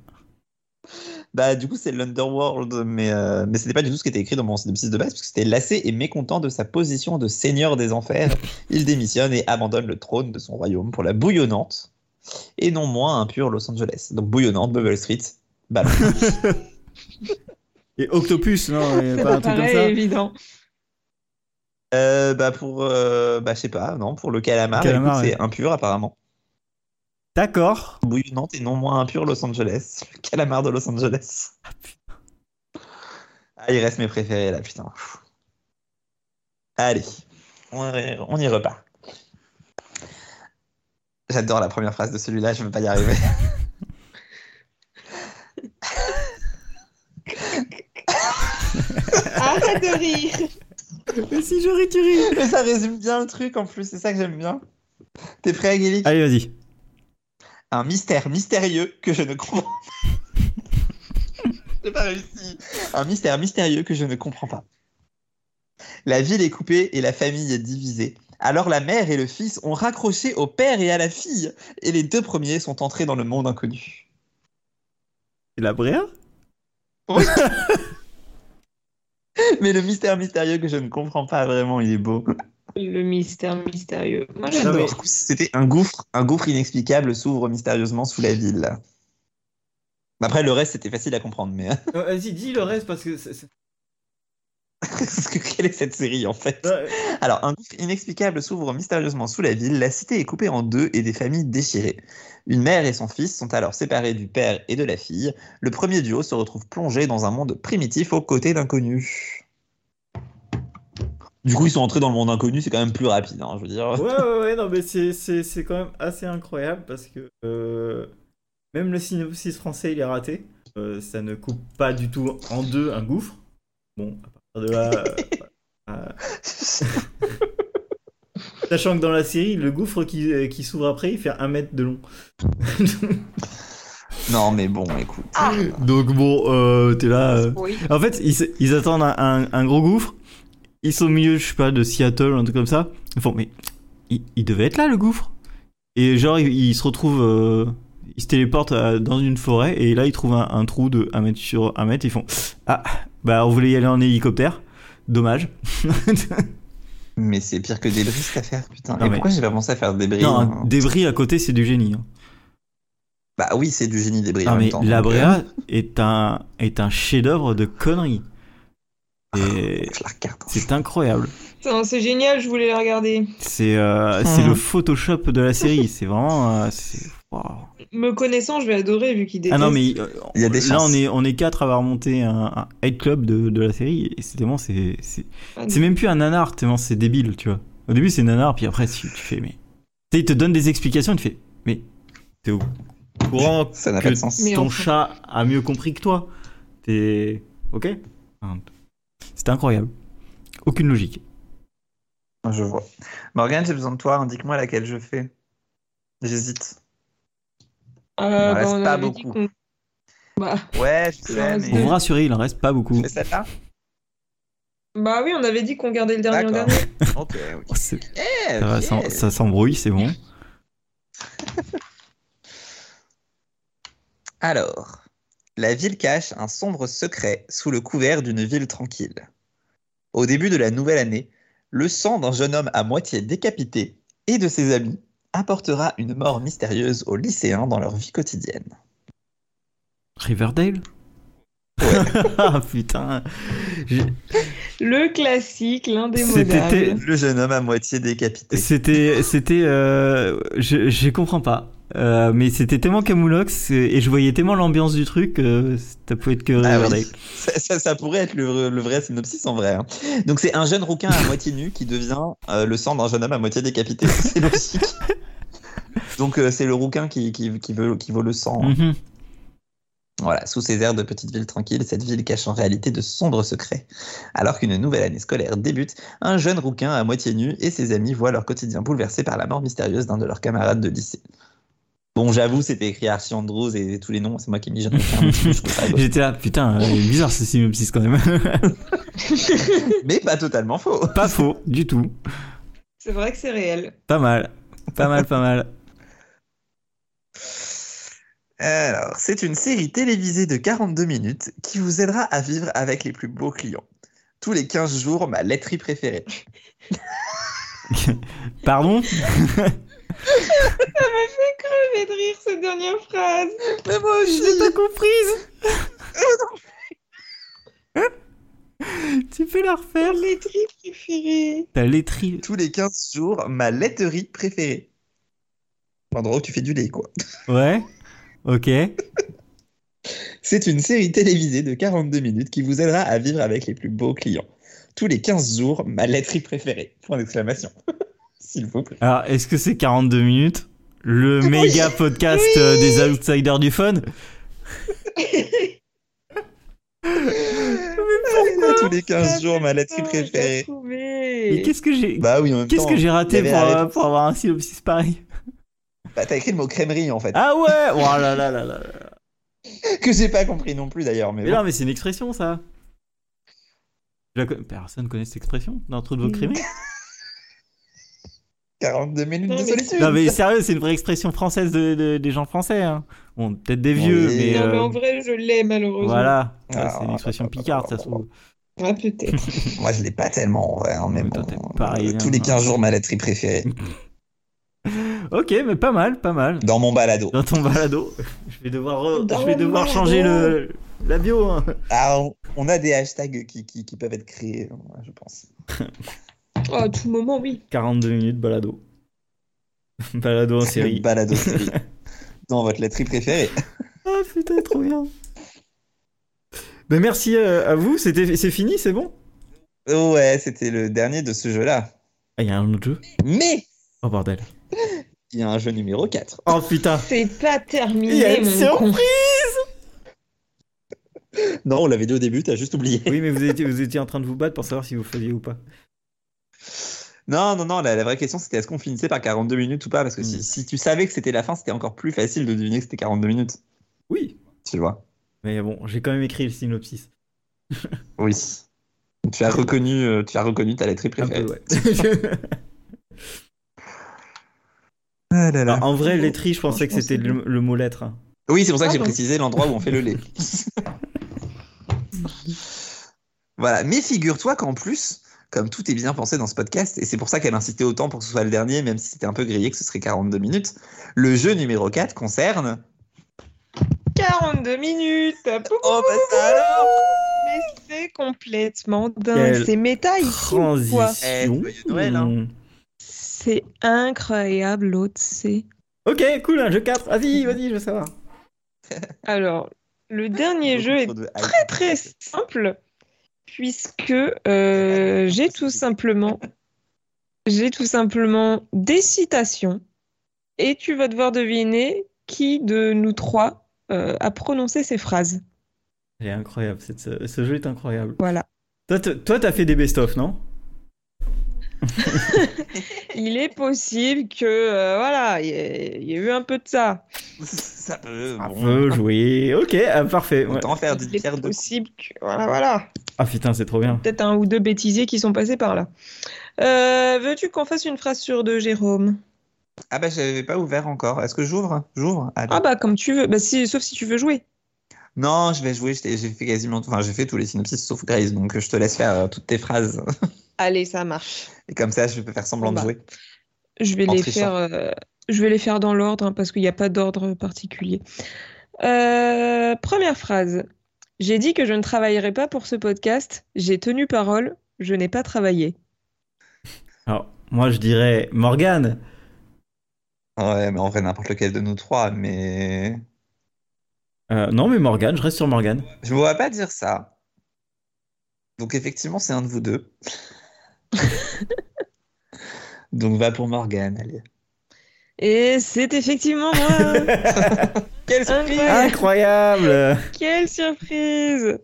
Speaker 3: Bah, du coup, c'est l'Underworld, mais, euh, mais c'était pas du tout ce qui était écrit dans mon synopsis de base, puisque c'était lassé et mécontent de sa position de seigneur des enfers. Il démissionne et abandonne le trône de son royaume pour la bouillonnante et non moins impure Los Angeles. Donc, bouillonnante, Bubble Street,
Speaker 1: [LAUGHS]
Speaker 3: ballon.
Speaker 1: Et Octopus, non il y a
Speaker 2: Ça
Speaker 1: Pas un
Speaker 2: me
Speaker 1: truc comme
Speaker 2: paraît
Speaker 1: ça.
Speaker 2: évident.
Speaker 3: Euh, bah, pour, euh, bah, je sais pas, non, pour le calamar,
Speaker 1: Le calamar,
Speaker 3: écoute, c'est impur apparemment.
Speaker 1: D'accord.
Speaker 3: bouillonnante et non moins impure Los Angeles. [LAUGHS] Le calamar de Los Angeles. Ah, il reste mes préférés là, putain. Pfff. Allez, on, y- on y repart. J'adore la première phrase de celui-là, je ne veux pas y arriver.
Speaker 2: Arrête de rire.
Speaker 1: Mais si je ris, tu ris.
Speaker 3: Mais [LAUGHS] ça résume bien le truc en plus, c'est ça que j'aime bien. T'es prêt, Angélique
Speaker 1: Allez, vas-y.
Speaker 3: Un mystère mystérieux que je ne comprends pas. [LAUGHS] J'ai pas réussi. Un mystère mystérieux que je ne comprends pas. La ville est coupée et la famille est divisée. Alors la mère et le fils ont raccroché au père et à la fille, et les deux premiers sont entrés dans le monde inconnu. [LAUGHS]
Speaker 1: C'est la bréa
Speaker 3: Mais le mystère mystérieux que je ne comprends pas vraiment, il est beau.
Speaker 2: Le mystère mystérieux. Moi,
Speaker 3: Non, mais
Speaker 2: j'adore.
Speaker 3: C'était un gouffre, un gouffre inexplicable s'ouvre mystérieusement sous la ville. Après le reste c'était facile à comprendre, mais hein,
Speaker 1: Euh, Vas-y, dis le reste parce que. c'est- c'est-
Speaker 3: [LAUGHS] parce que quelle est cette série en fait
Speaker 1: Ouais.
Speaker 3: Alors, un gouffre inexplicable s'ouvre mystérieusement sous la ville, la cité est coupée en deux et des familles déchirées. Une mère et son fils sont alors séparés du père et de la fille. Le premier duo se retrouve plongé dans un monde primitif aux côtés d'inconnus. Du coup, ils sont entrés dans le monde inconnu, c'est quand même plus rapide, hein, je
Speaker 1: [LAUGHS]
Speaker 3: veux dire.
Speaker 1: Ouais, ouais, ouais, non, mais c'est- c'est c'est quand même assez incroyable parce que euh, même le synopsis français, il est raté. Euh, ça ne coupe pas du tout en deux un gouffre. Bon, à partir de là. euh, euh, Sachant que dans la série, le gouffre qui, euh, qui s'ouvre après, il fait un mètre de long.
Speaker 3: Non, mais bon, écoute.
Speaker 1: [LAUGHS] Donc bon, euh, t'es là. euh.
Speaker 2: Oui.
Speaker 1: En fait, ils, se- ils attendent un, un- un gros gouffre. Ils sont au milieu, je sais pas, de Seattle, un truc comme ça. Ils font, mais il, il devait être là le gouffre. Et genre, ils, ils se retrouvent, euh, ils se téléportent euh, dans une forêt et là, ils trouvent un, un trou de 1 mètre sur 1 mètre. Ils font, ah, bah on voulait y aller en hélicoptère. Dommage. [LAUGHS]
Speaker 3: Mais c'est pire que débris cette affaire, putain.
Speaker 1: Non,
Speaker 3: et
Speaker 1: mais-
Speaker 3: pourquoi j'ai pas pensé à faire débris
Speaker 1: non,
Speaker 3: hein
Speaker 1: un débris à côté, c'est du génie. hein.
Speaker 3: Bah oui, c'est du génie débris.
Speaker 1: Ah,
Speaker 3: en
Speaker 1: mais
Speaker 3: même temps,
Speaker 1: la
Speaker 3: donc, euh,
Speaker 1: Brea est un, est un chef-d'œuvre de conneries.
Speaker 3: Ah.
Speaker 1: Et
Speaker 3: Je la regarde.
Speaker 1: c'est incroyable.
Speaker 2: Putain, C'est génial, je voulais la regarder.
Speaker 1: C'est euh, c'est
Speaker 3: Hmm.
Speaker 1: le Photoshop de la série. C'est vraiment. euh, c'est- wow.
Speaker 2: Me connaissant, je vais adorer vu qu'il
Speaker 1: Ah
Speaker 2: déteste.
Speaker 1: non, mais euh,
Speaker 3: Il y a des
Speaker 1: là,
Speaker 3: chances.
Speaker 1: on est, on est quatre à avoir monté un, un head club de, de la série. Et c'est tellement. C'est c'est-
Speaker 2: Ah,
Speaker 1: c'est même plus un nanar, tellement c'est débile, tu vois. Au début, c'est nanar, puis après, tu, tu fais. Mais. Tu sais, il te donne des explications, tu fais. Mais. T'es au courant
Speaker 3: Ça n'a
Speaker 1: que
Speaker 3: pas de sens.
Speaker 2: Mais
Speaker 1: ton
Speaker 2: enfin.
Speaker 1: chat a mieux compris que toi. T'es. Ok Enfin, C'était incroyable. Aucune logique.
Speaker 3: Je vois. Morgane, j'ai besoin de toi. Indique-moi laquelle je fais. J'hésite.
Speaker 2: Euh,
Speaker 3: Il
Speaker 2: bah,
Speaker 3: en reste
Speaker 2: on
Speaker 3: pas
Speaker 2: avait dit
Speaker 3: beaucoup.
Speaker 2: qu'on- Bah,
Speaker 3: Ouais, je
Speaker 2: Ouais,
Speaker 3: sais,
Speaker 1: Pour
Speaker 2: c'est-
Speaker 1: vous
Speaker 3: mais.
Speaker 1: rassurer, il en reste pas beaucoup.
Speaker 3: Je fais celle-là
Speaker 2: bah oui, on avait dit qu'on gardait le dernier en
Speaker 3: D'accord.
Speaker 2: dernier.
Speaker 3: [LAUGHS] Ok, ok.
Speaker 1: Oh, c'est-
Speaker 3: Yeah,
Speaker 1: ça va,
Speaker 3: yeah.
Speaker 1: ça- ça s'embrouille, c'est bon.
Speaker 3: Alors, la ville cache un sombre secret sous le couvert d'une ville tranquille. Au début de la nouvelle année, le sang d'un jeune homme à moitié décapité et de ses amis apportera une mort mystérieuse aux lycéens dans leur vie quotidienne.
Speaker 1: Riverdale [LAUGHS] Ah putain J'ai-
Speaker 2: Le classique,
Speaker 1: C'était-
Speaker 2: l'indémodable.
Speaker 3: Le jeune homme à moitié décapité.
Speaker 1: C'était, c'était, euh, je, je comprends pas. Euh, mais c'était tellement camoulox euh, et je voyais tellement l'ambiance du truc, euh, ça pouvait être que
Speaker 3: Ah
Speaker 1: Riverdale.
Speaker 3: oui. [LAUGHS] Ça, ça- ça pourrait être le, vrai- le vrai synopsis en vrai. hein. Donc c'est un jeune rouquin à moitié nu qui devient euh, le sang d'un jeune homme à moitié décapité. C'est logique. Donc euh, c'est le rouquin qui, qui, qui veut, qui vaut le sang. hein.
Speaker 1: Mhm.
Speaker 3: Voilà, sous ces airs de petite ville tranquille, cette ville cache en réalité de sombres secrets. Alors qu'une nouvelle année scolaire débute, un jeune rouquin à moitié nu et ses amis voient leur quotidien bouleversé par la mort mystérieuse d'un de leurs camarades de lycée. Bon, j'avoue, c'était écrit Archie Andrews et tous les noms, c'est moi qui ai mis jeune rouquin. [LAUGHS] mais je trouve ça rigolo.
Speaker 1: [LAUGHS] J'étais là, putain, euh, bizarre ce synopsis quand même. [LAUGHS]
Speaker 3: Mais pas totalement faux.
Speaker 1: pas faux, du tout.
Speaker 2: C'est vrai que c'est réel.
Speaker 1: Pas mal. Pas mal, pas mal.
Speaker 3: Alors, c'est une série télévisée de 42 minutes qui vous aidera à vivre avec les plus beaux clients. Tous les 15 jours, ma laiterie préférée.
Speaker 1: Pardon
Speaker 2: Ça m'a fait crever de rire cette dernière phrase.
Speaker 3: Mais moi
Speaker 1: Oh, Je l'ai pas comprise [LAUGHS] Tu peux la refaire
Speaker 2: Les tri préférés.
Speaker 1: Ta laiterie.
Speaker 3: Tous les 15 jours, ma laiterie préférée. L'endroit où tu fais du lait, quoi.
Speaker 1: Ouais Ok.
Speaker 3: C'est une série télévisée de 42 minutes qui vous aidera à vivre avec les plus beaux clients. Tous les 15 jours, ma laiterie préférée. Point d'exclamation. [LAUGHS] S'il vous plaît.
Speaker 1: Alors, est-ce que c'est 42 minutes
Speaker 2: [LAUGHS]
Speaker 1: Le méga podcast euh, des outsiders du fun
Speaker 3: Tous les
Speaker 1: Ah,
Speaker 3: 15 jours, ma laiterie
Speaker 2: Putain, je l'ai
Speaker 3: préférée.
Speaker 2: trouvé.
Speaker 1: Mais qu'est-ce que j'ai
Speaker 3: Bah oui, en même
Speaker 1: qu'est-ce
Speaker 3: temps,
Speaker 1: que j'ai raté
Speaker 3: il y
Speaker 1: pour,
Speaker 3: avait la
Speaker 1: euh, pour avoir un synopsis pareil
Speaker 3: Bah, t'as écrit le mot crèmerie en fait,
Speaker 1: Ah ouais Oh là là là là
Speaker 3: [LAUGHS] que j'ai pas compris non plus d'ailleurs. Mais,
Speaker 1: Mais
Speaker 3: bon.
Speaker 1: non, mais c'est une expression ça Je la con- Personne connaît cette expression dans Trou de vos
Speaker 2: [LAUGHS]
Speaker 1: crimes
Speaker 3: 42 minutes
Speaker 2: Non,
Speaker 3: de
Speaker 2: mais-
Speaker 3: solitude.
Speaker 1: Non mais sérieux, c'est une vraie expression française de, de- des gens français. Hein. Bon, peut-être des vieux,
Speaker 3: Oui.
Speaker 1: mais,
Speaker 2: Non, mais
Speaker 1: euh,
Speaker 2: en vrai, je l'ai malheureusement.
Speaker 1: voilà, Ouais,
Speaker 3: Ah,
Speaker 1: c'est une expression picarde, ça se trouve.
Speaker 2: Ah, peut-être.
Speaker 3: Moi je l'ai pas tellement en vrai. hein, mais
Speaker 1: Mais toi,
Speaker 3: bon,
Speaker 1: t'es pareil,
Speaker 3: euh, tous les
Speaker 1: hein.
Speaker 3: 15 jours, ma
Speaker 1: [LAUGHS]
Speaker 3: laiterie préférée.
Speaker 1: Ok, mais pas mal, pas mal.
Speaker 3: Dans mon balado.
Speaker 1: Dans ton balado, je vais devoir, re-
Speaker 2: Dans
Speaker 1: je vais
Speaker 2: mon
Speaker 1: devoir
Speaker 2: balado.
Speaker 1: changer le la bio. hein.
Speaker 3: Ah, on- on a des hashtags qui, qui- qui peuvent être créés, euh, je pense.
Speaker 2: Oh, à tout moment, oui.
Speaker 1: 42 minutes balado. balado en série. [LAUGHS]
Speaker 3: Balado série. Dans votre laiterie préférée.
Speaker 1: ah putain, trop bien. Ben merci euh, à vous, c'était c'est fini, c'est bon.
Speaker 3: Ouais, c'était le dernier de ce jeu-là.
Speaker 1: Ah, il y a un autre jeu.
Speaker 3: Mais
Speaker 1: Oh bordel.
Speaker 3: il y a un jeu numéro 4.
Speaker 1: Oh putain.
Speaker 2: C'est pas terminé,
Speaker 1: Il y a une
Speaker 2: mon
Speaker 1: surprise.
Speaker 2: con.
Speaker 3: Non, on l'avait dit au début, t'as juste oublié.
Speaker 1: Oui, mais vous étiez vous étiez en train de vous battre pour savoir si vous faisiez ou pas.
Speaker 3: [LAUGHS] Non, non, non, la, la vraie question c'était est-ce qu'on finissait par 42 minutes ou pas Parce que
Speaker 1: Mm.
Speaker 3: si, si tu savais que c'était la fin, c'était encore plus facile de deviner que c'était 42 minutes.
Speaker 1: Oui.
Speaker 3: Tu vois
Speaker 1: Mais bon, j'ai quand même écrit le synopsis.
Speaker 3: Oui. Tu as reconnu, euh, tu as reconnu ta lettre
Speaker 1: Un
Speaker 3: préférée.
Speaker 1: peu, ouais.
Speaker 2: [LAUGHS]
Speaker 3: Ah là là.
Speaker 1: Alors, en vrai, laiterie, je pensais que
Speaker 2: Franchement,
Speaker 1: c'était
Speaker 2: c'est
Speaker 1: le, le mot lettre. hein.
Speaker 3: Oui, c'est pour ça que j'ai
Speaker 2: Ah, donc.
Speaker 3: précisé l'endroit où on fait le
Speaker 2: [LAUGHS]
Speaker 3: lait. voilà. Mais figure-toi qu'en plus, comme tout est bien pensé dans ce podcast, et c'est pour ça qu'elle insistait autant pour que ce soit le dernier, même si c'était un peu grillé que ce serait 42 minutes, le jeu numéro 4 concerne.
Speaker 2: 42 minutes. Pou-
Speaker 3: Oh, bah ça alors
Speaker 2: Mais c'est complètement dingue.
Speaker 1: Quelle
Speaker 2: C'est méta ici. ou Ah, quoi
Speaker 3: Eh,
Speaker 1: Transition.
Speaker 3: joyeux Noël, hein.
Speaker 2: C'est incroyable, l'autre, c'est.
Speaker 1: Ok, cool, un jeu 4. Vas-y, vas-y, je veux savoir.
Speaker 2: Alors, le dernier jeu est
Speaker 3: Beaucoup trop de hype.
Speaker 2: très très simple puisque euh, j'ai tout simplement j'ai tout simplement des citations et tu vas devoir deviner qui de nous trois euh, a prononcé ces phrases.
Speaker 1: C'est incroyable, cette- ce, ce jeu est incroyable.
Speaker 2: Voilà.
Speaker 1: Toi, t- toi, t'as fait des best-of, non
Speaker 2: Il est possible que euh, voilà, il y, ait- il y ait eu un peu de ça.
Speaker 3: Ça peut.
Speaker 2: Ah,
Speaker 1: Un
Speaker 3: bon,
Speaker 1: peu joué. Ok,
Speaker 3: euh,
Speaker 1: ah, parfait. ouais.
Speaker 3: Autant faire d'une
Speaker 2: Il
Speaker 3: pierre
Speaker 2: est
Speaker 3: deux
Speaker 2: possible que voilà voilà.
Speaker 1: Ah putain, c'est trop bien.
Speaker 2: Peut-être un ou deux bêtisiers qui sont passés par là. Euh, Veux-tu qu'on fasse une phrase sur deux, Jérôme
Speaker 3: Ah bah j'avais pas ouvert encore. Est-ce que j'ouvre J'ouvre. Allez.
Speaker 2: Ah bah comme tu veux. Bah, si- sauf si tu veux jouer.
Speaker 3: Non, je vais jouer, je t'ai- j'ai fait quasiment tout. Enfin, j'ai fait tous les synopsis sauf Grace, donc euh, je te laisse faire euh, toutes tes phrases. [LAUGHS]
Speaker 2: Allez, ça marche.
Speaker 3: Et comme ça, je peux faire semblant
Speaker 2: Bon,
Speaker 3: de
Speaker 2: bah.
Speaker 3: jouer.
Speaker 2: Je vais
Speaker 3: En
Speaker 2: les
Speaker 3: trichant.
Speaker 2: faire, euh, je vais les faire dans l'ordre hein, parce qu'il n'y a pas d'ordre particulier. Euh, première phrase. J'ai dit que je ne travaillerai pas pour ce podcast. J'ai tenu parole. Je n'ai pas travaillé.
Speaker 1: Alors, moi, je dirais Morgane.
Speaker 3: Ouais, mais en vrai, n'importe lequel de nous trois, mais.
Speaker 1: Euh, non, mais Morgane, je reste sur Morgane.
Speaker 3: Je me vois pas dire ça. Donc, effectivement, c'est un de
Speaker 2: [LAUGHS]
Speaker 3: vous deux. Donc, va pour Morgane, allez.
Speaker 2: Et c'est effectivement moi. hein.
Speaker 3: [LAUGHS] Quelle
Speaker 2: Ah, Incroyable.
Speaker 1: Incroyable
Speaker 2: Quelle surprise!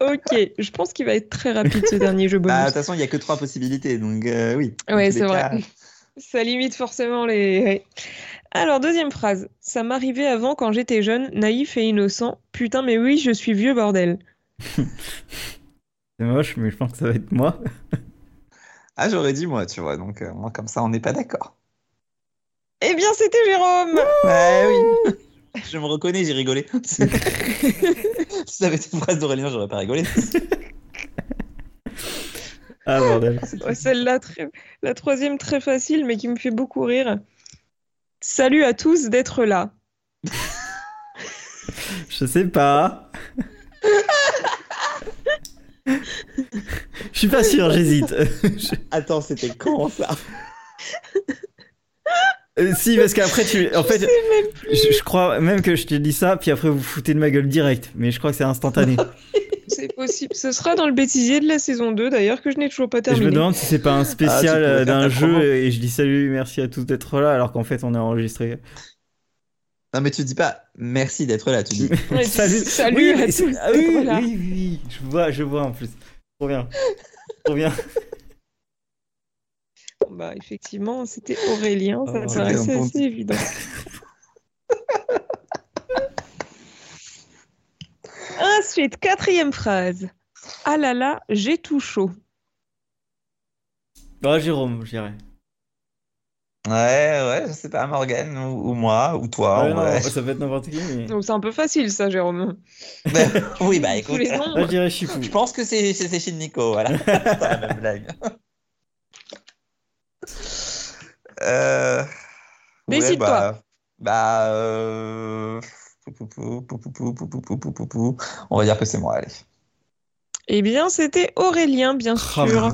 Speaker 2: Ok, je pense qu'il va être très rapide ce dernier jeu
Speaker 3: Bah, de
Speaker 2: bonus.
Speaker 3: toute façon, il y a que trois possibilités, donc euh, oui. Dans
Speaker 2: Ouais,
Speaker 3: tous les
Speaker 2: c'est vrai.
Speaker 3: cas,
Speaker 2: Ça limite forcément les. ouais. Alors, deuxième phrase. Ça m'arrivait avant quand j'étais jeune, naïf et innocent. Putain, mais oui, je suis vieux, bordel.
Speaker 1: C'est moche, mais je pense que ça va être moi.
Speaker 3: Ah, j'aurais dit moi, tu vois. Donc, euh, moi, comme ça, on n'est pas d'accord.
Speaker 2: Eh bien, c'était Jérôme!
Speaker 3: Ouais, oui. [LAUGHS] Je me reconnais, j'ai rigolé. [LAUGHS] si ça avait été une phrase d'Aurélien, j'aurais pas rigolé.
Speaker 1: Ah, bordel.
Speaker 2: Ouais, Celle-là, très- la troisième, très facile, mais qui me fait beaucoup rire. Salut à tous d'être là.
Speaker 1: Je sais pas. Je suis pas sûr, j'hésite. Je-
Speaker 3: Attends, c'était con ça.
Speaker 1: Euh, si, parce qu'après, tu... en
Speaker 2: Je
Speaker 1: fait,
Speaker 2: sais même-
Speaker 1: je, je crois même que je te dis ça, puis après vous vous foutez de ma gueule direct. Mais je crois que c'est
Speaker 3: [LAUGHS]
Speaker 1: instantané.
Speaker 2: c'est possible. Ce sera dans le bêtisier de la saison 2, d'ailleurs, que je n'ai toujours pas
Speaker 1: Et je me
Speaker 2: terminé.
Speaker 1: demande si c'est pas un
Speaker 3: Ah, tu
Speaker 1: spécial
Speaker 3: pourrais
Speaker 1: euh,
Speaker 3: faire ta
Speaker 1: d'un
Speaker 3: promo.
Speaker 1: jeu et je dis salut, merci à tous d'être là, alors qu'en fait on a enregistré.
Speaker 3: Non, mais tu dis pas merci d'être là, tu dis
Speaker 2: Ouais, tu-
Speaker 1: Salut,
Speaker 2: salut
Speaker 1: Oui,
Speaker 2: à
Speaker 1: mais
Speaker 2: tous
Speaker 1: c'est- ah
Speaker 2: d'être
Speaker 1: oui,
Speaker 2: là.
Speaker 1: oui, oui, je vois, je vois en plus. Trop bien. Trop bien.
Speaker 2: Bon, Bah, effectivement, c'était Aurélien, ça
Speaker 1: Oh,
Speaker 2: me
Speaker 1: c'était
Speaker 2: paraissait
Speaker 3: un bon
Speaker 2: assez
Speaker 3: petit-
Speaker 2: évident. Ensuite, quatrième phrase. Ah là là, j'ai tout chaud.
Speaker 1: Bah, Jérôme, je dirais.
Speaker 3: ouais, ouais, je sais pas, Morgane ou, ou moi ou toi.
Speaker 1: Ouais,
Speaker 3: en
Speaker 1: non,
Speaker 3: vrai.
Speaker 1: Ça peut être n'importe qui, mais.
Speaker 2: Donc c'est un peu facile ça, Jérôme.
Speaker 3: [LAUGHS] oui, bah
Speaker 2: Tous
Speaker 3: écoute,
Speaker 2: les
Speaker 3: je
Speaker 2: noms.
Speaker 1: Moi, je dirais Chipou.
Speaker 3: pense que c'est c'est- c'est chez Nico, voilà. C'est la même blague. Euh, ouais,
Speaker 2: Décide-toi.
Speaker 3: bah, bah, euh, pou, pou, pou, pou, pou, pou, pou, pou, pou, pou, pou. on va dire que c'est moi, allez.
Speaker 2: Eh bien, c'était Aurélien, bien
Speaker 1: Oh,
Speaker 2: sûr.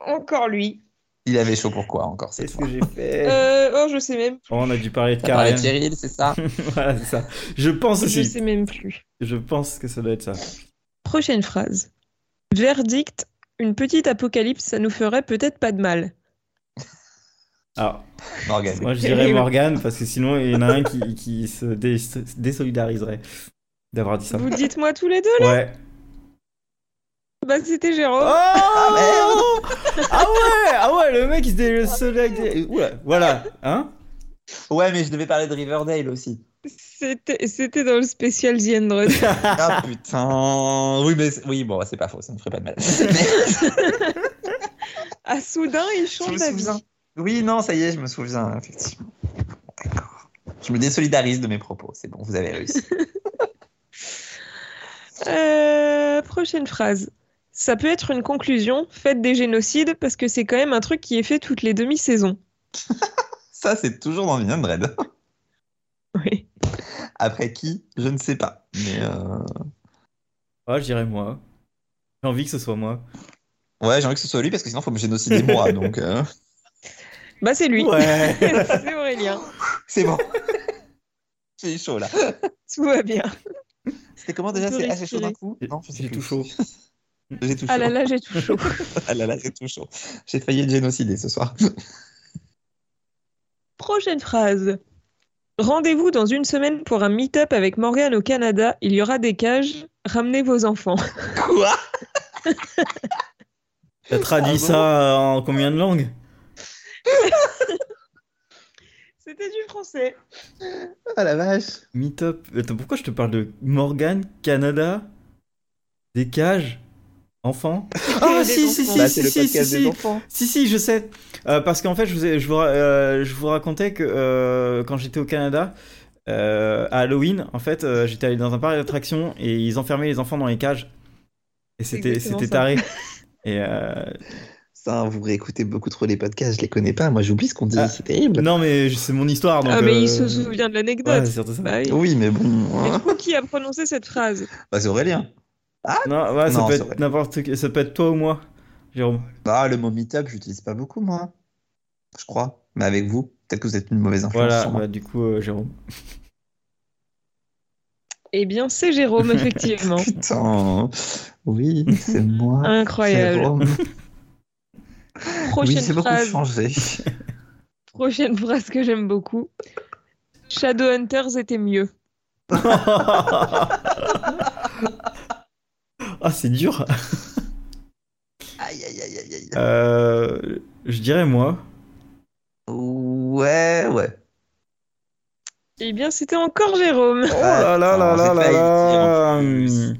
Speaker 2: Encore lui.
Speaker 3: Il avait chaud pourquoi encore
Speaker 1: C'est
Speaker 3: cette
Speaker 1: ce
Speaker 3: fois.
Speaker 1: que j'ai fait.
Speaker 2: Euh, oh, je sais même,
Speaker 1: Oh, on a dû parler de
Speaker 3: T'as parlé
Speaker 1: Karen.
Speaker 3: de Cheryl,
Speaker 1: [LAUGHS]
Speaker 3: c'est ça
Speaker 1: voilà, c'est ça. Je pense
Speaker 2: je
Speaker 1: aussi.
Speaker 2: sais même plus.
Speaker 1: Je pense que ça doit être ça.
Speaker 2: Prochaine phrase. Verdict, une petite apocalypse, ça nous ferait peut-être pas de mal.
Speaker 1: Alors,
Speaker 3: Morgane.
Speaker 1: moi je
Speaker 2: C'est
Speaker 1: dirais
Speaker 2: terrible.
Speaker 1: Morgane parce que sinon il y en a un qui, qui se dé- désolidariserait d'avoir dit ça.
Speaker 2: Vous dites-moi tous les deux.
Speaker 1: Ouais.
Speaker 2: Bah, c'était
Speaker 1: Oh
Speaker 2: Jérôme. Ah,
Speaker 1: merde Ah ouais Ah ouais, le mec il se dé- le soleil. dé- Oula, voilà, hein
Speaker 3: Ouais, mais je devais parler de Riverdale aussi.
Speaker 2: C'était c'était dans le spécial The End Run.
Speaker 1: [LAUGHS]
Speaker 3: Ah putain Oui, mais c'est- oui, bon, c'est pas faux, ça ne ferait pas de mal. Mais-
Speaker 2: Ah, soudain, il
Speaker 3: Je
Speaker 2: change
Speaker 3: me
Speaker 2: d'avis.
Speaker 3: souviens. Oui, non, ça y est, je me souviens, effectivement. D'accord. Je me désolidarise de mes propos, c'est bon, vous
Speaker 1: [LAUGHS]
Speaker 3: avez réussi.
Speaker 2: Euh, prochaine phrase. Ça peut être une conclusion, faites des génocides, parce que c'est quand même un truc qui est fait toutes les demi-saisons.
Speaker 3: Ça, c'est toujours dans Vivian Dread. [LAUGHS]
Speaker 2: Oui.
Speaker 3: Après qui, je ne sais pas. Mais euh,
Speaker 1: Oh, je dirais moi. J'ai envie que ce soit moi.
Speaker 3: ouais, j'ai envie que ce soit lui parce que sinon, faut me génocider
Speaker 1: [LAUGHS]
Speaker 3: moi. Donc, euh, [LAUGHS]
Speaker 2: Bah, c'est lui.
Speaker 1: Ouais
Speaker 2: [LAUGHS] c'est Aurélien.
Speaker 3: c'est bon. [LAUGHS] J'ai eu chaud là.
Speaker 2: Tout va bien.
Speaker 3: C'était comment
Speaker 2: On
Speaker 3: déjà
Speaker 2: peut
Speaker 3: C'est ah, j'ai chaud d'un
Speaker 2: respirer.
Speaker 3: coup Non, je sais
Speaker 1: J'ai
Speaker 3: plus.
Speaker 1: tout chaud.
Speaker 3: [LAUGHS] J'ai tout chaud.
Speaker 2: Ah là là, j'ai tout chaud.
Speaker 3: [LAUGHS] Ah là là, j'ai tout chaud. J'ai failli être génocidé
Speaker 2: [LAUGHS]
Speaker 3: ce soir.
Speaker 2: Prochaine phrase. Rendez-vous dans une semaine pour un meet-up avec Morgane au Canada. Il y aura des cages. Ramenez vos enfants.
Speaker 3: Quoi
Speaker 1: T'as traduit
Speaker 3: Ah bon
Speaker 1: ça en combien de langues
Speaker 2: C'était du français.
Speaker 3: Ah la vache.
Speaker 1: Meet up. Attends, pourquoi je te parle de Morgan, Canada, des cages, enfants Ah
Speaker 2: Des
Speaker 1: si, si,
Speaker 2: enfants.
Speaker 1: si,
Speaker 3: Bah,
Speaker 1: si,
Speaker 3: c'est le
Speaker 1: si, si,
Speaker 3: podcast des
Speaker 1: si,
Speaker 3: enfants.
Speaker 1: si, si, je sais. Euh, parce qu'en fait, je vous, ai- je vous, ra- euh, je vous racontais que euh, quand j'étais au Canada, euh, à Halloween, en fait, euh, j'étais allé dans un parc d'attractions et ils enfermaient les enfants dans les cages. Et c'était
Speaker 2: exactement
Speaker 1: c'était
Speaker 2: ça.
Speaker 1: taré. Et euh,
Speaker 3: Ça, vous réécoutez beaucoup trop les podcasts, je les connais pas. Moi, j'oublie ce qu'on dit,
Speaker 1: Ah.
Speaker 3: c'est terrible.
Speaker 1: non, mais je- c'est mon histoire. Donc,
Speaker 2: Ah, mais
Speaker 1: euh,
Speaker 2: il se souvient de
Speaker 1: ouais,
Speaker 2: l'anecdote.
Speaker 1: c'est surtout ça.
Speaker 2: Bah oui.
Speaker 3: Oui, mais bon.
Speaker 2: Mais
Speaker 3: hein.
Speaker 2: du [LAUGHS] coup, qui a prononcé cette phrase
Speaker 3: Bah, c'est Aurélien.
Speaker 1: Non, ouais, ça
Speaker 3: Non,
Speaker 1: peut
Speaker 3: c'est vrai.
Speaker 1: être n'importe qui- ça peut être toi ou moi, Jérôme.
Speaker 3: Bah, le mot meetup, j'utilise pas beaucoup, moi. Je crois. Mais avec vous, peut-être que vous êtes une mauvaise influence.
Speaker 1: Voilà,
Speaker 3: sur moi.
Speaker 1: bah, du coup, euh, Jérôme. [LAUGHS]
Speaker 2: Eh bien, c'est
Speaker 3: [LAUGHS]
Speaker 2: Jérôme, effectivement.
Speaker 3: Putain. Oui,
Speaker 2: [LAUGHS]
Speaker 3: c'est moi.
Speaker 2: Incroyable.
Speaker 3: Jérôme. Oui,
Speaker 2: Prochaine
Speaker 3: c'est beaucoup
Speaker 2: phrase. [LAUGHS]
Speaker 3: changé.
Speaker 2: Prochaine phrase que j'aime beaucoup. Shadowhunters était mieux.
Speaker 1: ah, c'est dur.
Speaker 3: Aïe, aïe, aïe, aïe, aïe.
Speaker 1: Euh, je dirais moi.
Speaker 3: Ouais, ouais.
Speaker 2: Eh bien, c'était encore Jérôme.
Speaker 1: Oh là là là là
Speaker 3: Attends, j'ai
Speaker 1: là
Speaker 3: failli
Speaker 1: là.
Speaker 3: le dire en
Speaker 1: hum,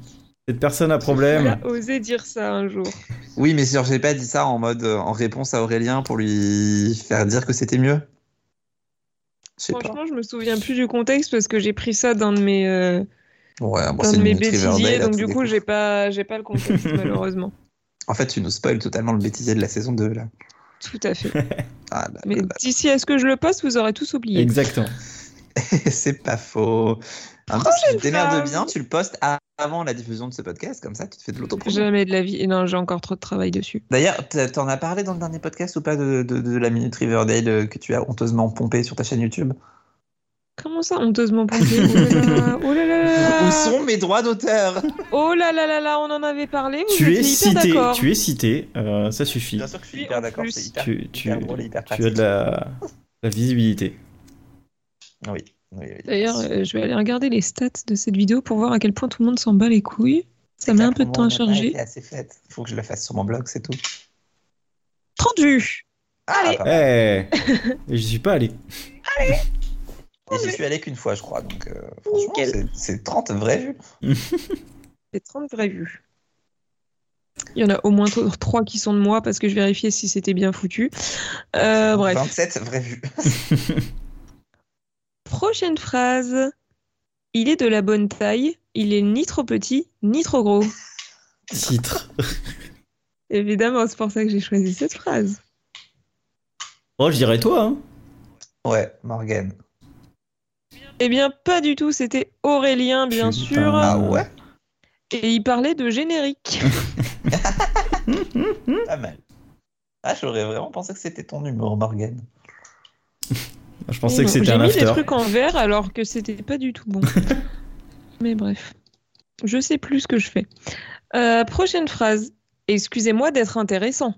Speaker 1: Cette personne à
Speaker 2: Il
Speaker 1: problème.
Speaker 2: a osé dire ça un jour.
Speaker 3: Oui, mais sûr, j'ai pas dit ça en mode euh, en réponse à Aurélien pour lui faire dire que c'était mieux. Je sais pas.
Speaker 2: Franchement, je me souviens plus du contexte parce que j'ai pris ça dans de mes, euh,
Speaker 3: Ouais, bon,
Speaker 2: dans
Speaker 3: c'est
Speaker 2: de
Speaker 3: une
Speaker 2: mes
Speaker 3: minute Riverdale,
Speaker 2: bêtisiers,
Speaker 3: là,
Speaker 2: donc
Speaker 3: tous
Speaker 2: du
Speaker 3: les
Speaker 2: coup,
Speaker 3: coups.
Speaker 2: j'ai pas, j'ai pas le
Speaker 3: [LAUGHS]
Speaker 2: contexte malheureusement.
Speaker 3: En fait, tu nous spoil totalement le bêtisier de la saison 2, là.
Speaker 2: Tout à fait.
Speaker 3: Ah, là,
Speaker 2: Mais
Speaker 3: là, là.
Speaker 2: d'ici à ce que je le poste, vous aurez tous oublié.
Speaker 1: Exactement.
Speaker 3: [LAUGHS] c'est pas faux.
Speaker 2: Oh,
Speaker 3: En même temps, si tu te démerdes
Speaker 2: phrase.
Speaker 3: bien, tu le postes a- avant la diffusion de ce podcast, comme ça, tu te fais de l'autopromo.
Speaker 2: Jamais de la vie. Et non, j'ai encore trop de travail dessus.
Speaker 3: D'ailleurs, t'a- t'en as parlé dans le dernier podcast ou pas de, de- de la minute Riverdale euh, que tu as honteusement pompée sur ta chaîne YouTube
Speaker 2: Comment ça, honteusement
Speaker 1: [LAUGHS]
Speaker 2: pompé Oh là là, oh là là là
Speaker 3: Où
Speaker 2: là
Speaker 3: sont mes droits d'auteur
Speaker 2: Oh là là là là, on en avait parlé. Vous
Speaker 1: Tu
Speaker 2: étiez
Speaker 1: es
Speaker 2: hyper
Speaker 1: cité.
Speaker 2: d'accord.
Speaker 1: Tu es cité. euh, ça suffit.
Speaker 3: Bien sûr que je suis
Speaker 2: Oui,
Speaker 3: hyper
Speaker 2: en
Speaker 3: d'accord,
Speaker 2: plus.
Speaker 3: c'est hyper
Speaker 1: Tu, tu,
Speaker 3: hyper drôle et hyper
Speaker 1: tu as de la, la visibilité.
Speaker 3: Oui, oui, oui.
Speaker 2: D'ailleurs, euh, je vais aller regarder les stats de cette vidéo pour voir à quel point tout le monde s'en bat les couilles. Ça met un peu de temps à charger.
Speaker 3: C'est assez faite. Faut que je le fasse sur mon blog, c'est tout.
Speaker 2: 30 vues
Speaker 3: Ah,
Speaker 2: Allez.
Speaker 3: pas
Speaker 1: Eh
Speaker 3: mal.
Speaker 1: Je suis pas allé.
Speaker 3: Et j'y suis allé qu'une fois, je crois. Donc, euh, franchement,
Speaker 2: Nickel.
Speaker 3: c'est- c'est 30 vraies vues.
Speaker 2: C'est 30 vraies vues. Il y en a au moins 3 qui sont de moi parce que je vérifiais si c'était bien foutu. Euh, bref.
Speaker 3: 27 vraies vues. [LAUGHS]
Speaker 2: Prochaine phrase. Il est de la bonne taille. Il est ni trop petit, ni trop gros.
Speaker 1: Titre.
Speaker 2: Évidemment, c'est pour ça que j'ai choisi cette phrase.
Speaker 1: Oh, je dirais toi. Hein.
Speaker 3: Ouais, Morgan.
Speaker 2: Eh bien, pas du tout. C'était Aurélien, bien
Speaker 1: Putain.
Speaker 2: sûr.
Speaker 3: Ah ouais
Speaker 2: Et il parlait de générique.
Speaker 3: Pas mal. Ah, j'aurais vraiment pensé que c'était ton humour, Morgan.
Speaker 1: Je
Speaker 2: Et
Speaker 1: pensais que
Speaker 2: non,
Speaker 1: c'était un
Speaker 2: J'ai mis des
Speaker 1: after.
Speaker 2: trucs en vert alors que c'était pas du tout
Speaker 1: [LAUGHS]
Speaker 2: bon. Mais bref, je sais plus ce que je fais. Euh, prochaine phrase. Excusez-moi d'être intéressant.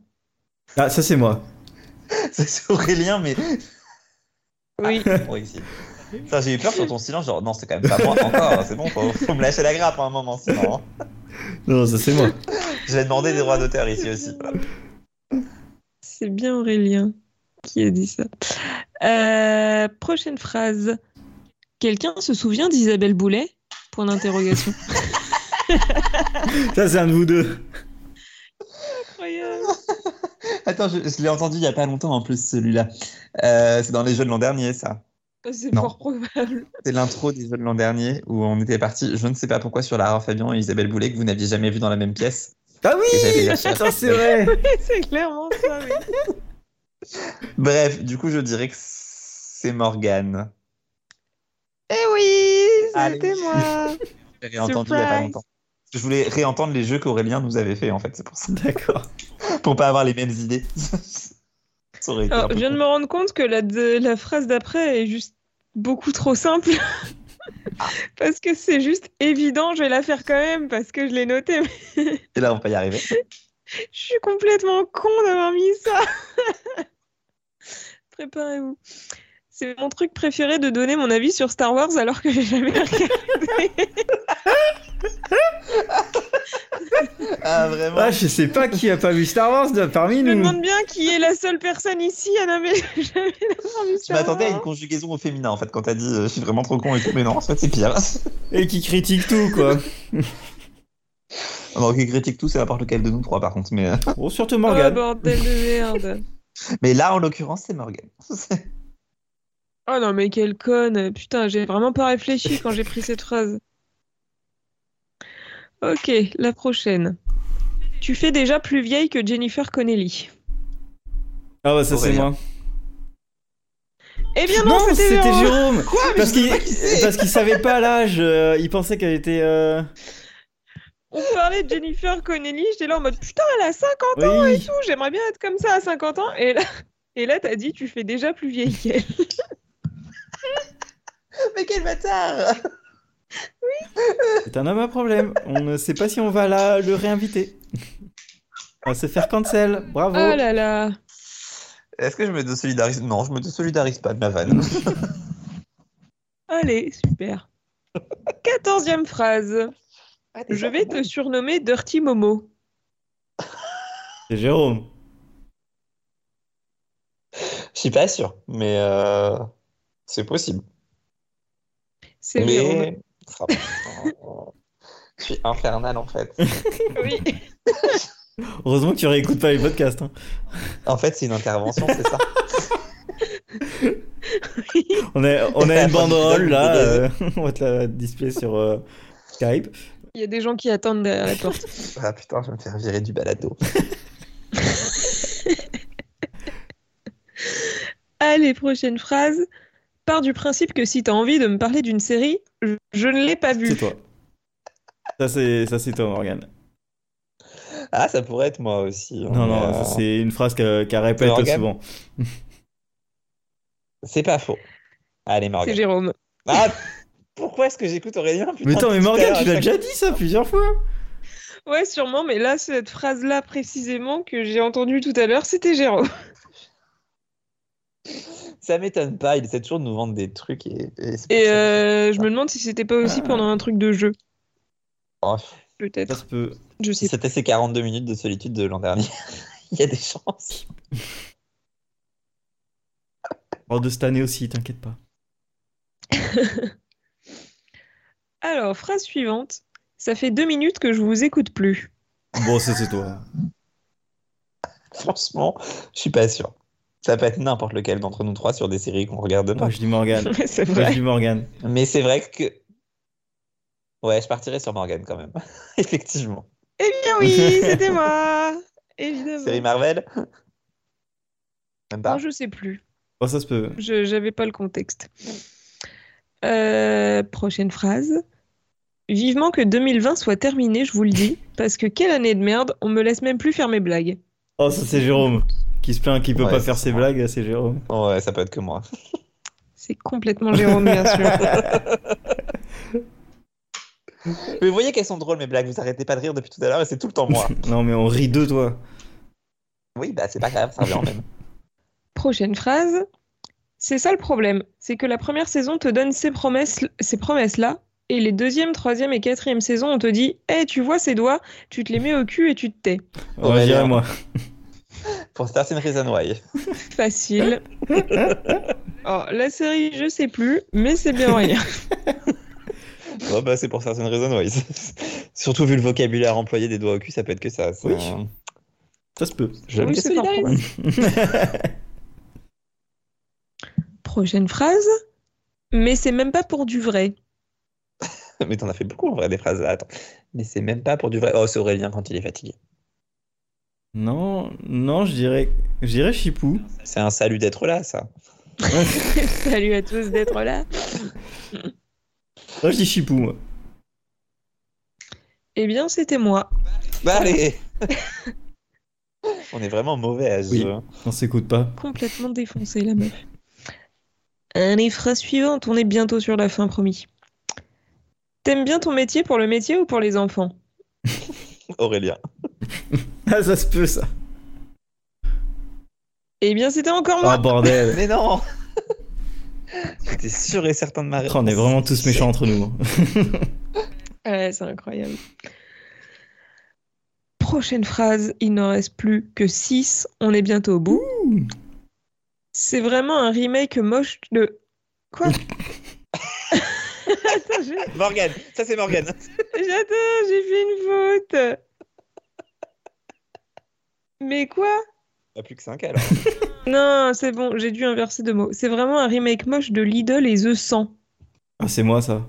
Speaker 1: Ah, ça c'est moi.
Speaker 3: [LAUGHS] C'est Aurélien, mais
Speaker 2: Oui.
Speaker 3: Bon, ici. Putain, j'ai eu peur sur ton silence, genre non, c'est quand même pas moi encore, hein, c'est bon, faut, faut me lâcher la grappe à un moment sinon. hein.
Speaker 1: Non, ça c'est moi.
Speaker 3: Je vais demander des droits d'auteur ici aussi.
Speaker 2: C'est bien Aurélien qui a dit ça. Euh, prochaine phrase. Quelqu'un se souvient d'Isabelle Boulet Point [LAUGHS] d'interrogation.
Speaker 1: Ça c'est un de vous deux.
Speaker 2: Oh, Incroyable.
Speaker 3: Attends, je, je l'ai entendu il y a pas longtemps en plus celui-là. Euh, c'est dans les jeux de l'an dernier ça.
Speaker 2: Oh, C'est
Speaker 3: Non.
Speaker 2: fort probable.
Speaker 3: C'est l'intro des jeux de l'an dernier où on était parti, je ne sais pas pourquoi, sur Lara Fabian et Isabelle Boulet que vous n'aviez jamais vu dans la même pièce.
Speaker 1: Ah
Speaker 3: Et j'avais
Speaker 1: oui
Speaker 3: la chair.
Speaker 1: Ça c'est vrai.
Speaker 2: [LAUGHS] C'est clairement ça. oui.
Speaker 3: Bref, du coup, je dirais que c'est Morgane.
Speaker 2: Eh oui, c'était
Speaker 3: Allez.
Speaker 2: moi.
Speaker 3: J'ai réentendu il y a pas
Speaker 2: Surprise.
Speaker 3: longtemps. Je voulais réentendre les jeux qu'Aurélien nous avait fait en fait, c'est pour ça. [LAUGHS]
Speaker 1: D'accord.
Speaker 3: pour pas avoir les mêmes idées. [LAUGHS] ça aurait été
Speaker 2: [LAUGHS]
Speaker 3: un
Speaker 2: Alors,
Speaker 3: peu
Speaker 2: je viens de me rendre compte que la, de- la phrase d'après est juste beaucoup trop simple. [LAUGHS] parce que c'est juste évident, je vais la faire quand même parce que je l'ai notée. Mais [LAUGHS]
Speaker 3: compliqué. là, on va pas y arriver.
Speaker 2: je suis complètement con d'avoir mis ça. [LAUGHS] Préparez-vous. C'est mon truc préféré de donner mon avis sur Star Wars alors que j'ai [LAUGHS] jamais regardé.
Speaker 3: Ah, vraiment
Speaker 1: Ah, je sais pas qui a pas vu Star Wars de- parmi
Speaker 2: je me
Speaker 1: nous.
Speaker 2: demande bien qui est la seule personne ici à n'avoir [LAUGHS] jamais d'avoir vu
Speaker 3: Je
Speaker 2: Star
Speaker 3: m'attendais à une
Speaker 2: Wars.
Speaker 3: conjugaison au féminin en fait quand t'as dit euh, je suis vraiment trop con et tout, mais non, en fait c'est pire. [LAUGHS]
Speaker 1: Et qui critique tout quoi.
Speaker 3: Alors qui critique tout, c'est n'importe lequel de nous trois par contre, mais, euh,
Speaker 1: Bon, surtout
Speaker 2: Oh
Speaker 1: Morgane.
Speaker 2: bordel de merde.
Speaker 3: [LAUGHS] mais là en l'occurrence c'est Morgan.
Speaker 2: Oh non, mais quelle conne. Putain, j'ai vraiment pas réfléchi quand j'ai pris cette phrase. Ok, la prochaine. Tu fais déjà plus vieille que Jennifer Connelly.
Speaker 1: Ah bah ça c'est
Speaker 3: Aurélien.
Speaker 1: moi.
Speaker 2: Eh bien non, c'était
Speaker 1: c'était
Speaker 2: Jérôme.
Speaker 1: Jérôme.
Speaker 3: Quoi Mais
Speaker 1: Parce
Speaker 3: je sais
Speaker 1: qu'il
Speaker 3: pas qui c'est.
Speaker 1: parce qu'il savait pas l'âge, euh, il pensait qu'elle était. euh,
Speaker 2: On parlait de Jennifer Connelly, j'étais là en mode putain, elle a 50 ans,
Speaker 1: Oui.
Speaker 2: tout, j'aimerais bien être comme ça à 50 ans. Et là, et là t'as dit, tu fais déjà plus vieille qu'elle.
Speaker 3: Mais quel bâtard
Speaker 1: C'est un homme à problème. On ne sait pas si on va la, le réinviter. [LAUGHS] On va se faire cancel. Bravo.
Speaker 2: Oh là là.
Speaker 3: Est-ce que je me désolidarise Non, je me désolidarise pas de ma vanne.
Speaker 2: Allez, super. Quatorzième phrase. Je vais te surnommer Dirty Momo.
Speaker 1: C'est Jérôme.
Speaker 3: [LAUGHS] Je suis pas sûr, mais euh, c'est possible.
Speaker 2: C'est Jérôme.
Speaker 3: [LAUGHS] Mais. Ah, putain. Je suis infernal en fait.
Speaker 2: Oui.
Speaker 1: Heureusement que tu réécoutes pas les podcasts. hein.
Speaker 3: En fait, c'est une intervention, c'est ça.
Speaker 1: On a, on a une banderole là.
Speaker 3: Désolé.
Speaker 1: euh, [LAUGHS] on va te la display sur euh, Skype.
Speaker 2: Il y a des gens qui attendent derrière la porte.
Speaker 3: [LAUGHS] Ah putain, je vais me faire virer du balado.
Speaker 2: Allez, prochaine phrase. Pars du principe que si t'as envie de me parler d'une série, je, je ne l'ai pas vue.
Speaker 1: C'est toi. Ça c'est ça c'est toi Morgan.
Speaker 3: Ah, ça pourrait être moi aussi. hein,
Speaker 1: Non non,
Speaker 3: mais,
Speaker 1: ça,
Speaker 3: euh,
Speaker 1: c'est une phrase que- qu'elle répète [LAUGHS]
Speaker 3: Morgane.
Speaker 1: souvent.
Speaker 3: c'est pas faux. Allez,
Speaker 2: C'est
Speaker 3: Morgan.
Speaker 2: Jérôme.
Speaker 3: Ah, pourquoi est-ce que j'écoute Aurélien putain,
Speaker 1: Mais attends, mais
Speaker 3: tout à
Speaker 1: Morgan,
Speaker 3: l'heure,
Speaker 1: tu l'as
Speaker 3: à
Speaker 1: déjà dit ça plusieurs fois.
Speaker 2: Ouais, sûrement, mais là, cette phrase-là précisément que j'ai entendue tout à l'heure, c'était Jérôme.
Speaker 3: chaque- Ça m'étonne pas, il essaie toujours de nous vendre des trucs et. et c'est pour
Speaker 2: Et
Speaker 3: ça que-
Speaker 2: euh, je me demande si c'était pas aussi pendant un truc de jeu,
Speaker 3: Oh,
Speaker 1: Ça
Speaker 2: peut-être.
Speaker 1: se peut.
Speaker 2: Je sais
Speaker 3: si c'était ces 42 minutes de solitude de l'an dernier, [LAUGHS] il y a des chances.
Speaker 1: Oh, de cette année aussi, t'inquiète pas.
Speaker 2: pas. Alors, phrase suivante. Ça fait deux minutes que je vous écoute plus. [LAUGHS]
Speaker 1: Bon, ça c'est toi.
Speaker 3: [LAUGHS] Franchement, je suis pas sûr. Ça peut être n'importe lequel d'entre nous trois sur des séries qu'on regarde
Speaker 1: [LAUGHS]
Speaker 3: pas.
Speaker 1: Moi je dis Morgan.
Speaker 2: Ouais, c'est
Speaker 1: Moi je
Speaker 2: vrai.
Speaker 1: dis Morgan.
Speaker 3: Mais c'est vrai que. Ouais, je partirais sur Morgan quand même. [LAUGHS] Effectivement.
Speaker 2: Eh bien oui, c'était moi Évidemment.
Speaker 3: Série Marvel Même pas.
Speaker 2: Non, je sais plus.
Speaker 1: Bon, ça se peut.
Speaker 2: Je j'avais pas le contexte. Euh, prochaine phrase. Vivement que 2020 soit terminé, je vous le dis, parce que quelle année de merde, on me laisse même plus faire mes blagues.
Speaker 1: Oh, ça c'est Jérôme qui se plaint qu'il peut
Speaker 3: Ouais,
Speaker 1: pas
Speaker 3: c'est
Speaker 1: faire ses
Speaker 3: ça.
Speaker 1: blagues, c'est Jérôme.
Speaker 3: Ouais, ça peut être que moi.
Speaker 2: C'est complètement Jérôme, bien sûr.
Speaker 3: Mais vous voyez qu'elles sont drôles mes blagues, vous arrêtez pas de rire depuis tout à l'heure et c'est tout le
Speaker 1: [LAUGHS]
Speaker 3: temps moi.
Speaker 1: Non, mais on rit de toi.
Speaker 3: oui, bah c'est pas grave, ça revient en même.
Speaker 2: Prochaine phrase. C'est ça le problème, c'est que la première saison te donne ces promesses, ces promesses-là, et les deuxième, troisième et quatrième saisons, on te dit Eh, tu vois ces doigts, tu te les mets au cul et tu te tais.
Speaker 1: On
Speaker 3: Ouais,
Speaker 1: dirait
Speaker 3: bien.
Speaker 1: moi.
Speaker 3: Pour certaines Reason Why.
Speaker 2: Facile. Alors, la série, je sais plus, mais c'est bien rien.
Speaker 3: Oh, bah c'est pour certaines Reason Why. [LAUGHS] Surtout vu le vocabulaire employé des doigts au cul, ça peut être que ça. c'est-
Speaker 1: Oui. Ça se peut.
Speaker 3: Je me
Speaker 2: Oui, c'est fort
Speaker 3: désolidarise.
Speaker 2: [LAUGHS] Prochaine phrase. Mais c'est même pas pour du vrai. [LAUGHS]
Speaker 3: [LAUGHS] Mais t'en as fait beaucoup en vrai des phrases. Attends. Mais c'est même pas pour du vrai. Oh, c'est Aurélien quand il est fatigué.
Speaker 1: Non, non, je dirais, je dirais [LAUGHS] Chipou.
Speaker 3: C'est un salut d'être là, ça.
Speaker 2: Salut à tous d'être là.
Speaker 1: Moi, je dis Chipou. moi.
Speaker 2: Eh bien, c'était moi.
Speaker 3: Bah allez
Speaker 1: [LAUGHS]
Speaker 3: On est vraiment mauvais à ce
Speaker 1: Oui.
Speaker 3: jeu. hein.
Speaker 1: On s'écoute pas. [LAUGHS]
Speaker 2: Complètement défoncé, la meuf. Allez, phrase suivante, on est bientôt sur la fin, promis. T'aimes bien ton métier pour le métier ou pour les enfants
Speaker 3: Aurélien.
Speaker 1: Ah, ça se peut ça.
Speaker 2: Eh bien, c'était encore
Speaker 1: Oh
Speaker 2: moi
Speaker 1: bordel.
Speaker 3: Mais non [LAUGHS] J'étais sûr et certain de ma
Speaker 1: Oh, on est vraiment tous méchants entre nous. hein.
Speaker 2: Ouais, c'est incroyable. Prochaine phrase, il n'en reste plus que 6, on est bientôt au bout.
Speaker 1: Ouh.
Speaker 2: C'est vraiment un remake moche de...
Speaker 1: [LAUGHS]
Speaker 2: Quoi Attends, j'ai
Speaker 3: Morgane, ça c'est Morgane.
Speaker 2: J'attends, j'ai fait une faute. Mais quoi
Speaker 3: Il n'y a plus que 5 alors.
Speaker 2: Non, c'est bon, j'ai dû inverser deux mots. C'est vraiment un remake moche de Lidl et The 100.
Speaker 1: Ah, c'est moi ça.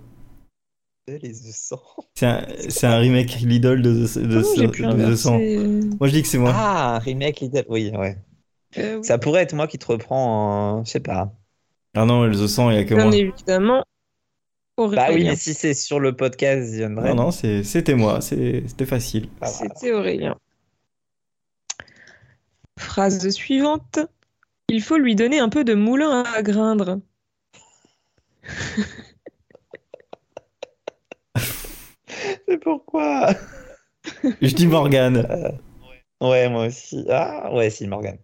Speaker 3: Les œufs sans.
Speaker 1: C'est un, c'est un remake Lidl de, The- de,
Speaker 2: Comment Ah, j'ai pu
Speaker 1: de, de The Sand.
Speaker 2: inverser
Speaker 1: Moi je dis que c'est moi.
Speaker 3: Ah, remake Little. Oui, ouais.
Speaker 2: Euh, oui.
Speaker 3: Ça pourrait être moi qui te reprends en. Je sais pas.
Speaker 1: Ah non, le The Sand, il y a que
Speaker 2: Bien
Speaker 1: moi.
Speaker 2: évidemment.
Speaker 3: Bah oui,
Speaker 2: Aurélien.
Speaker 3: mais si c'est sur le podcast, Ah, il y en
Speaker 1: Ah Non, non, c'est- c'était moi, c'est- c'était facile.
Speaker 2: C'était Aurélien. hein. Phrase suivante. Il faut lui donner un peu de moulin à grindre.
Speaker 3: C'est pourquoi
Speaker 1: Je dis Morgane.
Speaker 2: [LAUGHS]
Speaker 3: Ouais, moi aussi. Ah, ouais, si, Morgan.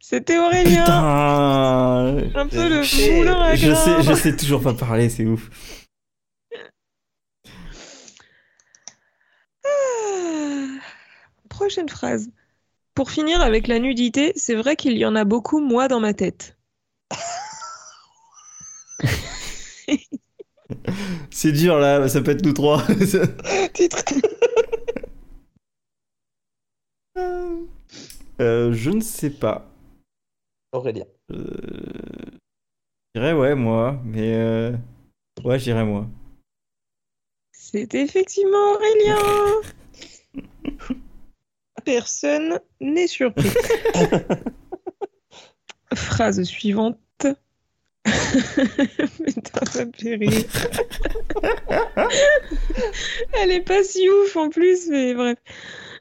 Speaker 2: C'était Aurélien.
Speaker 1: Putain
Speaker 2: un peu de
Speaker 3: J'ai-
Speaker 2: moulin à
Speaker 1: je
Speaker 2: grindre.
Speaker 1: sais, je sais toujours pas parler, c'est ouf.
Speaker 2: Ah. Prochaine phrase. Pour finir avec la nudité, c'est vrai qu'il y en a beaucoup, moi, dans ma tête.
Speaker 1: C'est dur là, ça peut être nous
Speaker 2: [LAUGHS]
Speaker 1: trois.
Speaker 3: Titre
Speaker 1: [LAUGHS] Euh, je ne sais pas.
Speaker 3: Aurélien.
Speaker 1: Euh, Je dirais ouais, moi, mais. euh, Ouais, je dirais moi.
Speaker 2: C'est effectivement Aurélien. Personne n'est surpris. Phrase suivante. [LAUGHS] Putain, ça me fait rire. Elle est pas si ouf en plus, mais bref.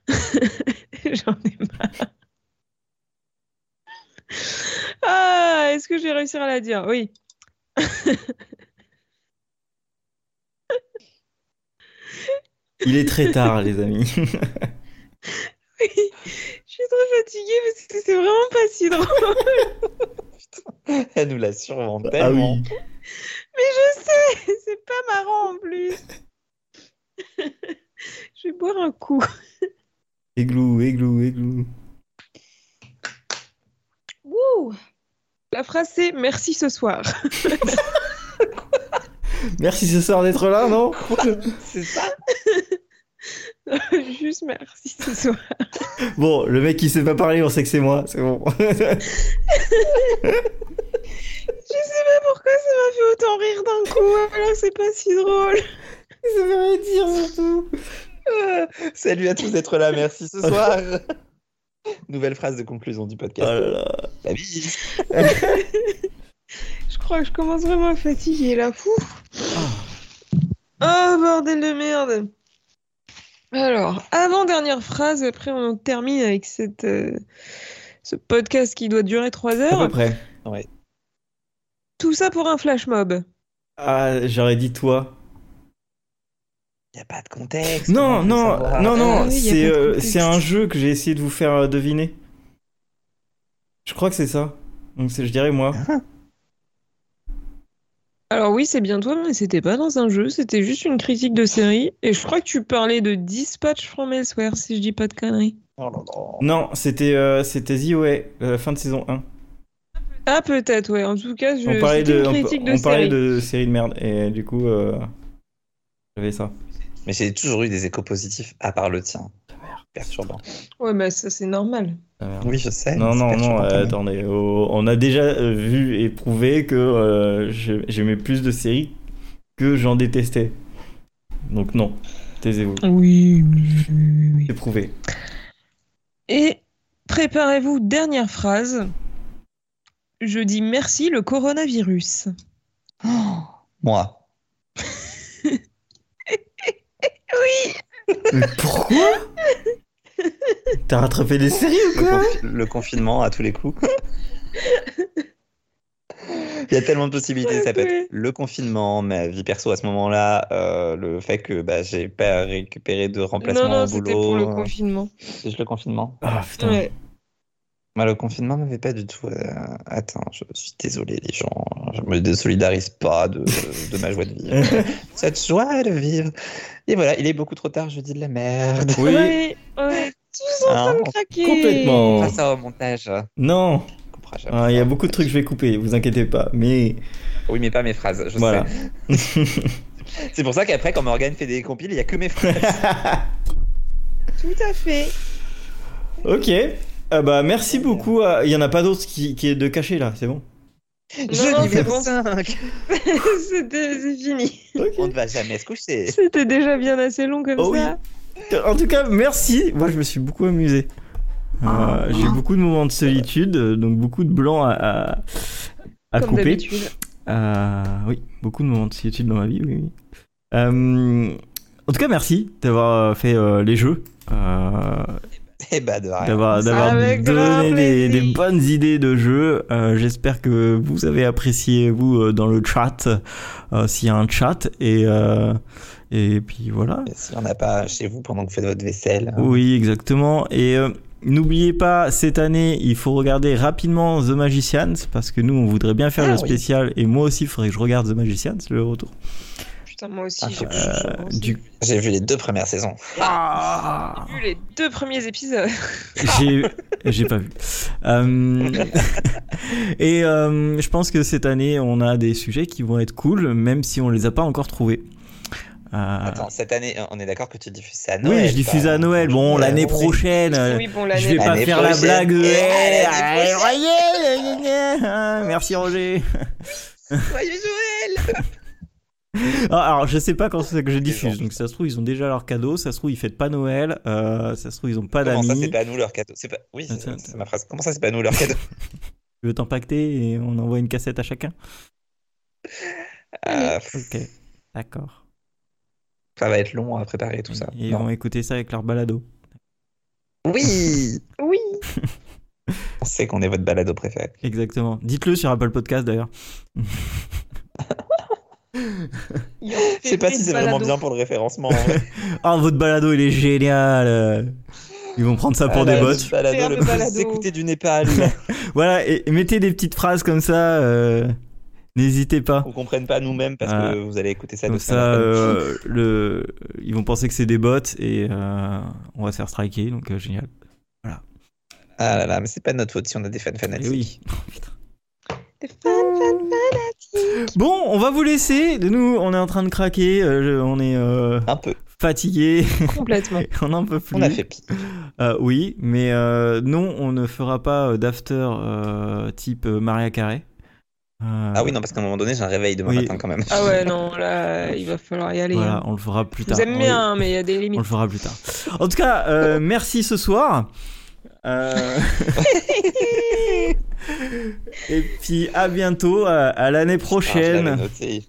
Speaker 2: [LAUGHS] J'en ai marre. Ah, est-ce que je vais réussir à la dire Oui.
Speaker 1: Il est très
Speaker 2: [LAUGHS]
Speaker 1: tard, les amis.
Speaker 2: Je suis trop fatiguée parce que c'est vraiment pas si drôle.
Speaker 3: [LAUGHS] Elle nous l'a sûrement
Speaker 1: ah
Speaker 3: tellement.
Speaker 1: oui.
Speaker 2: Mais je sais, [LAUGHS] c'est pas marrant en plus. [LAUGHS] Je vais boire un coup.
Speaker 1: Églou, églou, églou.
Speaker 2: La phrase c'est merci ce soir. [LAUGHS]
Speaker 1: Merci ce soir d'être là, [LAUGHS] non
Speaker 3: C'est ça
Speaker 2: Juste merci ce soir.
Speaker 1: Bon, le mec qui sait pas parler, on sait que c'est moi, c'est bon. [LAUGHS]
Speaker 2: Je sais pas pourquoi ça m'a fait autant rire d'un coup. Alors c'est pas si drôle.
Speaker 1: Ça veut rien dire surtout.
Speaker 3: Ah, Salut à tous d'être là, merci
Speaker 1: [LAUGHS]
Speaker 3: ce soir. Nouvelle phrase de conclusion du
Speaker 1: Oh là
Speaker 3: podcast.
Speaker 1: là.
Speaker 3: La bise.
Speaker 2: Je crois que je commence vraiment à fatiguer là. Fou. Oh bordel de merde. Alors, avant-dernière phrase, après on termine avec cette, euh, ce podcast qui doit durer 3
Speaker 1: À peu
Speaker 2: heures.
Speaker 1: près.
Speaker 2: Tout ça pour un flash mob.
Speaker 1: Ah, j'aurais dit toi.
Speaker 3: Il n'y a pas de contexte.
Speaker 1: Non,
Speaker 3: comment on peut
Speaker 1: non,
Speaker 3: savoir
Speaker 1: non, non,
Speaker 2: Ah oui, y a
Speaker 1: c'est
Speaker 2: pas de
Speaker 1: euh,
Speaker 2: contexte.
Speaker 1: c'est un jeu que j'ai essayé de vous faire euh, deviner. Je crois que c'est ça. Donc c'est- je dirais moi.
Speaker 2: Alors oui, c'est bien toi, mais c'était pas dans un jeu, c'était juste une critique de série. Et je crois que tu parlais de Dispatch from Elsewhere, si je dis pas de conneries.
Speaker 3: Oh là là.
Speaker 1: Non, c'était euh, c'était The Way, euh, fin de saison 1.
Speaker 2: Ah peut-être, ouais. En tout cas, je...
Speaker 1: on parlait
Speaker 2: c'était
Speaker 1: de
Speaker 2: une
Speaker 1: on,
Speaker 2: critique de
Speaker 1: on parlait
Speaker 2: série.
Speaker 1: de série de merde et euh, du coup euh, j'avais ça.
Speaker 3: Mais j'ai toujours eu des échos positifs, à part le tien. Perturbant.
Speaker 2: Ouais, mais ça c'est normal.
Speaker 1: Ah, merde.
Speaker 3: Oui, je sais.
Speaker 1: Non,
Speaker 3: c'est
Speaker 1: non, non,
Speaker 3: perturbant,
Speaker 1: euh,
Speaker 3: mais-
Speaker 1: attendez. oh, on a déjà euh, vu et prouvé que euh, je- j'aimais plus de séries que j'en détestais. Donc non, taisez-vous.
Speaker 2: Oui, oui, oui, oui.
Speaker 1: C'est prouvé.
Speaker 2: Et préparez-vous, dernière phrase. Je dis merci le coronavirus.
Speaker 3: Oh, moi.
Speaker 1: Mais pourquoi [LAUGHS] T'as rattrapé les séries ou
Speaker 3: Le,
Speaker 1: quoi
Speaker 3: confi- le confinement à tous
Speaker 2: [LAUGHS]
Speaker 3: les coups. Il y a tellement de possibilités. Ça peut être le confinement, ma vie perso à ce moment-là, euh, le fait que bah, j'ai pas récupéré de remplacement
Speaker 2: Non, non,
Speaker 3: au
Speaker 2: c'était
Speaker 3: boulot.
Speaker 2: pour le
Speaker 3: euh,
Speaker 2: confinement.
Speaker 3: C'est juste le confinement.
Speaker 1: hein. Ah putain.
Speaker 2: Ouais.
Speaker 3: Moi, le confinement m'avait pas du tout. euh, Attends, je suis désolé, les gens. Je me désolidarise pas de, de ma joie de
Speaker 2: [LAUGHS]
Speaker 3: vivre. Cette joie de vivre. Et voilà, il est beaucoup trop tard, je dis de la merde.
Speaker 1: [LAUGHS] Oui,
Speaker 2: Ouais, on est tous en train
Speaker 3: Hein,
Speaker 2: de
Speaker 3: on-
Speaker 2: craquer.
Speaker 1: complètement.
Speaker 3: Pas Ah, ça au montage. Je
Speaker 1: Non,
Speaker 3: comprends
Speaker 1: Ah,
Speaker 3: jamais.
Speaker 1: il y a beaucoup de trucs que je vais couper, vous inquiétez pas. Mais
Speaker 3: Oui, mais pas mes phrases. Je
Speaker 1: voilà.
Speaker 3: sais.
Speaker 1: [LAUGHS]
Speaker 3: C'est pour ça qu'après, quand Morgane fait des compiles, il y a que mes phrases.
Speaker 2: Tout à fait.
Speaker 1: ok. Ah bah merci beaucoup. à- Il y en a pas d'autres qui, qui est de caché là, c'est bon.
Speaker 2: non,
Speaker 3: [LAUGHS] Jeu
Speaker 2: c'est
Speaker 3: numéro
Speaker 2: bon.
Speaker 3: 5
Speaker 2: [LAUGHS] C'était c'est fini.
Speaker 3: On ne va jamais se [LAUGHS] coucher.
Speaker 2: C'était déjà bien assez long comme
Speaker 1: Oh oui.
Speaker 2: ça.
Speaker 1: En tout cas, merci. Moi, je me suis beaucoup amusé.
Speaker 2: Ah.
Speaker 1: Euh, J'ai eu beaucoup de moments de solitude, euh, donc beaucoup de blancs à, à, à
Speaker 2: comme
Speaker 1: couper.
Speaker 2: d'habitude.
Speaker 1: Euh, oui, beaucoup de moments de solitude dans ma vie, oui. oui. Euh, en tout cas, merci d'avoir fait euh, les jeux, euh,
Speaker 3: Eh bah de rien.
Speaker 1: d'avoir d'avoir
Speaker 2: Avec grand
Speaker 1: donné des,
Speaker 2: plaisir.
Speaker 1: des bonnes idées de jeux. Euh, J'espère que vous avez apprécié, vous, euh, dans le chat, euh, s'il y a un chat. Et, euh, et puis voilà.
Speaker 3: S'il n'y en a pas chez vous pendant que vous faites votre vaisselle. hein.
Speaker 1: Oui, exactement. Et euh, n'oubliez pas, cette année, il faut regarder rapidement The Magicians parce que nous, on voudrait bien faire le
Speaker 3: Ah oui.
Speaker 1: spécial. Et moi aussi, il faudrait que je regarde The Magicians, le retour.
Speaker 2: Putain, moi aussi,
Speaker 3: Ah,
Speaker 2: j'ai
Speaker 3: euh,
Speaker 2: j'ai-
Speaker 1: du-
Speaker 3: J'ai vu les deux premières saisons. Ah.
Speaker 2: j'ai vu les deux premiers épisodes.
Speaker 1: J'ai, j'ai pas vu. Euh,
Speaker 3: [LAUGHS]
Speaker 1: et euh, je pense que cette année, on a des sujets qui vont être cool, même si on les a pas encore trouvés. Euh,
Speaker 3: Attends, cette année, on est d'accord que tu diffuses ça à
Speaker 1: oui,
Speaker 3: Noël.
Speaker 1: je diffuse
Speaker 3: pas-
Speaker 1: à Noël. Bon,
Speaker 3: Ah, Ouais,
Speaker 1: l'année
Speaker 3: on est-
Speaker 1: prochaine. euh,
Speaker 2: oui, bon,
Speaker 1: Je
Speaker 2: l'année
Speaker 1: vais pas
Speaker 3: L'année
Speaker 1: faire la
Speaker 3: prochaine.
Speaker 1: blague de.
Speaker 3: Et
Speaker 1: Hey,
Speaker 3: à l'année
Speaker 1: Roger, gna, gna, gna. Merci Roger.
Speaker 2: Joyeux Noël
Speaker 1: Ah, alors je sais pas quand c'est que je diffuse,
Speaker 3: gentil.
Speaker 1: donc ça se trouve ils ont déjà leur cadeau, ça se trouve ils fêtent pas Noël, euh, ça se trouve ils ont pas
Speaker 3: Comment ça, c'est
Speaker 1: d'amis.
Speaker 3: pas nous leur cadeau C'est pas... Oui, c'est-
Speaker 1: Attends,
Speaker 3: c'est ma phrase. Comment ça, c'est pas nous leur
Speaker 1: [LAUGHS]
Speaker 3: cadeau
Speaker 1: Je veux t'impacter et on envoie une cassette à chacun.
Speaker 2: Euh,
Speaker 3: Ah, pff,
Speaker 1: Ok, d'accord.
Speaker 3: Ça va être long à préparer tout ça.
Speaker 1: Et ils
Speaker 3: Non.
Speaker 1: vont écouter ça avec leur balado.
Speaker 3: Oui
Speaker 2: Oui
Speaker 3: On sait qu'on est votre balado préféré.
Speaker 1: Exactement. Dites-le sur Apple Podcast d'ailleurs.
Speaker 3: Je sais pas si c'est vraiment bien pour le référencement. en vrai.
Speaker 1: Ah votre balado il est génial. euh. Ils vont prendre ça pour
Speaker 3: Ah,
Speaker 1: des
Speaker 3: là,
Speaker 1: bots.
Speaker 3: le Balado
Speaker 2: Faire
Speaker 3: le
Speaker 2: le
Speaker 3: plus
Speaker 2: balado.
Speaker 3: écouté du
Speaker 1: [LAUGHS]
Speaker 3: Népal.
Speaker 1: Voilà, et, et mettez des petites phrases comme ça. euh, N'hésitez pas.
Speaker 3: On comprenne pas nous-mêmes parce
Speaker 1: Voilà.
Speaker 3: que vous allez écouter ça.
Speaker 1: Ah. Comme
Speaker 3: deux
Speaker 1: ça,
Speaker 3: semaines après.
Speaker 1: euh, le... ils vont penser que c'est des bots et euh, on va se faire striker, donc euh, génial.
Speaker 3: Ah là là, mais c'est pas de notre faute si on a des fans
Speaker 1: Eh
Speaker 3: fanatiques.
Speaker 1: oui.
Speaker 2: Fan, fan,
Speaker 1: Bon, on va vous laisser. De nous, on est en train de craquer, euh, je- on est euh,
Speaker 3: Un peu.
Speaker 1: fatigué, [LAUGHS]
Speaker 2: fan. Complètement.
Speaker 1: on n'en peut plus.
Speaker 3: On a fait pire.
Speaker 1: Euh, oui, mais euh, non, on ne fera pas euh, d'after euh, type euh, Maria Carré. Euh,
Speaker 3: Ah oui, non, parce qu'à un moment donné, j'ai un réveil demain
Speaker 1: Oui.
Speaker 3: matin quand même.
Speaker 2: Ah ouais, non, là, il va falloir y aller. hein.
Speaker 1: Voilà, on le fera plus
Speaker 2: Je
Speaker 1: tard.
Speaker 2: vous aime
Speaker 1: On-
Speaker 2: bien, hein, mais il y a des
Speaker 1: On
Speaker 2: limites.
Speaker 1: le fera plus tard. En tout cas, euh, merci ce soir. Euh, Et puis à bientôt, à, à l'année
Speaker 3: Ah, je l'avais
Speaker 1: prochaine.
Speaker 3: noté.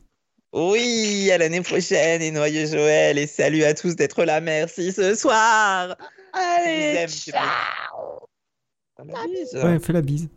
Speaker 3: Oui, à l'année prochaine et noyeux Joël et salut à tous d'être là. Merci ce soir. Je vous
Speaker 2: Allez,
Speaker 3: aime, c'est bon. Ah, la bise.
Speaker 1: Ouais, fais la bise.